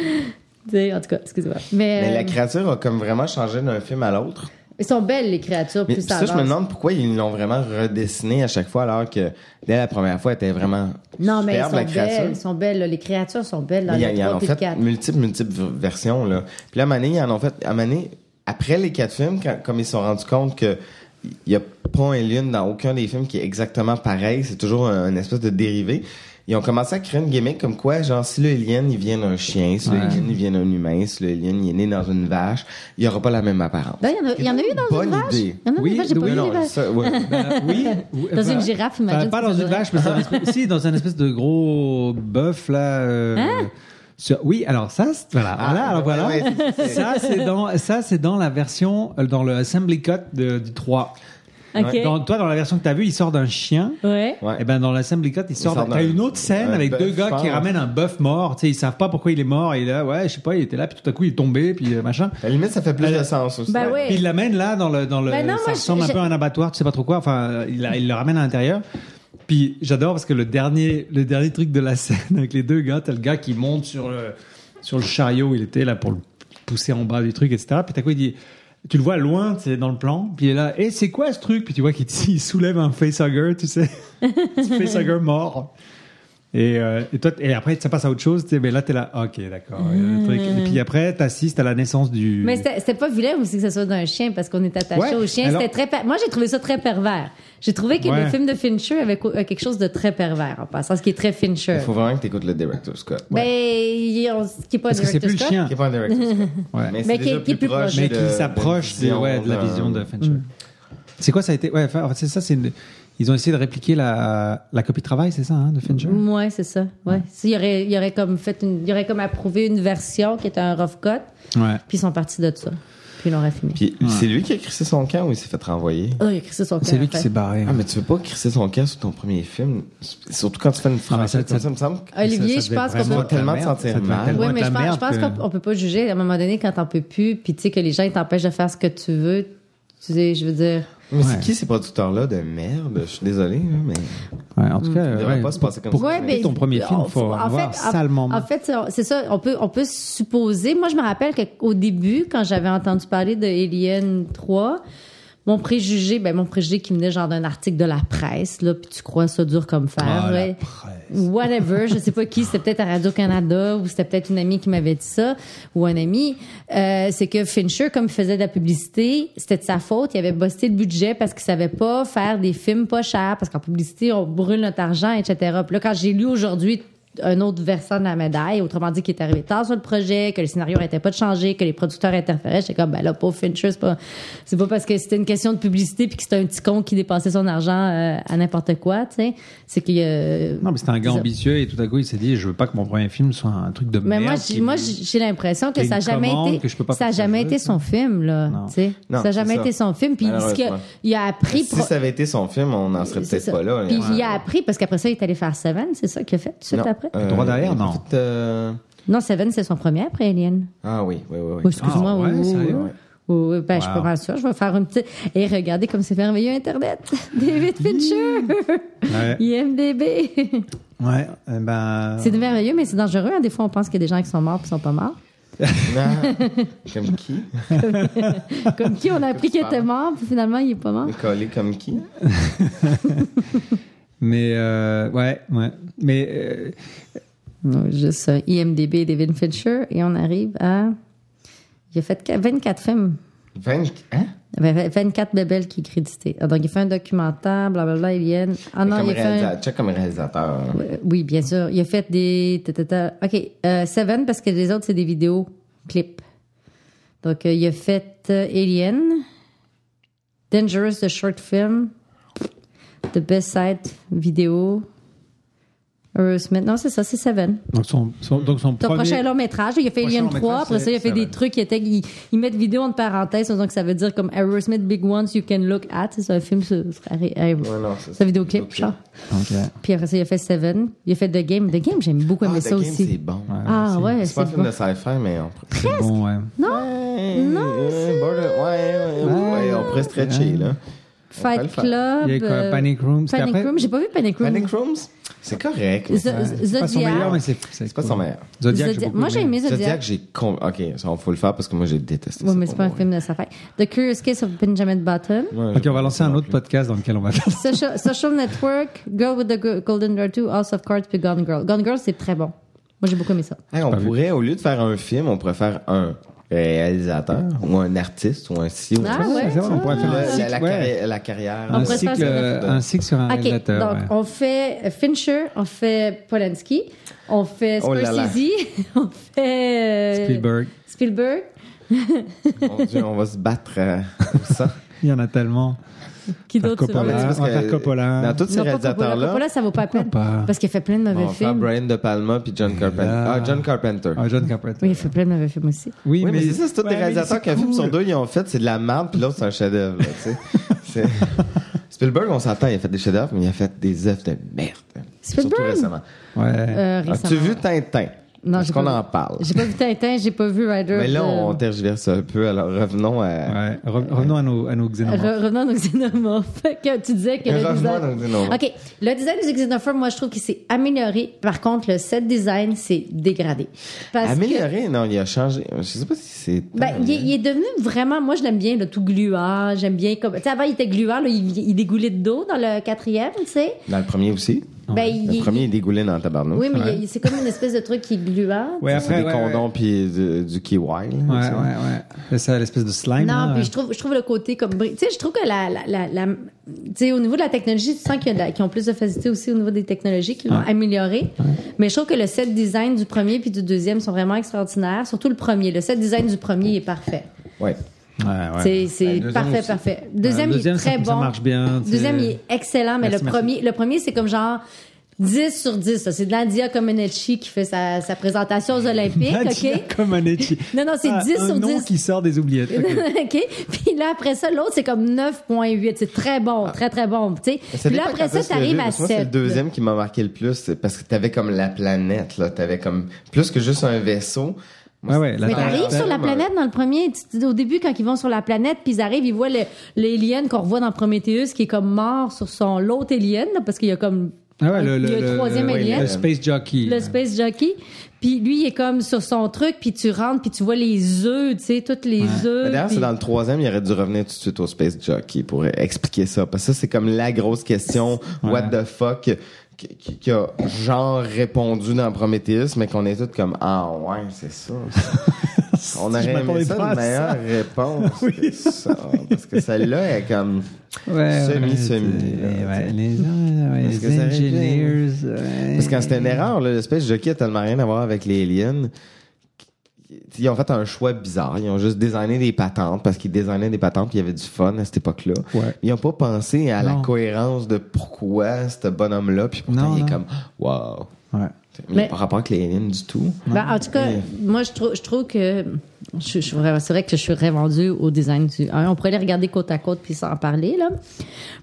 [SPEAKER 9] sais. En tout cas, excuse-moi. Mais,
[SPEAKER 10] Mais la
[SPEAKER 9] euh,
[SPEAKER 10] créature a comme vraiment changé d'un film à l'autre.
[SPEAKER 9] ils sont belles, les créatures,
[SPEAKER 10] Mais
[SPEAKER 9] plus
[SPEAKER 10] ça, je me
[SPEAKER 9] avance.
[SPEAKER 10] demande pourquoi ils l'ont vraiment redessiné à chaque fois, alors que dès la première fois, elle était vraiment
[SPEAKER 9] Non, mais elles
[SPEAKER 10] superbe, la
[SPEAKER 9] sont
[SPEAKER 10] créature.
[SPEAKER 9] belles, elles sont belles, là. les créatures sont belles dans
[SPEAKER 10] Mais
[SPEAKER 9] le
[SPEAKER 10] ils, ils
[SPEAKER 9] 3
[SPEAKER 10] en ont
[SPEAKER 9] puis le
[SPEAKER 10] fait
[SPEAKER 9] 4.
[SPEAKER 10] multiples, multiples v- versions. Là. Puis là, à Mané, ils en ont fait. À Mané, après les quatre films, quand- comme ils se sont rendus compte que il y a pas un lune dans aucun des films qui est exactement pareil, c'est toujours un, une espèce de dérivé. Ils ont commencé à créer une gimmick comme quoi, genre, si le alien, il vient d'un chien, si le alien, il vient d'un humain, si le alien, il est né dans une vache, il n'y aura pas la même apparence.
[SPEAKER 9] D'ailleurs, Ben, il y en a, il y en a eu dans
[SPEAKER 10] Bonne
[SPEAKER 9] une vache.
[SPEAKER 10] idée.
[SPEAKER 9] Il y en a
[SPEAKER 2] Oui,
[SPEAKER 9] une vache, j'ai pas
[SPEAKER 2] oui,
[SPEAKER 9] vu
[SPEAKER 10] non,
[SPEAKER 9] les vaches.
[SPEAKER 10] ça, ouais.
[SPEAKER 2] Euh, oui. oui,
[SPEAKER 9] Dans
[SPEAKER 2] euh,
[SPEAKER 9] une girafe, imagine
[SPEAKER 2] Enfin, pas
[SPEAKER 9] si
[SPEAKER 2] dans
[SPEAKER 9] ça
[SPEAKER 2] une
[SPEAKER 9] devrait-
[SPEAKER 2] vache, mais dans une espèce, si, dans un espèce de gros bœuf là. euh,
[SPEAKER 9] Ah.
[SPEAKER 2] sur- oui, alors ça, c'est- voilà,
[SPEAKER 10] Ah,
[SPEAKER 2] voilà, alors
[SPEAKER 10] ouais,
[SPEAKER 2] voilà.
[SPEAKER 10] ouais, c'est- c'est-
[SPEAKER 2] ça c'est dans, ça c'est dans la version, euh, dans le assembly cut de- du 3.
[SPEAKER 9] Ok.
[SPEAKER 2] Dans, toi, dans la version que t'as vue, il sort d'un chien.
[SPEAKER 9] Ouais.
[SPEAKER 10] Ouais.
[SPEAKER 2] Et ben dans l'Assembly Cut, il sort.
[SPEAKER 10] sort
[SPEAKER 2] T'as
[SPEAKER 10] d'un-
[SPEAKER 2] une autre scène
[SPEAKER 10] d'un
[SPEAKER 2] avec
[SPEAKER 10] bœuf
[SPEAKER 2] deux gars qui
[SPEAKER 10] mort.
[SPEAKER 2] ramènent un bœuf mort. Tu sais, ils savent pas pourquoi il est mort. Et là, ouais, je sais pas, il était là, puis tout à coup, il est tombé, puis euh, machin.
[SPEAKER 10] À la limite, ça fait plus
[SPEAKER 2] Euh,
[SPEAKER 10] de sens aussi.
[SPEAKER 9] Ben ouais.
[SPEAKER 2] Puis il l'amène là dans le dans le.
[SPEAKER 9] Ben non,
[SPEAKER 2] ça
[SPEAKER 9] moi,
[SPEAKER 2] ressemble
[SPEAKER 9] je-
[SPEAKER 2] un peu à un abattoir, tu sais pas trop quoi. Enfin, euh, il, la- il le ramène à l'intérieur. Puis j'adore parce que le dernier le dernier truc de la scène avec les deux gars, t'as le gars qui monte sur le sur le chariot où il était là pour le pousser en bas du truc, etc. Puis t'as quoi il dit. Tu le vois loin, c'est dans le plan, puis il est là, et c'est quoi ce truc Puis tu vois qu'il il soulève un facehugger, tu sais, facehugger mort. Et, euh, et toi, t- et après, ça passe à autre chose. tu sais, Mais là, t'es là, ok, d'accord. il y a le truc. Et puis après, t'assistes à la naissance du.
[SPEAKER 9] Mm. Mais c'était c'était pas vilain aussi que ce soit d'un chien parce qu'on est attaché
[SPEAKER 2] Ouais,
[SPEAKER 9] au chien.
[SPEAKER 2] alors-
[SPEAKER 9] C'était très per- Moi, j'ai trouvé ça très pervers. J'ai trouvé que
[SPEAKER 10] Ouais.
[SPEAKER 9] le film de Fincher avait co- euh, quelque chose de très pervers en passant, ce qui est très Fincher.
[SPEAKER 10] Il faut vraiment que t'écoutes le director Scott.
[SPEAKER 9] Ben, il est- on- ce qui est pas
[SPEAKER 10] Parce que c'est
[SPEAKER 9] Director
[SPEAKER 10] plus le
[SPEAKER 9] Scott.
[SPEAKER 10] chien. Qui est pas un Director Mais c'est
[SPEAKER 9] Mais
[SPEAKER 10] déjà
[SPEAKER 9] qui- qui est plus proche.
[SPEAKER 2] mais
[SPEAKER 10] de-
[SPEAKER 2] qui
[SPEAKER 10] de
[SPEAKER 2] s'approche
[SPEAKER 10] la
[SPEAKER 2] de,
[SPEAKER 10] vision euh, hmm.
[SPEAKER 2] ouais, de la
[SPEAKER 10] d'un-
[SPEAKER 2] vision de Fincher. C'est quoi ça a été Ouais, enfin, c'est ça. C'est une- ils ont essayé de répliquer la, la copie de travail, c'est ça, hein, de Fincher.
[SPEAKER 9] Ouais, c'est ça. Ouais. Il, aurait, il aurait comme fait une, il aurait comme approuvé une version qui était un rough cut,
[SPEAKER 2] Ouais.
[SPEAKER 9] puis ils sont partis de ça. Puis ils l'ont raffiné.
[SPEAKER 10] Puis c'est lui qui a crissé son camp ou il s'est fait renvoyer
[SPEAKER 9] Ah, il a crissé son camp, après.
[SPEAKER 2] barré.
[SPEAKER 10] Ah, mais tu veux pas crisser son camp sur ton premier film, surtout quand tu fais une phrase
[SPEAKER 2] ça-
[SPEAKER 10] comme ça,
[SPEAKER 2] ça-
[SPEAKER 10] me semble. que-
[SPEAKER 9] Ah, Olivier,
[SPEAKER 10] ça- ça
[SPEAKER 9] je pense
[SPEAKER 10] devait
[SPEAKER 9] qu'on
[SPEAKER 10] vraiment
[SPEAKER 9] peut-
[SPEAKER 10] tellement te
[SPEAKER 2] Ça devait
[SPEAKER 10] sentir
[SPEAKER 2] tellement
[SPEAKER 10] mal.
[SPEAKER 2] être
[SPEAKER 9] Oui,
[SPEAKER 2] loin de
[SPEAKER 9] mais je
[SPEAKER 2] la
[SPEAKER 9] pense, je
[SPEAKER 2] merde
[SPEAKER 9] pense
[SPEAKER 2] que-
[SPEAKER 9] qu'on on peut pas juger. À un moment donné, quand t'en peux plus, puis tu sais que les gens ils t'empêchent de faire ce que tu veux, tu sais, je veux dire.
[SPEAKER 10] Mais c'est qui ces producteurs-là de merde? Je suis désolé, hein, mais.
[SPEAKER 2] Ouais, en tout cas,
[SPEAKER 10] Ça devrait
[SPEAKER 2] ouais.
[SPEAKER 10] pas se passer comme
[SPEAKER 2] Pourquoi
[SPEAKER 10] ça.
[SPEAKER 9] Hmm. Ouais, mais-
[SPEAKER 2] ton premier film,
[SPEAKER 9] en-
[SPEAKER 2] faut
[SPEAKER 9] en
[SPEAKER 2] avoir
[SPEAKER 9] fait, en-
[SPEAKER 2] salement.
[SPEAKER 9] En fait, c'est- c'est ça. On peut, on peut supposer. Moi, je me rappelle qu'au début, quand j'avais entendu parler de Alien 3, mon préjugé, ben mon préjugé qui venait genre d'un article de la presse, là, puis tu crois ça dur comme fer,
[SPEAKER 2] Ah, la
[SPEAKER 9] ouais. whatever, je sais pas qui, c'était peut-être à Radio Canada ou c'était peut-être une amie qui m'avait dit ça ou un ami, euh, c'est que Fincher comme il faisait de la publicité, c'était de sa faute, il avait bossé le budget parce qu'il savait pas faire des films pas chers parce qu'en publicité on brûle notre argent etc. Puis là quand j'ai lu aujourd'hui un autre versant de la médaille, autrement dit qui est arrivé tard sur le projet, que le scénario n'arrêtait pas de changer, que les producteurs interféraient, j'étais comme ben là pauvre Fincher, c'est pas c'est pas parce que c'était une question de publicité puis que c'était un petit con qui dépensait son argent euh, à n'importe quoi, tu sais, c'est qu'il euh,
[SPEAKER 2] Non, mais c'était un gars
[SPEAKER 9] c'est ça.
[SPEAKER 2] ambitieux et tout à coup, il s'est dit, je veux pas que mon premier film soit un truc de
[SPEAKER 9] Mais
[SPEAKER 2] merde.
[SPEAKER 9] moi,
[SPEAKER 2] qui-
[SPEAKER 9] j'ai- moi, j'ai j'ai l'impression que
[SPEAKER 2] qu'il y
[SPEAKER 9] ça
[SPEAKER 2] a
[SPEAKER 9] n'a
[SPEAKER 2] une
[SPEAKER 9] jamais
[SPEAKER 2] commande
[SPEAKER 9] été,
[SPEAKER 2] que je peux pas
[SPEAKER 9] ça a
[SPEAKER 2] faire
[SPEAKER 9] jamais
[SPEAKER 2] ça,
[SPEAKER 9] été
[SPEAKER 2] ça.
[SPEAKER 9] son film là.
[SPEAKER 2] Non.
[SPEAKER 9] tu sais.
[SPEAKER 10] Non,
[SPEAKER 9] ça n'a
[SPEAKER 10] c'est
[SPEAKER 9] jamais
[SPEAKER 10] ça.
[SPEAKER 9] été son film. Puis ce qu'il a,
[SPEAKER 10] Malheureusement.
[SPEAKER 9] il a appris.
[SPEAKER 10] Si
[SPEAKER 9] pro-
[SPEAKER 10] ça avait été son film, on n'en serait
[SPEAKER 9] c'est
[SPEAKER 10] peut-être
[SPEAKER 9] ça.
[SPEAKER 10] pas là. hein.
[SPEAKER 9] Puis il a appris parce qu'après ça, il est allé faire Seven. C'est ça qu'il a fait tout de suite après.
[SPEAKER 10] euh,
[SPEAKER 2] Droit derrière, non.
[SPEAKER 9] Non, Seven, c'est son premier après Alien.
[SPEAKER 10] Ah oui, oui, oui. oui.
[SPEAKER 9] Oh, excuse-moi.
[SPEAKER 2] Ah, ouais,
[SPEAKER 9] oui, oui,
[SPEAKER 2] sérieux?
[SPEAKER 9] oui. Oui, oui, ben, Je suis
[SPEAKER 2] Wow.
[SPEAKER 9] pas mal sûre. Je vais faire une petite. Et regardez comme c'est merveilleux Internet. David Fincher.
[SPEAKER 2] Ouais.
[SPEAKER 9] IMDB.
[SPEAKER 2] Ouais, euh, ben.
[SPEAKER 9] c'est merveilleux, mais c'est dangereux. hein. Des fois, on pense qu'il y a des gens qui sont morts qui sont pas morts.
[SPEAKER 10] Non. Comme qui?
[SPEAKER 9] Comme qui on a appris qu'il
[SPEAKER 10] ça.
[SPEAKER 9] était mort, puis finalement, il est pas mort.
[SPEAKER 10] Collé comme qui?
[SPEAKER 2] Mais, euh, ouais, ouais. Mais, euh,
[SPEAKER 9] Non, Juste euh, IMDB David Fincher et on arrive à. Il a fait qu- 24 films.
[SPEAKER 10] Vingt- Hein?
[SPEAKER 9] Ben, 24 bébelles qui est crédité. Ah, Donc, il fait un documentaire, blablabla, Alien. Ah non,
[SPEAKER 10] comme
[SPEAKER 9] il a fait. un-
[SPEAKER 10] réalisateur. Check comme réalisateur.
[SPEAKER 9] Euh, Oui, bien sûr. Il a fait des. ta, ta, ta. OK. euh, Seven, parce que les autres, c'est des vidéos clips. Donc, euh, il a fait euh, Alien, Dangerous, the short film, The Best Side, vidéo, Aerosmith. Non, c'est ça, c'est Seven.
[SPEAKER 2] donc son, son- donc son
[SPEAKER 9] Ton
[SPEAKER 2] premier.
[SPEAKER 9] prochain long métrage, il a fait
[SPEAKER 2] Prochain
[SPEAKER 9] Alien
[SPEAKER 2] long
[SPEAKER 9] 3,
[SPEAKER 2] métrage,
[SPEAKER 9] après ça, il a
[SPEAKER 2] c'est
[SPEAKER 9] fait des
[SPEAKER 2] Seven.
[SPEAKER 9] trucs qui étaient. Ils, ils mettent vidéo entre parenthèses, donc ça veut dire comme Aerosmith Big Ones You Can Look At. C'est un film sur. euh, sur Aer- Aer-
[SPEAKER 10] Ouais, non, c'est
[SPEAKER 9] C'est un vidéoclip,
[SPEAKER 10] vidéoclip.
[SPEAKER 9] genre.
[SPEAKER 2] Ok.
[SPEAKER 9] Puis après ça, il a fait Seven. Il a fait The Game. The Game, j'aime beaucoup
[SPEAKER 10] Ah,
[SPEAKER 9] aimer
[SPEAKER 10] The
[SPEAKER 9] ça
[SPEAKER 10] Game,
[SPEAKER 9] aussi.
[SPEAKER 10] c'est bon.
[SPEAKER 9] Ah ouais,
[SPEAKER 10] C'est pas un
[SPEAKER 9] c'est
[SPEAKER 10] film
[SPEAKER 9] bon.
[SPEAKER 10] de sci-fi, mais on pourrait.
[SPEAKER 2] C'est Bon, ouais.
[SPEAKER 10] Ouais, ouais, border- ouais, ouais, ouais, on pourrait stretcher, là. On peut le
[SPEAKER 9] Fight
[SPEAKER 10] faire.
[SPEAKER 9] Club.
[SPEAKER 2] Il y a quoi,
[SPEAKER 9] euh,
[SPEAKER 2] Panic Room, c'était
[SPEAKER 9] Panic
[SPEAKER 2] après?
[SPEAKER 9] Room, j'ai pas vu Panic Room.
[SPEAKER 10] Panic Rooms? C'est correct.
[SPEAKER 9] The-
[SPEAKER 10] mais-
[SPEAKER 9] The-
[SPEAKER 2] C'est pas son meilleur,
[SPEAKER 9] Zodiac.
[SPEAKER 2] mais c'est. C'est
[SPEAKER 10] C'est pas son meilleur.
[SPEAKER 2] Zodiac,
[SPEAKER 9] Zodiac-
[SPEAKER 2] j'ai beaucoup
[SPEAKER 9] Moi, j'ai aimé
[SPEAKER 10] Zodiac,
[SPEAKER 9] Zodiac.
[SPEAKER 10] j'ai. con- Ok, ça, faut le faire parce que moi, j'ai détesté
[SPEAKER 9] Oui,
[SPEAKER 10] ça
[SPEAKER 9] mais
[SPEAKER 10] pour
[SPEAKER 9] c'est pas un
[SPEAKER 10] moi.
[SPEAKER 9] film de sci The Curious Case of Benjamin Button.
[SPEAKER 10] Ouais,
[SPEAKER 2] Ok,
[SPEAKER 10] j'ai-
[SPEAKER 2] on va lancer un autre podcast dans lequel on va faire ça.
[SPEAKER 9] Social, Social Network, Girl with the Go- Golden Girl 2, House of Cards, puis Gone Girl. Gone Girl, c'est très bon. Moi, j'ai beaucoup aimé ça.
[SPEAKER 10] Hey, on pourrait, au lieu de faire un film, on pourrait faire un réalisateur
[SPEAKER 2] Ah.
[SPEAKER 10] ou un artiste ou un E CEO.
[SPEAKER 9] Ah ouais,
[SPEAKER 2] c'est vrai, on pourrait
[SPEAKER 10] La,
[SPEAKER 2] faire un
[SPEAKER 10] la- la
[SPEAKER 2] cycle, ouais.
[SPEAKER 10] carrière- la carrière.
[SPEAKER 9] On
[SPEAKER 2] un
[SPEAKER 9] pourrait se faire
[SPEAKER 2] cycle, euh,
[SPEAKER 9] ça.
[SPEAKER 2] un cycle sur un
[SPEAKER 9] OK, donc
[SPEAKER 2] réalisateur. ouais.
[SPEAKER 9] on fait Fincher, on fait Polanski, on fait
[SPEAKER 10] Oh là là.
[SPEAKER 9] Scorsese, on fait... euh,
[SPEAKER 2] Spielberg.
[SPEAKER 9] Spielberg.
[SPEAKER 10] Mon Dieu, on va se battre euh, pour ça.
[SPEAKER 2] Il y en a tellement.
[SPEAKER 9] Qui
[SPEAKER 2] Faire
[SPEAKER 9] d'autre? tu veux?
[SPEAKER 2] Coppola.
[SPEAKER 10] C'est parce
[SPEAKER 2] Ah, on va
[SPEAKER 10] que
[SPEAKER 2] faire Coppola.
[SPEAKER 10] Dans tous ces
[SPEAKER 9] Non, pas Coppola.
[SPEAKER 10] réalisateurs-là,
[SPEAKER 9] Coppola, ça vaut pas la peine.
[SPEAKER 2] Pourquoi pas?
[SPEAKER 9] Parce qu'il a fait plein de
[SPEAKER 10] on
[SPEAKER 9] mauvais
[SPEAKER 10] va faire
[SPEAKER 9] films.
[SPEAKER 10] Brian De Palma puis John Carpenter.
[SPEAKER 2] là.
[SPEAKER 10] Ah, John Carpenter.
[SPEAKER 2] Ah, John Carpenter.
[SPEAKER 9] Oui, il fait plein de mauvais films aussi.
[SPEAKER 2] Oui,
[SPEAKER 10] Oui, mais, c'est ça, c'est tous
[SPEAKER 2] Ouais,
[SPEAKER 10] des
[SPEAKER 2] mais
[SPEAKER 10] réalisateurs
[SPEAKER 2] c'est
[SPEAKER 10] qu'un film
[SPEAKER 2] cool.
[SPEAKER 10] sur deux, ils ont fait, c'est de la merde, puis l'autre, c'est un chef-d'œuvre. là, tu sais. C'est- Spielberg, on s'entend, il a fait des chefs-d'œuvre, mais il a fait des œuvres de merde. Surtout
[SPEAKER 9] Spielberg?
[SPEAKER 10] récemment.
[SPEAKER 2] Ouais.
[SPEAKER 9] Euh,
[SPEAKER 10] As-tu
[SPEAKER 9] récemment.
[SPEAKER 10] vu Tintin?
[SPEAKER 9] Non,
[SPEAKER 10] Est-ce
[SPEAKER 9] j'ai
[SPEAKER 10] qu'on
[SPEAKER 9] pas
[SPEAKER 10] en
[SPEAKER 9] vu.
[SPEAKER 10] parle?
[SPEAKER 9] J'ai pas vu Tintin, j'ai pas vu Rider.
[SPEAKER 10] Mais là,
[SPEAKER 9] of the-
[SPEAKER 10] on tergiverse un peu, alors revenons à.
[SPEAKER 2] Ouais. Re- Revenons à nos, à nos xénomorphes.
[SPEAKER 9] euh, Re- Revenons aux xénomorphes. Fait que tu disais que le
[SPEAKER 10] Revenons
[SPEAKER 9] design...
[SPEAKER 10] aux xénomorphes.
[SPEAKER 9] OK. Le design des xénomorphes, moi, je trouve qu'il s'est amélioré. Par contre, le set design s'est dégradé. Parce que...
[SPEAKER 10] Améliorer, non, il a changé. Je sais pas si c'est.
[SPEAKER 9] Ben, il, est, il est devenu vraiment... Moi, je l'aime bien, le tout gluant. J'aime bien comme... Tu sais, avant, il était gluant. Là, il, il dégoulait de dos dans le quatrième, tu sais.
[SPEAKER 10] Dans le premier aussi.
[SPEAKER 9] Ben,
[SPEAKER 10] Le
[SPEAKER 9] il-
[SPEAKER 10] premier, il dégoulait dans le tabarnouche.
[SPEAKER 9] Oui, mais
[SPEAKER 2] Ouais.
[SPEAKER 9] il y a- c'est comme une espèce de truc qui est gluant.
[SPEAKER 2] Ouais,
[SPEAKER 10] C'est
[SPEAKER 2] après,
[SPEAKER 10] des
[SPEAKER 2] ouais, ouais.
[SPEAKER 10] condoms puis de- du kiwi. là,
[SPEAKER 2] Ouais,
[SPEAKER 10] tu sais.
[SPEAKER 2] ouais, ouais. Là, ça, l'espèce de
[SPEAKER 9] Non,
[SPEAKER 2] slime. là. euh.
[SPEAKER 9] puis je trouve, je trouve le côté comme. bri- Tu sais, je trouve que la. la, la, la- tu sais, au niveau de la technologie, tu sens qu'il y a de la- qu'ils ont plus de facilité aussi au niveau des technologies qui l'ont amélioré. Mais je trouve que le set design du premier puis du deuxième sont vraiment extraordinaires. Surtout le premier. Le set design du premier est parfait.
[SPEAKER 10] Ouais.
[SPEAKER 2] Ouais, ouais.
[SPEAKER 9] C'est-
[SPEAKER 10] Ben, le
[SPEAKER 9] C'est
[SPEAKER 10] deuxième
[SPEAKER 9] parfait,
[SPEAKER 10] aussi.
[SPEAKER 9] parfait. Deuxième, il est
[SPEAKER 2] Ouais, deuxième, ça-
[SPEAKER 9] très bon.
[SPEAKER 2] ça marche bien, tu sais.
[SPEAKER 9] Deuxième, il est excellent, mais
[SPEAKER 2] Merci,
[SPEAKER 9] le
[SPEAKER 2] merci.
[SPEAKER 9] premier, le premier, c'est comme genre 10 sur 10. là. C'est de Nadia Comaneci qui fait sa, sa présentation aux Olympiques,
[SPEAKER 2] Nadia
[SPEAKER 9] OK?
[SPEAKER 2] Comaneci.
[SPEAKER 9] Non, non, c'est
[SPEAKER 2] Ah,
[SPEAKER 9] 10
[SPEAKER 2] un
[SPEAKER 9] sur
[SPEAKER 2] nom
[SPEAKER 9] 10.
[SPEAKER 2] qui sort des oubliettes. Ok.
[SPEAKER 9] OK? Puis là, après ça, l'autre, c'est comme 9,8. C'est très bon, très, très bon. Tu sais?
[SPEAKER 10] Mais
[SPEAKER 9] Puis là,
[SPEAKER 10] Ah. dépend
[SPEAKER 9] après
[SPEAKER 10] quand
[SPEAKER 9] ça,
[SPEAKER 10] est-ce que
[SPEAKER 9] t'arrives
[SPEAKER 10] le-
[SPEAKER 9] à
[SPEAKER 10] parce que moi,
[SPEAKER 9] 7.
[SPEAKER 10] C'est le deuxième qui m'a marqué le plus, c'est parce que t'avais comme la planète, là. T'avais comme plus que juste un vaisseau. Moi,
[SPEAKER 2] Ouais, ouais,
[SPEAKER 10] c'est-
[SPEAKER 2] la
[SPEAKER 9] Mais
[SPEAKER 2] Terre.
[SPEAKER 9] t'arrives sur la
[SPEAKER 10] Ouais.
[SPEAKER 9] planète dans le premier. Tu- tu- Au début, quand ils vont sur la planète, puis ils arrivent, ils voient le- l'alien qu'on revoit dans Prometheus qui est comme mort sur son l'autre alien, là, parce qu'il y a comme
[SPEAKER 2] Ah ouais, le,
[SPEAKER 9] il y a
[SPEAKER 2] le,
[SPEAKER 9] le troisième
[SPEAKER 2] ouais,
[SPEAKER 9] alien.
[SPEAKER 2] le Space Jockey.
[SPEAKER 9] le space jockey. Puis lui, il est comme sur son truc, puis tu rentres, puis tu vois les œufs, tu sais, toutes les œufs.
[SPEAKER 10] Mais D'ailleurs,
[SPEAKER 9] puis-
[SPEAKER 10] c'est dans le troisième, il aurait dû revenir tout de suite au Space Jockey pour euh, expliquer ça. Parce que ça, c'est comme la grosse question, what the fuck, qui, qui- qui a genre répondu dans Prometheus, mais qu'on est tous comme, ah ouais, c'est ça. On
[SPEAKER 2] Je
[SPEAKER 10] aurait
[SPEAKER 2] m'attendais
[SPEAKER 10] aimé ça,
[SPEAKER 2] pas à
[SPEAKER 10] une meilleure
[SPEAKER 2] ça.
[SPEAKER 10] réponse que ça. Parce que celle-là est comme
[SPEAKER 2] Ouais,
[SPEAKER 10] semi, semi.
[SPEAKER 2] ouais, c'est-
[SPEAKER 10] là, tu sais.
[SPEAKER 2] ouais, les, ouais,
[SPEAKER 10] Parce que
[SPEAKER 2] les
[SPEAKER 10] ça aurait été-
[SPEAKER 2] engineers. ouais.
[SPEAKER 10] Parce que quand c'était une erreur, là, l'espèce de jockey a tellement rien à voir avec les aliens. Ils ont fait un choix bizarre. Ils ont juste designé des patentes parce qu'ils designaient des patentes puis il y avait du fun à cette époque-là.
[SPEAKER 2] Ouais.
[SPEAKER 10] Ils n'ont pas pensé à
[SPEAKER 2] Non.
[SPEAKER 10] la cohérence de pourquoi ce bonhomme-là. Puis pourtant,
[SPEAKER 2] Non,
[SPEAKER 10] il
[SPEAKER 2] non.
[SPEAKER 10] est comme « Wow!
[SPEAKER 2] Ouais. ».
[SPEAKER 10] Mais,
[SPEAKER 9] Mais-
[SPEAKER 10] pas rapport avec les aliens du tout.
[SPEAKER 9] Ben, en tout cas, moi, je trouve, je trouve que je, je- vraiment- c'est vrai que je suis revendue au design du. hein, on pourrait les regarder côte à côte puis s'en parler, là.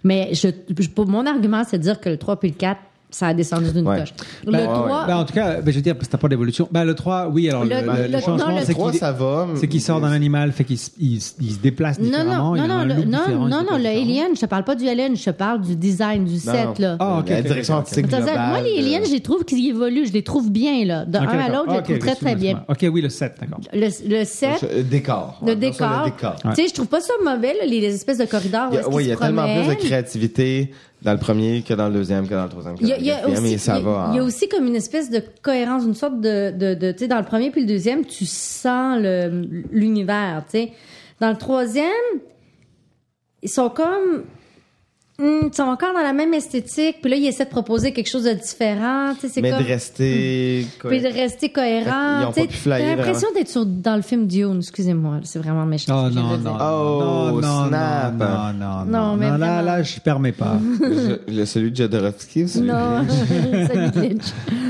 [SPEAKER 9] Mais je, je- pour mon argument, c'est de dire que le 3 puis le 4, ça a descendu d'une
[SPEAKER 10] Ouais.
[SPEAKER 9] coche. Le
[SPEAKER 2] Ben,
[SPEAKER 9] 3.
[SPEAKER 2] ben, en tout cas, ben, je veux dire, parce que t'as pas d'évolution. Ben, le 3, oui, alors
[SPEAKER 9] Le-
[SPEAKER 2] le, le-
[SPEAKER 9] le-
[SPEAKER 2] le
[SPEAKER 9] non,
[SPEAKER 2] changement,
[SPEAKER 9] le
[SPEAKER 2] c'est
[SPEAKER 10] trois,
[SPEAKER 2] qu'il-
[SPEAKER 10] ça va,
[SPEAKER 2] C'est qu'il sort
[SPEAKER 10] mais-
[SPEAKER 2] d'un animal, fait qu'il se- il, se- il se déplace
[SPEAKER 9] non,
[SPEAKER 2] différemment.
[SPEAKER 9] non,
[SPEAKER 2] il
[SPEAKER 9] non,
[SPEAKER 2] a
[SPEAKER 9] non,
[SPEAKER 2] un
[SPEAKER 9] le,
[SPEAKER 2] look différent,
[SPEAKER 9] non, non,
[SPEAKER 2] il se
[SPEAKER 9] non, le
[SPEAKER 2] déplace différemment.
[SPEAKER 9] alien, je te parle pas du alien, je te parle du design, du
[SPEAKER 10] Non,
[SPEAKER 9] set,
[SPEAKER 10] non.
[SPEAKER 9] là.
[SPEAKER 2] Ah, ok,
[SPEAKER 10] la
[SPEAKER 2] ok,
[SPEAKER 10] direction
[SPEAKER 2] ok, ok.
[SPEAKER 10] artistique
[SPEAKER 9] Attends,
[SPEAKER 10] globale. euh,
[SPEAKER 9] moi, les aliens, je les trouve qu'ils évoluent, je les trouve bien, là. De
[SPEAKER 2] Ok,
[SPEAKER 9] un à
[SPEAKER 2] d'accord.
[SPEAKER 9] l'autre, je les
[SPEAKER 2] Ok,
[SPEAKER 9] trouve très, très bien.
[SPEAKER 2] excuse-moi. Ok, oui, le 7, d'accord.
[SPEAKER 9] Le, le set,
[SPEAKER 10] Euh, décor.
[SPEAKER 9] le
[SPEAKER 10] Ouais, dans ça,
[SPEAKER 9] décor.
[SPEAKER 10] le décor.
[SPEAKER 9] Tu sais, je trouve pas ça mauvais, là, les, les espèces de corridors.
[SPEAKER 10] Il y a-
[SPEAKER 9] où est-ce
[SPEAKER 10] oui,
[SPEAKER 9] qu'ils
[SPEAKER 10] il y a
[SPEAKER 9] se
[SPEAKER 10] tellement plus de
[SPEAKER 9] promènent.
[SPEAKER 10] créativité dans le premier que dans le deuxième, que dans le troisième, que
[SPEAKER 9] Il y, a-
[SPEAKER 10] dans
[SPEAKER 9] il y
[SPEAKER 10] le
[SPEAKER 9] a
[SPEAKER 10] quatrième,
[SPEAKER 9] aussi,
[SPEAKER 10] et ça
[SPEAKER 9] il y a-
[SPEAKER 10] va. hein.
[SPEAKER 9] il y a
[SPEAKER 10] en-
[SPEAKER 9] aussi comme une espèce de cohérence, une sorte de, de, de- tu sais, dans le premier puis le deuxième, tu sens le- l'univers, tu sais. Dans le troisième, ils sont comme, hum, ils sont encore dans la même esthétique, puis là, ils essaient de proposer quelque chose de différent, tu sais, c'est
[SPEAKER 10] Mais
[SPEAKER 9] comme... Hmm.
[SPEAKER 10] de rester...
[SPEAKER 9] Puis de rester cohérent.
[SPEAKER 10] Ils ont
[SPEAKER 9] tu sais.
[SPEAKER 10] pas pu flyer,
[SPEAKER 9] J'ai l'impression d'être sur- dans le film Dune, excusez-moi, c'est vraiment méchant.
[SPEAKER 2] Oh
[SPEAKER 9] ce que je
[SPEAKER 2] non,
[SPEAKER 9] veux dire.
[SPEAKER 2] non.
[SPEAKER 10] Oh,
[SPEAKER 2] non, non,
[SPEAKER 10] snap.
[SPEAKER 2] Non, non, non.
[SPEAKER 9] Non, mais
[SPEAKER 2] non, là,
[SPEAKER 9] vraiment.
[SPEAKER 2] là, je permets pas.
[SPEAKER 10] Je- le, celui de Jodorowsky ou celui
[SPEAKER 9] Non, salut Glitch.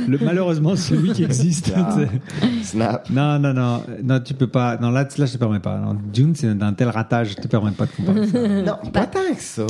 [SPEAKER 2] Le- malheureusement, celui qui existe. tu sais.
[SPEAKER 10] de Snap?
[SPEAKER 2] Non, non, non, non, tu peux pas. Non, là, là je te permets pas. Non, Dune, c'est d'un tel ratage, je te permets pas de comparer ça.
[SPEAKER 10] Non, pas tant que ça.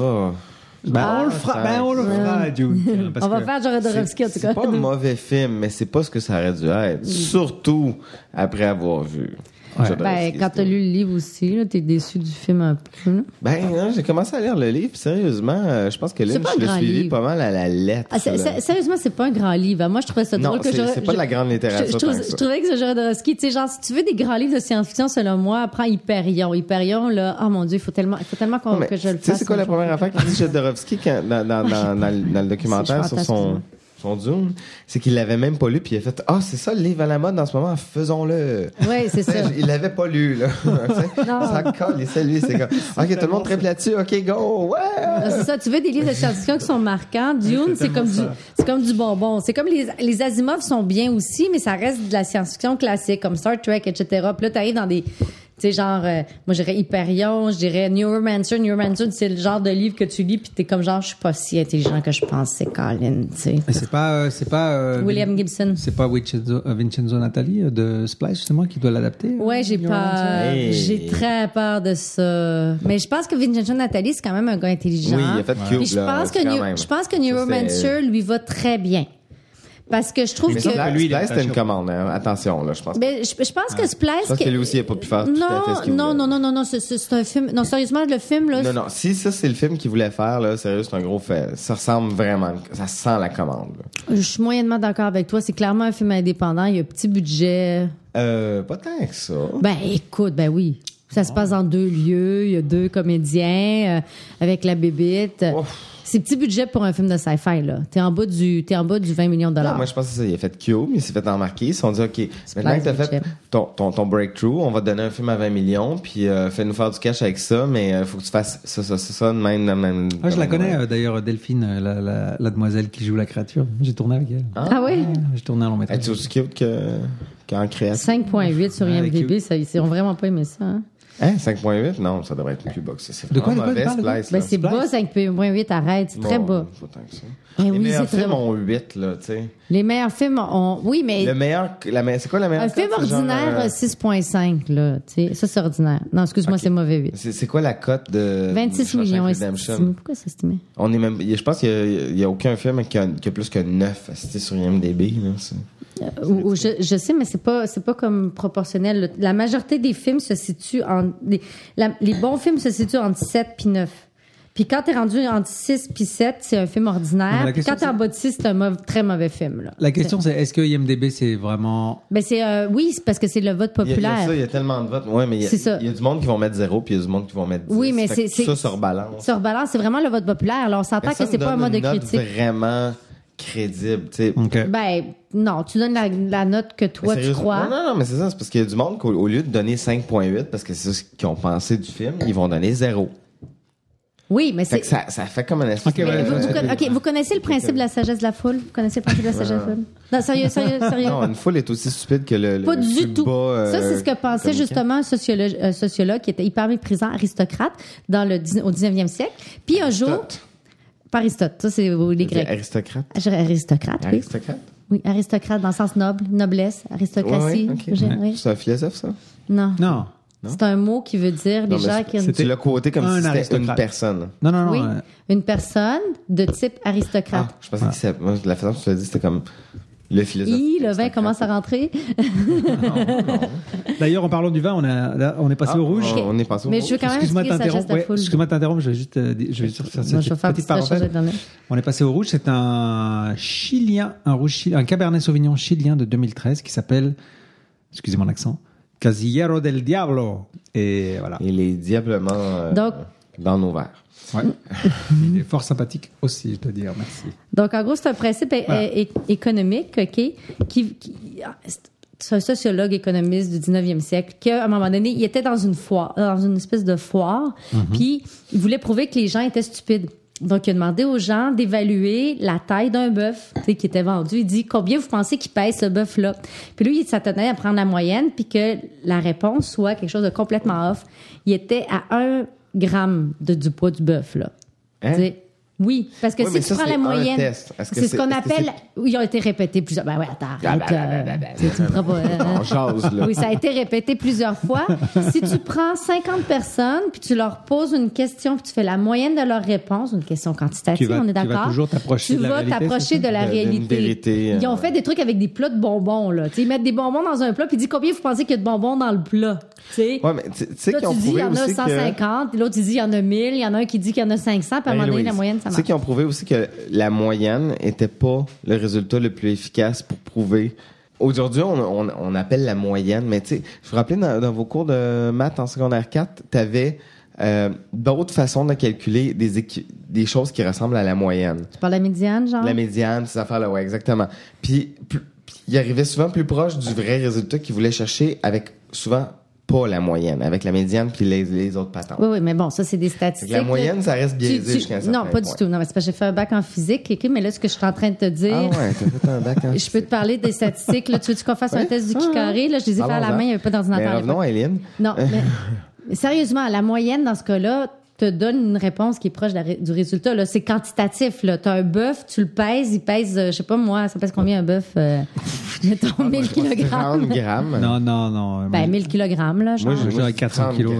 [SPEAKER 2] Ben, on le fera, ben, on le fera, Dune. tiens, parce
[SPEAKER 9] On va
[SPEAKER 2] que-
[SPEAKER 9] faire Jodorowsky, en tout
[SPEAKER 10] C'est
[SPEAKER 9] cas. Hmm.
[SPEAKER 10] pas un mauvais film, mais c'est pas ce que ça aurait dû être. Surtout après avoir vu. Jodorowsky,
[SPEAKER 9] Ben, quand t'as
[SPEAKER 10] c'était-
[SPEAKER 9] lu le livre aussi, là, t'es déçu du film un peu. là.
[SPEAKER 10] Ben, non, j'ai commencé à lire le livre, puis sérieusement, euh, je pense que
[SPEAKER 9] C'est
[SPEAKER 10] Lynch
[SPEAKER 9] pas un
[SPEAKER 10] l'a
[SPEAKER 9] grand
[SPEAKER 10] suivi
[SPEAKER 9] livre.
[SPEAKER 10] pas mal à la lettre.
[SPEAKER 9] Ah, c'est-
[SPEAKER 10] là.
[SPEAKER 9] c'est- sérieusement, c'est pas un grand livre. hein. Moi, je trouvais ça
[SPEAKER 10] Non,
[SPEAKER 9] drôle que
[SPEAKER 10] c'est-
[SPEAKER 9] j'aurais-
[SPEAKER 10] c'est pas de la grande littérature
[SPEAKER 9] Je, je, trouve-
[SPEAKER 10] tant que ça.
[SPEAKER 9] je trouvais que ce Jodorowsky, tu sais, genre, si tu veux des grands livres de science-fiction, selon moi, prends Hyperion. Hyperion, là, oh mon Dieu, il faut tellement, il faut tellement qu'on-
[SPEAKER 10] Non, mais
[SPEAKER 9] que je le
[SPEAKER 10] Tu sais,
[SPEAKER 9] fasse.
[SPEAKER 10] c'est quoi
[SPEAKER 9] un
[SPEAKER 10] la
[SPEAKER 9] jour.
[SPEAKER 10] première affaire qu'il dit Jodorowsky quand- dans, dans, dans, dans le- dans le documentaire
[SPEAKER 9] C'est- je
[SPEAKER 10] sur son,
[SPEAKER 9] fantasme,
[SPEAKER 10] son Dune? C'est qu'il l'avait même pas lu, puis il a fait Ah, c'est ça le livre à la mode en ce moment, faisons-le.
[SPEAKER 9] Ouais, c'est ça.
[SPEAKER 10] Il l'avait pas lu, là. ça colle, et c'est lui, c'est comme Ok, tout le monde très là-dessus, ok, go, ouais!
[SPEAKER 9] Ah, C'est ça, tu veux des livres de science-fiction qui sont marquants. Dune, c'est comme, du, c'est comme du bonbon. C'est comme les, les Asimov sont bien aussi, mais ça reste de la science-fiction classique, comme Star Trek, etc. Puis là, t'arrives dans des. Tu sais, genre, euh, moi, je dirais Hyperion, je dirais Neuromancer. Neuromancer, c'est le genre de livre que tu lis, puis t'es comme genre, je suis pas si intelligent que je pensais, Colin, tu sais.
[SPEAKER 2] Mais C'est pas, euh, c'est pas. euh,
[SPEAKER 9] William Gibson.
[SPEAKER 2] C'est pas Vincenzo, euh, Vincenzo Natali euh, de Splice justement qui doit l'adapter. euh,
[SPEAKER 9] Ouais, j'ai
[SPEAKER 2] William
[SPEAKER 9] pas.
[SPEAKER 2] Gibson.
[SPEAKER 10] Hey.
[SPEAKER 9] J'ai très peur de ça. Mais je pense que Vincenzo Natali, c'est quand même un gars intelligent.
[SPEAKER 10] Oui, il a fait Cube,
[SPEAKER 9] Puis je
[SPEAKER 10] là,
[SPEAKER 9] pense que
[SPEAKER 10] quand
[SPEAKER 9] Neu-
[SPEAKER 10] même.
[SPEAKER 9] je pense que
[SPEAKER 10] Ça, c'est-
[SPEAKER 9] Neuromancer lui va très bien. Parce que je trouve
[SPEAKER 10] Mais
[SPEAKER 9] que.
[SPEAKER 10] ça,
[SPEAKER 2] lui,
[SPEAKER 10] lui,
[SPEAKER 2] il est
[SPEAKER 10] c'était une
[SPEAKER 2] attaché.
[SPEAKER 10] commande, hein. attention, là, je pense.
[SPEAKER 9] Ben, je, je pense que Splice.
[SPEAKER 10] Je pense que lui aussi, il a pas pu faire tout à
[SPEAKER 9] non,
[SPEAKER 10] fait ce qu'il
[SPEAKER 9] non,
[SPEAKER 10] voulait.
[SPEAKER 9] non, non, non, non, c'est- c'est c'est un film. Non, sérieusement, le film, là.
[SPEAKER 10] Non, non, si ça, c'est le film qu'il voulait faire, là, sérieux, c'est un gros fait. Ça ressemble vraiment, ça sent la commande, là.
[SPEAKER 9] Je suis moyennement d'accord avec toi. C'est clairement un film indépendant. Il y a un petit budget.
[SPEAKER 10] Euh, pas tant que ça.
[SPEAKER 9] Ben, écoute, ben oui. Ça se passe dans deux lieux, il y a deux comédiens euh, avec la bébite. C'est petit budget pour un film de sci-fi, là. T'es en bas du, t'es en bas du 20 millions de
[SPEAKER 10] Non,
[SPEAKER 9] dollars.
[SPEAKER 10] moi, je pense que ça. Il a fait Q, mais il s'est fait embarquer. Ils se sont dit, OK, maintenant
[SPEAKER 9] pas
[SPEAKER 10] que t'as
[SPEAKER 9] budget.
[SPEAKER 10] fait ton, ton, ton breakthrough, on va te donner un film à 20 millions, puis euh, fais-nous faire du cash avec ça, mais euh, faut que tu fasses ça, ça, ça, ça, de même, de même.
[SPEAKER 2] Ah, je
[SPEAKER 10] de
[SPEAKER 2] la
[SPEAKER 10] même.
[SPEAKER 2] connais euh, d'ailleurs, Delphine, euh, la, la- la demoiselle qui joue la créature. J'ai tourné avec elle.
[SPEAKER 9] Ah oui?
[SPEAKER 2] J'ai tourné un long métrage.
[SPEAKER 10] Es-tu aussi cute que, qu'en création?
[SPEAKER 9] 5.8 sur
[SPEAKER 2] Ah, avec
[SPEAKER 9] IMDb, ça, ils ont vraiment pas aimé ça. hein.
[SPEAKER 10] Hein, 5.8? Non, ça devrait être plus bas que ça. C'est
[SPEAKER 2] De quoi,
[SPEAKER 10] vraiment
[SPEAKER 2] de quoi, de
[SPEAKER 10] mauvais,
[SPEAKER 2] quoi, de quoi?
[SPEAKER 10] place,
[SPEAKER 9] Ben,
[SPEAKER 10] là.
[SPEAKER 9] c'est bas, 5.8, arrête, Ben, c'est très
[SPEAKER 10] Bon,
[SPEAKER 9] bas.
[SPEAKER 10] pas tant que ça.
[SPEAKER 9] Eh
[SPEAKER 10] Les
[SPEAKER 9] oui,
[SPEAKER 10] meilleurs
[SPEAKER 9] c'est très
[SPEAKER 10] films
[SPEAKER 9] bas.
[SPEAKER 10] ont 8, là, tu sais.
[SPEAKER 9] Les meilleurs films ont. Oui, mais
[SPEAKER 10] Le meilleur, la me- c'est quoi la meilleure
[SPEAKER 9] un
[SPEAKER 10] cote,
[SPEAKER 9] film
[SPEAKER 10] c'est genre,
[SPEAKER 9] ordinaire,
[SPEAKER 10] euh,
[SPEAKER 9] 6.5, là. tu sais. Ça, c'est ordinaire. Non, excuse-moi,
[SPEAKER 10] Ok.
[SPEAKER 9] c'est mauvais 8.
[SPEAKER 10] c'est, c'est quoi la cote de
[SPEAKER 9] 26
[SPEAKER 10] Shawshank
[SPEAKER 9] millions estimés.
[SPEAKER 10] Redemption?
[SPEAKER 9] Pourquoi c'est estimé?
[SPEAKER 10] On est même, je pense qu'il n'y a, aucun film qui a, qui a plus que 9 assistés sur IMDB. Là, c'est-
[SPEAKER 9] Euh, ou- ou je, je sais, mais c'est pas c'est pas comme proportionnel. Le- La majorité des films se situent en les, la- les bons films se situent entre 7 puis 9. Puis quand t'es rendu entre 6 puis 7, c'est un film
[SPEAKER 2] Non,
[SPEAKER 9] ordinaire.
[SPEAKER 2] mais la
[SPEAKER 9] Puis
[SPEAKER 2] question,
[SPEAKER 9] quand t'es en
[SPEAKER 2] c'est-
[SPEAKER 9] bas de 6, c'est un mau- très mauvais film. Là.
[SPEAKER 2] La question, c'est est-ce que IMDB, c'est vraiment.
[SPEAKER 9] Ben c'est euh, oui, c'est parce que c'est le vote
[SPEAKER 10] Il y a- il y a
[SPEAKER 9] populaire.
[SPEAKER 10] ça, il y a tellement de votes. Ouais, mais il y,
[SPEAKER 9] C'est ça.
[SPEAKER 10] a- il y a du monde qui vont mettre 0 puis il y a du monde qui vont mettre 10.
[SPEAKER 9] Oui, mais
[SPEAKER 10] Fait
[SPEAKER 9] c'est
[SPEAKER 10] que
[SPEAKER 9] c'est
[SPEAKER 10] ça se rebalance.
[SPEAKER 9] Sur balance, c'est vraiment le vote populaire. Alors on s'entend que
[SPEAKER 10] Personne
[SPEAKER 9] c'est pas un
[SPEAKER 10] donne
[SPEAKER 9] mode de
[SPEAKER 10] une note
[SPEAKER 9] critique.
[SPEAKER 10] vraiment crédible. tu sais.
[SPEAKER 2] Ok.
[SPEAKER 9] Ben non, tu donnes la, la note que toi
[SPEAKER 10] Mais
[SPEAKER 9] tu
[SPEAKER 10] sérieusement-
[SPEAKER 9] crois.
[SPEAKER 10] Non, non, non, mais c'est ça. C'est parce qu'il y a du monde qu'au au lieu de donner 5.8, parce que c'est ça ce qu'ils ont pensé du film, ils vont donner 0.
[SPEAKER 9] Oui, mais
[SPEAKER 10] Fait
[SPEAKER 9] c'est
[SPEAKER 10] que ça, ça fait comme un espèce
[SPEAKER 2] Ok, ouais,
[SPEAKER 9] Mais vous,
[SPEAKER 2] ouais,
[SPEAKER 9] vous
[SPEAKER 2] ouais.
[SPEAKER 9] conna- ok, vous connaissez le principe
[SPEAKER 10] euh,
[SPEAKER 9] de la sagesse de la foule? Vous connaissez le principe de la sagesse de la foule? Non, sérieux, sérieux, sérieux.
[SPEAKER 10] Non, une foule est aussi stupide que le. le
[SPEAKER 9] pas
[SPEAKER 10] le
[SPEAKER 9] du
[SPEAKER 10] plus
[SPEAKER 9] tout.
[SPEAKER 10] bas, euh,
[SPEAKER 9] ça, c'est ce que pensait
[SPEAKER 10] communiqué.
[SPEAKER 9] justement un sociologue, un sociologue qui était hyper méprisant, aristocrate, dans le, dix- au 19e siècle. Puis un jour,
[SPEAKER 10] Aristote.
[SPEAKER 9] par Aristote, ça c'est aux- les
[SPEAKER 10] C'est
[SPEAKER 9] Grecs.
[SPEAKER 10] Aristocrate.
[SPEAKER 9] Je dirais aristocrate, oui.
[SPEAKER 10] Aristocrate?
[SPEAKER 9] Oui, aristocrate dans le sens noble, noblesse, aristocratie.
[SPEAKER 10] Ouais, ouais, ok.
[SPEAKER 9] j'ai- oui.
[SPEAKER 10] C'est un philosophe, ça?
[SPEAKER 9] Non.
[SPEAKER 2] Non.
[SPEAKER 9] C'est un mot qui veut dire les
[SPEAKER 10] Non, mais
[SPEAKER 9] gens
[SPEAKER 10] c'est-
[SPEAKER 9] qui.
[SPEAKER 10] Tu l'as quoté comme
[SPEAKER 2] un
[SPEAKER 10] si c'était une
[SPEAKER 2] aristocrate.
[SPEAKER 10] personne.
[SPEAKER 2] Non, non, non.
[SPEAKER 9] Oui,
[SPEAKER 2] euh,
[SPEAKER 9] une personne de type
[SPEAKER 10] Ah,
[SPEAKER 9] aristocrate.
[SPEAKER 10] je pensais que c'est- moi, la façon dont tu l'as dit, c'était comme le philosophe.
[SPEAKER 9] I, le vin
[SPEAKER 10] aristocrate.
[SPEAKER 9] commence à rentrer.
[SPEAKER 2] D'ailleurs, en parlant du vin, on, a, là, on est passé
[SPEAKER 10] Ah,
[SPEAKER 2] au rouge.
[SPEAKER 10] on- On est passé au
[SPEAKER 9] Mais je
[SPEAKER 10] rouge.
[SPEAKER 9] veux quand même
[SPEAKER 2] Excuse-moi
[SPEAKER 9] expliquer ça geste
[SPEAKER 2] t'interrompre.
[SPEAKER 9] de
[SPEAKER 2] Ouais,
[SPEAKER 9] foule.
[SPEAKER 2] Excuse-moi t'interrompre. Je vais juste, euh, dire- je vais juste faire
[SPEAKER 9] Moi,
[SPEAKER 2] cette
[SPEAKER 9] je vais faire un
[SPEAKER 2] petite
[SPEAKER 9] petit échange
[SPEAKER 2] parenthèse.
[SPEAKER 9] de données.
[SPEAKER 2] On est passé au rouge. C'est un chilien, un rouge, chil- un cabernet sauvignon chilien de 2013 qui s'appelle, excusez mon accent, Casillero del Diablo. Et voilà.
[SPEAKER 10] Il est diablement euh,
[SPEAKER 9] Donc-
[SPEAKER 10] dans nos verres.
[SPEAKER 2] Ouais. Il est fort sympathique aussi, je dois dire. Merci.
[SPEAKER 9] Donc, en gros, c'est un principe é-
[SPEAKER 2] Voilà.
[SPEAKER 9] é- économique, OK, qui, qui- c'est un sociologue économiste du 19e siècle qui, à un moment donné, il était dans une foire, dans une espèce de foire, puis il voulait prouver que les gens étaient stupides. Donc, il a demandé aux gens d'évaluer la taille d'un bœuf tu sais, qui était vendu. Il dit combien vous pensez qu'il pèse ce bœuf-là. Puis lui, il s'attendait à prendre la moyenne, puis que la réponse soit quelque chose de complètement off. Il était à 1 gramme de, du poids du bœuf, là.
[SPEAKER 10] Hein?
[SPEAKER 9] Tu sais, Oui, parce que
[SPEAKER 10] Oui,
[SPEAKER 9] si
[SPEAKER 10] mais
[SPEAKER 9] tu
[SPEAKER 10] ça,
[SPEAKER 9] prends
[SPEAKER 10] c'est
[SPEAKER 9] la
[SPEAKER 10] un
[SPEAKER 9] moyenne,
[SPEAKER 10] test. Est-ce que
[SPEAKER 9] c'est ce
[SPEAKER 10] c'est-
[SPEAKER 9] qu'on
[SPEAKER 10] est-ce que
[SPEAKER 9] appelé.
[SPEAKER 10] c'est- Ah,
[SPEAKER 9] Oui, ils ont été répétés plusieurs. Ben ouais, attends, arrête, euh,
[SPEAKER 10] Blablabla.
[SPEAKER 9] tu sais, tu me prends pas, euh,
[SPEAKER 10] ben, On jase, là.
[SPEAKER 9] Oui, ça a été répété plusieurs fois. si tu prends 50 personnes, puis tu leur poses une question, puis tu fais la moyenne de leurs réponses, une question quantitative,
[SPEAKER 2] Tu vas-
[SPEAKER 9] on est
[SPEAKER 2] tu vas
[SPEAKER 9] d'accord.
[SPEAKER 2] toujours t'approcher
[SPEAKER 9] Tu
[SPEAKER 2] de la
[SPEAKER 9] vas
[SPEAKER 2] réalité,
[SPEAKER 9] t'approcher
[SPEAKER 2] c'est ça?
[SPEAKER 9] de la
[SPEAKER 10] De- d'une
[SPEAKER 9] réalité.
[SPEAKER 10] vérité, euh,
[SPEAKER 9] Ils ont
[SPEAKER 10] ouais.
[SPEAKER 9] fait des trucs avec des plats de bonbons, là. Tu sais, ils mettent des bonbons dans un plat, puis ils disent combien vous pensez qu'il y a de bonbons dans le plat. Tu sais.
[SPEAKER 10] Ouais, mais tu tu sais
[SPEAKER 9] Toi,
[SPEAKER 10] qu'ils ont
[SPEAKER 9] tu dis, il y
[SPEAKER 10] prouvé
[SPEAKER 9] en a
[SPEAKER 10] aussi que...
[SPEAKER 9] 150, l'autre, il dit, il y en a 1000, il y en a un qui dit qu'il y en a 500, puis à un moment donné,
[SPEAKER 10] Marie-Louise,
[SPEAKER 9] la moyenne, ça
[SPEAKER 10] tu
[SPEAKER 9] marche.
[SPEAKER 10] sais qu'ils ont prouvé aussi que la moyenne était pas le résultat le plus efficace pour prouver. Aujourd'hui, on, on- on appelle la moyenne, mais tu sais, je vous rappelais dans, dans vos cours de maths en secondaire 4, tu avais d'autres façons de calculer des, équi- des choses qui ressemblent à la moyenne.
[SPEAKER 9] Tu parles de la médiane, genre?
[SPEAKER 10] La médiane, ces affaires-là, ouais, exactement. Puis, plus- puis il arrivait souvent plus proche du vrai résultat qu'il voulait chercher avec souvent pas la moyenne, avec la médiane puis les, les autres patentes.
[SPEAKER 9] Oui, oui, mais bon, ça, c'est des
[SPEAKER 10] Fait
[SPEAKER 9] statistiques.
[SPEAKER 10] que la
[SPEAKER 9] là.
[SPEAKER 10] moyenne, ça reste
[SPEAKER 9] Tu-
[SPEAKER 10] biaisé
[SPEAKER 9] tu-
[SPEAKER 10] jusqu'à un certain
[SPEAKER 9] Non, pas du
[SPEAKER 10] point.
[SPEAKER 9] tout. Non, mais c'est parce que j'ai fait un bac en physique, ok, mais là, ce que je suis en train de te dire,
[SPEAKER 10] Ah ouais, t'as fait un bac en
[SPEAKER 9] je peux te parler des statistiques. Là, tu veux qu'on fasse un
[SPEAKER 10] Ouais.
[SPEAKER 9] test du Kikari? Là, je les ai fait à la
[SPEAKER 10] Parlons-en.
[SPEAKER 9] main, il n'y avait pas d'ordinateur. à
[SPEAKER 10] Mais
[SPEAKER 9] l'époque.
[SPEAKER 10] revenons à Eileen.
[SPEAKER 9] Non, mais, mais sérieusement, la moyenne dans ce cas-là te donne une réponse qui est proche de la ré- du résultat. Là, c'est quantitatif. Là, t'as un bœuf, tu le pèses, il pèse, euh, je sais pas moi, ça pèse combien un bœuf euh,
[SPEAKER 10] Ah,
[SPEAKER 9] Mettons 1000
[SPEAKER 10] 30
[SPEAKER 9] kilogrammes.
[SPEAKER 10] grammes.
[SPEAKER 2] Non, non, non. Moi,
[SPEAKER 9] Ben 1000 kilogrammes là. Genre.
[SPEAKER 10] Moi, je
[SPEAKER 2] je dirais
[SPEAKER 10] dirais
[SPEAKER 2] 400 kilos,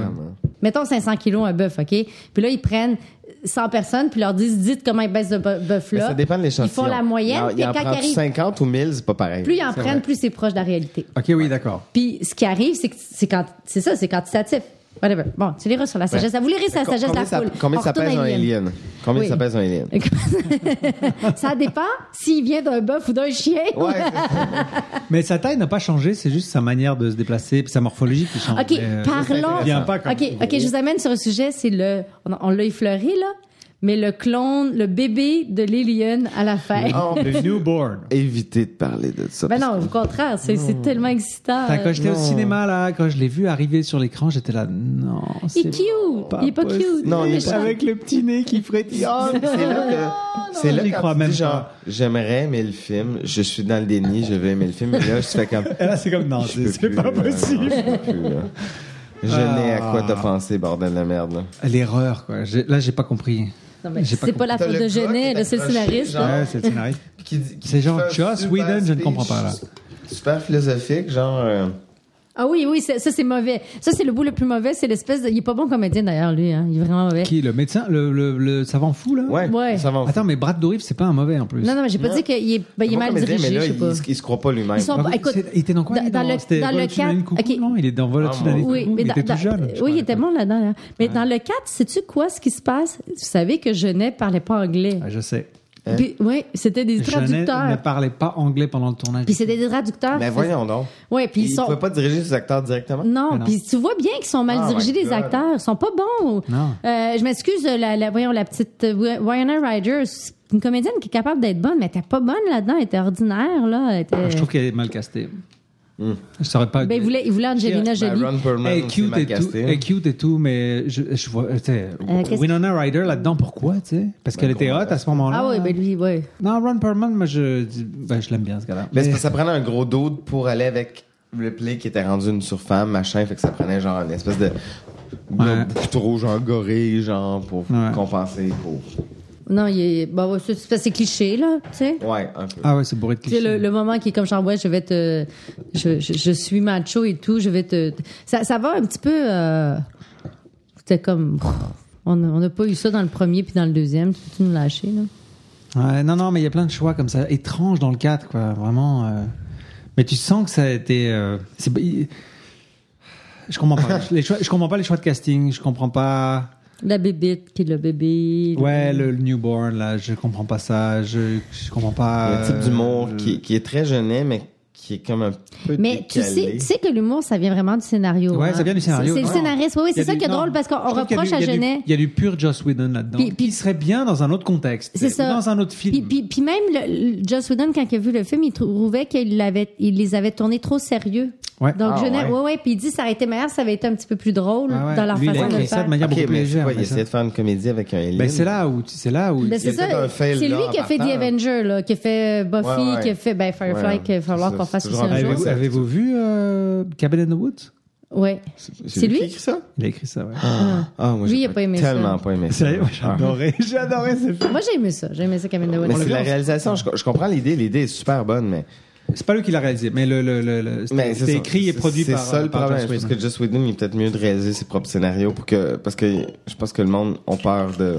[SPEAKER 9] Mettons 500 kilos un bœuf, ok. Puis là, ils prennent 100 personnes, puis leur disent, dites comment ils baissent ce bœ-
[SPEAKER 10] Mais
[SPEAKER 9] bœuf-là.
[SPEAKER 10] ça dépend de
[SPEAKER 9] Ils
[SPEAKER 10] l'échantillon.
[SPEAKER 9] font la moyenne,
[SPEAKER 10] Il
[SPEAKER 9] puis
[SPEAKER 10] en
[SPEAKER 9] quand ils
[SPEAKER 10] prend
[SPEAKER 9] arrivent-
[SPEAKER 10] 50 ou 1000, c'est pas pareil.
[SPEAKER 9] plus ils en
[SPEAKER 10] C'est
[SPEAKER 9] prennent,
[SPEAKER 10] vrai.
[SPEAKER 9] plus c'est proche de la réalité.
[SPEAKER 2] Ok, oui, d'accord.
[SPEAKER 9] Puis ce qui arrive, c'est que c'est quand, c'est ça, c'est quantitatif. Whatever. Bon, tu liras sur la sagesse. Vous lirez sur la
[SPEAKER 10] Com-
[SPEAKER 9] sagesse de la
[SPEAKER 10] combien ça-
[SPEAKER 9] foule.
[SPEAKER 10] Combien
[SPEAKER 9] On
[SPEAKER 10] ça
[SPEAKER 9] retourne
[SPEAKER 10] pèse
[SPEAKER 9] à
[SPEAKER 10] un
[SPEAKER 9] Alien.
[SPEAKER 10] alien? Combien
[SPEAKER 9] Oui.
[SPEAKER 10] ça pèse un alien?
[SPEAKER 9] ça dépend s'il vient d'un bœuf ou d'un chien.
[SPEAKER 10] Ouais,
[SPEAKER 2] Mais sa taille n'a pas changé, c'est juste sa manière de se déplacer puis sa morphologie qui change.
[SPEAKER 9] OK,
[SPEAKER 2] Mais, euh,
[SPEAKER 9] parlons.
[SPEAKER 2] il vient pas comme
[SPEAKER 9] OK,
[SPEAKER 2] gros.
[SPEAKER 9] OK, je vous amène sur un sujet, c'est le. On, on l'a effleuré, là, mais le clone, le bébé de l'Alien à la fin.
[SPEAKER 10] Oh,
[SPEAKER 2] Le
[SPEAKER 9] Euh,
[SPEAKER 2] newborn.
[SPEAKER 10] Évitez de parler de ça.
[SPEAKER 9] Ben non, au contraire, c'est c'est tellement excitant.
[SPEAKER 2] Enfin, quand j'étais au
[SPEAKER 10] Non.
[SPEAKER 2] cinéma, là, quand je l'ai vu arriver sur l'écran, j'étais là, non.
[SPEAKER 9] Il est
[SPEAKER 2] c'est
[SPEAKER 9] cute. Il est pas
[SPEAKER 2] possible.
[SPEAKER 9] cute.
[SPEAKER 10] Non,
[SPEAKER 9] il
[SPEAKER 10] il est
[SPEAKER 9] méchant.
[SPEAKER 10] pas-
[SPEAKER 2] Avec le petit nez qui frétille. Oh,
[SPEAKER 10] C'est là que. C'est là
[SPEAKER 2] j'y
[SPEAKER 10] quand
[SPEAKER 2] crois
[SPEAKER 10] tu
[SPEAKER 2] même
[SPEAKER 10] dis, genre,
[SPEAKER 2] pas.
[SPEAKER 10] j'aimerais aimer le film, je suis dans le déni, je vais aimer le film, mais là, je fais comme.
[SPEAKER 2] Et là, c'est comme, non,
[SPEAKER 10] Je
[SPEAKER 2] c'est
[SPEAKER 10] peux
[SPEAKER 2] c'est
[SPEAKER 10] plus,
[SPEAKER 2] pas
[SPEAKER 10] là, non,
[SPEAKER 2] possible.
[SPEAKER 10] je peux plus, là. Je n'ai à quoi
[SPEAKER 2] Ah.
[SPEAKER 10] t'offenser, bordel de merde. là.
[SPEAKER 2] L'erreur, quoi. J'ai- Là, j'ai pas compris.
[SPEAKER 9] Non, mais
[SPEAKER 2] J'ai pas
[SPEAKER 9] C'est pas la faute
[SPEAKER 10] compris. T'as
[SPEAKER 9] de
[SPEAKER 10] le
[SPEAKER 9] Genet,
[SPEAKER 10] gars qui
[SPEAKER 9] là, c'est le
[SPEAKER 10] est accroché,
[SPEAKER 9] scénariste.
[SPEAKER 10] genre.
[SPEAKER 9] là.
[SPEAKER 2] Ouais, c'est le scénariste.
[SPEAKER 10] Qui dit- qui
[SPEAKER 2] C'est genre,
[SPEAKER 10] fait un
[SPEAKER 2] tu vois,
[SPEAKER 10] super
[SPEAKER 2] Sweden, je ne
[SPEAKER 10] speech,
[SPEAKER 2] comprends pas, là.
[SPEAKER 10] Super philosophique, genre. euh,
[SPEAKER 9] Ah oui, oui, c'est- ça, c'est mauvais. Ça, c'est le bout le plus mauvais. C'est l'espèce de. Il est pas bon comédien, d'ailleurs, lui. hein. Il est vraiment mauvais.
[SPEAKER 2] Qui est le médecin, le, le, le savant fou, là
[SPEAKER 10] Ouais,
[SPEAKER 9] Ouais.
[SPEAKER 10] ça va.
[SPEAKER 2] Attends, mais Brad Dourif, c'est pas un mauvais en plus.
[SPEAKER 9] Non, non, mais j'ai pas
[SPEAKER 10] Non.
[SPEAKER 9] dit qu'il est, ben, il est
[SPEAKER 10] Bon
[SPEAKER 9] mal
[SPEAKER 10] comédien,
[SPEAKER 9] dirigé,
[SPEAKER 10] mais là,
[SPEAKER 9] je sais pas.
[SPEAKER 10] Il, se- il se croit pas lui-même.
[SPEAKER 9] Ils sont-
[SPEAKER 2] Ah oui,
[SPEAKER 9] bah, écoute,
[SPEAKER 2] c'est- il était dans quoi lui,
[SPEAKER 9] dans- dans le-
[SPEAKER 2] c'était
[SPEAKER 9] dans le
[SPEAKER 2] Volkswagen
[SPEAKER 9] cadre-
[SPEAKER 2] Coucou,
[SPEAKER 9] ok.
[SPEAKER 2] Non, il est dans
[SPEAKER 10] Ah,
[SPEAKER 2] Volkswagen
[SPEAKER 10] mon
[SPEAKER 2] Coucou,
[SPEAKER 10] Dieu.
[SPEAKER 9] Oui, mais
[SPEAKER 2] il
[SPEAKER 9] dans-
[SPEAKER 2] était tout
[SPEAKER 9] dans-
[SPEAKER 2] jeune. je
[SPEAKER 9] oui, il
[SPEAKER 2] crois,
[SPEAKER 9] était
[SPEAKER 2] à l'époque.
[SPEAKER 9] bon là-dedans. hein. Mais dans le 4, sais-tu quoi ce qui se passe? Vous savez que Genet parlait pas anglais.
[SPEAKER 2] Ah, je sais.
[SPEAKER 9] Puis, ouais, c'était des
[SPEAKER 2] Jeannette ne
[SPEAKER 9] traducteurs.
[SPEAKER 2] parlait Ben, pas anglais pendant le tournage.
[SPEAKER 9] Puis c'était des traducteurs.
[SPEAKER 10] Mais
[SPEAKER 9] qui
[SPEAKER 10] voyons donc.
[SPEAKER 9] faisaient- Ouais, puis ils
[SPEAKER 10] Il ne
[SPEAKER 9] sont.
[SPEAKER 10] pouvait pas diriger ses acteurs directement.
[SPEAKER 9] Non,
[SPEAKER 2] Mais non. Oh
[SPEAKER 9] puis tu vois bien qu'ils sont mal
[SPEAKER 10] Ah,
[SPEAKER 9] dirigés,
[SPEAKER 10] my
[SPEAKER 9] les
[SPEAKER 10] God.
[SPEAKER 9] acteurs. Ils sont pas bons.
[SPEAKER 2] Non.
[SPEAKER 9] Euh, je m'excuse, la, la- voyons, la petite euh, Wy- Wynonna Ryder, c'est une comédienne qui est capable d'être bonne, mais elle était pas bonne là-dedans. Elle était ordinaire, là. Elle était-
[SPEAKER 2] Ah, Je trouve qu'elle est mal castée.
[SPEAKER 10] Hmm.
[SPEAKER 2] Je saurais pas.
[SPEAKER 9] ben, il voulait, il voulait Angelina
[SPEAKER 10] Ben,
[SPEAKER 9] Jolie.
[SPEAKER 10] Ron Perlman,
[SPEAKER 2] Elle est
[SPEAKER 10] on s'est
[SPEAKER 2] cute
[SPEAKER 10] mal
[SPEAKER 2] et tout,
[SPEAKER 10] casté.
[SPEAKER 2] elle est cute et tout, mais je, je vois, tu sais,
[SPEAKER 9] Euh, qu'est-ce
[SPEAKER 2] Winona Ryder là-dedans, pourquoi, tu sais?
[SPEAKER 10] Bah,
[SPEAKER 2] Parce qu'elle était hot à ce moment-là.
[SPEAKER 9] Ah oui, ben lui, ouais.
[SPEAKER 2] Non, Ron Perlman, moi, je, ben, je l'aime bien, ce gars-là.
[SPEAKER 10] Mais c'est parce que ça prenait un gros dos pour aller avec le play qui était rendu une surfemme, machin, fait que ça prenait genre une espèce de
[SPEAKER 2] Ouais.
[SPEAKER 10] globe plutôt rouge, genre gorille, genre pour
[SPEAKER 2] Ouais.
[SPEAKER 10] compenser pour.
[SPEAKER 9] Non, il est... bah ouais, c'est- c'est c'est cliché, là, tu sais.
[SPEAKER 10] Ouais, un peu.
[SPEAKER 2] Ah ouais, c'est bourré de
[SPEAKER 9] Tu sais,
[SPEAKER 2] clichés.
[SPEAKER 9] le, le moment qui est comme genre, ouais, je vais te. Je, je, je suis macho et tout, je vais te. Ça, ça va un petit peu. euh, C'était comme. On on n'a pas eu ça dans le premier puis dans le deuxième. Tu peux nous lâcher, là?
[SPEAKER 2] Ouais, non, non, mais il y a plein de choix comme ça, étranges dans le 4, quoi, vraiment. euh. Mais tu sens que ça a été. euh, c'est- il- Je comprends pas. les choix, je comprends pas les choix de casting, je comprends pas.
[SPEAKER 9] La bébite qui est le bébé. le-
[SPEAKER 2] Ouais, le, le newborn, là, je comprends pas ça, je, je comprends pas.
[SPEAKER 10] le type
[SPEAKER 2] euh,
[SPEAKER 10] d'humour
[SPEAKER 2] le-
[SPEAKER 10] qui, qui est très jeunet, mais qui est comme un peu.
[SPEAKER 9] Mais tu sais,
[SPEAKER 10] décalé.
[SPEAKER 9] tu sais que l'humour, ça vient vraiment du scénario.
[SPEAKER 2] Ouais,
[SPEAKER 9] hein.
[SPEAKER 2] ça vient du scénario.
[SPEAKER 9] C'est c'est le
[SPEAKER 2] non.
[SPEAKER 9] scénariste. Oui, oui,
[SPEAKER 2] Il y
[SPEAKER 9] c'est
[SPEAKER 2] a
[SPEAKER 9] ça
[SPEAKER 2] du-
[SPEAKER 9] qui est
[SPEAKER 2] non,
[SPEAKER 9] drôle parce qu'on
[SPEAKER 2] je trouve qu'il y a
[SPEAKER 9] reproche
[SPEAKER 2] du-
[SPEAKER 9] à
[SPEAKER 2] il y a du-
[SPEAKER 9] Genet.
[SPEAKER 2] Il y a du pur Joss Whedon là-dedans.
[SPEAKER 9] Puis- puis-
[SPEAKER 2] il serait bien dans un autre contexte.
[SPEAKER 9] C'est
[SPEAKER 2] ou
[SPEAKER 9] ça.
[SPEAKER 2] Dans un autre
[SPEAKER 9] Puis,
[SPEAKER 2] film.
[SPEAKER 9] puis, puis même le, le- Joss Whedon, quand il a vu le film, il trouvait qu'il l'avait- il les avait tournés trop sérieux.
[SPEAKER 2] Ouais.
[SPEAKER 9] Donc,
[SPEAKER 10] Ah,
[SPEAKER 9] je n'ai-
[SPEAKER 10] ouais.
[SPEAKER 9] ouais, ouais. Puis il dit, ça aurait été meilleur, ça avait été un petit peu plus drôle
[SPEAKER 2] Ah ouais.
[SPEAKER 9] dans leur
[SPEAKER 2] Lui, il a
[SPEAKER 9] façon de
[SPEAKER 2] écrit
[SPEAKER 9] le
[SPEAKER 2] ça de
[SPEAKER 9] faire.
[SPEAKER 2] manière
[SPEAKER 10] Ok,
[SPEAKER 2] beaucoup plus
[SPEAKER 10] mais c'est
[SPEAKER 2] légère.
[SPEAKER 10] quoi,
[SPEAKER 2] mais
[SPEAKER 10] il
[SPEAKER 2] ça-
[SPEAKER 10] essayait de faire une comédie avec un alien.
[SPEAKER 2] Ben, c'est là où, tu- c'est là où.
[SPEAKER 9] Ben,
[SPEAKER 10] y
[SPEAKER 9] c'est
[SPEAKER 10] a peut-être
[SPEAKER 9] ça.
[SPEAKER 10] un fail,
[SPEAKER 9] C'est
[SPEAKER 10] là,
[SPEAKER 9] lui
[SPEAKER 10] en
[SPEAKER 9] qui a fait The
[SPEAKER 10] partant.
[SPEAKER 9] Avenger, là, qui a fait euh, Buffy,
[SPEAKER 10] Ouais, ouais.
[SPEAKER 9] qui a fait ben, Firefly,
[SPEAKER 10] Ouais,
[SPEAKER 9] qu'il va falloir
[SPEAKER 10] c'est
[SPEAKER 9] qu'on
[SPEAKER 10] ça,
[SPEAKER 9] fasse
[SPEAKER 10] c'est
[SPEAKER 9] aussi
[SPEAKER 10] toujours
[SPEAKER 9] un
[SPEAKER 10] un
[SPEAKER 9] jour.
[SPEAKER 2] Avez-vous
[SPEAKER 10] ça.
[SPEAKER 2] avez-vous vu euh, Cabin in the Woods
[SPEAKER 9] Ouais. C'est lui?
[SPEAKER 10] qui a écrit ça?
[SPEAKER 2] Il a écrit ça, ouais.
[SPEAKER 10] Ah, moi,
[SPEAKER 9] Lui,
[SPEAKER 10] j'ai
[SPEAKER 9] il a pas aimé ça.
[SPEAKER 10] tellement pas aimé ça.
[SPEAKER 2] Sérieux, moi, j'ai
[SPEAKER 10] Ah.
[SPEAKER 2] adoré, j'ai adoré ce film.
[SPEAKER 9] Ah. Moi, j'ai aimé ça. J'ai aimé ça, Cabin in the Woods.
[SPEAKER 10] Mais c'est
[SPEAKER 2] vu
[SPEAKER 10] la
[SPEAKER 2] en-
[SPEAKER 10] réalisation. Je, je comprends l'idée. L'idée est super bonne, mais.
[SPEAKER 2] C'est pas lui qui l'a réalisé, mais le, le, le, le-
[SPEAKER 10] Mais c'est
[SPEAKER 2] c'était c'était
[SPEAKER 10] ça.
[SPEAKER 2] écrit et
[SPEAKER 10] C'est-
[SPEAKER 2] produit par.
[SPEAKER 10] C'est ça le
[SPEAKER 2] par
[SPEAKER 10] problème.
[SPEAKER 2] Joss
[SPEAKER 10] Je pense
[SPEAKER 2] Whedon.
[SPEAKER 10] que Just euh, Whedon, il est peut-être mieux de réaliser ses propres scénarios pour que, parce que je pense que le monde ont peur de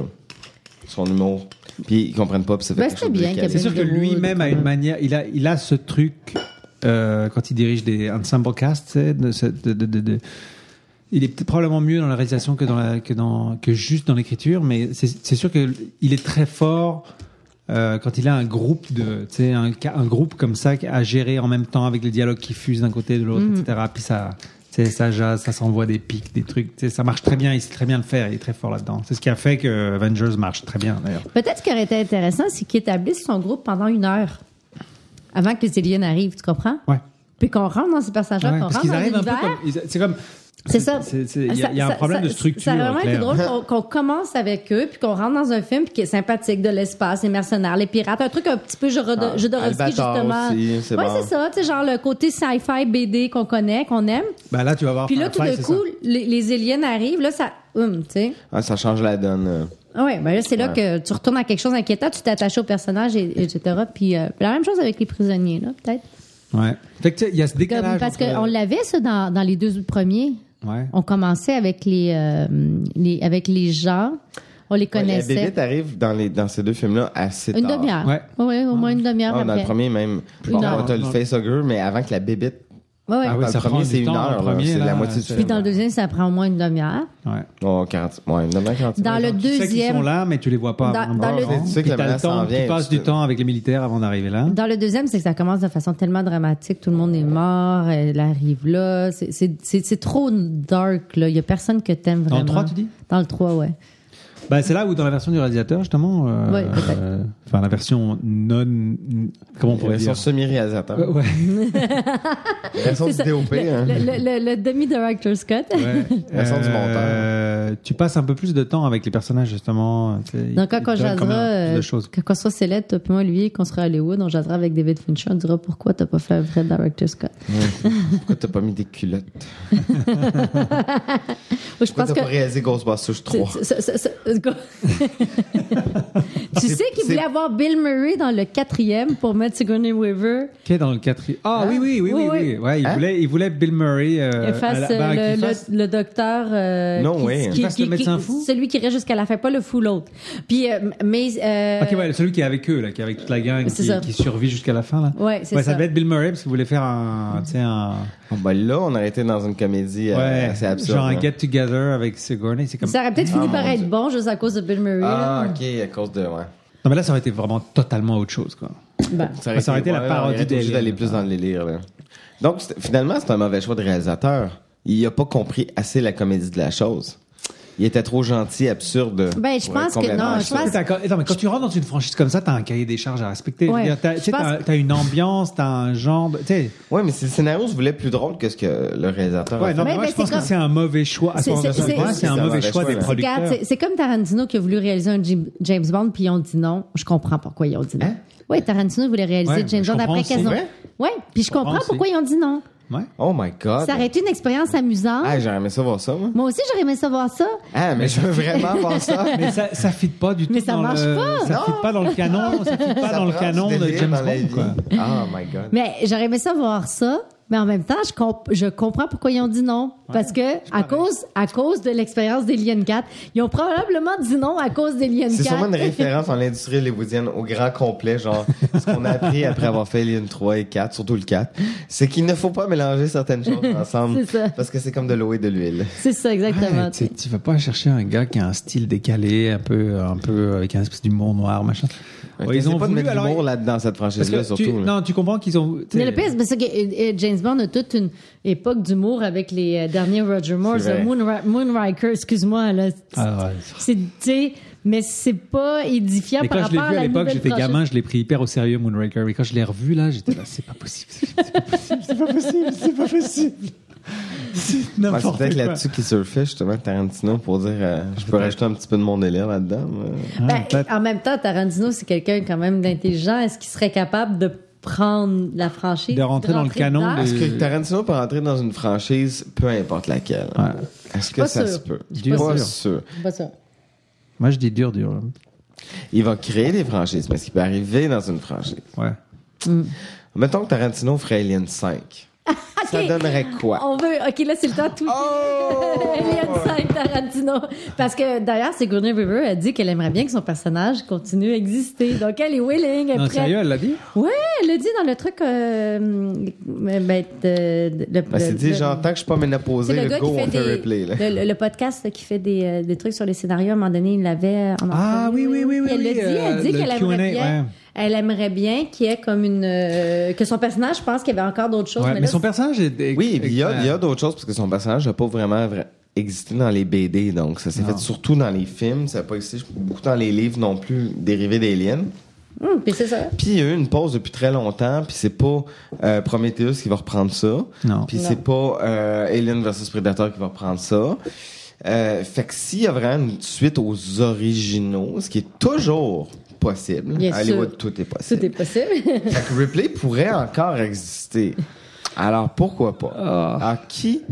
[SPEAKER 10] son humour. Puis ils comprennent pas. Puis ça fait
[SPEAKER 9] Ben,
[SPEAKER 10] quelque
[SPEAKER 9] c'était
[SPEAKER 10] chose de
[SPEAKER 9] bien,
[SPEAKER 10] décalé.
[SPEAKER 2] C'est sûr que
[SPEAKER 9] Whedon,
[SPEAKER 2] lui-même a
[SPEAKER 9] quand même.
[SPEAKER 2] une manière, il a, il a ce truc euh, quand il dirige des ensemble cast, tu sais, de, ce- de- de- de- de- il est peut-être probablement mieux dans la réalisation que dans la, que dans que juste dans l'écriture, mais c'est c'est sûr que il est très fort. euh, quand il a un groupe de, tu sais, un, ca- un groupe comme ça à gérer en même temps avec les dialogues qui fusent d'un côté et de l'autre, etc. Puis ça, tu sais, ça jase, ça s'envoie des pics, des trucs. tu sais, Ça marche très bien, il sait très bien le faire, il est très fort là-dedans. C'est ce qui a fait que Avengers marche très bien d'ailleurs.
[SPEAKER 9] Peut-être ce qui aurait été intéressant, c'est qu'il établisse son groupe pendant une heure avant que les aliens arrivent, tu comprends?
[SPEAKER 2] Ouais.
[SPEAKER 9] Puis qu'on rentre dans ces personnages-là,
[SPEAKER 2] Ouais,
[SPEAKER 9] qu'on
[SPEAKER 2] parce
[SPEAKER 9] rentre
[SPEAKER 2] qu'ils
[SPEAKER 9] dans
[SPEAKER 2] arrivent un peu
[SPEAKER 9] l'univers.
[SPEAKER 2] comme. ils- C'est comme.
[SPEAKER 9] C'est ça.
[SPEAKER 2] c'est- c'est- Il y a,
[SPEAKER 9] Ça-
[SPEAKER 2] il y a un
[SPEAKER 9] ça-
[SPEAKER 2] problème
[SPEAKER 9] ça-
[SPEAKER 2] de structure.
[SPEAKER 9] Ça a vraiment été
[SPEAKER 2] clair.
[SPEAKER 9] drôle qu'on, qu'on commence avec eux, puis qu'on rentre dans un film qui est sympathique de l'espace, les mercenaires, les pirates, un truc un petit peu Jodor-
[SPEAKER 10] Ah,
[SPEAKER 9] Jodorowsky,
[SPEAKER 10] Albator
[SPEAKER 9] justement.
[SPEAKER 10] aussi, c'est
[SPEAKER 9] ouais,
[SPEAKER 10] bon.
[SPEAKER 9] c'est ça, tu sais, genre le côté sci-fi BD qu'on connaît, qu'on aime.
[SPEAKER 2] Bah là, tu vas voir.
[SPEAKER 9] Puis là, tout
[SPEAKER 2] Firefly,
[SPEAKER 9] d'un
[SPEAKER 2] c'est
[SPEAKER 9] coup,
[SPEAKER 2] ça.
[SPEAKER 9] les, les aliens arrivent, là, ça. Hum, tu sais.
[SPEAKER 10] Ah, ça change la donne. euh.
[SPEAKER 9] Ah Ouais, ben là, c'est là que tu retournes à quelque chose d'inquiétant, tu t'attaches au personnage, et, etc. Puis euh, la même chose avec les prisonniers, là, peut-être.
[SPEAKER 2] Ouais. Fait que tu sais, il y a ce
[SPEAKER 9] Comme-
[SPEAKER 2] décalage.
[SPEAKER 9] parce
[SPEAKER 2] entre-
[SPEAKER 9] qu'on l'avait, ça, dans, dans les deux premiers.
[SPEAKER 2] euh? Ouais.
[SPEAKER 9] On commençait avec les, euh, les- avec les gens, on les
[SPEAKER 10] Ouais, la
[SPEAKER 9] connaissait.
[SPEAKER 10] bébête arrive dans, les, dans ces deux films-là assez
[SPEAKER 9] une
[SPEAKER 10] tard.
[SPEAKER 9] demi-heure.
[SPEAKER 2] Ouais.
[SPEAKER 9] Ouais, au moins une demi-heure
[SPEAKER 10] Ah, dans
[SPEAKER 9] après.
[SPEAKER 10] le premier, même.
[SPEAKER 9] Plus
[SPEAKER 10] Bon,
[SPEAKER 9] tard.
[SPEAKER 10] t'as le face hugger, mais avant que la bébête
[SPEAKER 9] Ouais, ouais.
[SPEAKER 10] Ah oui, Dans le
[SPEAKER 2] ça
[SPEAKER 10] premier,
[SPEAKER 2] prend
[SPEAKER 10] c'est
[SPEAKER 2] du
[SPEAKER 10] une
[SPEAKER 2] temps.
[SPEAKER 10] heure,
[SPEAKER 2] le
[SPEAKER 10] là.
[SPEAKER 2] premier,
[SPEAKER 10] C'est
[SPEAKER 2] là,
[SPEAKER 10] la moitié du
[SPEAKER 2] c'est-
[SPEAKER 9] Puis dans le deuxième, ça prend au moins une demi-heure.
[SPEAKER 2] Ouais.
[SPEAKER 10] Oh, 40. Ouais, une demi-heure, 40.
[SPEAKER 9] Dans le
[SPEAKER 2] Tu sais qu'ils
[SPEAKER 9] deuxième,
[SPEAKER 2] sont là, mais tu les vois pas.
[SPEAKER 9] Dans-
[SPEAKER 2] avant.
[SPEAKER 9] dans le-
[SPEAKER 10] Tu sais que
[SPEAKER 2] Puis
[SPEAKER 10] la
[SPEAKER 2] t'as le
[SPEAKER 10] menace s'en
[SPEAKER 2] temps,
[SPEAKER 10] vient,
[SPEAKER 2] tu passes
[SPEAKER 10] tu
[SPEAKER 2] du
[SPEAKER 10] te-
[SPEAKER 2] temps avec les militaires avant d'arriver là.
[SPEAKER 9] Dans le deuxième, c'est que ça commence de façon tellement dramatique. Tout le monde est mort, elle arrive là. C'est- C'est c'est- c'est trop dark, là. Il y a personne que t'aimes
[SPEAKER 2] Dans
[SPEAKER 9] vraiment.
[SPEAKER 2] le trois, tu dis
[SPEAKER 9] Dans le 3, ouais.
[SPEAKER 2] Bah, c'est là où dans la version du réalisateur justement, euh,
[SPEAKER 9] Ouais, peut-être.
[SPEAKER 2] euh, enfin la version non, comment on pourrait
[SPEAKER 10] Ils sont
[SPEAKER 2] dire
[SPEAKER 10] semi-réalisateur.
[SPEAKER 2] Ouais, ouais.
[SPEAKER 9] C'est
[SPEAKER 10] Version du
[SPEAKER 9] ça,
[SPEAKER 10] DOP,
[SPEAKER 9] le,
[SPEAKER 10] hein.
[SPEAKER 9] le- le- le- le demi-director's cut.
[SPEAKER 10] Version du monteur.
[SPEAKER 2] Euh, Tu passes un peu plus de temps avec les personnages justement.
[SPEAKER 9] Donc, quand, on jasera,
[SPEAKER 2] de
[SPEAKER 9] euh,
[SPEAKER 2] choses.
[SPEAKER 9] quand on soit célèbre, toi, puis moi, lui, qu'on sera à Hollywood, on jasera avec David Fincher, on dira pourquoi t'as pas fait un vrai director's cut.
[SPEAKER 10] Pourquoi t'as pas mis des culottes?
[SPEAKER 9] Je
[SPEAKER 10] Pourquoi
[SPEAKER 9] pense
[SPEAKER 10] t'as
[SPEAKER 9] que.
[SPEAKER 10] pas réalisé Ghostbusters 3?
[SPEAKER 9] C'est- c'est- c'est- c'est- tu sais qu'il
[SPEAKER 10] c'est-
[SPEAKER 9] voulait avoir Bill Murray dans le quatrième pour mettre Sigourney Weaver.
[SPEAKER 2] Qui est dans le quatrième Ah oui oui oui oui
[SPEAKER 9] Hein? Oui,
[SPEAKER 2] oui.
[SPEAKER 9] oui.
[SPEAKER 2] Ouais, il
[SPEAKER 10] Hein?
[SPEAKER 2] voulait il voulait Bill Murray. euh,
[SPEAKER 9] Et face
[SPEAKER 2] à la- bah,
[SPEAKER 9] euh,
[SPEAKER 2] qu'il
[SPEAKER 9] le,
[SPEAKER 2] fasse-
[SPEAKER 9] le- le docteur. euh,
[SPEAKER 10] Non,
[SPEAKER 9] qui-
[SPEAKER 10] ouais.
[SPEAKER 9] qui-
[SPEAKER 10] Qu'il
[SPEAKER 9] qui-
[SPEAKER 2] fasse le
[SPEAKER 9] qui-
[SPEAKER 2] médecin fou?
[SPEAKER 9] Celui qui reste jusqu'à la fin, pas le fou l'autre. Puis, euh, mais. euh,
[SPEAKER 2] Ok ouais Ah, celui qui est avec eux là, qui est avec toute la gang,
[SPEAKER 9] C'est
[SPEAKER 2] qui,
[SPEAKER 9] ça.
[SPEAKER 2] qui survit jusqu'à la fin là.
[SPEAKER 9] Ouais, c'est
[SPEAKER 2] ça
[SPEAKER 9] ça.
[SPEAKER 2] devait être Bill Murray parce qu'il voulait faire un, tu sais un,
[SPEAKER 10] Ah, ben là, on aurait été dans une comédie euh,
[SPEAKER 2] ouais,
[SPEAKER 10] assez absurde.
[SPEAKER 2] genre un
[SPEAKER 10] hein.
[SPEAKER 2] get together avec Sigourney, c'est comme.
[SPEAKER 9] Ça aurait peut-être fini
[SPEAKER 10] Ah,
[SPEAKER 9] par
[SPEAKER 10] mon
[SPEAKER 9] être
[SPEAKER 10] Dieu.
[SPEAKER 9] bon juste à cause de Bill Murray.
[SPEAKER 10] Ah,
[SPEAKER 9] là.
[SPEAKER 10] ok, à cause de. Ouais.
[SPEAKER 2] Non mais là ça aurait été vraiment totalement autre chose quoi.
[SPEAKER 9] Ben,
[SPEAKER 2] Ça aurait été la
[SPEAKER 10] ouais,
[SPEAKER 2] parodie
[SPEAKER 10] on aurait été obligé
[SPEAKER 2] d'Alien,
[SPEAKER 10] d'aller
[SPEAKER 2] là.
[SPEAKER 10] plus dans le délire. Là. Donc, c'est- finalement, c'est un mauvais choix de réalisateur. Il a pas compris assez la comédie de la chose. Il était trop gentil, absurde.
[SPEAKER 9] Ben, je
[SPEAKER 10] pour
[SPEAKER 9] pense que
[SPEAKER 10] être complètement
[SPEAKER 9] non, je
[SPEAKER 10] absurde.
[SPEAKER 9] pense-
[SPEAKER 2] T'as encore- Attends, mais quand tu rentres dans une franchise comme ça, t'as un cahier des charges à respecter.
[SPEAKER 9] Ouais,
[SPEAKER 2] Je veux dire, T'as
[SPEAKER 9] je
[SPEAKER 2] tu sais,
[SPEAKER 9] pense
[SPEAKER 2] t'as-
[SPEAKER 9] que-
[SPEAKER 2] t'as une ambiance, t'as un genre. de- Tu sais,
[SPEAKER 10] Ouais, mais si le scénario se voulait plus drôle que ce que le réalisateur
[SPEAKER 2] ouais,
[SPEAKER 10] a fait.
[SPEAKER 2] non, mais
[SPEAKER 9] Ouais,
[SPEAKER 2] moi,
[SPEAKER 9] ben,
[SPEAKER 2] je pense
[SPEAKER 9] c'est
[SPEAKER 2] que
[SPEAKER 9] comme-
[SPEAKER 2] c'est un mauvais choix. À ce
[SPEAKER 9] C'est-
[SPEAKER 2] moment-là,
[SPEAKER 9] c'est-
[SPEAKER 2] c'est
[SPEAKER 9] c'est-
[SPEAKER 2] un
[SPEAKER 10] c'est
[SPEAKER 2] mauvais
[SPEAKER 10] un
[SPEAKER 2] choix
[SPEAKER 10] mauvais
[SPEAKER 2] des
[SPEAKER 10] choix,
[SPEAKER 9] Regarde,
[SPEAKER 2] producteurs.
[SPEAKER 9] c'est- c'est comme Tarantino qui a voulu réaliser un Jim- James Bond, puis ils ont dit non. Je comprends pourquoi ils ont dit non. Oui, Tarantino voulait réaliser
[SPEAKER 2] Ouais,
[SPEAKER 9] James
[SPEAKER 2] je
[SPEAKER 9] Bond
[SPEAKER 2] comprends
[SPEAKER 9] après
[SPEAKER 2] aussi.
[SPEAKER 9] Casino.
[SPEAKER 10] Ouais?
[SPEAKER 9] Oui, puis je comprends
[SPEAKER 2] aussi.
[SPEAKER 9] pourquoi ils ont dit non.
[SPEAKER 2] Ouais.
[SPEAKER 10] Oh my god.
[SPEAKER 9] Ça aurait été une expérience amusante.
[SPEAKER 10] Ah, j'aurais aimé ça voir ça, moi.
[SPEAKER 9] Moi aussi, j'aurais aimé savoir ça.
[SPEAKER 10] Ah, mais je veux vraiment voir ça.
[SPEAKER 2] Mais ça, ça fit pas du tout.
[SPEAKER 9] Mais ça
[SPEAKER 2] dans
[SPEAKER 9] marche
[SPEAKER 2] le-
[SPEAKER 9] pas.
[SPEAKER 2] Ça fit pas dans le canon. Ça fit pas
[SPEAKER 10] Ça
[SPEAKER 2] dans le
[SPEAKER 10] prend
[SPEAKER 2] canon
[SPEAKER 10] du
[SPEAKER 2] de
[SPEAKER 10] délire
[SPEAKER 2] James
[SPEAKER 10] dans la
[SPEAKER 2] Bond.
[SPEAKER 10] vie.
[SPEAKER 2] quoi.
[SPEAKER 10] Oh my god.
[SPEAKER 9] Mais j'aurais aimé savoir ça. Mais en même temps, je, comp- je comprends pourquoi ils ont dit non. Parce que, à cause, à cause de l'expérience d'Alien 4, ils ont probablement dit non à cause d'Alien 4.
[SPEAKER 10] C'est sûrement une référence en l'industrie hollywoodienne au grand complet, genre ce qu'on a appris après avoir fait Alien 3 et 4, surtout le 4, c'est qu'il ne faut pas mélanger certaines choses ensemble
[SPEAKER 9] C'est ça.
[SPEAKER 10] parce que c'est comme de l'eau et de l'huile.
[SPEAKER 9] C'est ça, exactement.
[SPEAKER 2] Ouais, tu sais, tu vas pas chercher un gars qui a un style décalé, un peu, un peu avec un espèce d'humour noir, machin. Ouais,
[SPEAKER 10] ils ont pas de mettre
[SPEAKER 2] alors,
[SPEAKER 10] l'humour là-dedans cette
[SPEAKER 2] parce que
[SPEAKER 10] franchise-là surtout.
[SPEAKER 2] tu-
[SPEAKER 10] là.
[SPEAKER 2] non, tu comprends qu'ils ont. tu sais,
[SPEAKER 9] Mais le pire, c'est parce que euh, euh, James Bond a toute une époque d'humour avec les euh, derniers Roger Moore,
[SPEAKER 10] C'est vrai.
[SPEAKER 9] euh, Moonri- Moonraker, excuse-moi. là.
[SPEAKER 2] Ah, ouais.
[SPEAKER 9] C'est, tu sais, mais c'est pas édifiant
[SPEAKER 2] Mais
[SPEAKER 9] par
[SPEAKER 2] quand je l'ai
[SPEAKER 9] rapport à
[SPEAKER 2] vu
[SPEAKER 9] la
[SPEAKER 2] à l'époque,
[SPEAKER 9] nouvelle
[SPEAKER 2] j'étais
[SPEAKER 9] franchise.
[SPEAKER 2] gamin, je l'ai pris hyper au sérieux, Moonraker. Mais quand je l'ai revu là, j'étais là, c'est pas possible, c'est pas possible, c'est pas possible, c'est pas possible. C'est
[SPEAKER 10] Ouais, c'est
[SPEAKER 2] n'importe
[SPEAKER 10] peut-être
[SPEAKER 2] quoi.
[SPEAKER 10] là-dessus qu'il surfait justement Tarantino pour dire euh, je peux rajouter un petit peu de mon délire là-dedans. mais-
[SPEAKER 9] Ben,
[SPEAKER 10] Bah,
[SPEAKER 2] Ouais,
[SPEAKER 10] euh,
[SPEAKER 2] peut-être.
[SPEAKER 9] en même temps, Tarantino, c'est quelqu'un quand même d'intelligent. Est-ce qu'il serait capable de prendre la franchise?
[SPEAKER 2] De rentrer dans le canon
[SPEAKER 9] dedans?
[SPEAKER 2] des-
[SPEAKER 10] Est-ce que Tarantino peut entrer dans une franchise, peu importe laquelle? Est-ce que
[SPEAKER 9] pas
[SPEAKER 10] ça
[SPEAKER 9] sûre.
[SPEAKER 10] se peut?
[SPEAKER 9] Je suis pas
[SPEAKER 10] Pas
[SPEAKER 9] sûre.
[SPEAKER 10] sûr.
[SPEAKER 9] Pas ça.
[SPEAKER 2] Moi, je dis dur, dur. là.
[SPEAKER 10] Il va créer des franchises, mais est-ce qu'il peut arriver dans une franchise?
[SPEAKER 2] Ouais.
[SPEAKER 10] Mettons que Tarantino ferait Alien 5. Ça
[SPEAKER 9] Ok.
[SPEAKER 10] donnerait quoi?
[SPEAKER 9] On veut. OK, là, c'est le temps de tweeter. Alien 5 Tarantino. Parce que d'ailleurs, Sigourney Weaver a dit qu'elle aimerait bien que son personnage continue à exister. Donc, elle est willing. Elle est
[SPEAKER 2] Non,
[SPEAKER 9] prête.
[SPEAKER 2] sérieux, elle l'a dit
[SPEAKER 9] Ouais, elle l'a dit dans le truc. Euh, euh, ben, de- de- le-
[SPEAKER 10] Ben, c'est
[SPEAKER 9] de-
[SPEAKER 10] dit,
[SPEAKER 9] de-
[SPEAKER 10] genre, tant que je suis pas ménopausé,
[SPEAKER 9] c'est le,
[SPEAKER 10] le,
[SPEAKER 9] gars
[SPEAKER 10] go,
[SPEAKER 9] qui
[SPEAKER 10] on
[SPEAKER 9] fait
[SPEAKER 10] fait
[SPEAKER 9] des,
[SPEAKER 10] replay. là.
[SPEAKER 9] le, le- le podcast là, qui fait des, euh, des trucs sur les scénarios. À un moment donné, il l'avait en
[SPEAKER 2] Ah,
[SPEAKER 9] entrevue.
[SPEAKER 2] oui, oui, oui, oui,
[SPEAKER 9] Elle l'a
[SPEAKER 2] oui,
[SPEAKER 9] dit,
[SPEAKER 2] euh,
[SPEAKER 9] elle dit
[SPEAKER 2] le
[SPEAKER 9] qu'elle aimerait
[SPEAKER 2] Q&A,
[SPEAKER 9] bien.
[SPEAKER 2] ouais.
[SPEAKER 9] Elle aimerait bien qu'il y ait comme une. euh, que son personnage pense qu'il y avait encore d'autres choses.
[SPEAKER 2] Ouais,
[SPEAKER 9] mais
[SPEAKER 2] mais,
[SPEAKER 9] là,
[SPEAKER 2] son personnage est. est-
[SPEAKER 10] Oui, puis il y a,
[SPEAKER 2] est-
[SPEAKER 10] il y a d'autres choses, parce que son personnage n'a pas vraiment vra- existé dans les BD, donc ça s'est fait surtout dans les films, ça n'a pas existé beaucoup dans les livres non plus, dérivés d'Alien.
[SPEAKER 9] hum, puis c'est ça.
[SPEAKER 10] Puis il y a eu une pause depuis très longtemps, puis c'est pas euh, Prometheus qui va reprendre ça.
[SPEAKER 2] Non.
[SPEAKER 10] Puis c'est pas euh, Alien vs Predator qui va reprendre ça. Euh, fait que s'il y a vraiment une suite aux originaux, ce qui est toujours possible,
[SPEAKER 9] Bien
[SPEAKER 10] à Hollywood,
[SPEAKER 9] sûr.
[SPEAKER 10] tout est
[SPEAKER 9] Tout est
[SPEAKER 10] possible.
[SPEAKER 9] possible.
[SPEAKER 10] Fait que Ripley pourrait encore exister. Alors pourquoi pas? À qui?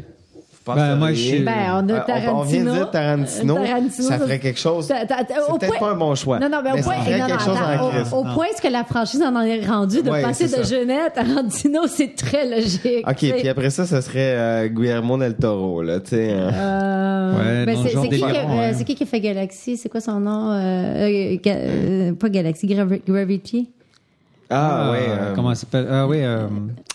[SPEAKER 10] Vous penseriez-
[SPEAKER 2] Ah. moi,
[SPEAKER 9] Ben,
[SPEAKER 2] je-
[SPEAKER 9] on a
[SPEAKER 10] Euh, on- on vient de
[SPEAKER 9] Tarantino.
[SPEAKER 10] dire Tarantino,
[SPEAKER 9] Euh, Tarantino,
[SPEAKER 10] ça
[SPEAKER 9] ça-
[SPEAKER 10] ferait quelque chose.
[SPEAKER 9] Ta- ta- ta- au
[SPEAKER 10] C'est peut-être
[SPEAKER 9] point-
[SPEAKER 10] pas un bon choix.
[SPEAKER 9] Non, non, mais au
[SPEAKER 10] ça
[SPEAKER 9] point,
[SPEAKER 10] ferait
[SPEAKER 9] non, non,
[SPEAKER 10] quelque chose
[SPEAKER 9] attends,
[SPEAKER 10] en
[SPEAKER 9] au-
[SPEAKER 10] crise. Ah.
[SPEAKER 9] au, point est-ce que la franchise en est rendue de
[SPEAKER 10] Ouais,
[SPEAKER 9] passer
[SPEAKER 10] c'est
[SPEAKER 9] de
[SPEAKER 10] ça.
[SPEAKER 9] Genet à Tarantino, c'est très logique.
[SPEAKER 10] OK,
[SPEAKER 9] tu sais.
[SPEAKER 10] puis après ça, ça serait euh, Guillermo del Toro, là, tu sais. hein.
[SPEAKER 9] Euh,
[SPEAKER 2] Ouais,
[SPEAKER 9] ben,
[SPEAKER 2] dans
[SPEAKER 9] c'est
[SPEAKER 2] le genre
[SPEAKER 9] c'est qui, qui-
[SPEAKER 2] délirant,
[SPEAKER 9] euh,
[SPEAKER 2] ouais.
[SPEAKER 9] c'est qui qui a fait Galaxy? C'est quoi son nom? Euh, euh, Ga- euh, pas Galaxy, Gravi- Gravity?
[SPEAKER 10] Ah, ouais.
[SPEAKER 2] euh,
[SPEAKER 10] euh,
[SPEAKER 2] Comment elle s'appelle Ah, oui.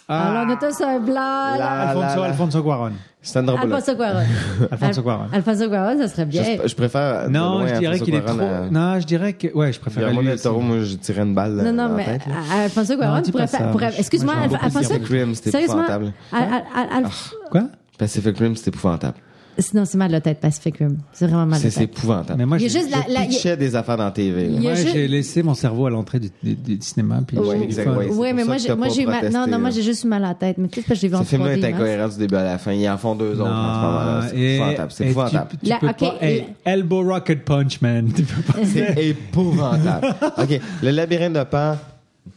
[SPEAKER 9] Alors, on était sur un blanc. là.
[SPEAKER 2] Alfonso, Alfonso Cuaron.
[SPEAKER 10] Sandra Bullock.
[SPEAKER 9] Alfonso Cuarón.
[SPEAKER 2] Alfonso Cuaron.
[SPEAKER 9] Alfonso Cuarón, ça serait bien.
[SPEAKER 10] Je, je préfère. Ah, de
[SPEAKER 2] Non,
[SPEAKER 10] loin
[SPEAKER 2] je dirais
[SPEAKER 10] Alfonso
[SPEAKER 2] qu'il est
[SPEAKER 10] Cuarón
[SPEAKER 2] trop.
[SPEAKER 10] à-
[SPEAKER 2] Non, je dirais que. Ouais, je préfère
[SPEAKER 10] Guillermo
[SPEAKER 2] lui.
[SPEAKER 10] del Toro, moi, je tirais une balle. euh,
[SPEAKER 9] Non,
[SPEAKER 10] dans
[SPEAKER 9] non,
[SPEAKER 10] la
[SPEAKER 9] mais
[SPEAKER 10] tête, là.
[SPEAKER 9] à- à Alfonso Cuarón,
[SPEAKER 2] Non, dis
[SPEAKER 9] tu pourrais
[SPEAKER 2] pas ça,
[SPEAKER 9] faire.
[SPEAKER 2] moi,
[SPEAKER 9] pourrais-
[SPEAKER 2] je-
[SPEAKER 9] Excuse-moi,
[SPEAKER 2] moi, j'aime
[SPEAKER 9] Alf-
[SPEAKER 2] beaucoup
[SPEAKER 9] Alfonso.
[SPEAKER 2] Guillermo
[SPEAKER 10] del Toro, c'était
[SPEAKER 9] Sérieusement,
[SPEAKER 10] épouvantable.
[SPEAKER 9] Al- Al- Al- Al-
[SPEAKER 2] Quoi
[SPEAKER 10] Pacific Rim, c'est épouvantable.
[SPEAKER 9] Sinon, c'est mal la tête, Pacific Rim. C'est vraiment mal
[SPEAKER 10] C'est
[SPEAKER 9] la
[SPEAKER 10] c'est
[SPEAKER 9] tête.
[SPEAKER 10] épouvantable.
[SPEAKER 2] Ah, Mais moi,
[SPEAKER 9] Il y a
[SPEAKER 2] j'ai-
[SPEAKER 9] juste la. la-
[SPEAKER 10] Je pitchais des affaires dans la TV. là.
[SPEAKER 9] Il y a
[SPEAKER 2] moi,
[SPEAKER 9] juste-
[SPEAKER 2] j'ai laissé mon cerveau à l'entrée du, du- du cinéma. Puis
[SPEAKER 9] Ouais.
[SPEAKER 2] j'ai eu du fun.
[SPEAKER 10] Exact, ouais. c'est
[SPEAKER 9] Ouais,
[SPEAKER 10] pour
[SPEAKER 9] mais
[SPEAKER 10] ça
[SPEAKER 9] moi,
[SPEAKER 10] que
[SPEAKER 9] j'ai-
[SPEAKER 10] t'as
[SPEAKER 9] moi,
[SPEAKER 10] pas
[SPEAKER 9] j'ai eu mal. Non,
[SPEAKER 10] protesté,
[SPEAKER 9] non, moi,
[SPEAKER 10] là.
[SPEAKER 9] j'ai juste eu mal à la tête. Mais peut-être parce que je l'ai vu en
[SPEAKER 10] Ce film-là
[SPEAKER 9] 3D,
[SPEAKER 10] est
[SPEAKER 9] mince.
[SPEAKER 10] incohérent du début à la fin. Ils en font deux autres en ce moment-là. C'est
[SPEAKER 2] et-
[SPEAKER 10] épouvantable. C'est
[SPEAKER 2] et eh, tu-
[SPEAKER 10] épouvantable.
[SPEAKER 2] tu
[SPEAKER 9] Là,
[SPEAKER 2] peux
[SPEAKER 9] ok,
[SPEAKER 2] pas- hey, Elbow Rocket Punch, man. Tu peux pas-
[SPEAKER 10] C'est épouvantable. OK. Le labyrinthe de Pan,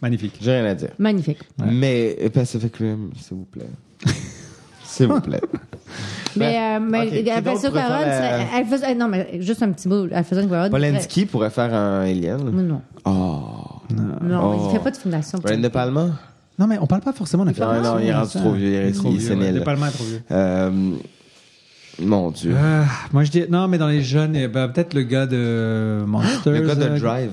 [SPEAKER 2] Magnifique.
[SPEAKER 10] j'ai rien à dire.
[SPEAKER 9] Magnifique.
[SPEAKER 10] Mais euh, Pacific Rim, s'il vous plaît. S'il vous plaît.
[SPEAKER 9] Mais, euh, mais
[SPEAKER 10] Ok, qui
[SPEAKER 9] Alfonso
[SPEAKER 10] d'autre pourrait
[SPEAKER 9] Cuarón,
[SPEAKER 10] faire la-
[SPEAKER 9] serait- Alfonso- eh, non, mais juste un petit mot. Alfonso Cuarón.
[SPEAKER 10] Polanski pourrait faire un Alien.
[SPEAKER 9] serait- Non,
[SPEAKER 10] Oh.
[SPEAKER 9] non,
[SPEAKER 10] Oh.
[SPEAKER 9] il fait pas de film d'action.
[SPEAKER 10] Brian De Palma?
[SPEAKER 2] Non, mais on parle pas forcément d'un film.
[SPEAKER 10] Non, non, il est rendu trop vieux. Il est il est
[SPEAKER 2] Il
[SPEAKER 10] sénile.
[SPEAKER 2] est pas le mal trop vieux.
[SPEAKER 10] Euh, Mon Dieu.
[SPEAKER 2] Ah, moi, je dis. Non, mais dans les jeunes, eh ben, peut-être le gars de Monsters.
[SPEAKER 10] Le gars de
[SPEAKER 2] euh,
[SPEAKER 10] Drive.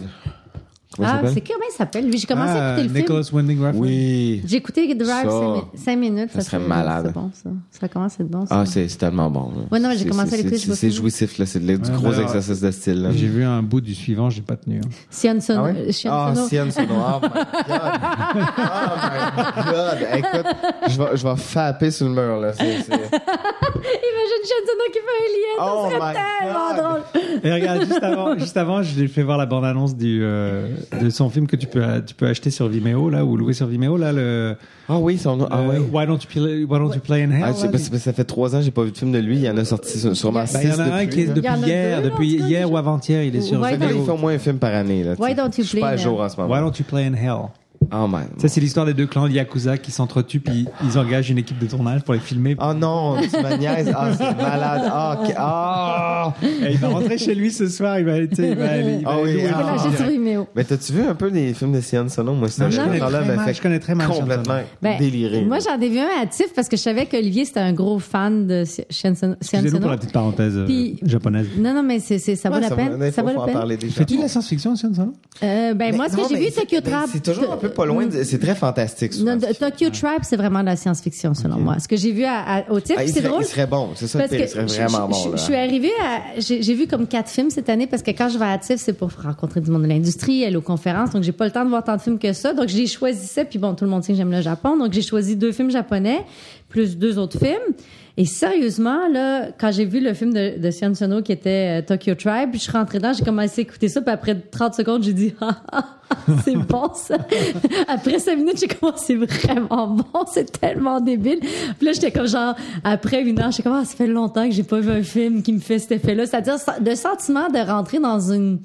[SPEAKER 10] Comment il
[SPEAKER 9] Ah,
[SPEAKER 10] s'appelle?
[SPEAKER 9] c'est comment il s'appelle lui J'ai commencé
[SPEAKER 2] ah,
[SPEAKER 9] à écouter le film.
[SPEAKER 2] Nicholas Winding Refn.
[SPEAKER 10] Oui.
[SPEAKER 9] J'ai écouté Drive
[SPEAKER 10] Ça.
[SPEAKER 9] 5 minutes.
[SPEAKER 10] Ça serait
[SPEAKER 9] c'est-
[SPEAKER 10] malade.
[SPEAKER 9] C'est bon, ça. Ça commence à être bon. Ça.
[SPEAKER 10] Ah, c'est c'est tellement bon. là.
[SPEAKER 9] Ouais, non, mais j'ai
[SPEAKER 10] C'est-
[SPEAKER 9] commencé à
[SPEAKER 10] c'est-
[SPEAKER 9] l'écouter,
[SPEAKER 10] c'est-
[SPEAKER 9] j'ai pas
[SPEAKER 10] C'est
[SPEAKER 9] fini.
[SPEAKER 10] jouissif, là. C'est de- du
[SPEAKER 2] Ouais,
[SPEAKER 10] gros
[SPEAKER 2] ben,
[SPEAKER 10] exercice de style. là.
[SPEAKER 2] J'ai vu un bout du suivant, j'ai pas tenu. hein.
[SPEAKER 9] Sion Sono. Sion
[SPEAKER 10] Ah,
[SPEAKER 9] Sono.
[SPEAKER 10] Sienne Sono. Oh my God. Oh my God. Écoute, je vais, je vais fapper sur le mur, là. C'est- c'est-
[SPEAKER 9] Imagine Sion Sono qui fait un lien. ça
[SPEAKER 10] Oh my
[SPEAKER 9] serait tellement
[SPEAKER 10] God.
[SPEAKER 9] drôle.
[SPEAKER 2] Et regarde, juste avant, juste avant, je l'ai fait voir la bande-annonce du euh, de son film que tu peux tu peux acheter sur Vimeo là ou louer sur Vimeo là le,
[SPEAKER 10] Ah oui, son Ah
[SPEAKER 2] le
[SPEAKER 10] oui.
[SPEAKER 2] Why don't you play Why don't you play in hell
[SPEAKER 10] Ah, je sais
[SPEAKER 2] là,
[SPEAKER 10] pas,
[SPEAKER 2] les-
[SPEAKER 10] c'est parce que ça fait trois ans que j'ai pas vu de film de lui. Il y en a sorti sur- sûrement
[SPEAKER 2] Ben, il y en
[SPEAKER 10] six
[SPEAKER 2] a un
[SPEAKER 10] depuis.
[SPEAKER 2] qui est
[SPEAKER 10] là.
[SPEAKER 9] Il y en a
[SPEAKER 2] depuis hier,
[SPEAKER 9] deux, là,
[SPEAKER 2] depuis
[SPEAKER 9] en tout cas,
[SPEAKER 2] hier
[SPEAKER 9] déjà.
[SPEAKER 2] ou avant-hier, il est sur
[SPEAKER 9] Why
[SPEAKER 10] Les gars,
[SPEAKER 2] Vimeo.
[SPEAKER 10] Ils font moins un film par année. Là, tu
[SPEAKER 9] Why
[SPEAKER 10] sais.
[SPEAKER 9] don't you
[SPEAKER 10] je suis pas à
[SPEAKER 9] play,
[SPEAKER 10] jour
[SPEAKER 9] là?
[SPEAKER 10] en ce moment.
[SPEAKER 2] Why don't you play in hell
[SPEAKER 10] Oh man.
[SPEAKER 2] Ça c'est l'histoire des deux clans de yakuza qui s'entretuent puis ils engagent une équipe de tournage pour les filmer.
[SPEAKER 10] Oh non, tu me niaises. Ah, c'est malade. Ah, ok. Ah.
[SPEAKER 2] Et il va rentrer chez lui ce soir, il va aller tu sais, il va aller- il va
[SPEAKER 10] Ah
[SPEAKER 2] aller
[SPEAKER 10] oui,
[SPEAKER 9] Il
[SPEAKER 10] ah.
[SPEAKER 2] louer le film
[SPEAKER 9] faut lâcher sur
[SPEAKER 2] direct.
[SPEAKER 9] Vimeo.
[SPEAKER 10] Mais t'as-tu vu un peu des films de Sian Sono? Moi, ce
[SPEAKER 2] Non, je connais
[SPEAKER 10] réalisateur-là
[SPEAKER 2] très
[SPEAKER 10] m'a
[SPEAKER 2] mal,
[SPEAKER 10] fait
[SPEAKER 2] je connais très mal Sian
[SPEAKER 10] complètement
[SPEAKER 2] Sono.
[SPEAKER 9] Ben,
[SPEAKER 10] déliré.
[SPEAKER 9] Moi, j'en ai vu un à Tiff parce que je savais qu'Olivier, c'était un gros fan de Sion Sono.
[SPEAKER 2] Excusez-nous pour la petite parenthèse euh,
[SPEAKER 9] Puis-
[SPEAKER 2] japonaise.
[SPEAKER 9] Non, non, mais c'est c'est- ça vaut
[SPEAKER 10] Ouais,
[SPEAKER 9] la
[SPEAKER 10] ça vaut-
[SPEAKER 9] peine.
[SPEAKER 10] il
[SPEAKER 9] Ça
[SPEAKER 10] faut-
[SPEAKER 9] vaut
[SPEAKER 10] faut
[SPEAKER 9] la
[SPEAKER 10] en
[SPEAKER 9] peine.
[SPEAKER 10] parler déjà.
[SPEAKER 2] Fais-tu de la science-fiction, Sion Sono
[SPEAKER 9] Euh, Ben,
[SPEAKER 10] Mais
[SPEAKER 9] moi, ce que Hmm.
[SPEAKER 10] non,
[SPEAKER 9] j'ai
[SPEAKER 10] mais
[SPEAKER 9] vu,
[SPEAKER 10] c'est-
[SPEAKER 9] Tokyo
[SPEAKER 10] mais
[SPEAKER 9] Trap.
[SPEAKER 10] C'est toujours un peu pas loin. de- C'est très fantastique. souvent,
[SPEAKER 9] Non, de-
[SPEAKER 10] ce film.
[SPEAKER 9] Tokyo Tribe, c'est vraiment de la science-fiction, selon moi. Ce que j'ai vu à, à- au TIFF,
[SPEAKER 10] Ah, il,
[SPEAKER 9] c'est
[SPEAKER 10] serait,
[SPEAKER 9] drôle.
[SPEAKER 10] il serait bon, c'est ça le
[SPEAKER 9] Parce que
[SPEAKER 10] pire, il serait
[SPEAKER 9] je-
[SPEAKER 10] vraiment
[SPEAKER 9] je, je-
[SPEAKER 10] bon.
[SPEAKER 9] je suis
[SPEAKER 10] là.
[SPEAKER 9] arrivée à. J'ai j'ai vu comme quatre films cette année parce que quand je vais à TIFF, c'est pour rencontrer du monde de l'industrie, aller aux conférences. Donc, j'ai pas le temps de voir tant de films que ça. Donc, je les choisissais. Puis bon, tout le monde sait que j'aime le Japon. Donc, j'ai choisi deux films japonais plus deux autres films. Et sérieusement, là, quand j'ai vu le film de, de Sion Sono qui était euh, Tokyo Tribe, je suis rentrée dedans, j'ai commencé à écouter ça, puis après 30 secondes, j'ai dit ah, ah, ah, c'est bon ça. après 5 minutes, j'ai commencé vraiment bon, c'est tellement débile. Puis là, j'étais comme genre après une heure, j'étais comme ah, ça fait longtemps que j'ai pas vu un film qui me fait cet effet-là, c'est-à-dire le sentiment de rentrer dans une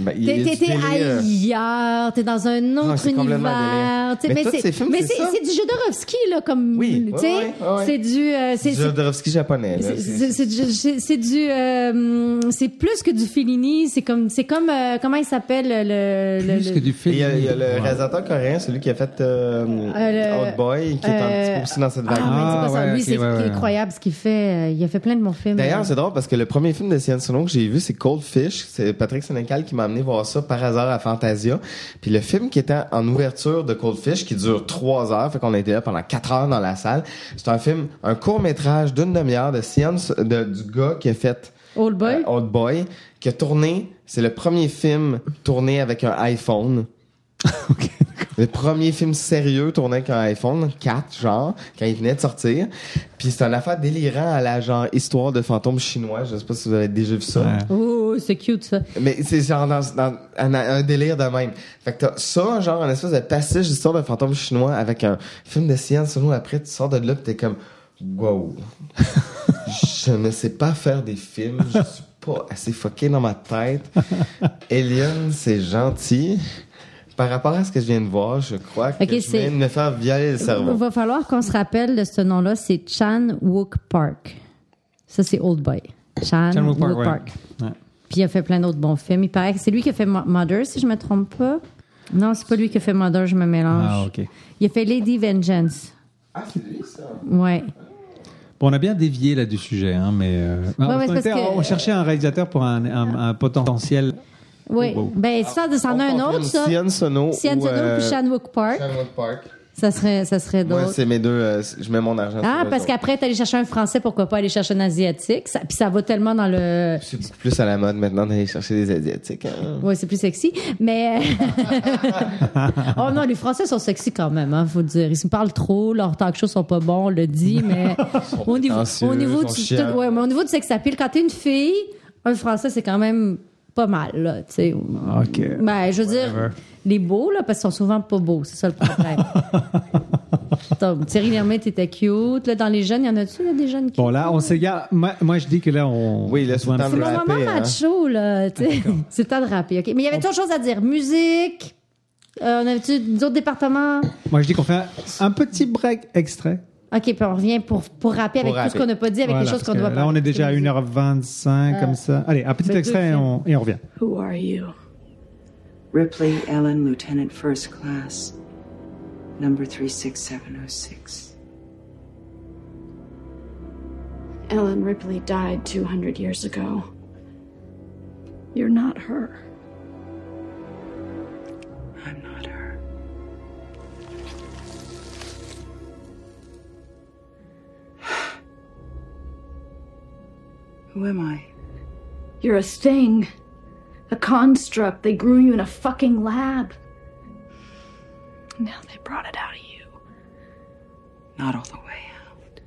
[SPEAKER 10] Ben, il
[SPEAKER 9] T'es
[SPEAKER 10] est euh,
[SPEAKER 9] t'es-
[SPEAKER 10] du
[SPEAKER 9] t'es
[SPEAKER 10] délire.
[SPEAKER 9] ailleurs, t'es dans un
[SPEAKER 10] Ah,
[SPEAKER 9] autre
[SPEAKER 10] c'est complètement
[SPEAKER 9] univers.
[SPEAKER 10] délire.
[SPEAKER 9] tu sais,
[SPEAKER 10] Mais tous ces films,
[SPEAKER 9] mais
[SPEAKER 10] c'est ça.
[SPEAKER 9] c'est du Jodorowsky, là, comme.
[SPEAKER 10] Oui,
[SPEAKER 9] tu sais,
[SPEAKER 10] ouais, ouais, ouais, ouais.
[SPEAKER 9] C'est du. euh, c'est-
[SPEAKER 10] C'est
[SPEAKER 9] c'est-
[SPEAKER 10] Jodorowsky japonais. là.
[SPEAKER 9] c'est- c'est- c'est du- C'est c'est du. euh, c'est plus que du Fellini. C'est comme. C'est comme. euh, comment il s'appelle le. le-
[SPEAKER 2] Plus
[SPEAKER 9] le-
[SPEAKER 2] que du
[SPEAKER 10] Et
[SPEAKER 2] film.
[SPEAKER 10] Il y, a, il y a le
[SPEAKER 2] Ouais.
[SPEAKER 10] réalisateur coréen, celui qui a fait euh,
[SPEAKER 9] Euh, le-
[SPEAKER 10] Old Boy, qui est un
[SPEAKER 9] euh,
[SPEAKER 10] petit peu aussi dans cette
[SPEAKER 9] Ah,
[SPEAKER 10] vague.
[SPEAKER 9] mais c'est pas
[SPEAKER 2] Ah,
[SPEAKER 9] ça.
[SPEAKER 2] ouais,
[SPEAKER 9] Lui,
[SPEAKER 2] ok,
[SPEAKER 9] c'est
[SPEAKER 2] ouais, ouais.
[SPEAKER 9] incroyable ce qu'il fait. Euh, Il a fait plein de bons films.
[SPEAKER 10] D'ailleurs, c'est drôle parce que le premier film de Sian Sono que j'ai vu, c'est Cold Fish. C'est Patrick Sénécal qui m'a amené voir ça par hasard à Fantasia. Puis le film qui était en ouverture de Cold Fish, qui dure trois heures, fait qu'on a été là pendant quatre heures dans la salle. C'est un film, un court métrage d'une demi-heure de Sian, de, du gars qui a fait
[SPEAKER 9] Old Boy.
[SPEAKER 10] euh, Old Boy, qui a tourné. C'est le premier film tourné avec un iPhone. Le premier film sérieux tourné avec un iPhone 4, genre, quand il venait de sortir. Puis c'est une affaire délirant à la genre histoire de fantôme chinois. Je sais pas si vous avez déjà vu ça.
[SPEAKER 2] Ouais.
[SPEAKER 9] Oh, c'est cute ça.
[SPEAKER 10] Mais c'est genre dans, dans- un, un délire de même. Fait que t'as ça, genre, un espèce de passage d'histoire de fantôme chinois avec un film de science nous Après, tu sors de là pis t'es comme, wow. je ne sais pas faire des films. Je suis pas assez foqué dans ma tête. Eliane, c'est gentil. Par rapport à ce que je viens de voir, je crois que
[SPEAKER 9] Ok,
[SPEAKER 10] je viens
[SPEAKER 9] c'est-
[SPEAKER 10] de me faire violer le cerveau.
[SPEAKER 9] Il va falloir qu'on se rappelle de ce nom-là. C'est Chan Wook Park. Ça, c'est Old Boy. Chan,
[SPEAKER 2] Chan Wook
[SPEAKER 9] Wook
[SPEAKER 2] Park,
[SPEAKER 9] Park.
[SPEAKER 2] ouais. Ouais.
[SPEAKER 9] Puis il a fait plein d'autres bons films. Il paraît que c'est lui qui a fait Mo- Mother, si je me trompe pas. Non, c'est pas lui qui a fait Mother, je me mélange.
[SPEAKER 2] Ah, ok.
[SPEAKER 9] Il a fait Lady Vengeance.
[SPEAKER 10] Ah, c'est lui, ça?
[SPEAKER 9] Ouais.
[SPEAKER 2] Bon, on a bien dévié là du sujet, hein, mais euh, on,
[SPEAKER 9] ouais, c'est
[SPEAKER 2] était-
[SPEAKER 9] parce que-
[SPEAKER 2] on cherchait un réalisateur pour un, un- un potentiel.
[SPEAKER 9] Oui.
[SPEAKER 2] Oh, Wow.
[SPEAKER 9] Ben, ça, c'en a un autre, ça.
[SPEAKER 10] Sian Sono.
[SPEAKER 9] Sian
[SPEAKER 10] ou,
[SPEAKER 9] Sono
[SPEAKER 10] euh,
[SPEAKER 9] puis Chan Wook Park.
[SPEAKER 10] Shanwood Park.
[SPEAKER 9] Ça serait, ça serait
[SPEAKER 10] Moi,
[SPEAKER 9] drôle.
[SPEAKER 10] c'est mes deux. euh, je mets mon argent.
[SPEAKER 9] ah,
[SPEAKER 10] sur eux
[SPEAKER 9] parce
[SPEAKER 10] autres.
[SPEAKER 9] qu'après, t'es allé chercher un français, pourquoi pas aller chercher un asiatique? Ça- Puis ça va tellement dans le.
[SPEAKER 10] C'est beaucoup plus à la mode maintenant d'aller chercher des Asiatiques. hein.
[SPEAKER 9] Ouais, c'est plus sexy. Mais. oh non, les Français sont sexy quand même, hein, faut dire. Ils se parlent trop, leurs talk shows sont pas bons, on le dit, mais. au, niveau,
[SPEAKER 10] prétentieux,
[SPEAKER 9] au, niveau
[SPEAKER 10] ils
[SPEAKER 9] du,
[SPEAKER 10] sont chiants.
[SPEAKER 9] ouais, mais au niveau du sex appeal, quand t'es une fille, un Français, c'est quand même pas mal, là, tu sais.
[SPEAKER 2] OK.
[SPEAKER 9] Ben, je veux dire,
[SPEAKER 2] Whatever.
[SPEAKER 9] les beaux, là, parce qu'ils sont souvent pas beaux, c'est ça le problème. Tom, Thierry Lhermitte était cute. Là, dans les jeunes, il y en a-tu, là, des jeunes qui.
[SPEAKER 2] Bon, là, on s'égare. Moi, moi, je dis que là, on.
[SPEAKER 10] Oui, là,
[SPEAKER 2] on
[SPEAKER 10] c'est
[SPEAKER 2] voit un
[SPEAKER 10] le temps
[SPEAKER 2] petit
[SPEAKER 10] de
[SPEAKER 9] C'est mon
[SPEAKER 10] rapper,
[SPEAKER 9] moment
[SPEAKER 10] hein.
[SPEAKER 9] macho, là. tu sais. c'est le temps de rapper, OK? Mais il y avait toujours chose à dire. Musique. euh, on avait-tu d'autres départements?
[SPEAKER 2] peu. Moi, je dis qu'on fait un, un petit break extrait.
[SPEAKER 9] OK, puis on revient pour, pour rapper avec
[SPEAKER 10] rapper.
[SPEAKER 9] tout ce qu'on n'a pas dit, avec
[SPEAKER 2] Voilà,
[SPEAKER 9] les choses
[SPEAKER 2] parce
[SPEAKER 9] qu'on
[SPEAKER 2] que
[SPEAKER 9] doit Ah. Bah,
[SPEAKER 2] Là, on est déjà à
[SPEAKER 9] une
[SPEAKER 2] 1h25, comme ça. Allez, un petit
[SPEAKER 9] deux
[SPEAKER 2] extrait et
[SPEAKER 9] films.
[SPEAKER 2] on, et on revient.
[SPEAKER 11] Who are you?
[SPEAKER 8] Ripley Ellen, Lieutenant First Class, number 36706.
[SPEAKER 11] Ellen Ripley died 200 years ago. You're not her.
[SPEAKER 8] I'm not her. Who am I?
[SPEAKER 11] You're a thing. A construct. They grew you in a fucking lab. Now they brought it out of you.
[SPEAKER 8] Not all the way out.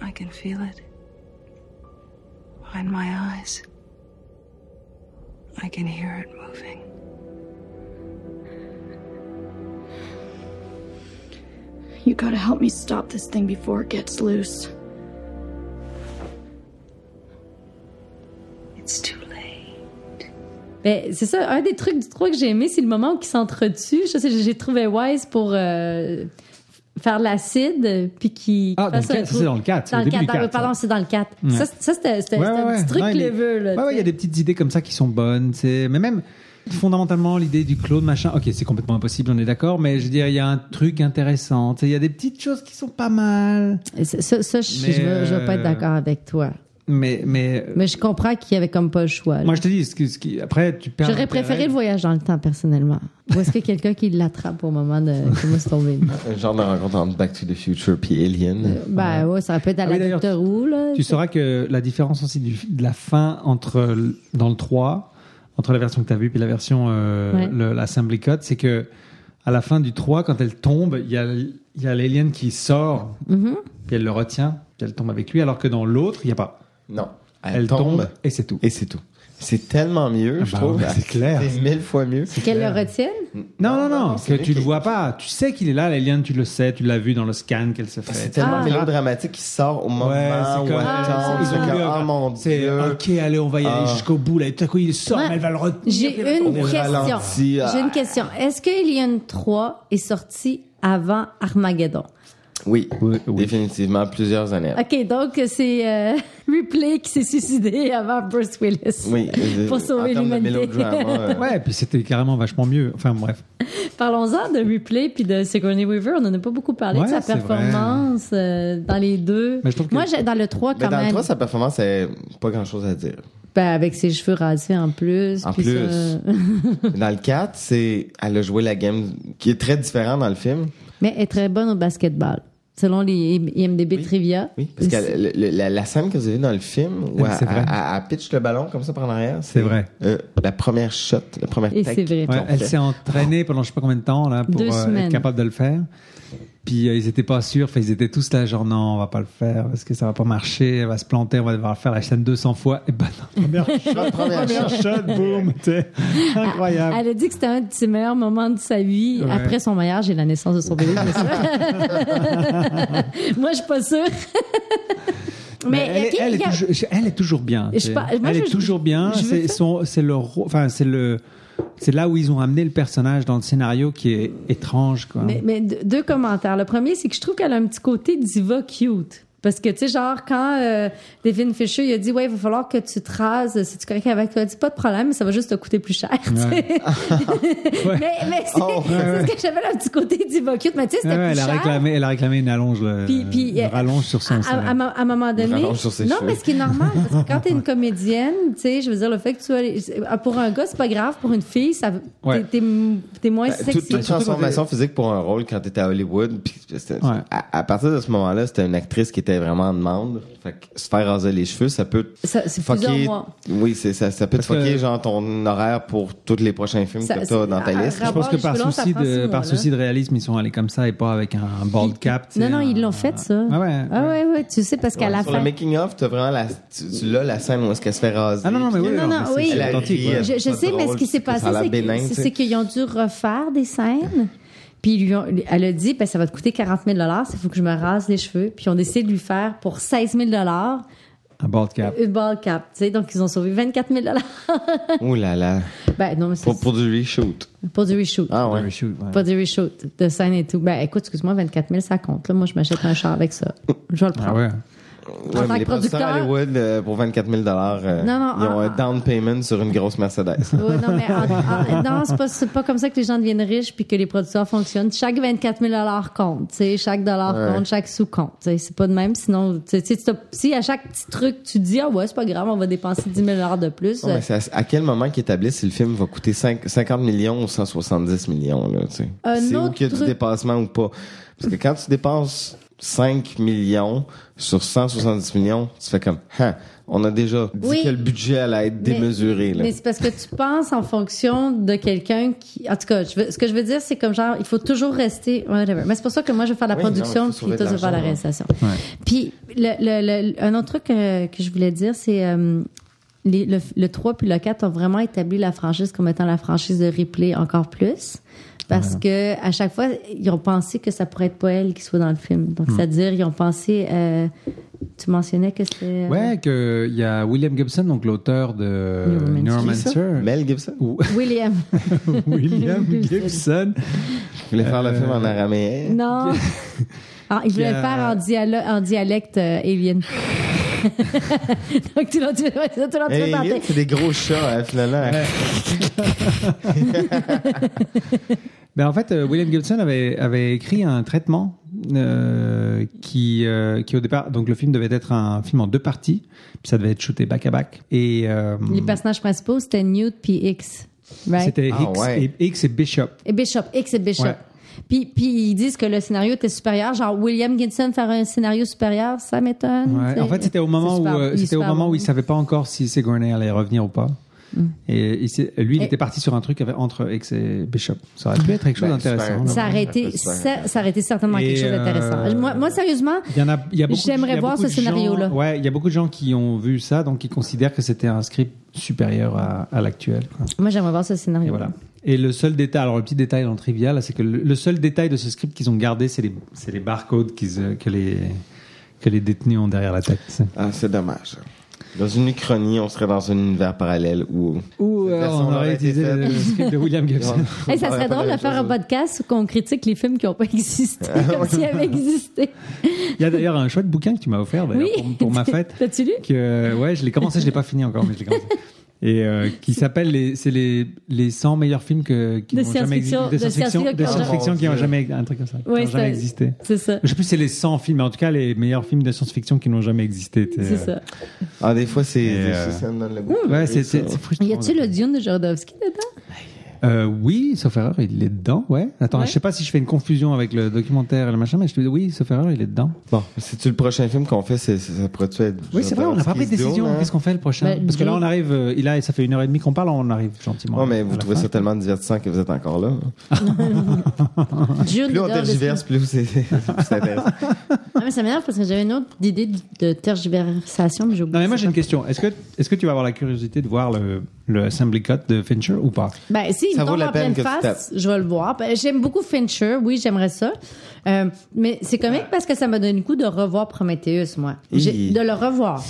[SPEAKER 8] I can feel it. Behind my eyes. I can hear it moving.
[SPEAKER 11] You gotta help me stop this thing before it gets loose.
[SPEAKER 8] It's too late.
[SPEAKER 9] Ben, c'est ça, un des trucs du trois que j'ai aimé, c'est le moment où ils s'entretuent. Je sais, j'ai trouvé wise pour euh, faire de l'acide, puis qui.
[SPEAKER 2] Ah, dans le quatre, ça, c'est dans le quatre, c'est au début du quatre,
[SPEAKER 9] Ah pardon,
[SPEAKER 2] ça.
[SPEAKER 9] c'est dans le 4.
[SPEAKER 2] Ouais.
[SPEAKER 9] Ça, c'est- ça, c'était c'était-
[SPEAKER 2] Ouais,
[SPEAKER 9] c'était un
[SPEAKER 2] ouais,
[SPEAKER 9] petit
[SPEAKER 2] ouais.
[SPEAKER 9] truc
[SPEAKER 2] Non, il est-
[SPEAKER 9] clever, là.
[SPEAKER 2] Ouais, ouais, il y a des petites idées comme ça qui sont bonnes, tu sais. Mais même, fondamentalement, l'idée du clone, machin, ok, c'est complètement impossible, on est d'accord, mais je veux dire, il y a un truc intéressant, tu sais. Il y a des petites choses qui sont pas mal.
[SPEAKER 9] Et ça- Ça, ça, je,
[SPEAKER 2] Mais,
[SPEAKER 9] je veux, je veux pas être
[SPEAKER 2] euh,
[SPEAKER 9] d'accord avec toi.
[SPEAKER 2] Mais, mais,
[SPEAKER 9] Mais je comprends qu'il y avait comme pas le choix. là.
[SPEAKER 2] moi, je te dis, ce qui- ce qui- après, tu perds.
[SPEAKER 9] J'aurais
[SPEAKER 2] l'intérêt.
[SPEAKER 9] préféré le voyage dans le temps, personnellement. Ou est-ce que quelqu'un qui l'attrape au moment de comment se tomber?
[SPEAKER 10] Un genre de rencontre entre Back to the Future puis Alien.
[SPEAKER 9] Ben ouais, ça peut être à
[SPEAKER 2] Ah oui,
[SPEAKER 9] la
[SPEAKER 2] d'ailleurs,
[SPEAKER 9] Doctor Who, là.
[SPEAKER 2] Tu sauras que la différence aussi du- de la fin entre l- dans le 3, entre la version que tu as vue et la version euh,
[SPEAKER 9] Ouais.
[SPEAKER 2] le- l'assembly cut, c'est que à la fin du 3, quand elle tombe, il y a, l- il y a l'alien qui sort,
[SPEAKER 9] Mhm.
[SPEAKER 2] puis elle le retient, puis elle tombe avec lui, alors que dans l'autre, il n'y a pas.
[SPEAKER 10] Non. Elle,
[SPEAKER 2] Elle, tombe, et c'est tout.
[SPEAKER 10] et c'est tout. C'est tellement mieux,
[SPEAKER 2] Ah
[SPEAKER 10] je
[SPEAKER 2] bah
[SPEAKER 10] trouve.
[SPEAKER 2] ouais, c'est clair.
[SPEAKER 10] C'est mille fois mieux.
[SPEAKER 9] Qu'elle le retienne?
[SPEAKER 2] Non, non, non,
[SPEAKER 10] Ah, c'est
[SPEAKER 2] que
[SPEAKER 10] vrai
[SPEAKER 2] tu le
[SPEAKER 10] qu'il-
[SPEAKER 2] vois pas. Tu sais qu'il est là, l'alien, tu le sais, tu l'as vu dans le scan qu'elle se fait.
[SPEAKER 10] C'est tellement
[SPEAKER 9] Ah.
[SPEAKER 10] mélodramatique qu'il sort au moment
[SPEAKER 2] Ouais,
[SPEAKER 10] où
[SPEAKER 2] c'est
[SPEAKER 10] elle tombe.
[SPEAKER 2] comme. ils
[SPEAKER 10] C'est
[SPEAKER 2] ont
[SPEAKER 10] comme,
[SPEAKER 2] vu,
[SPEAKER 10] ah, mon
[SPEAKER 2] c'est
[SPEAKER 10] Dieu.
[SPEAKER 2] ok, allez, on va y aller
[SPEAKER 10] Ah.
[SPEAKER 2] jusqu'au bout. Là, et tout à coup, il sort,
[SPEAKER 9] Ouais.
[SPEAKER 2] mais elle va le retenir.
[SPEAKER 9] J'ai
[SPEAKER 2] puis elle va-
[SPEAKER 9] une
[SPEAKER 10] on est
[SPEAKER 9] question.
[SPEAKER 10] ralenti, ah.
[SPEAKER 9] J'ai une question. Est-ce que Alien 3 est sorti avant Armageddon?
[SPEAKER 10] Oui,
[SPEAKER 2] Oui, oui.
[SPEAKER 10] définitivement plusieurs années.
[SPEAKER 9] OK, donc c'est euh, Ripley qui s'est suicidé avant Bruce Willis.
[SPEAKER 10] Oui,
[SPEAKER 9] Pour
[SPEAKER 10] euh,
[SPEAKER 9] sauver
[SPEAKER 10] en termes de
[SPEAKER 9] l'humanité.
[SPEAKER 10] mélodrama, euh,
[SPEAKER 2] Ouais, puis c'était carrément vachement mieux. Enfin, bref.
[SPEAKER 9] Parlons-en de Ripley puis de Sigourney Weaver. On n'en a pas beaucoup parlé
[SPEAKER 2] Ouais,
[SPEAKER 9] de sa
[SPEAKER 2] c'est vrai.
[SPEAKER 9] performance euh, dans les deux.
[SPEAKER 2] Mais je trouve que- Ben,
[SPEAKER 9] Moi, j'ai- dans le 3,
[SPEAKER 10] Mais
[SPEAKER 9] quand
[SPEAKER 10] dans le
[SPEAKER 9] même.
[SPEAKER 10] 3, sa performance, c'est pas grand chose à dire.
[SPEAKER 9] Ben, avec ses cheveux rasés en plus.
[SPEAKER 10] En
[SPEAKER 9] puis
[SPEAKER 10] plus.
[SPEAKER 9] ça-
[SPEAKER 10] Dans le 4, c'est elle a joué la game qui est très différente dans le film.
[SPEAKER 9] Mais elle est très bonne au basketball. Selon les I- IMDB Trivia.
[SPEAKER 10] Oui, parce que le- le- la, la scène que vous avez dans le film où
[SPEAKER 2] Ah,
[SPEAKER 10] elle,
[SPEAKER 2] c'est vrai.
[SPEAKER 10] elle- elle pitch le ballon comme ça par en arrière,
[SPEAKER 2] C'est vrai.
[SPEAKER 10] euh, la première shot, la première
[SPEAKER 9] Et
[SPEAKER 10] tech
[SPEAKER 9] c'est vrai.
[SPEAKER 10] qu'ils
[SPEAKER 2] Ouais,
[SPEAKER 10] ont
[SPEAKER 2] elle
[SPEAKER 10] fait.
[SPEAKER 2] s'est entraînée pendant je sais pas combien de temps là pour
[SPEAKER 9] Deux
[SPEAKER 2] euh,
[SPEAKER 9] semaines.
[SPEAKER 2] être capable de le faire. Puis euh, ils étaient pas sûrs, enfin ils étaient tous là genre non, on va pas le faire parce que ça va pas marcher, elle va se planter, on va devoir faire la chaîne 200 fois et ben non, première shot,
[SPEAKER 10] Première
[SPEAKER 2] première shot, boum, t'sais. incroyable.
[SPEAKER 9] Ah, Elle a dit que c'était un de ses meilleurs moments de sa vie
[SPEAKER 2] Ouais.
[SPEAKER 9] après son mariage et la naissance de son bébé. bien sûr. Moi, je suis pas sûre.
[SPEAKER 2] Mais
[SPEAKER 9] Mais
[SPEAKER 2] elle, est,
[SPEAKER 9] ok,
[SPEAKER 2] elle,
[SPEAKER 9] il y
[SPEAKER 2] est
[SPEAKER 9] a-
[SPEAKER 2] toujours, elle est toujours bien.
[SPEAKER 9] Je
[SPEAKER 2] t'sais.
[SPEAKER 9] sais pas, moi,
[SPEAKER 2] elle
[SPEAKER 9] je-
[SPEAKER 2] est toujours bien.
[SPEAKER 9] je veux
[SPEAKER 2] C'est
[SPEAKER 9] faire-
[SPEAKER 2] son, c'est le, ro- enfin c'est le, c'est là où ils ont amené le personnage dans le scénario qui est étrange quoi.
[SPEAKER 9] Mais, mais deux deux commentaires. Le premier, c'est que je trouve qu'elle a un petit côté diva cute. Parce que, tu sais, genre, quand euh, Devin Fisher, il a dit, ouais, il va falloir que tu te rases, si tu correct avec toi, dit, pas de problème, mais ça va juste te coûter plus cher, tu sais.
[SPEAKER 2] Ouais.
[SPEAKER 9] Mais, mais c'est
[SPEAKER 2] Oh, ouais,
[SPEAKER 9] c'est
[SPEAKER 2] ouais.
[SPEAKER 9] ce que j'avais un petit côté d'Ivocute, mais tu sais, c'était
[SPEAKER 2] Ouais, ouais,
[SPEAKER 9] plus
[SPEAKER 2] elle, a
[SPEAKER 9] cher.
[SPEAKER 2] réclamé, elle a réclamé une allonge, là,
[SPEAKER 9] Puis- puis,
[SPEAKER 2] une
[SPEAKER 9] euh,
[SPEAKER 2] rallonge sur son
[SPEAKER 9] à, à,
[SPEAKER 2] salaire.
[SPEAKER 9] ma- à un moment donné.
[SPEAKER 2] rallonge sur ses
[SPEAKER 9] non,
[SPEAKER 2] cheveux.
[SPEAKER 9] mais ce qui est normal, parce que quand t'es une comédienne, tu sais, je veux dire, le fait que tu as. Pour un gars, c'est pas grave. Pour une fille, ça,
[SPEAKER 10] Ouais.
[SPEAKER 9] t'es, t'es, t'es moins
[SPEAKER 10] Ben,
[SPEAKER 9] sexy.
[SPEAKER 10] toute, toute transformation physique pour un rôle quand t'étais à Hollywood. puis c'était- à, à partir de ce moment-là, c'était une actrice qui était vraiment en demande. Fait que se faire raser les cheveux, ça peut.
[SPEAKER 9] Ça- c'est
[SPEAKER 10] fucker-
[SPEAKER 9] plusieurs mois.
[SPEAKER 10] Oui, c'est, ça, ça peut te
[SPEAKER 2] Parce que-
[SPEAKER 10] fucker genre, ton horaire pour tous les prochains films
[SPEAKER 9] Ça-
[SPEAKER 10] que t'as
[SPEAKER 9] c'est-
[SPEAKER 10] dans ta
[SPEAKER 9] à-
[SPEAKER 10] liste.
[SPEAKER 9] à-
[SPEAKER 2] Je pense que
[SPEAKER 9] les
[SPEAKER 2] par
[SPEAKER 9] cheveux longs, ça
[SPEAKER 2] souci,
[SPEAKER 9] prend six
[SPEAKER 2] de,
[SPEAKER 9] mois,
[SPEAKER 2] par
[SPEAKER 9] là.
[SPEAKER 2] souci de réalisme, ils sont allés comme ça et pas avec un bald cap. tu sais,
[SPEAKER 9] Non, non,
[SPEAKER 2] un-
[SPEAKER 9] ils l'ont fait, ça. Ah
[SPEAKER 2] ouais.
[SPEAKER 9] ouais, ouais, tu sais, parce qu'à la
[SPEAKER 10] sur
[SPEAKER 9] fin.
[SPEAKER 10] le making of, t'as vraiment la, tu, tu l'as la scène où est-ce qu'elle se fait raser.
[SPEAKER 2] Ah non, non, mais oui,
[SPEAKER 9] Non, non, oui.
[SPEAKER 10] Elle a ri, elle
[SPEAKER 9] Je, je
[SPEAKER 10] trouve ça
[SPEAKER 9] sais, mais ce
[SPEAKER 10] euh, drôle,
[SPEAKER 9] qui s'est
[SPEAKER 10] ça a
[SPEAKER 9] passé,
[SPEAKER 10] l'air
[SPEAKER 9] c'est que-
[SPEAKER 10] bénin, tu
[SPEAKER 9] c'est
[SPEAKER 10] sais.
[SPEAKER 9] c'est qu'ils ont dû refaire des scènes. Puis ils lui ont- elle a dit, ben, ça va te coûter 40 000 il faut que je me rase les cheveux. Puis on décide de lui faire pour 16 000
[SPEAKER 2] Un bald cap.
[SPEAKER 9] une ball cap. tu sais. Donc ils ont sauvé 24 000
[SPEAKER 10] Ouh là là.
[SPEAKER 9] Ben non, mais c'est
[SPEAKER 10] Pour, pour du reshoot.
[SPEAKER 9] Pour du reshoot.
[SPEAKER 10] Ah ouais.
[SPEAKER 9] pas des reshoots de scène et tout. Ben écoute, excuse-moi, 24 000 ça compte. Là, moi, je m'achète un char avec ça. Je vais le prendre.
[SPEAKER 10] Ah ouais.
[SPEAKER 9] En tant
[SPEAKER 10] mais
[SPEAKER 9] que
[SPEAKER 10] les producteurs
[SPEAKER 9] producteur-
[SPEAKER 10] à Hollywood, euh, pour 24 000 euh,
[SPEAKER 9] Non, ah, non,
[SPEAKER 10] ils ont
[SPEAKER 9] en-
[SPEAKER 10] un down payment sur une grosse Mercedes.
[SPEAKER 9] Ouais, non, mais en- en- non, c'est pas, c'est pas comme ça que les gens deviennent riches puis que les producteurs fonctionnent. Chaque 24 000 compte, tu sais, chaque dollar
[SPEAKER 10] Ouais.
[SPEAKER 9] compte, chaque sous compte. tu sais. C'est pas de même, sinon, tu sais, tu sais, tu t'as- si à chaque petit truc, tu dis, ah ouais, c'est pas grave, on va dépenser 10 000 de plus. euh,
[SPEAKER 10] Non, mais c'est à, à quel moment qu'ils établissent si le film va coûter cinq- 50 millions ou 170 millions, là, tu sais?
[SPEAKER 9] Un
[SPEAKER 10] C'est où
[SPEAKER 9] autre
[SPEAKER 10] qu'il y a du
[SPEAKER 9] truc-
[SPEAKER 10] dépassement ou pas. Parce que quand tu dépenses 5 millions sur 170 millions, tu fais comme, Hein, on a déjà dit
[SPEAKER 9] Oui.
[SPEAKER 10] que le budget allait être
[SPEAKER 9] Mais-
[SPEAKER 10] démesuré, là.
[SPEAKER 9] Mais c'est parce que tu penses en fonction de quelqu'un qui. En tout cas, je veux- ce que je veux dire, c'est comme genre, il faut toujours rester. Whatever. Mais c'est pour ça que moi, je vais faire la
[SPEAKER 12] Oui, non, mais
[SPEAKER 9] production,
[SPEAKER 12] il faut
[SPEAKER 9] puis
[SPEAKER 12] sauver de
[SPEAKER 9] toi, je vais faire la
[SPEAKER 12] l'argent, hein.
[SPEAKER 9] réalisation. Puis, le, le- le- un autre truc euh, que, je voulais dire, c'est. euh, les- le, le 3 puis le 4 ont vraiment établi la franchise comme étant la franchise de Ripley encore plus. Parce que à chaque fois, ils ont pensé que ça pourrait être pas elle qui soit dans le film. Donc,
[SPEAKER 2] Hmm.
[SPEAKER 9] c'est-à-dire, ils ont pensé. euh, tu mentionnais que euh, c'est.
[SPEAKER 2] Ouais, que il y a William Gibson, donc l'auteur de
[SPEAKER 9] Neuromancer. Qui
[SPEAKER 2] Neuromancer.
[SPEAKER 10] Mel Gibson.
[SPEAKER 9] William.
[SPEAKER 2] William Gibson.
[SPEAKER 10] Il voulait faire le film en araméen.
[SPEAKER 9] Non. Ah, il voulait
[SPEAKER 10] Qui
[SPEAKER 9] le
[SPEAKER 10] a-
[SPEAKER 9] faire en, dialo- en dialecte euh, alien. Donc, tu l'as tu l'as- tu l'as- tu l'as
[SPEAKER 10] Hey,
[SPEAKER 9] tenté.
[SPEAKER 10] c'est des gros chats, hein, finalement.
[SPEAKER 2] Ben en fait, euh, William Gibson avait, avait écrit un traitement euh, qui, euh, qui au départ, donc le film devait être un film en deux parties, puis ça devait être shooté back à back. Et euh,
[SPEAKER 9] Les personnages principaux, c'était Newt puis X. Right?
[SPEAKER 2] c'était Hicks, et, Hicks et Bishop.
[SPEAKER 9] Et Bishop. X et Bishop.
[SPEAKER 2] Ouais.
[SPEAKER 9] Puis, puis ils disent que le scénario était supérieur. Genre, William Gibson faire un scénario supérieur, ça m'étonne.
[SPEAKER 2] Ouais,
[SPEAKER 9] tu sais.
[SPEAKER 2] En fait, c'était au moment
[SPEAKER 9] Mm. C'est
[SPEAKER 2] où
[SPEAKER 9] super-
[SPEAKER 2] euh,
[SPEAKER 9] il est
[SPEAKER 2] c'était au
[SPEAKER 9] super
[SPEAKER 2] moment
[SPEAKER 9] bon.
[SPEAKER 2] où il savait pas encore si Sigourney allait revenir ou pas. Et il s'est- lui, il
[SPEAKER 9] Et-
[SPEAKER 2] était parti sur un truc avec- entre Hicks et Bishop. Ça aurait pu être quelque chose
[SPEAKER 10] Ben,
[SPEAKER 2] d'intéressant.
[SPEAKER 9] Ça
[SPEAKER 2] là.
[SPEAKER 9] aurait été, ça, ça aurait été certainement
[SPEAKER 2] Et,
[SPEAKER 9] quelque chose d'intéressant.
[SPEAKER 2] euh,
[SPEAKER 9] Moi, moi, sérieusement,
[SPEAKER 2] Il y en a, il y a beaucoup,
[SPEAKER 9] J'aimerais
[SPEAKER 2] il y a
[SPEAKER 9] voir
[SPEAKER 2] beaucoup
[SPEAKER 9] ce
[SPEAKER 2] de
[SPEAKER 9] scénario-là.
[SPEAKER 2] gens- Ouais, il y a beaucoup de gens qui ont vu ça, donc qui considèrent que c'était un script supérieur à, à l'actuel. quoi.
[SPEAKER 9] moi, j'aimerais voir ce scénario.
[SPEAKER 2] Et voilà. Et le seul détail, alors le petit détail dans le trivia, là, c'est que le, le seul détail de ce script qu'ils ont gardé, c'est les, c'est les barcodes qu'ils, euh, que, les, que les détenus ont derrière la tête.
[SPEAKER 10] Ah, c'est dommage. Dans une uchronie, on serait dans un univers parallèle où.
[SPEAKER 2] Ou
[SPEAKER 10] Cette version
[SPEAKER 2] on aurait
[SPEAKER 10] aurait été
[SPEAKER 2] utilisé Euh, le
[SPEAKER 10] faite.
[SPEAKER 2] script de William Gibson.
[SPEAKER 9] Hey, ça serait
[SPEAKER 10] pas la
[SPEAKER 9] drôle de
[SPEAKER 10] même
[SPEAKER 9] faire un
[SPEAKER 10] chose.
[SPEAKER 9] podcast où qu'on critique les films qui n'ont pas existé, comme s'ils avaient existé.
[SPEAKER 2] Il y a d'ailleurs un chouette bouquin que tu m'as offert d'ailleurs,
[SPEAKER 9] Oui.
[SPEAKER 2] Ben, pour, pour ma fête.
[SPEAKER 9] T'as-tu lu?
[SPEAKER 2] Que, euh, ouais, je l'ai commencé, je l'ai pas fini encore, mais je l'ai commencé. Et euh, qui s'appelle les, c'est les, les 100 meilleurs films que, qui
[SPEAKER 9] De
[SPEAKER 2] n'ont jamais existé.
[SPEAKER 9] science-fiction- de science-fiction
[SPEAKER 2] de
[SPEAKER 9] qui ont jamais- Oh
[SPEAKER 2] science-fiction qui n'ont
[SPEAKER 9] mon
[SPEAKER 2] jamais, un truc comme ça, qui
[SPEAKER 9] Ouais,
[SPEAKER 2] n'ont jamais
[SPEAKER 9] c'est-
[SPEAKER 2] existé.
[SPEAKER 9] C'est ça.
[SPEAKER 2] Je sais plus, c'est les 100 films, mais en tout cas, les meilleurs films de science-fiction qui n'ont jamais existé. t'es,
[SPEAKER 9] C'est ça.
[SPEAKER 2] euh,
[SPEAKER 9] Mmh.
[SPEAKER 10] Ah, des fois, c'est.
[SPEAKER 2] Et,
[SPEAKER 10] des-
[SPEAKER 2] euh,
[SPEAKER 10] ça me donne le goût.
[SPEAKER 2] Ouais, c'est- c'est- c'est frustrant.
[SPEAKER 9] Y a-tu le Dune de Jodorowsky dedans?
[SPEAKER 2] Euh, oui, sauf erreur, il est dedans, ouais. Attends,
[SPEAKER 9] Ouais.
[SPEAKER 2] je sais pas si je fais une confusion avec le documentaire et le machin, mais je te dis oui, sauf erreur, il est dedans.
[SPEAKER 10] Bon, c'est-tu le prochain film qu'on fait? c'est- c'est- ça pourrait-tu être.
[SPEAKER 2] Oui, c'est vrai, on n'a pas pris de décision. Qu'est-ce qu'on fait le prochain
[SPEAKER 9] Bah,
[SPEAKER 10] Ben,
[SPEAKER 2] Parce que là,
[SPEAKER 10] dis-
[SPEAKER 2] on arrive, euh, il a, ça fait une heure et demie qu'on parle, on arrive gentiment.
[SPEAKER 10] Non, mais
[SPEAKER 2] à
[SPEAKER 10] vous
[SPEAKER 2] la
[SPEAKER 10] trouvez
[SPEAKER 2] fin.
[SPEAKER 10] ça tellement divertissant que vous êtes encore là.
[SPEAKER 9] Dune
[SPEAKER 10] Plus on
[SPEAKER 9] de Jodorowsky.
[SPEAKER 10] tergiverse, plus c'est plus c'est intéressant.
[SPEAKER 9] Ah, mais ça m'énerve parce que j'avais une autre idée de tergiversation, mais j'ai oublié.
[SPEAKER 2] Non, mais moi j'ai une question. Est-ce que, est-ce que tu vas avoir la curiosité de voir le, le Assembly Cut de Fincher ou pas
[SPEAKER 9] Ben, si, il
[SPEAKER 2] Ça
[SPEAKER 9] me
[SPEAKER 2] vaut
[SPEAKER 9] tombe
[SPEAKER 2] la
[SPEAKER 9] en
[SPEAKER 2] peine
[SPEAKER 9] pleine
[SPEAKER 2] que tu
[SPEAKER 9] face,
[SPEAKER 2] tapes.
[SPEAKER 9] je vais le voir. Ben, J'aime beaucoup Fincher, oui, j'aimerais ça. Euh, mais c'est comique parce que ça m'a donné le goût de revoir Prometheus, moi. J'ai-
[SPEAKER 2] Ah. Hi.
[SPEAKER 9] De le revoir.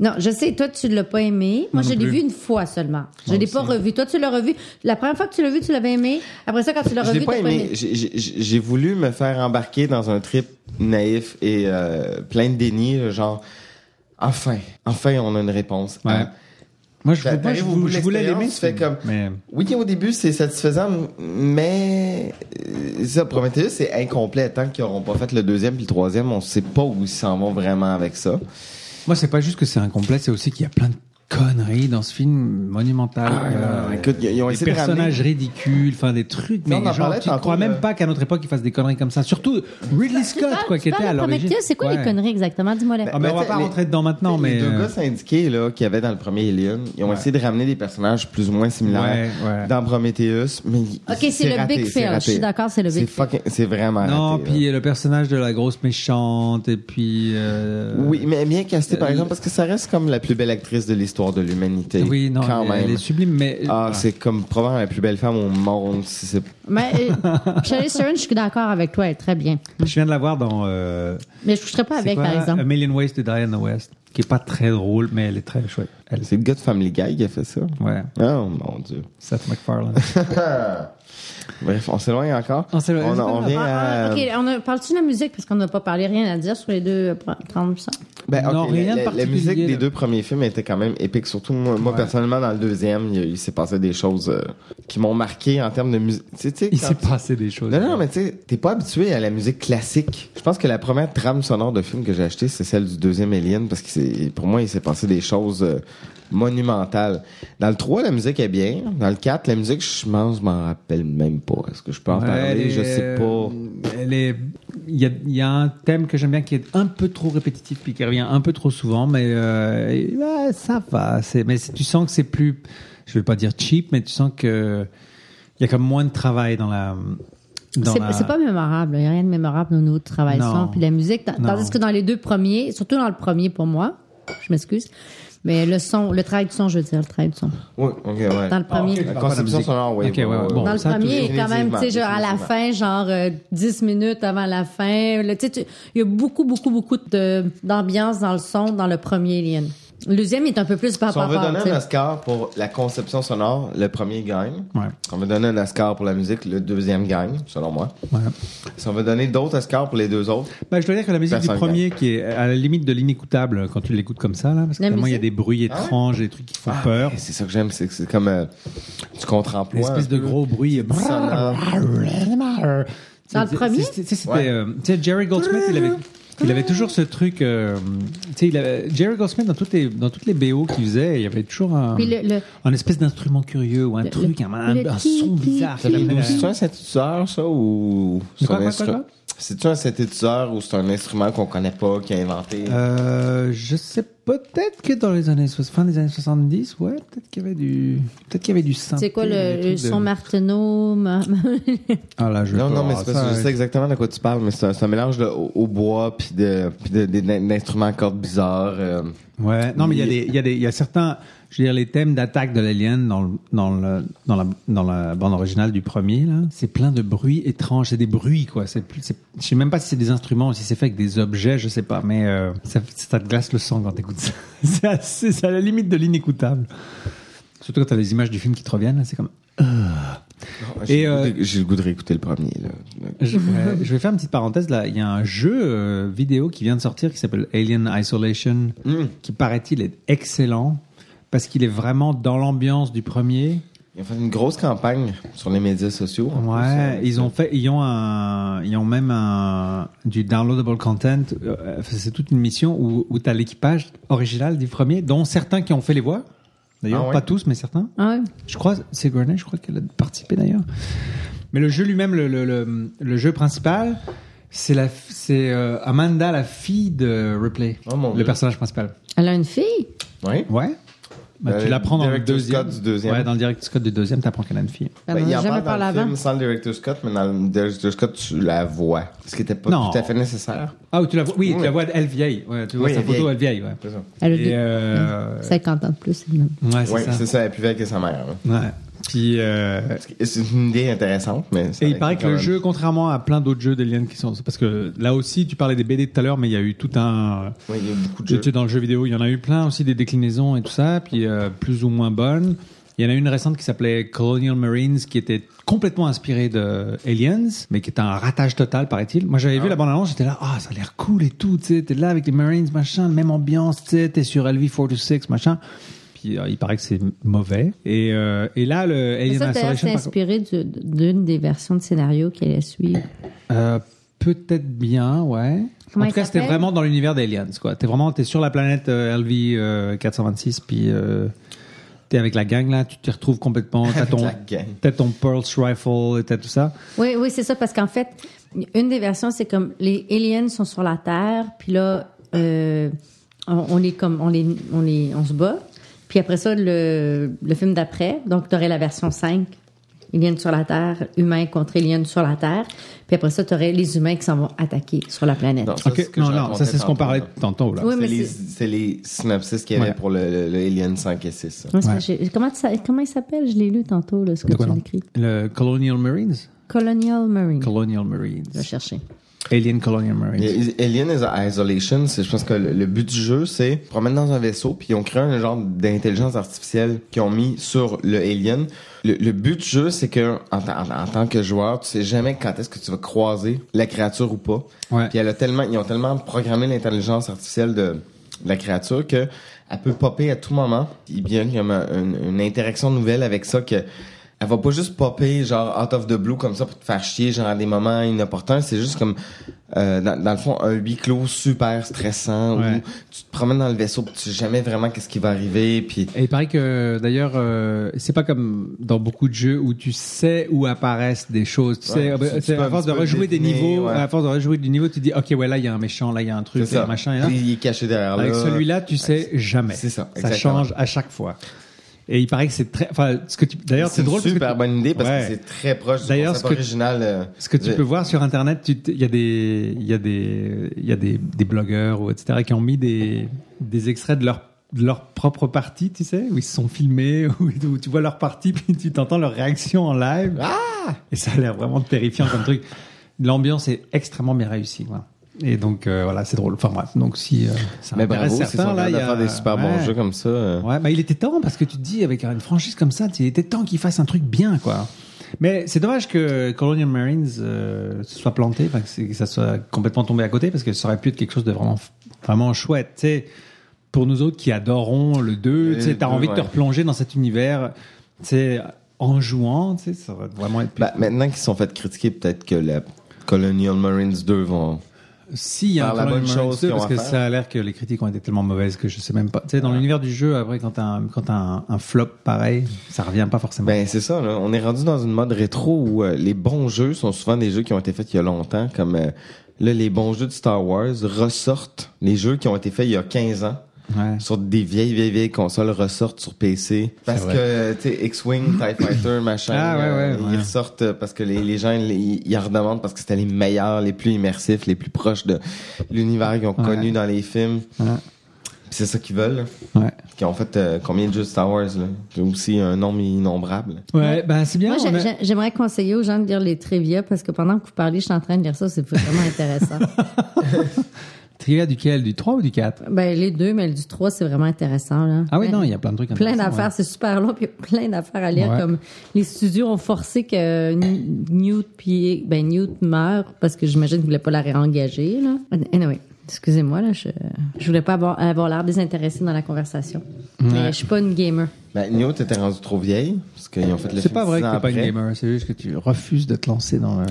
[SPEAKER 9] Non, je sais, toi, tu l'as pas aimé. Moi,
[SPEAKER 12] Non,
[SPEAKER 9] je
[SPEAKER 12] non
[SPEAKER 9] l'ai
[SPEAKER 12] plus.
[SPEAKER 9] vu une fois seulement. Je
[SPEAKER 10] Moi
[SPEAKER 9] l'ai pas
[SPEAKER 10] aussi.
[SPEAKER 9] revu. Toi, tu l'as revu. La première fois que tu l'as vu, tu l'avais aimé. Après ça, quand tu l'as
[SPEAKER 10] Je
[SPEAKER 9] revu,
[SPEAKER 10] l'ai
[SPEAKER 9] tu
[SPEAKER 10] pas
[SPEAKER 9] pas
[SPEAKER 10] aimé. J'ai- j'ai- J'ai voulu me faire embarquer dans un trip naïf et euh, plein de déni, genre enfin, enfin on a une réponse. à-
[SPEAKER 2] Moi, je,
[SPEAKER 10] T'a-
[SPEAKER 2] moi, je
[SPEAKER 10] t'arrives Bah, au
[SPEAKER 2] vou-
[SPEAKER 10] bout de
[SPEAKER 2] je voulais l'aimer.
[SPEAKER 10] l'expérience, tu fais comme.
[SPEAKER 2] Mais...
[SPEAKER 10] Oui, au début, c'est satisfaisant, m- mais euh, ça, Prometheus, c'est incomplet. Tant qu'ils n'auront pas fait le deuxième puis le troisième, on sait pas où ils s'en vont vraiment avec ça.
[SPEAKER 2] Ah, Moi, c'est pas juste que c'est incomplet, c'est aussi qu'il y a plein de conneries dans ce film monumental.
[SPEAKER 10] Ah,
[SPEAKER 2] Euh,
[SPEAKER 10] non, écoute, ils- ils ont
[SPEAKER 2] des
[SPEAKER 10] essayé de
[SPEAKER 2] personnages
[SPEAKER 10] ramener-
[SPEAKER 2] ridicules, enfin des trucs,
[SPEAKER 10] Non,
[SPEAKER 2] mais
[SPEAKER 10] on en
[SPEAKER 2] genre,
[SPEAKER 10] parlait
[SPEAKER 2] tu ne
[SPEAKER 10] tantôt,
[SPEAKER 2] crois même
[SPEAKER 10] euh,
[SPEAKER 2] pas qu'à notre époque, ils fassent des conneries comme ça. Surtout Ridley Scott, quoi, qui était à l'origine.
[SPEAKER 9] c'est quoi les
[SPEAKER 2] Ouais.
[SPEAKER 9] conneries exactement? Dis-moi les.
[SPEAKER 2] Ah, mais on va pas rentrer dedans maintenant, mais.
[SPEAKER 10] Les deux
[SPEAKER 2] euh,
[SPEAKER 10] gars syndiqués là, qu'il y avait dans le premier Alien, ils ont
[SPEAKER 2] Ouais.
[SPEAKER 10] essayé de ramener des personnages plus ou moins similaires
[SPEAKER 2] Ouais, ouais.
[SPEAKER 10] dans Prometheus, mais
[SPEAKER 9] Ok, c'est le
[SPEAKER 10] raté,
[SPEAKER 9] big
[SPEAKER 10] c'est
[SPEAKER 9] fail. Je
[SPEAKER 10] raté.
[SPEAKER 9] suis d'accord, c'est le big
[SPEAKER 10] C'est fucking- C'est vraiment
[SPEAKER 2] Non,
[SPEAKER 10] raté, là.
[SPEAKER 2] puis le personnage de la grosse méchante, et puis. euh,
[SPEAKER 10] Oui, mais bien casté par
[SPEAKER 2] euh,
[SPEAKER 10] exemple parce que ça reste comme la plus belle actrice de l'histoire de l'humanité.
[SPEAKER 2] Oui, non,
[SPEAKER 10] quand
[SPEAKER 2] elle,
[SPEAKER 10] même.
[SPEAKER 2] elle est sublime, mais. euh,
[SPEAKER 10] Ah, c'est comme probablement la plus belle femme au monde. Si c'est...
[SPEAKER 9] Mais euh, Charlize Theron, je suis d'accord avec toi, elle est très bien.
[SPEAKER 2] Je viens de la voir dans. euh,
[SPEAKER 9] Mais je ne coucherais pas
[SPEAKER 2] c'est
[SPEAKER 9] avec,
[SPEAKER 2] quoi,
[SPEAKER 9] par
[SPEAKER 2] A
[SPEAKER 9] exemple.
[SPEAKER 2] Million Ways to Die in the West, qui est pas très drôle, mais elle est très chouette. Elle.
[SPEAKER 10] c'est le gars de Family Guy qui a fait ça.
[SPEAKER 2] Ouais.
[SPEAKER 10] Oh mon dieu.
[SPEAKER 2] Seth MacFarlane.
[SPEAKER 10] Bref, on s'éloigne encore. On
[SPEAKER 2] s'éloigne.
[SPEAKER 10] On, vient
[SPEAKER 9] Ah,
[SPEAKER 2] euh,
[SPEAKER 10] à.
[SPEAKER 9] ok, on a- parle-tu de la musique? Parce qu'on n'a pas parlé rien à dire sur les deux euh, pr- 30%.
[SPEAKER 10] Ben, ok,
[SPEAKER 2] Non, rien
[SPEAKER 10] la- la, la
[SPEAKER 2] de particulier,
[SPEAKER 10] musique
[SPEAKER 2] là.
[SPEAKER 10] des deux premiers films était quand même épique. Surtout moi, moi,
[SPEAKER 2] Ouais.
[SPEAKER 10] personnellement, dans le deuxième, il, il s'est passé des choses euh, qui m'ont marqué en termes de musique. Tu sais, tu sais,
[SPEAKER 2] Il
[SPEAKER 10] quand
[SPEAKER 2] s'est
[SPEAKER 10] tu-
[SPEAKER 2] passé des choses.
[SPEAKER 10] Non, non, mais tu sais, t'es pas habitué à la musique classique. Je pense que la première trame sonore de film que j'ai acheté, c'est celle du deuxième Alien, parce que c'est- pour moi, il s'est passé des choses euh, monumentales. Dans le 3, la musique est bien. Dans le 4, la musique, je m'en je m'en rappelle même pas. Est-ce que je peux en
[SPEAKER 2] Ouais, euh, elle
[SPEAKER 10] parler?
[SPEAKER 2] est-
[SPEAKER 10] Je sais pas.
[SPEAKER 2] Elle est. Il y a, il y a un thème que j'aime bien qui est un peu trop répétitif puis qui revient un peu trop souvent, mais euh, et, ouais, ça va. C'est, mais c'est- tu sens que c'est plus. Je vais pas dire cheap, mais tu sens que il y a comme moins de travail dans la. dans
[SPEAKER 9] C'est
[SPEAKER 2] la-
[SPEAKER 9] c'est pas mémorable. Il n'y a rien de mémorable au niveau du travail
[SPEAKER 2] Non.
[SPEAKER 9] son puis la musique. ta-
[SPEAKER 2] Non.
[SPEAKER 9] Tandis que dans les deux premiers, surtout dans le premier pour moi, je m'excuse, mais le son, le travail du son, je veux dire, le travail du son.
[SPEAKER 10] Oui, Ah, ok, ouais.
[SPEAKER 9] Dans le premier.
[SPEAKER 10] La conception sonore, oui.
[SPEAKER 2] Ok, ouais, ouais. Bon,
[SPEAKER 9] dans le
[SPEAKER 2] ça, tout-
[SPEAKER 9] premier, quand même, tu sais, genre, à la
[SPEAKER 10] définitivement.
[SPEAKER 9] fin, genre euh, 10 minutes avant la fin, là, tu sais, tu- il y a beaucoup, beaucoup, beaucoup de- d'ambiance dans le son dans le premier Alien. Le deuxième est un peu plus par
[SPEAKER 10] Si on
[SPEAKER 9] rapport
[SPEAKER 10] veut
[SPEAKER 9] à
[SPEAKER 10] donner un Oscar pour la conception sonore, le premier gagne.
[SPEAKER 2] Ouais.
[SPEAKER 10] On veut donner un Oscar pour la musique, le deuxième gagne, selon moi.
[SPEAKER 2] Ouais.
[SPEAKER 10] Si on veut donner d'autres Oscars pour les deux autres,
[SPEAKER 2] Bah, je dois dire que la musique
[SPEAKER 10] Personne
[SPEAKER 2] du premier, qui est à la limite de l'inécoutable quand tu l'écoutes comme ça, là, parce que
[SPEAKER 9] La
[SPEAKER 2] tellement il y a
[SPEAKER 9] musique?
[SPEAKER 2] des bruits
[SPEAKER 10] Ah
[SPEAKER 2] étranges, des trucs qui font peur.
[SPEAKER 10] Et C'est ça que j'aime, c'est que c'est comme euh, du contre-emploi.
[SPEAKER 2] Une espèce
[SPEAKER 10] un
[SPEAKER 2] de
[SPEAKER 10] peu.
[SPEAKER 2] gros bruit. euh,
[SPEAKER 10] sonore.
[SPEAKER 9] Dans le
[SPEAKER 2] C'est-
[SPEAKER 9] premier?
[SPEAKER 2] c'est- c'est- c'était,
[SPEAKER 10] Ouais.
[SPEAKER 2] euh, Tu sais, Jerry Goldsmith, il avait, il avait toujours ce truc. euh, tu sais, il avait- Jerry Goldsmith, dans toutes les, dans toutes les BO qu'il faisait, il y avait toujours un,
[SPEAKER 9] Puis le- le-
[SPEAKER 2] un espèce d'instrument curieux ou un truc, un, un-
[SPEAKER 9] le
[SPEAKER 2] un
[SPEAKER 9] qui-
[SPEAKER 2] son
[SPEAKER 9] qui-
[SPEAKER 2] bizarre.
[SPEAKER 9] qui-
[SPEAKER 2] qui-
[SPEAKER 10] C'est-tu un synthétiseur, ça, ou... c'est
[SPEAKER 2] quoi,
[SPEAKER 10] un
[SPEAKER 2] quoi,
[SPEAKER 10] instru-
[SPEAKER 2] quoi, quoi?
[SPEAKER 10] C'est-tu un synthétiseur ou c'est un instrument qu'on connaît pas, qui a inventé?
[SPEAKER 2] Euh, je sais peut-être que dans les années soix- fin des années 70 ouais peut-être qu'il y avait du peut-être qu'il y avait du synthé
[SPEAKER 9] C'est quoi
[SPEAKER 2] des
[SPEAKER 9] le,
[SPEAKER 2] trucs
[SPEAKER 9] le son
[SPEAKER 2] de-
[SPEAKER 9] Martineau? ma-
[SPEAKER 2] ah là je
[SPEAKER 10] non,
[SPEAKER 2] vais
[SPEAKER 10] non,
[SPEAKER 2] pas-
[SPEAKER 10] mais c'est parce
[SPEAKER 2] ça,
[SPEAKER 10] que je
[SPEAKER 2] ouais.
[SPEAKER 10] sais exactement de quoi tu parles, mais c'est un, c'est un mélange de au, au bois puis de, puis de, de- d'instruments à cordes bizarres. euh.
[SPEAKER 2] Ouais, non, mais il y a des, il y a des, il y a certains, je veux dire, les thèmes d'attaque de l'alien dans le, dans le, dans la, dans la bande originale du premier, là, c'est plein de bruits étranges, c'est des bruits, quoi. C'est plus, c'est- je sais même pas si c'est des instruments ou si c'est fait avec des objets, je sais pas, mais euh, ça, ça te glace le sang quand t'écoutes ça. c'est assez- c'est à la limite de l'inécoutable. Surtout quand t'as les images du film qui te reviennent, là, c'est comme.
[SPEAKER 10] J'ai,
[SPEAKER 2] Et,
[SPEAKER 10] le goût
[SPEAKER 2] euh,
[SPEAKER 10] de- j'ai le goût de réécouter le premier. Là.
[SPEAKER 2] Je, ouais, je vais faire une petite parenthèse là. Il y a un jeu euh, vidéo qui vient de sortir qui s'appelle Alien Isolation,
[SPEAKER 10] Mm.
[SPEAKER 2] qui paraît-il est excellent parce qu'il est vraiment dans l'ambiance du premier.
[SPEAKER 10] Ils ont fait une grosse campagne sur les médias sociaux. en plus,
[SPEAKER 2] Ouais,
[SPEAKER 10] euh,
[SPEAKER 2] ils ont fait, ils ont un, ils ont même un du downloadable content. Euh, C'est toute une mission où, où t'as l'équipage original du premier, dont certains qui ont fait les voix. D'ailleurs,
[SPEAKER 10] Ah ouais?
[SPEAKER 2] pas tous, mais certains.
[SPEAKER 9] Ah ouais.
[SPEAKER 2] Je crois, c'est Grenay, je crois qu'elle a participé d'ailleurs. Mais le jeu lui-même, le, le, le, le jeu principal, c'est la, c'est euh, Amanda, la fille de Ripley,
[SPEAKER 10] Oh, mon
[SPEAKER 2] le
[SPEAKER 10] Dieu.
[SPEAKER 2] personnage principal.
[SPEAKER 9] Elle a une fille?
[SPEAKER 10] Ouais.
[SPEAKER 2] Ouais. Bah,
[SPEAKER 10] Dans
[SPEAKER 2] tu
[SPEAKER 10] le
[SPEAKER 2] l'apprends dans le
[SPEAKER 10] Director's
[SPEAKER 2] deuxième.
[SPEAKER 10] Cut du Euh, deuxième.
[SPEAKER 2] Ouais, dans le director's cut du deuxième, t'apprends qu'elle a une fille.
[SPEAKER 9] Elle
[SPEAKER 10] Ben,
[SPEAKER 9] n'en
[SPEAKER 10] il
[SPEAKER 9] a
[SPEAKER 10] en
[SPEAKER 9] jamais
[SPEAKER 10] parle
[SPEAKER 9] parlé
[SPEAKER 10] dans le
[SPEAKER 9] avant.
[SPEAKER 10] film sans le director's cut, mais dans le director's cut, tu la vois. Ce qui n'était pas
[SPEAKER 2] Non.
[SPEAKER 10] tout à fait nécessaire.
[SPEAKER 2] Ah, ou tu la vois, oui, tu
[SPEAKER 10] Oui.
[SPEAKER 2] la vois, elle vieille. Ouais, tu vois
[SPEAKER 10] Oui,
[SPEAKER 2] sa
[SPEAKER 10] elle
[SPEAKER 2] photo,
[SPEAKER 10] vieille.
[SPEAKER 2] elle vieille, ouais.
[SPEAKER 10] C'est ça.
[SPEAKER 9] Elle a
[SPEAKER 2] Et,
[SPEAKER 9] deux-
[SPEAKER 2] euh,
[SPEAKER 9] 50 ans de plus, évidemment.
[SPEAKER 2] Ouais, c'est
[SPEAKER 10] Oui,
[SPEAKER 2] ça.
[SPEAKER 10] c'est ça, elle est plus vieille que sa mère. hein.
[SPEAKER 2] Ouais. Puis, euh,
[SPEAKER 10] C'est une idée intéressante, mais. ça
[SPEAKER 2] et il
[SPEAKER 10] va
[SPEAKER 2] paraît
[SPEAKER 10] être
[SPEAKER 2] que le
[SPEAKER 10] quand
[SPEAKER 2] jeu, contrairement à plein d'autres jeux d'Alien qui sont. Parce que là aussi, tu parlais des BD tout à l'heure, mais il y a eu tout un.
[SPEAKER 10] même- Ouais, il y a beaucoup de
[SPEAKER 2] Tu
[SPEAKER 10] jeux.
[SPEAKER 2] sais, dans le jeu vidéo, il y en a eu plein aussi, des déclinaisons et tout ça, puis euh, plus ou moins bonnes. Il y en a une récente qui s'appelait Colonial Marines, qui était complètement inspirée de Aliens, mais qui était un ratage total, paraît-il. Moi, j'avais vu la bande-annonce, j'étais là, ah, ça a l'air cool et tout, tu sais, t'es là avec les Marines, machin, même ambiance, tu sais, t'es sur LV-426, machin. Puis euh, il paraît que c'est mauvais. Et, euh, et là, le
[SPEAKER 9] Mais
[SPEAKER 2] Alien
[SPEAKER 9] ça, d'ailleurs,
[SPEAKER 2] Restoration,
[SPEAKER 9] c'est
[SPEAKER 2] par-
[SPEAKER 9] inspiré du- d'une des versions de scénario qui allait suivre.
[SPEAKER 2] Euh, peut-être bien, ouais.
[SPEAKER 9] Comment
[SPEAKER 2] en
[SPEAKER 9] il
[SPEAKER 2] tout cas, c'était
[SPEAKER 9] s'appelle
[SPEAKER 2] vraiment dans l'univers d'Aliens, quoi. T'es vraiment, t'es sur la planète euh, LV euh, 426, puis euh, t'es avec la gang là, tu t'y retrouves complètement. T'as ton,
[SPEAKER 10] la gang.
[SPEAKER 2] t'as ton pulse rifle, et t'as tout ça.
[SPEAKER 9] Oui, oui, c'est ça, parce qu'en fait, une des versions, c'est comme les aliens sont sur la Terre, puis là, euh, on, on les comme on les on les on se bat, puis après ça le, le film d'après, donc tu aurais la version 5 aliens sur la Terre, humains contre aliens sur la Terre, puis après ça tu aurais les humains qui s'en vont attaquer sur la planète.
[SPEAKER 10] Non, ça, c'est ce que
[SPEAKER 2] non,
[SPEAKER 10] je
[SPEAKER 2] non,
[SPEAKER 10] racontais
[SPEAKER 2] ça, c'est ce qu'on
[SPEAKER 10] tantôt,
[SPEAKER 2] parlait
[SPEAKER 10] là.
[SPEAKER 2] tantôt, là.
[SPEAKER 9] Oui, mais
[SPEAKER 10] c'est, les,
[SPEAKER 9] c'est-
[SPEAKER 10] c'est les synopsis qu'il y avait
[SPEAKER 2] Ouais.
[SPEAKER 10] pour le, le- le Alien 5 et 6.
[SPEAKER 9] Moi, ça, j'ai- Comment, tu sais- comment il s'appelle Je l'ai lu tantôt, là, ce que
[SPEAKER 2] quoi
[SPEAKER 9] tu as
[SPEAKER 2] donc?
[SPEAKER 9] écrit.
[SPEAKER 2] Le Colonial Marines.
[SPEAKER 9] Colonial Marine.
[SPEAKER 2] Colonial Marines.
[SPEAKER 9] Je vais chercher.
[SPEAKER 2] Alien Colonial Marines.
[SPEAKER 10] Et- et- Alien is- Isolation, c'est, je pense que le, le but du jeu, c'est on promène dans un vaisseau, puis ils ont créé un genre d'intelligence artificielle qu'ils ont mis sur le Alien. Le, le but du jeu, c'est que en, ta- en- en tant que joueur, tu sais jamais quand est-ce que tu vas croiser la créature ou pas.
[SPEAKER 2] Ouais.
[SPEAKER 10] Puis elle a tellement, ils ont tellement programmé l'intelligence artificielle de, de la créature que elle peut popper à tout moment. Il bien il y a une, une- une interaction nouvelle avec ça que elle va pas juste popper genre out of the blue comme ça pour te faire chier genre à des moments inopportuns. C'est juste comme euh, dans, dans le fond un huis clos super stressant où
[SPEAKER 2] Ouais.
[SPEAKER 10] tu te promènes dans le vaisseau puis tu sais jamais vraiment qu'est-ce qui va arriver puis
[SPEAKER 2] Et il paraît que d'ailleurs, euh, c'est pas comme dans beaucoup de jeux où tu sais où apparaissent des choses. Tu
[SPEAKER 10] Ouais,
[SPEAKER 2] sais,
[SPEAKER 10] tu-
[SPEAKER 2] euh,
[SPEAKER 10] tu
[SPEAKER 2] c'est
[SPEAKER 10] peux
[SPEAKER 2] à
[SPEAKER 10] un
[SPEAKER 2] force de
[SPEAKER 10] petit peu
[SPEAKER 2] rejouer des
[SPEAKER 10] deviner,
[SPEAKER 2] niveaux,
[SPEAKER 10] ouais.
[SPEAKER 2] à force de rejouer du niveau, tu dis ok ouais là il y a un méchant, là il y a un truc,
[SPEAKER 10] c'est
[SPEAKER 2] là,
[SPEAKER 10] ça
[SPEAKER 2] machin. Là.
[SPEAKER 10] il est caché derrière
[SPEAKER 2] Avec
[SPEAKER 10] là.
[SPEAKER 2] celui-là, tu sais jamais.
[SPEAKER 10] c'est ça,
[SPEAKER 2] Ça
[SPEAKER 10] exactement.
[SPEAKER 2] change à chaque fois. Et il paraît que c'est très. Enfin, ce que tu. D'ailleurs, c'est
[SPEAKER 10] une
[SPEAKER 2] drôle. parce que
[SPEAKER 10] super
[SPEAKER 2] tu-
[SPEAKER 10] bonne idée parce
[SPEAKER 2] Ouais.
[SPEAKER 10] que c'est très proche du
[SPEAKER 2] D'ailleurs,
[SPEAKER 10] concept
[SPEAKER 2] ce que-
[SPEAKER 10] original euh,
[SPEAKER 2] Ce que tu
[SPEAKER 10] de-
[SPEAKER 2] peux voir sur Internet, tu t- il y a des, il y a des, il y a des, des blogueurs ou etc. qui ont mis des, des extraits de leur de leur propre partie, tu sais, où ils se sont filmés, où, où tu vois leur partie, puis tu t'entends leur réaction en live.
[SPEAKER 10] Ah
[SPEAKER 2] Et ça a l'air vraiment terrifiant comme truc. L'ambiance est extrêmement bien réussie. voilà. Et donc, euh, voilà, c'est drôle. Enfin, bref. Donc, si euh, ça
[SPEAKER 10] Mais
[SPEAKER 2] intéresse
[SPEAKER 10] bravo, c'est
[SPEAKER 2] certains, là, il y a...
[SPEAKER 10] faire des super bons
[SPEAKER 2] ouais.
[SPEAKER 10] jeux comme ça. euh.
[SPEAKER 2] Ouais, bah il était temps parce que tu te dis avec une franchise comme ça, il était temps qu'ils fassent un truc bien, quoi. Mais c'est dommage que Colonial Marines euh, se soit planté, enfin, que c'est- que ça soit complètement tombé à côté parce que ça aurait pu être quelque chose de vraiment, vraiment chouette. tu sais. Pour nous autres qui adorons le 2,
[SPEAKER 10] Le
[SPEAKER 2] tu sais, t'as
[SPEAKER 10] deux,
[SPEAKER 2] envie de te
[SPEAKER 10] ouais.
[SPEAKER 2] replonger dans cet univers tu sais, en jouant, tu sais, ça aurait vraiment être.
[SPEAKER 10] Bah, maintenant qu'ils se sont fait critiquer, peut-être que la Colonial Marines 2 vont.
[SPEAKER 2] Si, il y a
[SPEAKER 10] Faire
[SPEAKER 2] un
[SPEAKER 10] la
[SPEAKER 2] Colonial
[SPEAKER 10] bonne
[SPEAKER 2] Marines
[SPEAKER 10] chose
[SPEAKER 2] 2,
[SPEAKER 10] qu'on
[SPEAKER 2] parce
[SPEAKER 10] va
[SPEAKER 2] que
[SPEAKER 10] faire.
[SPEAKER 2] ça a l'air que les critiques ont été tellement mauvaises que je sais même pas. Tu sais, dans l'univers du jeu, après, quand t'as un, quand t'as un, un flop pareil, ça revient pas forcément.
[SPEAKER 10] Ben c'est ça, là. on est rendu dans une mode rétro où euh, les bons jeux sont souvent des jeux qui ont été faits il y a longtemps, comme euh, là les bons jeux de Star Wars ressortent, les jeux qui ont été faits il y a 15 ans.
[SPEAKER 2] Ouais.
[SPEAKER 10] Sur des vieilles, vieilles, vieilles consoles ressortent sur PC. Parce
[SPEAKER 2] vrai.
[SPEAKER 10] que, tu sais, X-Wing, TIE Fighter, machin.
[SPEAKER 2] Ah, ouais, ouais,
[SPEAKER 10] Ils
[SPEAKER 2] ouais.
[SPEAKER 10] ressortent euh, parce que les, les gens, les- ils ils en redemandent parce que c'était les meilleurs, les plus immersifs, les plus proches de l'univers qu'ils ont
[SPEAKER 2] Ouais.
[SPEAKER 10] connu dans les films.
[SPEAKER 2] Ouais.
[SPEAKER 10] Puis c'est ça qu'ils veulent, là.
[SPEAKER 2] Ouais.
[SPEAKER 10] qui ont fait euh, combien de jeux de Star Wars là J'ai aussi un nombre innombrable.
[SPEAKER 2] Ouais, ben c'est bien.
[SPEAKER 9] Moi, j'ai-
[SPEAKER 2] on a-
[SPEAKER 9] j'ai- j'aimerais conseiller aux gens de lire les trivia parce que pendant que vous parlez, je suis en train de lire ça, c'est vraiment intéressant.
[SPEAKER 2] Trivia duquel Du 3 ou du 4
[SPEAKER 9] ben, les deux, mais le du 3, c'est vraiment intéressant. Là.
[SPEAKER 2] Ah oui,
[SPEAKER 9] Ben,
[SPEAKER 2] non, il y a plein de trucs
[SPEAKER 9] Plein
[SPEAKER 2] intéressants,
[SPEAKER 9] d'affaires,
[SPEAKER 2] ouais.
[SPEAKER 9] c'est super long, puis il y a plein d'affaires à lire.
[SPEAKER 2] Ouais.
[SPEAKER 9] Comme les studios ont forcé que N- Newt, puis, ben, Newt meure parce que j'imagine qu'ils voulaient pas la réengager. Là. Anyway, excusez-moi, là, je, je voulais pas avoir, avoir l'air désintéressée dans la conversation. Mais je suis pas une gamer.
[SPEAKER 10] Ben, Nioh, t'étais rendu trop vieille parce qu'ils ont fait le
[SPEAKER 2] C'est
[SPEAKER 10] film
[SPEAKER 2] pas vrai
[SPEAKER 10] six
[SPEAKER 2] que
[SPEAKER 10] ans
[SPEAKER 2] t'es pas une
[SPEAKER 10] après.
[SPEAKER 2] gamer, c'est juste que tu refuses de te lancer dans euh, le.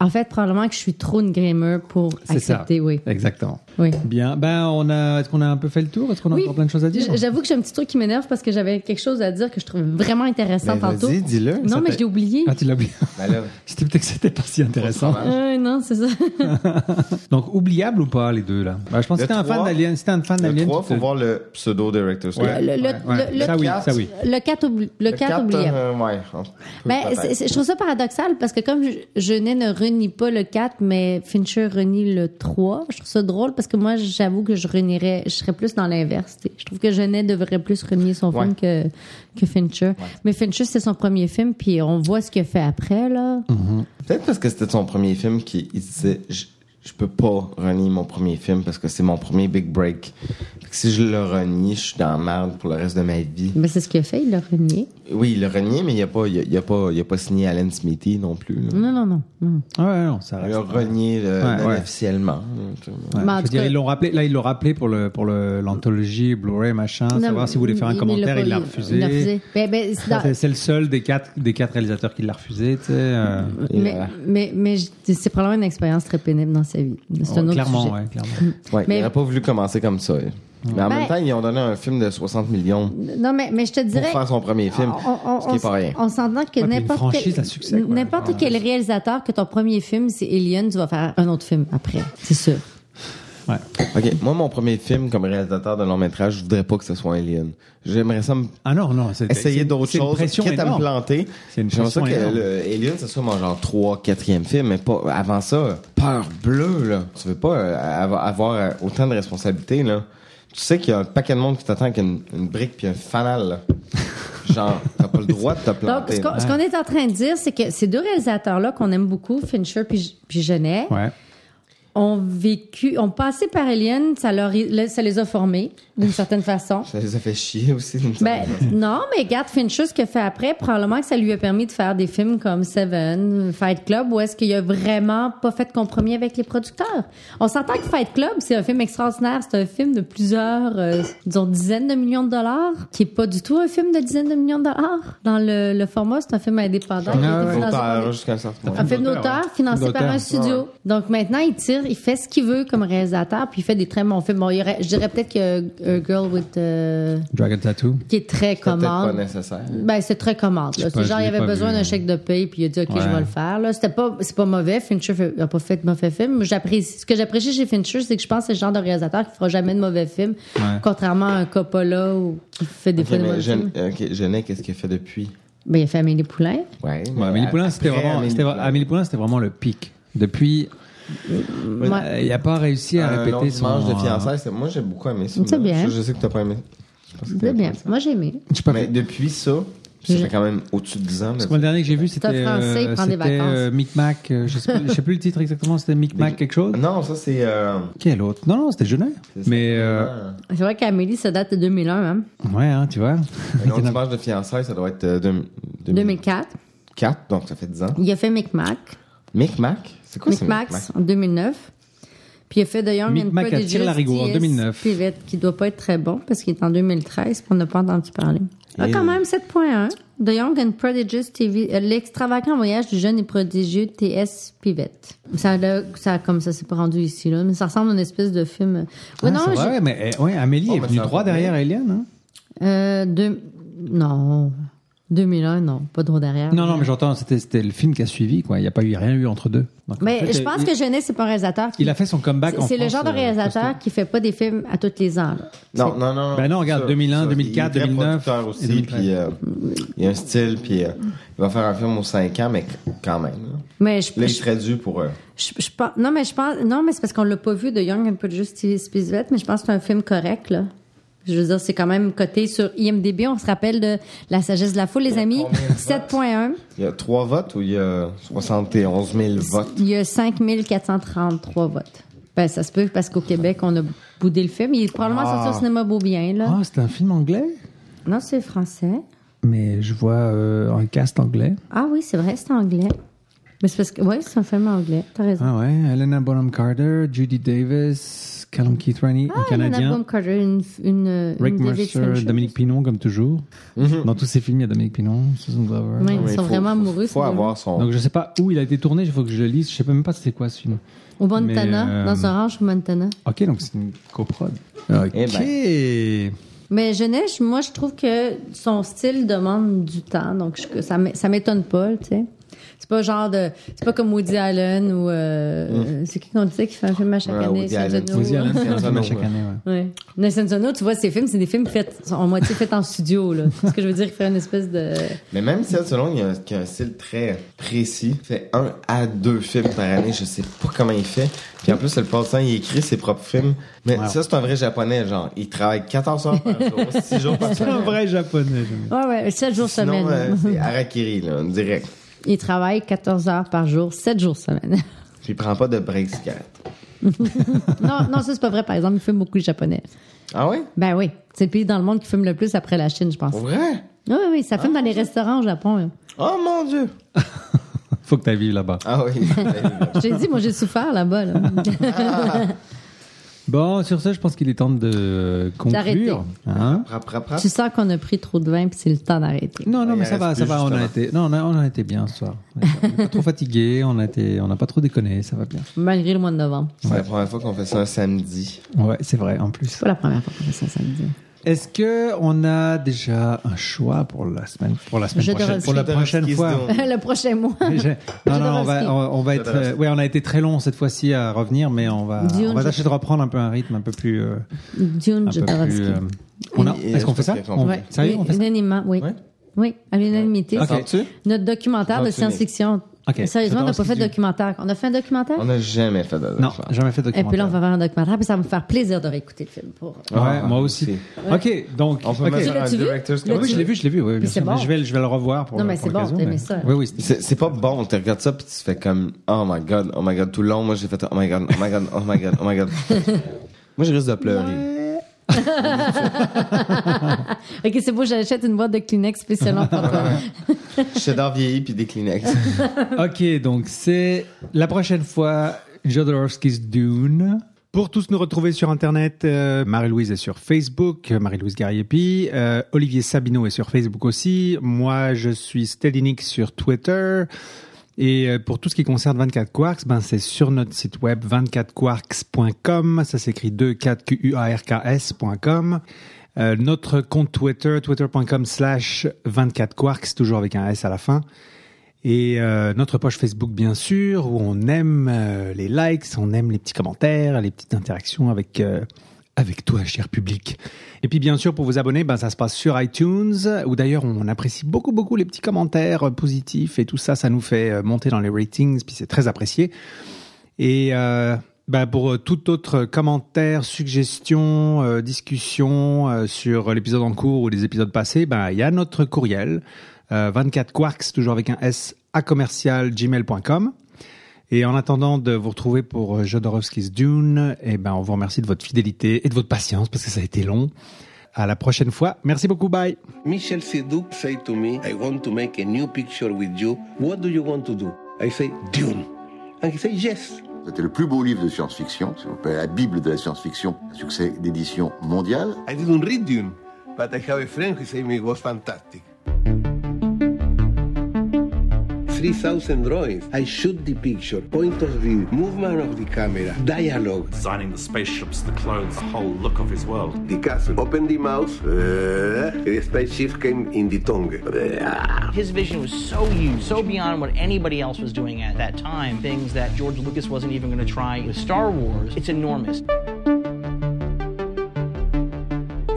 [SPEAKER 9] En fait, probablement que je suis trop une gamer pour
[SPEAKER 2] C'est ça.
[SPEAKER 9] accepter, oui.
[SPEAKER 2] Exactement.
[SPEAKER 9] Oui.
[SPEAKER 2] Bien. Ben, on a. Est-ce qu'on a un peu fait le tour Est-ce qu'on a
[SPEAKER 9] Oui.
[SPEAKER 2] encore plein de choses à dire
[SPEAKER 9] J- J'avoue que j'ai un petit truc qui m'énerve parce que j'avais quelque chose à dire que je trouvais vraiment intéressant
[SPEAKER 10] Ben,
[SPEAKER 9] tantôt.
[SPEAKER 10] vas-y, dis-le.
[SPEAKER 9] Non,
[SPEAKER 10] Ça
[SPEAKER 9] mais
[SPEAKER 10] t'a-
[SPEAKER 9] je l'ai oublié.
[SPEAKER 2] Ah, tu l'as oublié.
[SPEAKER 10] Ben là,
[SPEAKER 2] C'était peut-être que c'était pas si intéressant.
[SPEAKER 9] Euh, non, c'est ça.
[SPEAKER 2] Donc, oubliable ou pas, les deux, là Ben, Je pense que
[SPEAKER 10] Le
[SPEAKER 2] c'était un fan
[SPEAKER 10] trois-
[SPEAKER 2] d'Alien. C'était un fan
[SPEAKER 10] le
[SPEAKER 2] d'Alien.
[SPEAKER 10] 3,
[SPEAKER 2] tu
[SPEAKER 10] faut
[SPEAKER 2] te-
[SPEAKER 10] voir le pseudo director Scott.
[SPEAKER 2] Ouais.
[SPEAKER 9] Le, le-
[SPEAKER 2] Ouais.
[SPEAKER 9] le- le-
[SPEAKER 2] ça oui,
[SPEAKER 10] quatre.
[SPEAKER 2] ça oui.
[SPEAKER 9] le 4, oubli- le
[SPEAKER 10] Le
[SPEAKER 9] quatre
[SPEAKER 10] quatre,
[SPEAKER 9] oubliable.
[SPEAKER 10] euh, ouais, on peut
[SPEAKER 9] Ben,
[SPEAKER 10] peut-être.
[SPEAKER 9] c'est- c'est- je trouve ça paradoxal parce que comme je, Jeunet ne renie pas le 4, mais Fincher renie le 3, je trouve ça drôle parce que moi, j'avoue que je renierais, je serais plus dans l'inverse. t'sais. Je trouve que Genet devrait plus renier son
[SPEAKER 10] Ouais.
[SPEAKER 9] film que, que Fincher. Mais Fincher, c'est son premier film, puis on voit ce qu'il a fait après, là.
[SPEAKER 2] Mm.
[SPEAKER 10] Peut-être parce que c'était son premier film qu'il il se disait je, je peux pas renier mon premier film parce que c'est mon premier big break. Fait que si je le renie, je suis dans la merde pour le reste de ma vie.
[SPEAKER 9] Mais c'est ce qu'il a fait, il l'a renié.
[SPEAKER 10] Oui, il le renie, mais il a pas, il a, il a pas, il a pas signé Alan Smithy non plus. là.
[SPEAKER 9] Non, non, non. non.
[SPEAKER 2] Ah Ouais, non, ça
[SPEAKER 10] Il
[SPEAKER 2] reste.
[SPEAKER 10] a renié le-
[SPEAKER 2] Ouais, ouais.
[SPEAKER 10] officiellement.
[SPEAKER 2] Ouais,
[SPEAKER 9] Mais en
[SPEAKER 2] je
[SPEAKER 9] tout
[SPEAKER 2] veux dire,
[SPEAKER 9] cas-
[SPEAKER 2] ils l'ont rappelé. Là, ils l'ont rappelé pour le pour le- l'anthologie Blu-ray machin.
[SPEAKER 9] Non,
[SPEAKER 2] hein, savoir
[SPEAKER 9] mais
[SPEAKER 2] si vous voulez faire un
[SPEAKER 9] il- il
[SPEAKER 2] commentaire,
[SPEAKER 9] pas-
[SPEAKER 2] il l'a
[SPEAKER 9] il l'a refusé. Ben, ben, c'est dans-
[SPEAKER 2] C'est- C'est le seul des quatre des quatre réalisateurs qui l'a refusé. tu sais, euh, et,
[SPEAKER 9] mais,
[SPEAKER 2] euh,
[SPEAKER 9] mais, mais je- c'est probablement une expérience très pénible dans sa vie. C'est un
[SPEAKER 10] Ouais,
[SPEAKER 9] autre
[SPEAKER 10] Oh, clairement,
[SPEAKER 9] sujet.
[SPEAKER 10] ouais,
[SPEAKER 2] clairement.
[SPEAKER 10] Ouais,
[SPEAKER 9] Mais-
[SPEAKER 10] il n'aurait pas voulu commencer comme ça. hein. Mais en
[SPEAKER 9] Ben-
[SPEAKER 10] même temps, ils ont donné un film de 60 millions
[SPEAKER 9] Non, mais, mais je te
[SPEAKER 10] pour
[SPEAKER 9] dirais.
[SPEAKER 10] faire son premier film,
[SPEAKER 9] Ah, on- on-
[SPEAKER 10] ce qui
[SPEAKER 9] on
[SPEAKER 10] est pas
[SPEAKER 9] s-
[SPEAKER 10] rien.
[SPEAKER 9] On s'entend que
[SPEAKER 10] Ouais, puis une
[SPEAKER 9] n'importe
[SPEAKER 10] franchise
[SPEAKER 9] quel,
[SPEAKER 10] à succès, quoi.
[SPEAKER 9] n'importe
[SPEAKER 10] Ouais.
[SPEAKER 9] quel réalisateur que ton premier film, c'est Alien, tu vas faire un autre film après. C'est sûr.
[SPEAKER 10] OK, moi, mon premier film comme réalisateur de long métrage, je voudrais pas que ce soit Alien. J'aimerais ça me.
[SPEAKER 2] Ah non, non, c'est-
[SPEAKER 10] Essayer
[SPEAKER 2] c'est-
[SPEAKER 10] d'autres
[SPEAKER 2] c'est une
[SPEAKER 10] choses.
[SPEAKER 2] pression
[SPEAKER 10] quitte à me
[SPEAKER 2] énorme.
[SPEAKER 10] planter.
[SPEAKER 2] C'est une
[SPEAKER 10] J'aimerais ça que
[SPEAKER 2] pression énorme.
[SPEAKER 10] le Alien, ce soit mon genre 3, 4e film, mais pas, avant ça, peur bleue, là. Tu veux pas euh, avo- avoir euh, autant de responsabilités, là. Tu sais qu'il y a un paquet de monde qui t'attend avec une, une brique puis un fanal, là. Genre, t'as pas le droit de te
[SPEAKER 9] Donc,
[SPEAKER 10] planter.
[SPEAKER 9] ce qu'on, ce qu'on est en train de dire, c'est que ces deux réalisateurs-là qu'on aime beaucoup, Fincher puis, puis Genet, ont vécu, ont passé par Alien, ça, leur, ça les a formés, d'une certaine façon.
[SPEAKER 10] Ça les a fait chier aussi. d'une
[SPEAKER 9] Ben,
[SPEAKER 10] certaine
[SPEAKER 9] non, mais regarde, Fincher, ce qu'il a fait après, probablement que ça lui a permis de faire des films comme Seven, Fight Club, où est-ce qu'il a vraiment pas fait de compromis avec les producteurs. On s'entend que Fight Club, c'est un film extraordinaire. C'est un film de plusieurs, euh, disons, dizaines de millions de dollars, qui est pas du tout un film de dizaines de millions de dollars. Dans le, le format, c'est un film indépendant. qui a été
[SPEAKER 10] façon.
[SPEAKER 9] financé par-
[SPEAKER 10] D'auteur, jusqu'à un certain
[SPEAKER 9] un film d'auteur financé par un
[SPEAKER 10] Ah, D'auteur.
[SPEAKER 9] studio.
[SPEAKER 10] Ouais.
[SPEAKER 9] Donc maintenant, il tire, il fait ce qu'il veut comme réalisateur, puis il fait des très bons films. Bon, il y aurait- je dirais peut-être que A Girl with euh,
[SPEAKER 2] Dragon Tattoo.
[SPEAKER 9] qui est très
[SPEAKER 10] Peut-être pas
[SPEAKER 9] commande.
[SPEAKER 10] nécessaire.
[SPEAKER 9] Ben, c'est très commande. là.
[SPEAKER 2] sais
[SPEAKER 9] C'est
[SPEAKER 2] pas,
[SPEAKER 9] genre,
[SPEAKER 2] je
[SPEAKER 9] il
[SPEAKER 2] l'ai
[SPEAKER 9] avait
[SPEAKER 2] pas
[SPEAKER 9] besoin
[SPEAKER 2] vu,
[SPEAKER 9] d'un
[SPEAKER 2] hein.
[SPEAKER 9] chèque de paye, puis il a dit, OK, je
[SPEAKER 2] Ouais.
[SPEAKER 9] vais le faire. Là, c'était pas, c'est pas mauvais. Fincher fait- a pas fait de mauvais film. Mais J'apprécie, ce que j'apprécie chez Fincher, c'est que je pense que c'est le genre de réalisateur qui fera jamais de mauvais film,
[SPEAKER 10] Ouais.
[SPEAKER 9] contrairement à un Coppola ou qui fait des
[SPEAKER 10] Ok,
[SPEAKER 9] fois de
[SPEAKER 10] mais
[SPEAKER 9] mauvais films.
[SPEAKER 10] Gen- ok, Genet, qu'est-ce qu'il a fait depuis?
[SPEAKER 9] Ben, il a fait Amélie Poulain.
[SPEAKER 10] Ouais,
[SPEAKER 2] Ouais, Amélie Poulain,
[SPEAKER 10] après
[SPEAKER 2] c'était vraiment,
[SPEAKER 10] Amélie
[SPEAKER 2] c'était-
[SPEAKER 10] Poulain.
[SPEAKER 2] Amélie Poulain, c'était vraiment le pic. Depuis,
[SPEAKER 9] Ouais.
[SPEAKER 2] euh, il a pas réussi à
[SPEAKER 10] un long
[SPEAKER 2] répéter son.
[SPEAKER 10] dimanche de
[SPEAKER 2] euh,
[SPEAKER 10] fiançailles. c'est- Moi, j'ai beaucoup aimé ça.
[SPEAKER 9] C'est bien.
[SPEAKER 10] Je, je sais que t'as pas aimé.
[SPEAKER 9] C'est bien. Moi, j'ai aimé.
[SPEAKER 10] Mais depuis ça, ça fait quand même au-dessus de 10 ans.
[SPEAKER 2] Parce que moi, le dernier que j'ai vu, c'était.
[SPEAKER 9] C'est un Français, il
[SPEAKER 2] euh,
[SPEAKER 9] prend des
[SPEAKER 2] c'était,
[SPEAKER 9] vacances.
[SPEAKER 2] euh, Micmac, euh, je, sais pas- je sais plus le titre exactement, c'était Micmac quelque chose
[SPEAKER 10] Non, ça c'est. euh,
[SPEAKER 2] Quel autre Non, non, c'était Jeunet. Mais. euh,
[SPEAKER 9] C'est vrai qu'Amélie, ça date de 2001, hein?
[SPEAKER 2] Ouais, hein, tu vois.
[SPEAKER 10] Un long dimanche de fiançailles, ça doit être euh, deux-
[SPEAKER 9] 2004.
[SPEAKER 10] 2004, donc ça fait 10 ans.
[SPEAKER 9] Il a fait Micmac.
[SPEAKER 10] Micmac? C'est quoi ce Micmac?
[SPEAKER 9] Micmac en 2009. Puis il a fait The Young and
[SPEAKER 2] Micmac
[SPEAKER 9] Prodigious
[SPEAKER 2] attire l'arigot en
[SPEAKER 9] T.S.
[SPEAKER 2] 2009.
[SPEAKER 9] Pivot, qui doit pas être très bon parce qu'il est en 2013 puis on n'a pas entendu parler. Ah,
[SPEAKER 2] Et-
[SPEAKER 9] quand même, 7.1. The Young and Prodigious TV, euh, l'extravagant voyage du jeune et prodigieux T.S. Pivot. Ça, là, ça, comme ça, c'est pas rendu ici, là. Mais ça ressemble à une espèce de film. euh, Ouais,
[SPEAKER 2] Ah,
[SPEAKER 9] non,
[SPEAKER 2] c'est vrai,
[SPEAKER 9] j'ai-
[SPEAKER 2] mais euh, ouais, Amélie
[SPEAKER 10] Oh,
[SPEAKER 2] est
[SPEAKER 10] mais
[SPEAKER 2] venue
[SPEAKER 10] ça
[SPEAKER 2] droit
[SPEAKER 10] va bien.
[SPEAKER 2] derrière Eliane. Hein?
[SPEAKER 9] euh, deux- non. 2001, non. Pas trop derrière.
[SPEAKER 2] Non, non, mais j'entends, c'était c'était le film qui a suivi, quoi. Il n'y a pas eu rien eu entre deux. Donc,
[SPEAKER 9] Mais
[SPEAKER 2] en fait,
[SPEAKER 9] je
[SPEAKER 2] euh,
[SPEAKER 9] pense
[SPEAKER 2] il-
[SPEAKER 9] que Genet, c'est pas un réalisateur qui
[SPEAKER 2] Il a fait son comeback en
[SPEAKER 9] C'est le
[SPEAKER 2] France,
[SPEAKER 9] genre de
[SPEAKER 2] euh,
[SPEAKER 9] réalisateur qui fait pas des films à tous les ans. là.
[SPEAKER 10] Non, non, non, non.
[SPEAKER 2] Ben non, regarde, 2001, 2004,
[SPEAKER 10] il est très
[SPEAKER 2] 2009,
[SPEAKER 10] producteur
[SPEAKER 2] et
[SPEAKER 10] aussi,
[SPEAKER 2] 2013.
[SPEAKER 10] puis euh, il y a un style, puis euh, il va faire un film aux 5 ans, mais quand même. là.
[SPEAKER 9] Mais je,
[SPEAKER 10] Là, il
[SPEAKER 9] je,
[SPEAKER 10] serait dû pour. euh,
[SPEAKER 9] je- je pense- non mais je pense non mais c'est parce qu'on l'a pas vu de Young and Prodigious Pivot, mais je pense que c'est un film correct là. Je veux dire, c'est quand même coté sur IMDb. On se rappelle de La sagesse de la foule, les amis. 7.1.
[SPEAKER 10] Il y a 3 votes ou il y a 71 000 votes?
[SPEAKER 9] Il y a 5433 votes. Ben, ça se peut parce qu'au Québec, on a boudé le film. Il est probablement
[SPEAKER 2] Ah.
[SPEAKER 9] sorti au cinéma Beaubien, là.
[SPEAKER 2] Ah, c'est un film anglais
[SPEAKER 9] Non, c'est français.
[SPEAKER 2] Mais je vois euh, un cast anglais.
[SPEAKER 9] Ah oui, c'est vrai, c'est anglais. Mais c'est parce que, oui, c'est un film anglais. T'as raison.
[SPEAKER 2] Ah ouais, Helena Bonham Carter, Judy Davis, Callum Keith Rennie, un
[SPEAKER 9] Ah, Elena
[SPEAKER 2] Canadien.
[SPEAKER 9] Bonham Carter, une, une,
[SPEAKER 2] Rick
[SPEAKER 9] une David
[SPEAKER 2] Mercer,
[SPEAKER 9] Fincher.
[SPEAKER 2] Dominique Pinon, comme toujours.
[SPEAKER 10] Mhm.
[SPEAKER 2] Dans tous ces films, il y a Dominique Pinon, Susan Glover.
[SPEAKER 9] Ouais, ils Ouais, sont faut- vraiment amoureux,
[SPEAKER 10] faut ces avoir deux-là. son-
[SPEAKER 2] Donc je sais pas où il a été tourné, il faut que je le lise. Je sais même pas c'est quoi ce film.
[SPEAKER 9] Au Montana,
[SPEAKER 2] Mais, euh,
[SPEAKER 9] dans un ranch au Montana.
[SPEAKER 2] Ok, donc c'est une coprode. Ok. ben.
[SPEAKER 9] Mais Genet, je- moi, je trouve que son style demande du temps, donc je- que ça m'é- ça m'étonne pas, tu sais. C'est pas genre de. C'est pas comme Woody Allen ou. euh, C'est qui qu'on disait qui fait un film à chaque
[SPEAKER 10] Ouais,
[SPEAKER 9] année?
[SPEAKER 10] Woody
[SPEAKER 9] Nelson
[SPEAKER 10] Allen.
[SPEAKER 9] Zono,
[SPEAKER 10] Woody
[SPEAKER 9] là.
[SPEAKER 10] Allen, c'est un film à chaque année,
[SPEAKER 9] Ouais. Nelson Zono, tu vois, ses films, c'est des films faits, en moitié faits en studio, là. C'est ce que je veux dire, faire une espèce de.
[SPEAKER 10] Mais même celle selon, il y a, qui a un style très précis. Il fait un à deux films par année, je sais pas comment il fait. Puis en plus, le plupart du temps, il écrit ses propres films. Mais
[SPEAKER 2] Wow.
[SPEAKER 10] ça, c'est un vrai japonais, genre. Il travaille 14 heures par jour, 6 jours par
[SPEAKER 2] C'est un
[SPEAKER 10] semaine.
[SPEAKER 2] vrai japonais. j'aime
[SPEAKER 9] Ouais, ouais, 7 jours
[SPEAKER 10] Sinon,
[SPEAKER 9] semaine.
[SPEAKER 10] euh, c'est Harakiri, là, direct.
[SPEAKER 9] Il travaille 14 heures par jour, 7 jours semaine.
[SPEAKER 10] Puis il prend pas de break cigarette.
[SPEAKER 9] non, non, ça, c'est pas vrai. Par exemple, il fume beaucoup les Japonais.
[SPEAKER 10] Ah ouais?
[SPEAKER 9] Ben oui. C'est le pays dans le monde qui fume le plus après la Chine, je pense.
[SPEAKER 10] Pour vrai?
[SPEAKER 9] Oui, oui, ça fume dans les restaurants au Japon. hein.
[SPEAKER 10] Oh mon dieu!
[SPEAKER 2] Faut que tu vivre là-bas.
[SPEAKER 10] Ah oui.
[SPEAKER 9] Je t'ai dit, moi, j'ai souffert là-bas. là.
[SPEAKER 2] Bon, sur ça, je pense qu'il est temps de euh,
[SPEAKER 9] D'arrêter.
[SPEAKER 2] conclure. Hein?
[SPEAKER 10] Rap, rap, rap.
[SPEAKER 9] tu sens qu'on a pris trop de vin, puis c'est le temps d'arrêter.
[SPEAKER 2] Non, non,
[SPEAKER 10] Il
[SPEAKER 2] mais
[SPEAKER 10] en
[SPEAKER 2] ça va,
[SPEAKER 10] reste
[SPEAKER 2] ça
[SPEAKER 10] plus,
[SPEAKER 2] va. On a
[SPEAKER 10] justement.
[SPEAKER 2] été, non, on a, on a été bien ce soir. On n'est pas trop fatigué, on a été, on n'a pas trop déconné, ça va bien.
[SPEAKER 9] Malgré le mois de novembre.
[SPEAKER 10] C'est la première fois qu'on fait ça un samedi.
[SPEAKER 2] Ouais, c'est vrai, en
[SPEAKER 9] C'est
[SPEAKER 2] plus.
[SPEAKER 9] pas la première fois qu'on fait ça samedi.
[SPEAKER 2] Est-ce que on a déjà un choix pour la semaine, pour la semaine
[SPEAKER 9] Je te
[SPEAKER 2] prochaine,
[SPEAKER 9] refuse.
[SPEAKER 2] pour la prochaine
[SPEAKER 10] Qu'est-ce
[SPEAKER 2] fois?
[SPEAKER 10] donc?
[SPEAKER 9] le prochain mois.
[SPEAKER 2] Je- Non, non, on va, on, on va être.
[SPEAKER 10] Jodorowsky.
[SPEAKER 2] euh, ouais, on a été très long cette fois-ci à revenir, mais on va,
[SPEAKER 9] Dune,
[SPEAKER 2] on va
[SPEAKER 9] je-
[SPEAKER 2] tâcher de reprendre un peu un rythme un peu plus. euh, un
[SPEAKER 9] Dune
[SPEAKER 2] peu plus,
[SPEAKER 9] Jodorowsky.
[SPEAKER 2] euh, on a-
[SPEAKER 10] Et-
[SPEAKER 2] Est-ce qu'on fait ça
[SPEAKER 10] je pense qu'il y a
[SPEAKER 2] On-
[SPEAKER 9] Ouais.
[SPEAKER 2] Sérieux, on fait ça
[SPEAKER 9] Unanimement, oui.
[SPEAKER 10] Ouais.
[SPEAKER 9] Oui, à l'unanimité.
[SPEAKER 2] Ok.
[SPEAKER 9] C'est
[SPEAKER 10] Sens-tu?
[SPEAKER 9] Notre documentaire de
[SPEAKER 10] Sens-tu, Nick?
[SPEAKER 9] science-fiction.
[SPEAKER 2] Ok.
[SPEAKER 9] Sérieusement, on n'a pas
[SPEAKER 2] Jodorowsky
[SPEAKER 9] fait de
[SPEAKER 2] Dune.
[SPEAKER 9] documentaire. On a fait un documentaire?
[SPEAKER 10] On n'a jamais fait de
[SPEAKER 2] Non, jamais fait de
[SPEAKER 9] Et puis là, on
[SPEAKER 2] documentaire.
[SPEAKER 9] va faire un documentaire, puis ça va me faire plaisir de réécouter le film. Pour...
[SPEAKER 2] Ouais,
[SPEAKER 10] Ah,
[SPEAKER 2] moi aussi. Ok, donc.
[SPEAKER 10] On peut
[SPEAKER 2] ok. Ah
[SPEAKER 10] mettre un
[SPEAKER 9] l'as-tu vu?
[SPEAKER 10] director's
[SPEAKER 9] L'as-tu
[SPEAKER 10] cut.
[SPEAKER 2] Oui, je l'ai vu, je l'ai vu. Oui, bien
[SPEAKER 9] c'est
[SPEAKER 2] sûr, mais
[SPEAKER 9] bon.
[SPEAKER 2] Je vais, le- je vais le revoir pour.
[SPEAKER 9] Non,
[SPEAKER 2] le-
[SPEAKER 9] mais
[SPEAKER 2] pour
[SPEAKER 9] c'est bon,
[SPEAKER 2] l'occasion,
[SPEAKER 9] t'as
[SPEAKER 2] mais-
[SPEAKER 9] aimé ça.
[SPEAKER 2] Oui, oui. c'est-
[SPEAKER 10] C'est c'est pas bon, tu regardes ça puis tu fais comme oh my god, oh my god tout le long. Moi j'ai fait oh my god, oh my god, oh my god, oh my god. moi je risque de pleurer.
[SPEAKER 9] Ok, c'est beau, j'achète une boîte de Kleenex spécialement pour toi.
[SPEAKER 10] Cheddar vieilli puis des Kleenex.
[SPEAKER 2] Ok, donc c'est la prochaine fois Jodorowsky's Dune. Pour tous nous retrouver sur Internet, euh, Marie-Louise est sur Facebook, euh, Marie-Louise Gariepi, euh, Olivier Sabineau est sur Facebook aussi, moi je suis Stedinic sur Twitter, et euh, pour tout ce qui concerne 24 Quarks, ben c'est sur notre site web 24quarks.com, ça s'écrit 24quarks.com. Euh, notre compte Twitter, twitter.com slash 24quarks, toujours avec un S à la fin. Et euh, notre page Facebook, bien sûr, où on aime euh, les likes, on aime les petits commentaires, les petites interactions avec, euh, avec toi, cher public. Et puis, bien sûr, pour vous abonner, ben, ça se passe sur iTunes, où d'ailleurs, on apprécie beaucoup, beaucoup les petits commentaires euh, positifs et tout ça, ça nous fait euh, monter dans les ratings, puis c'est très apprécié. Et euh, bah, pour euh, tout autre commentaire, suggestion, euh, discussion euh, sur l'épisode en cours ou les épisodes passés, ben, il y a notre courriel, euh, 24quarks, toujours avec un S, à commercial gmail.com. Et en attendant de vous retrouver pour euh, Jodorowsky's Dune, eh ben, on vous remercie de votre fidélité et de votre patience parce que ça a été long. À la prochaine fois. Merci beaucoup. Bye.
[SPEAKER 12] Michel Siduk said to me, I want to make a new picture with you. What do you want to do? I say, Dune. And he said, yes.
[SPEAKER 13] C'était le plus beau livre de science-fiction, si vous voulez, la Bible de la science-fiction, un succès d'édition mondiale.
[SPEAKER 12] I didn't read Dune, but I have a friend who said it was fantastic. 3,000 drawings. I shoot the picture, point of view, movement of the camera, dialogue.
[SPEAKER 14] Designing the spaceships, the clothes, the whole look of his world.
[SPEAKER 12] The castle opened the mouth, uh, the spaceship came in the tongue. Uh, ah.
[SPEAKER 15] His vision was so huge, so beyond what anybody else was doing at that time. Things that George Lucas wasn't even going to try with Star Wars. It's enormous.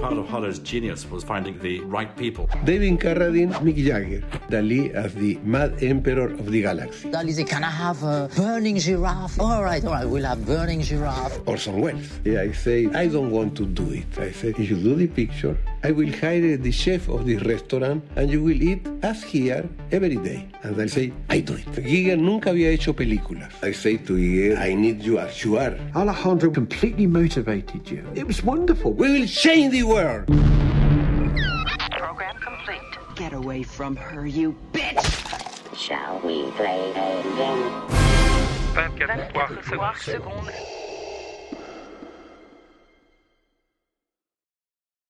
[SPEAKER 14] Part of Hollow's genius was finding the right people.
[SPEAKER 12] David Carradine, Mick Jagger, Dali as the mad emperor of the galaxy,
[SPEAKER 16] Dali said, can I have a burning giraffe? All right, all right, we'll have burning giraffe.
[SPEAKER 12] Orson Welles. Yeah, I say, I don't want to do it. I say, if you do the picture, I will hire the chef of the restaurant and you will eat as here every day. And I say, I do it. Giger nunca había hecho películas. I say to Giger, I need you as you are.
[SPEAKER 17] Alejandro completely motivated you. It was wonderful.
[SPEAKER 12] We will change the world.
[SPEAKER 18] Program complete. Get away from her, you bitch! Shall we play a game?
[SPEAKER 19] 24 secondes.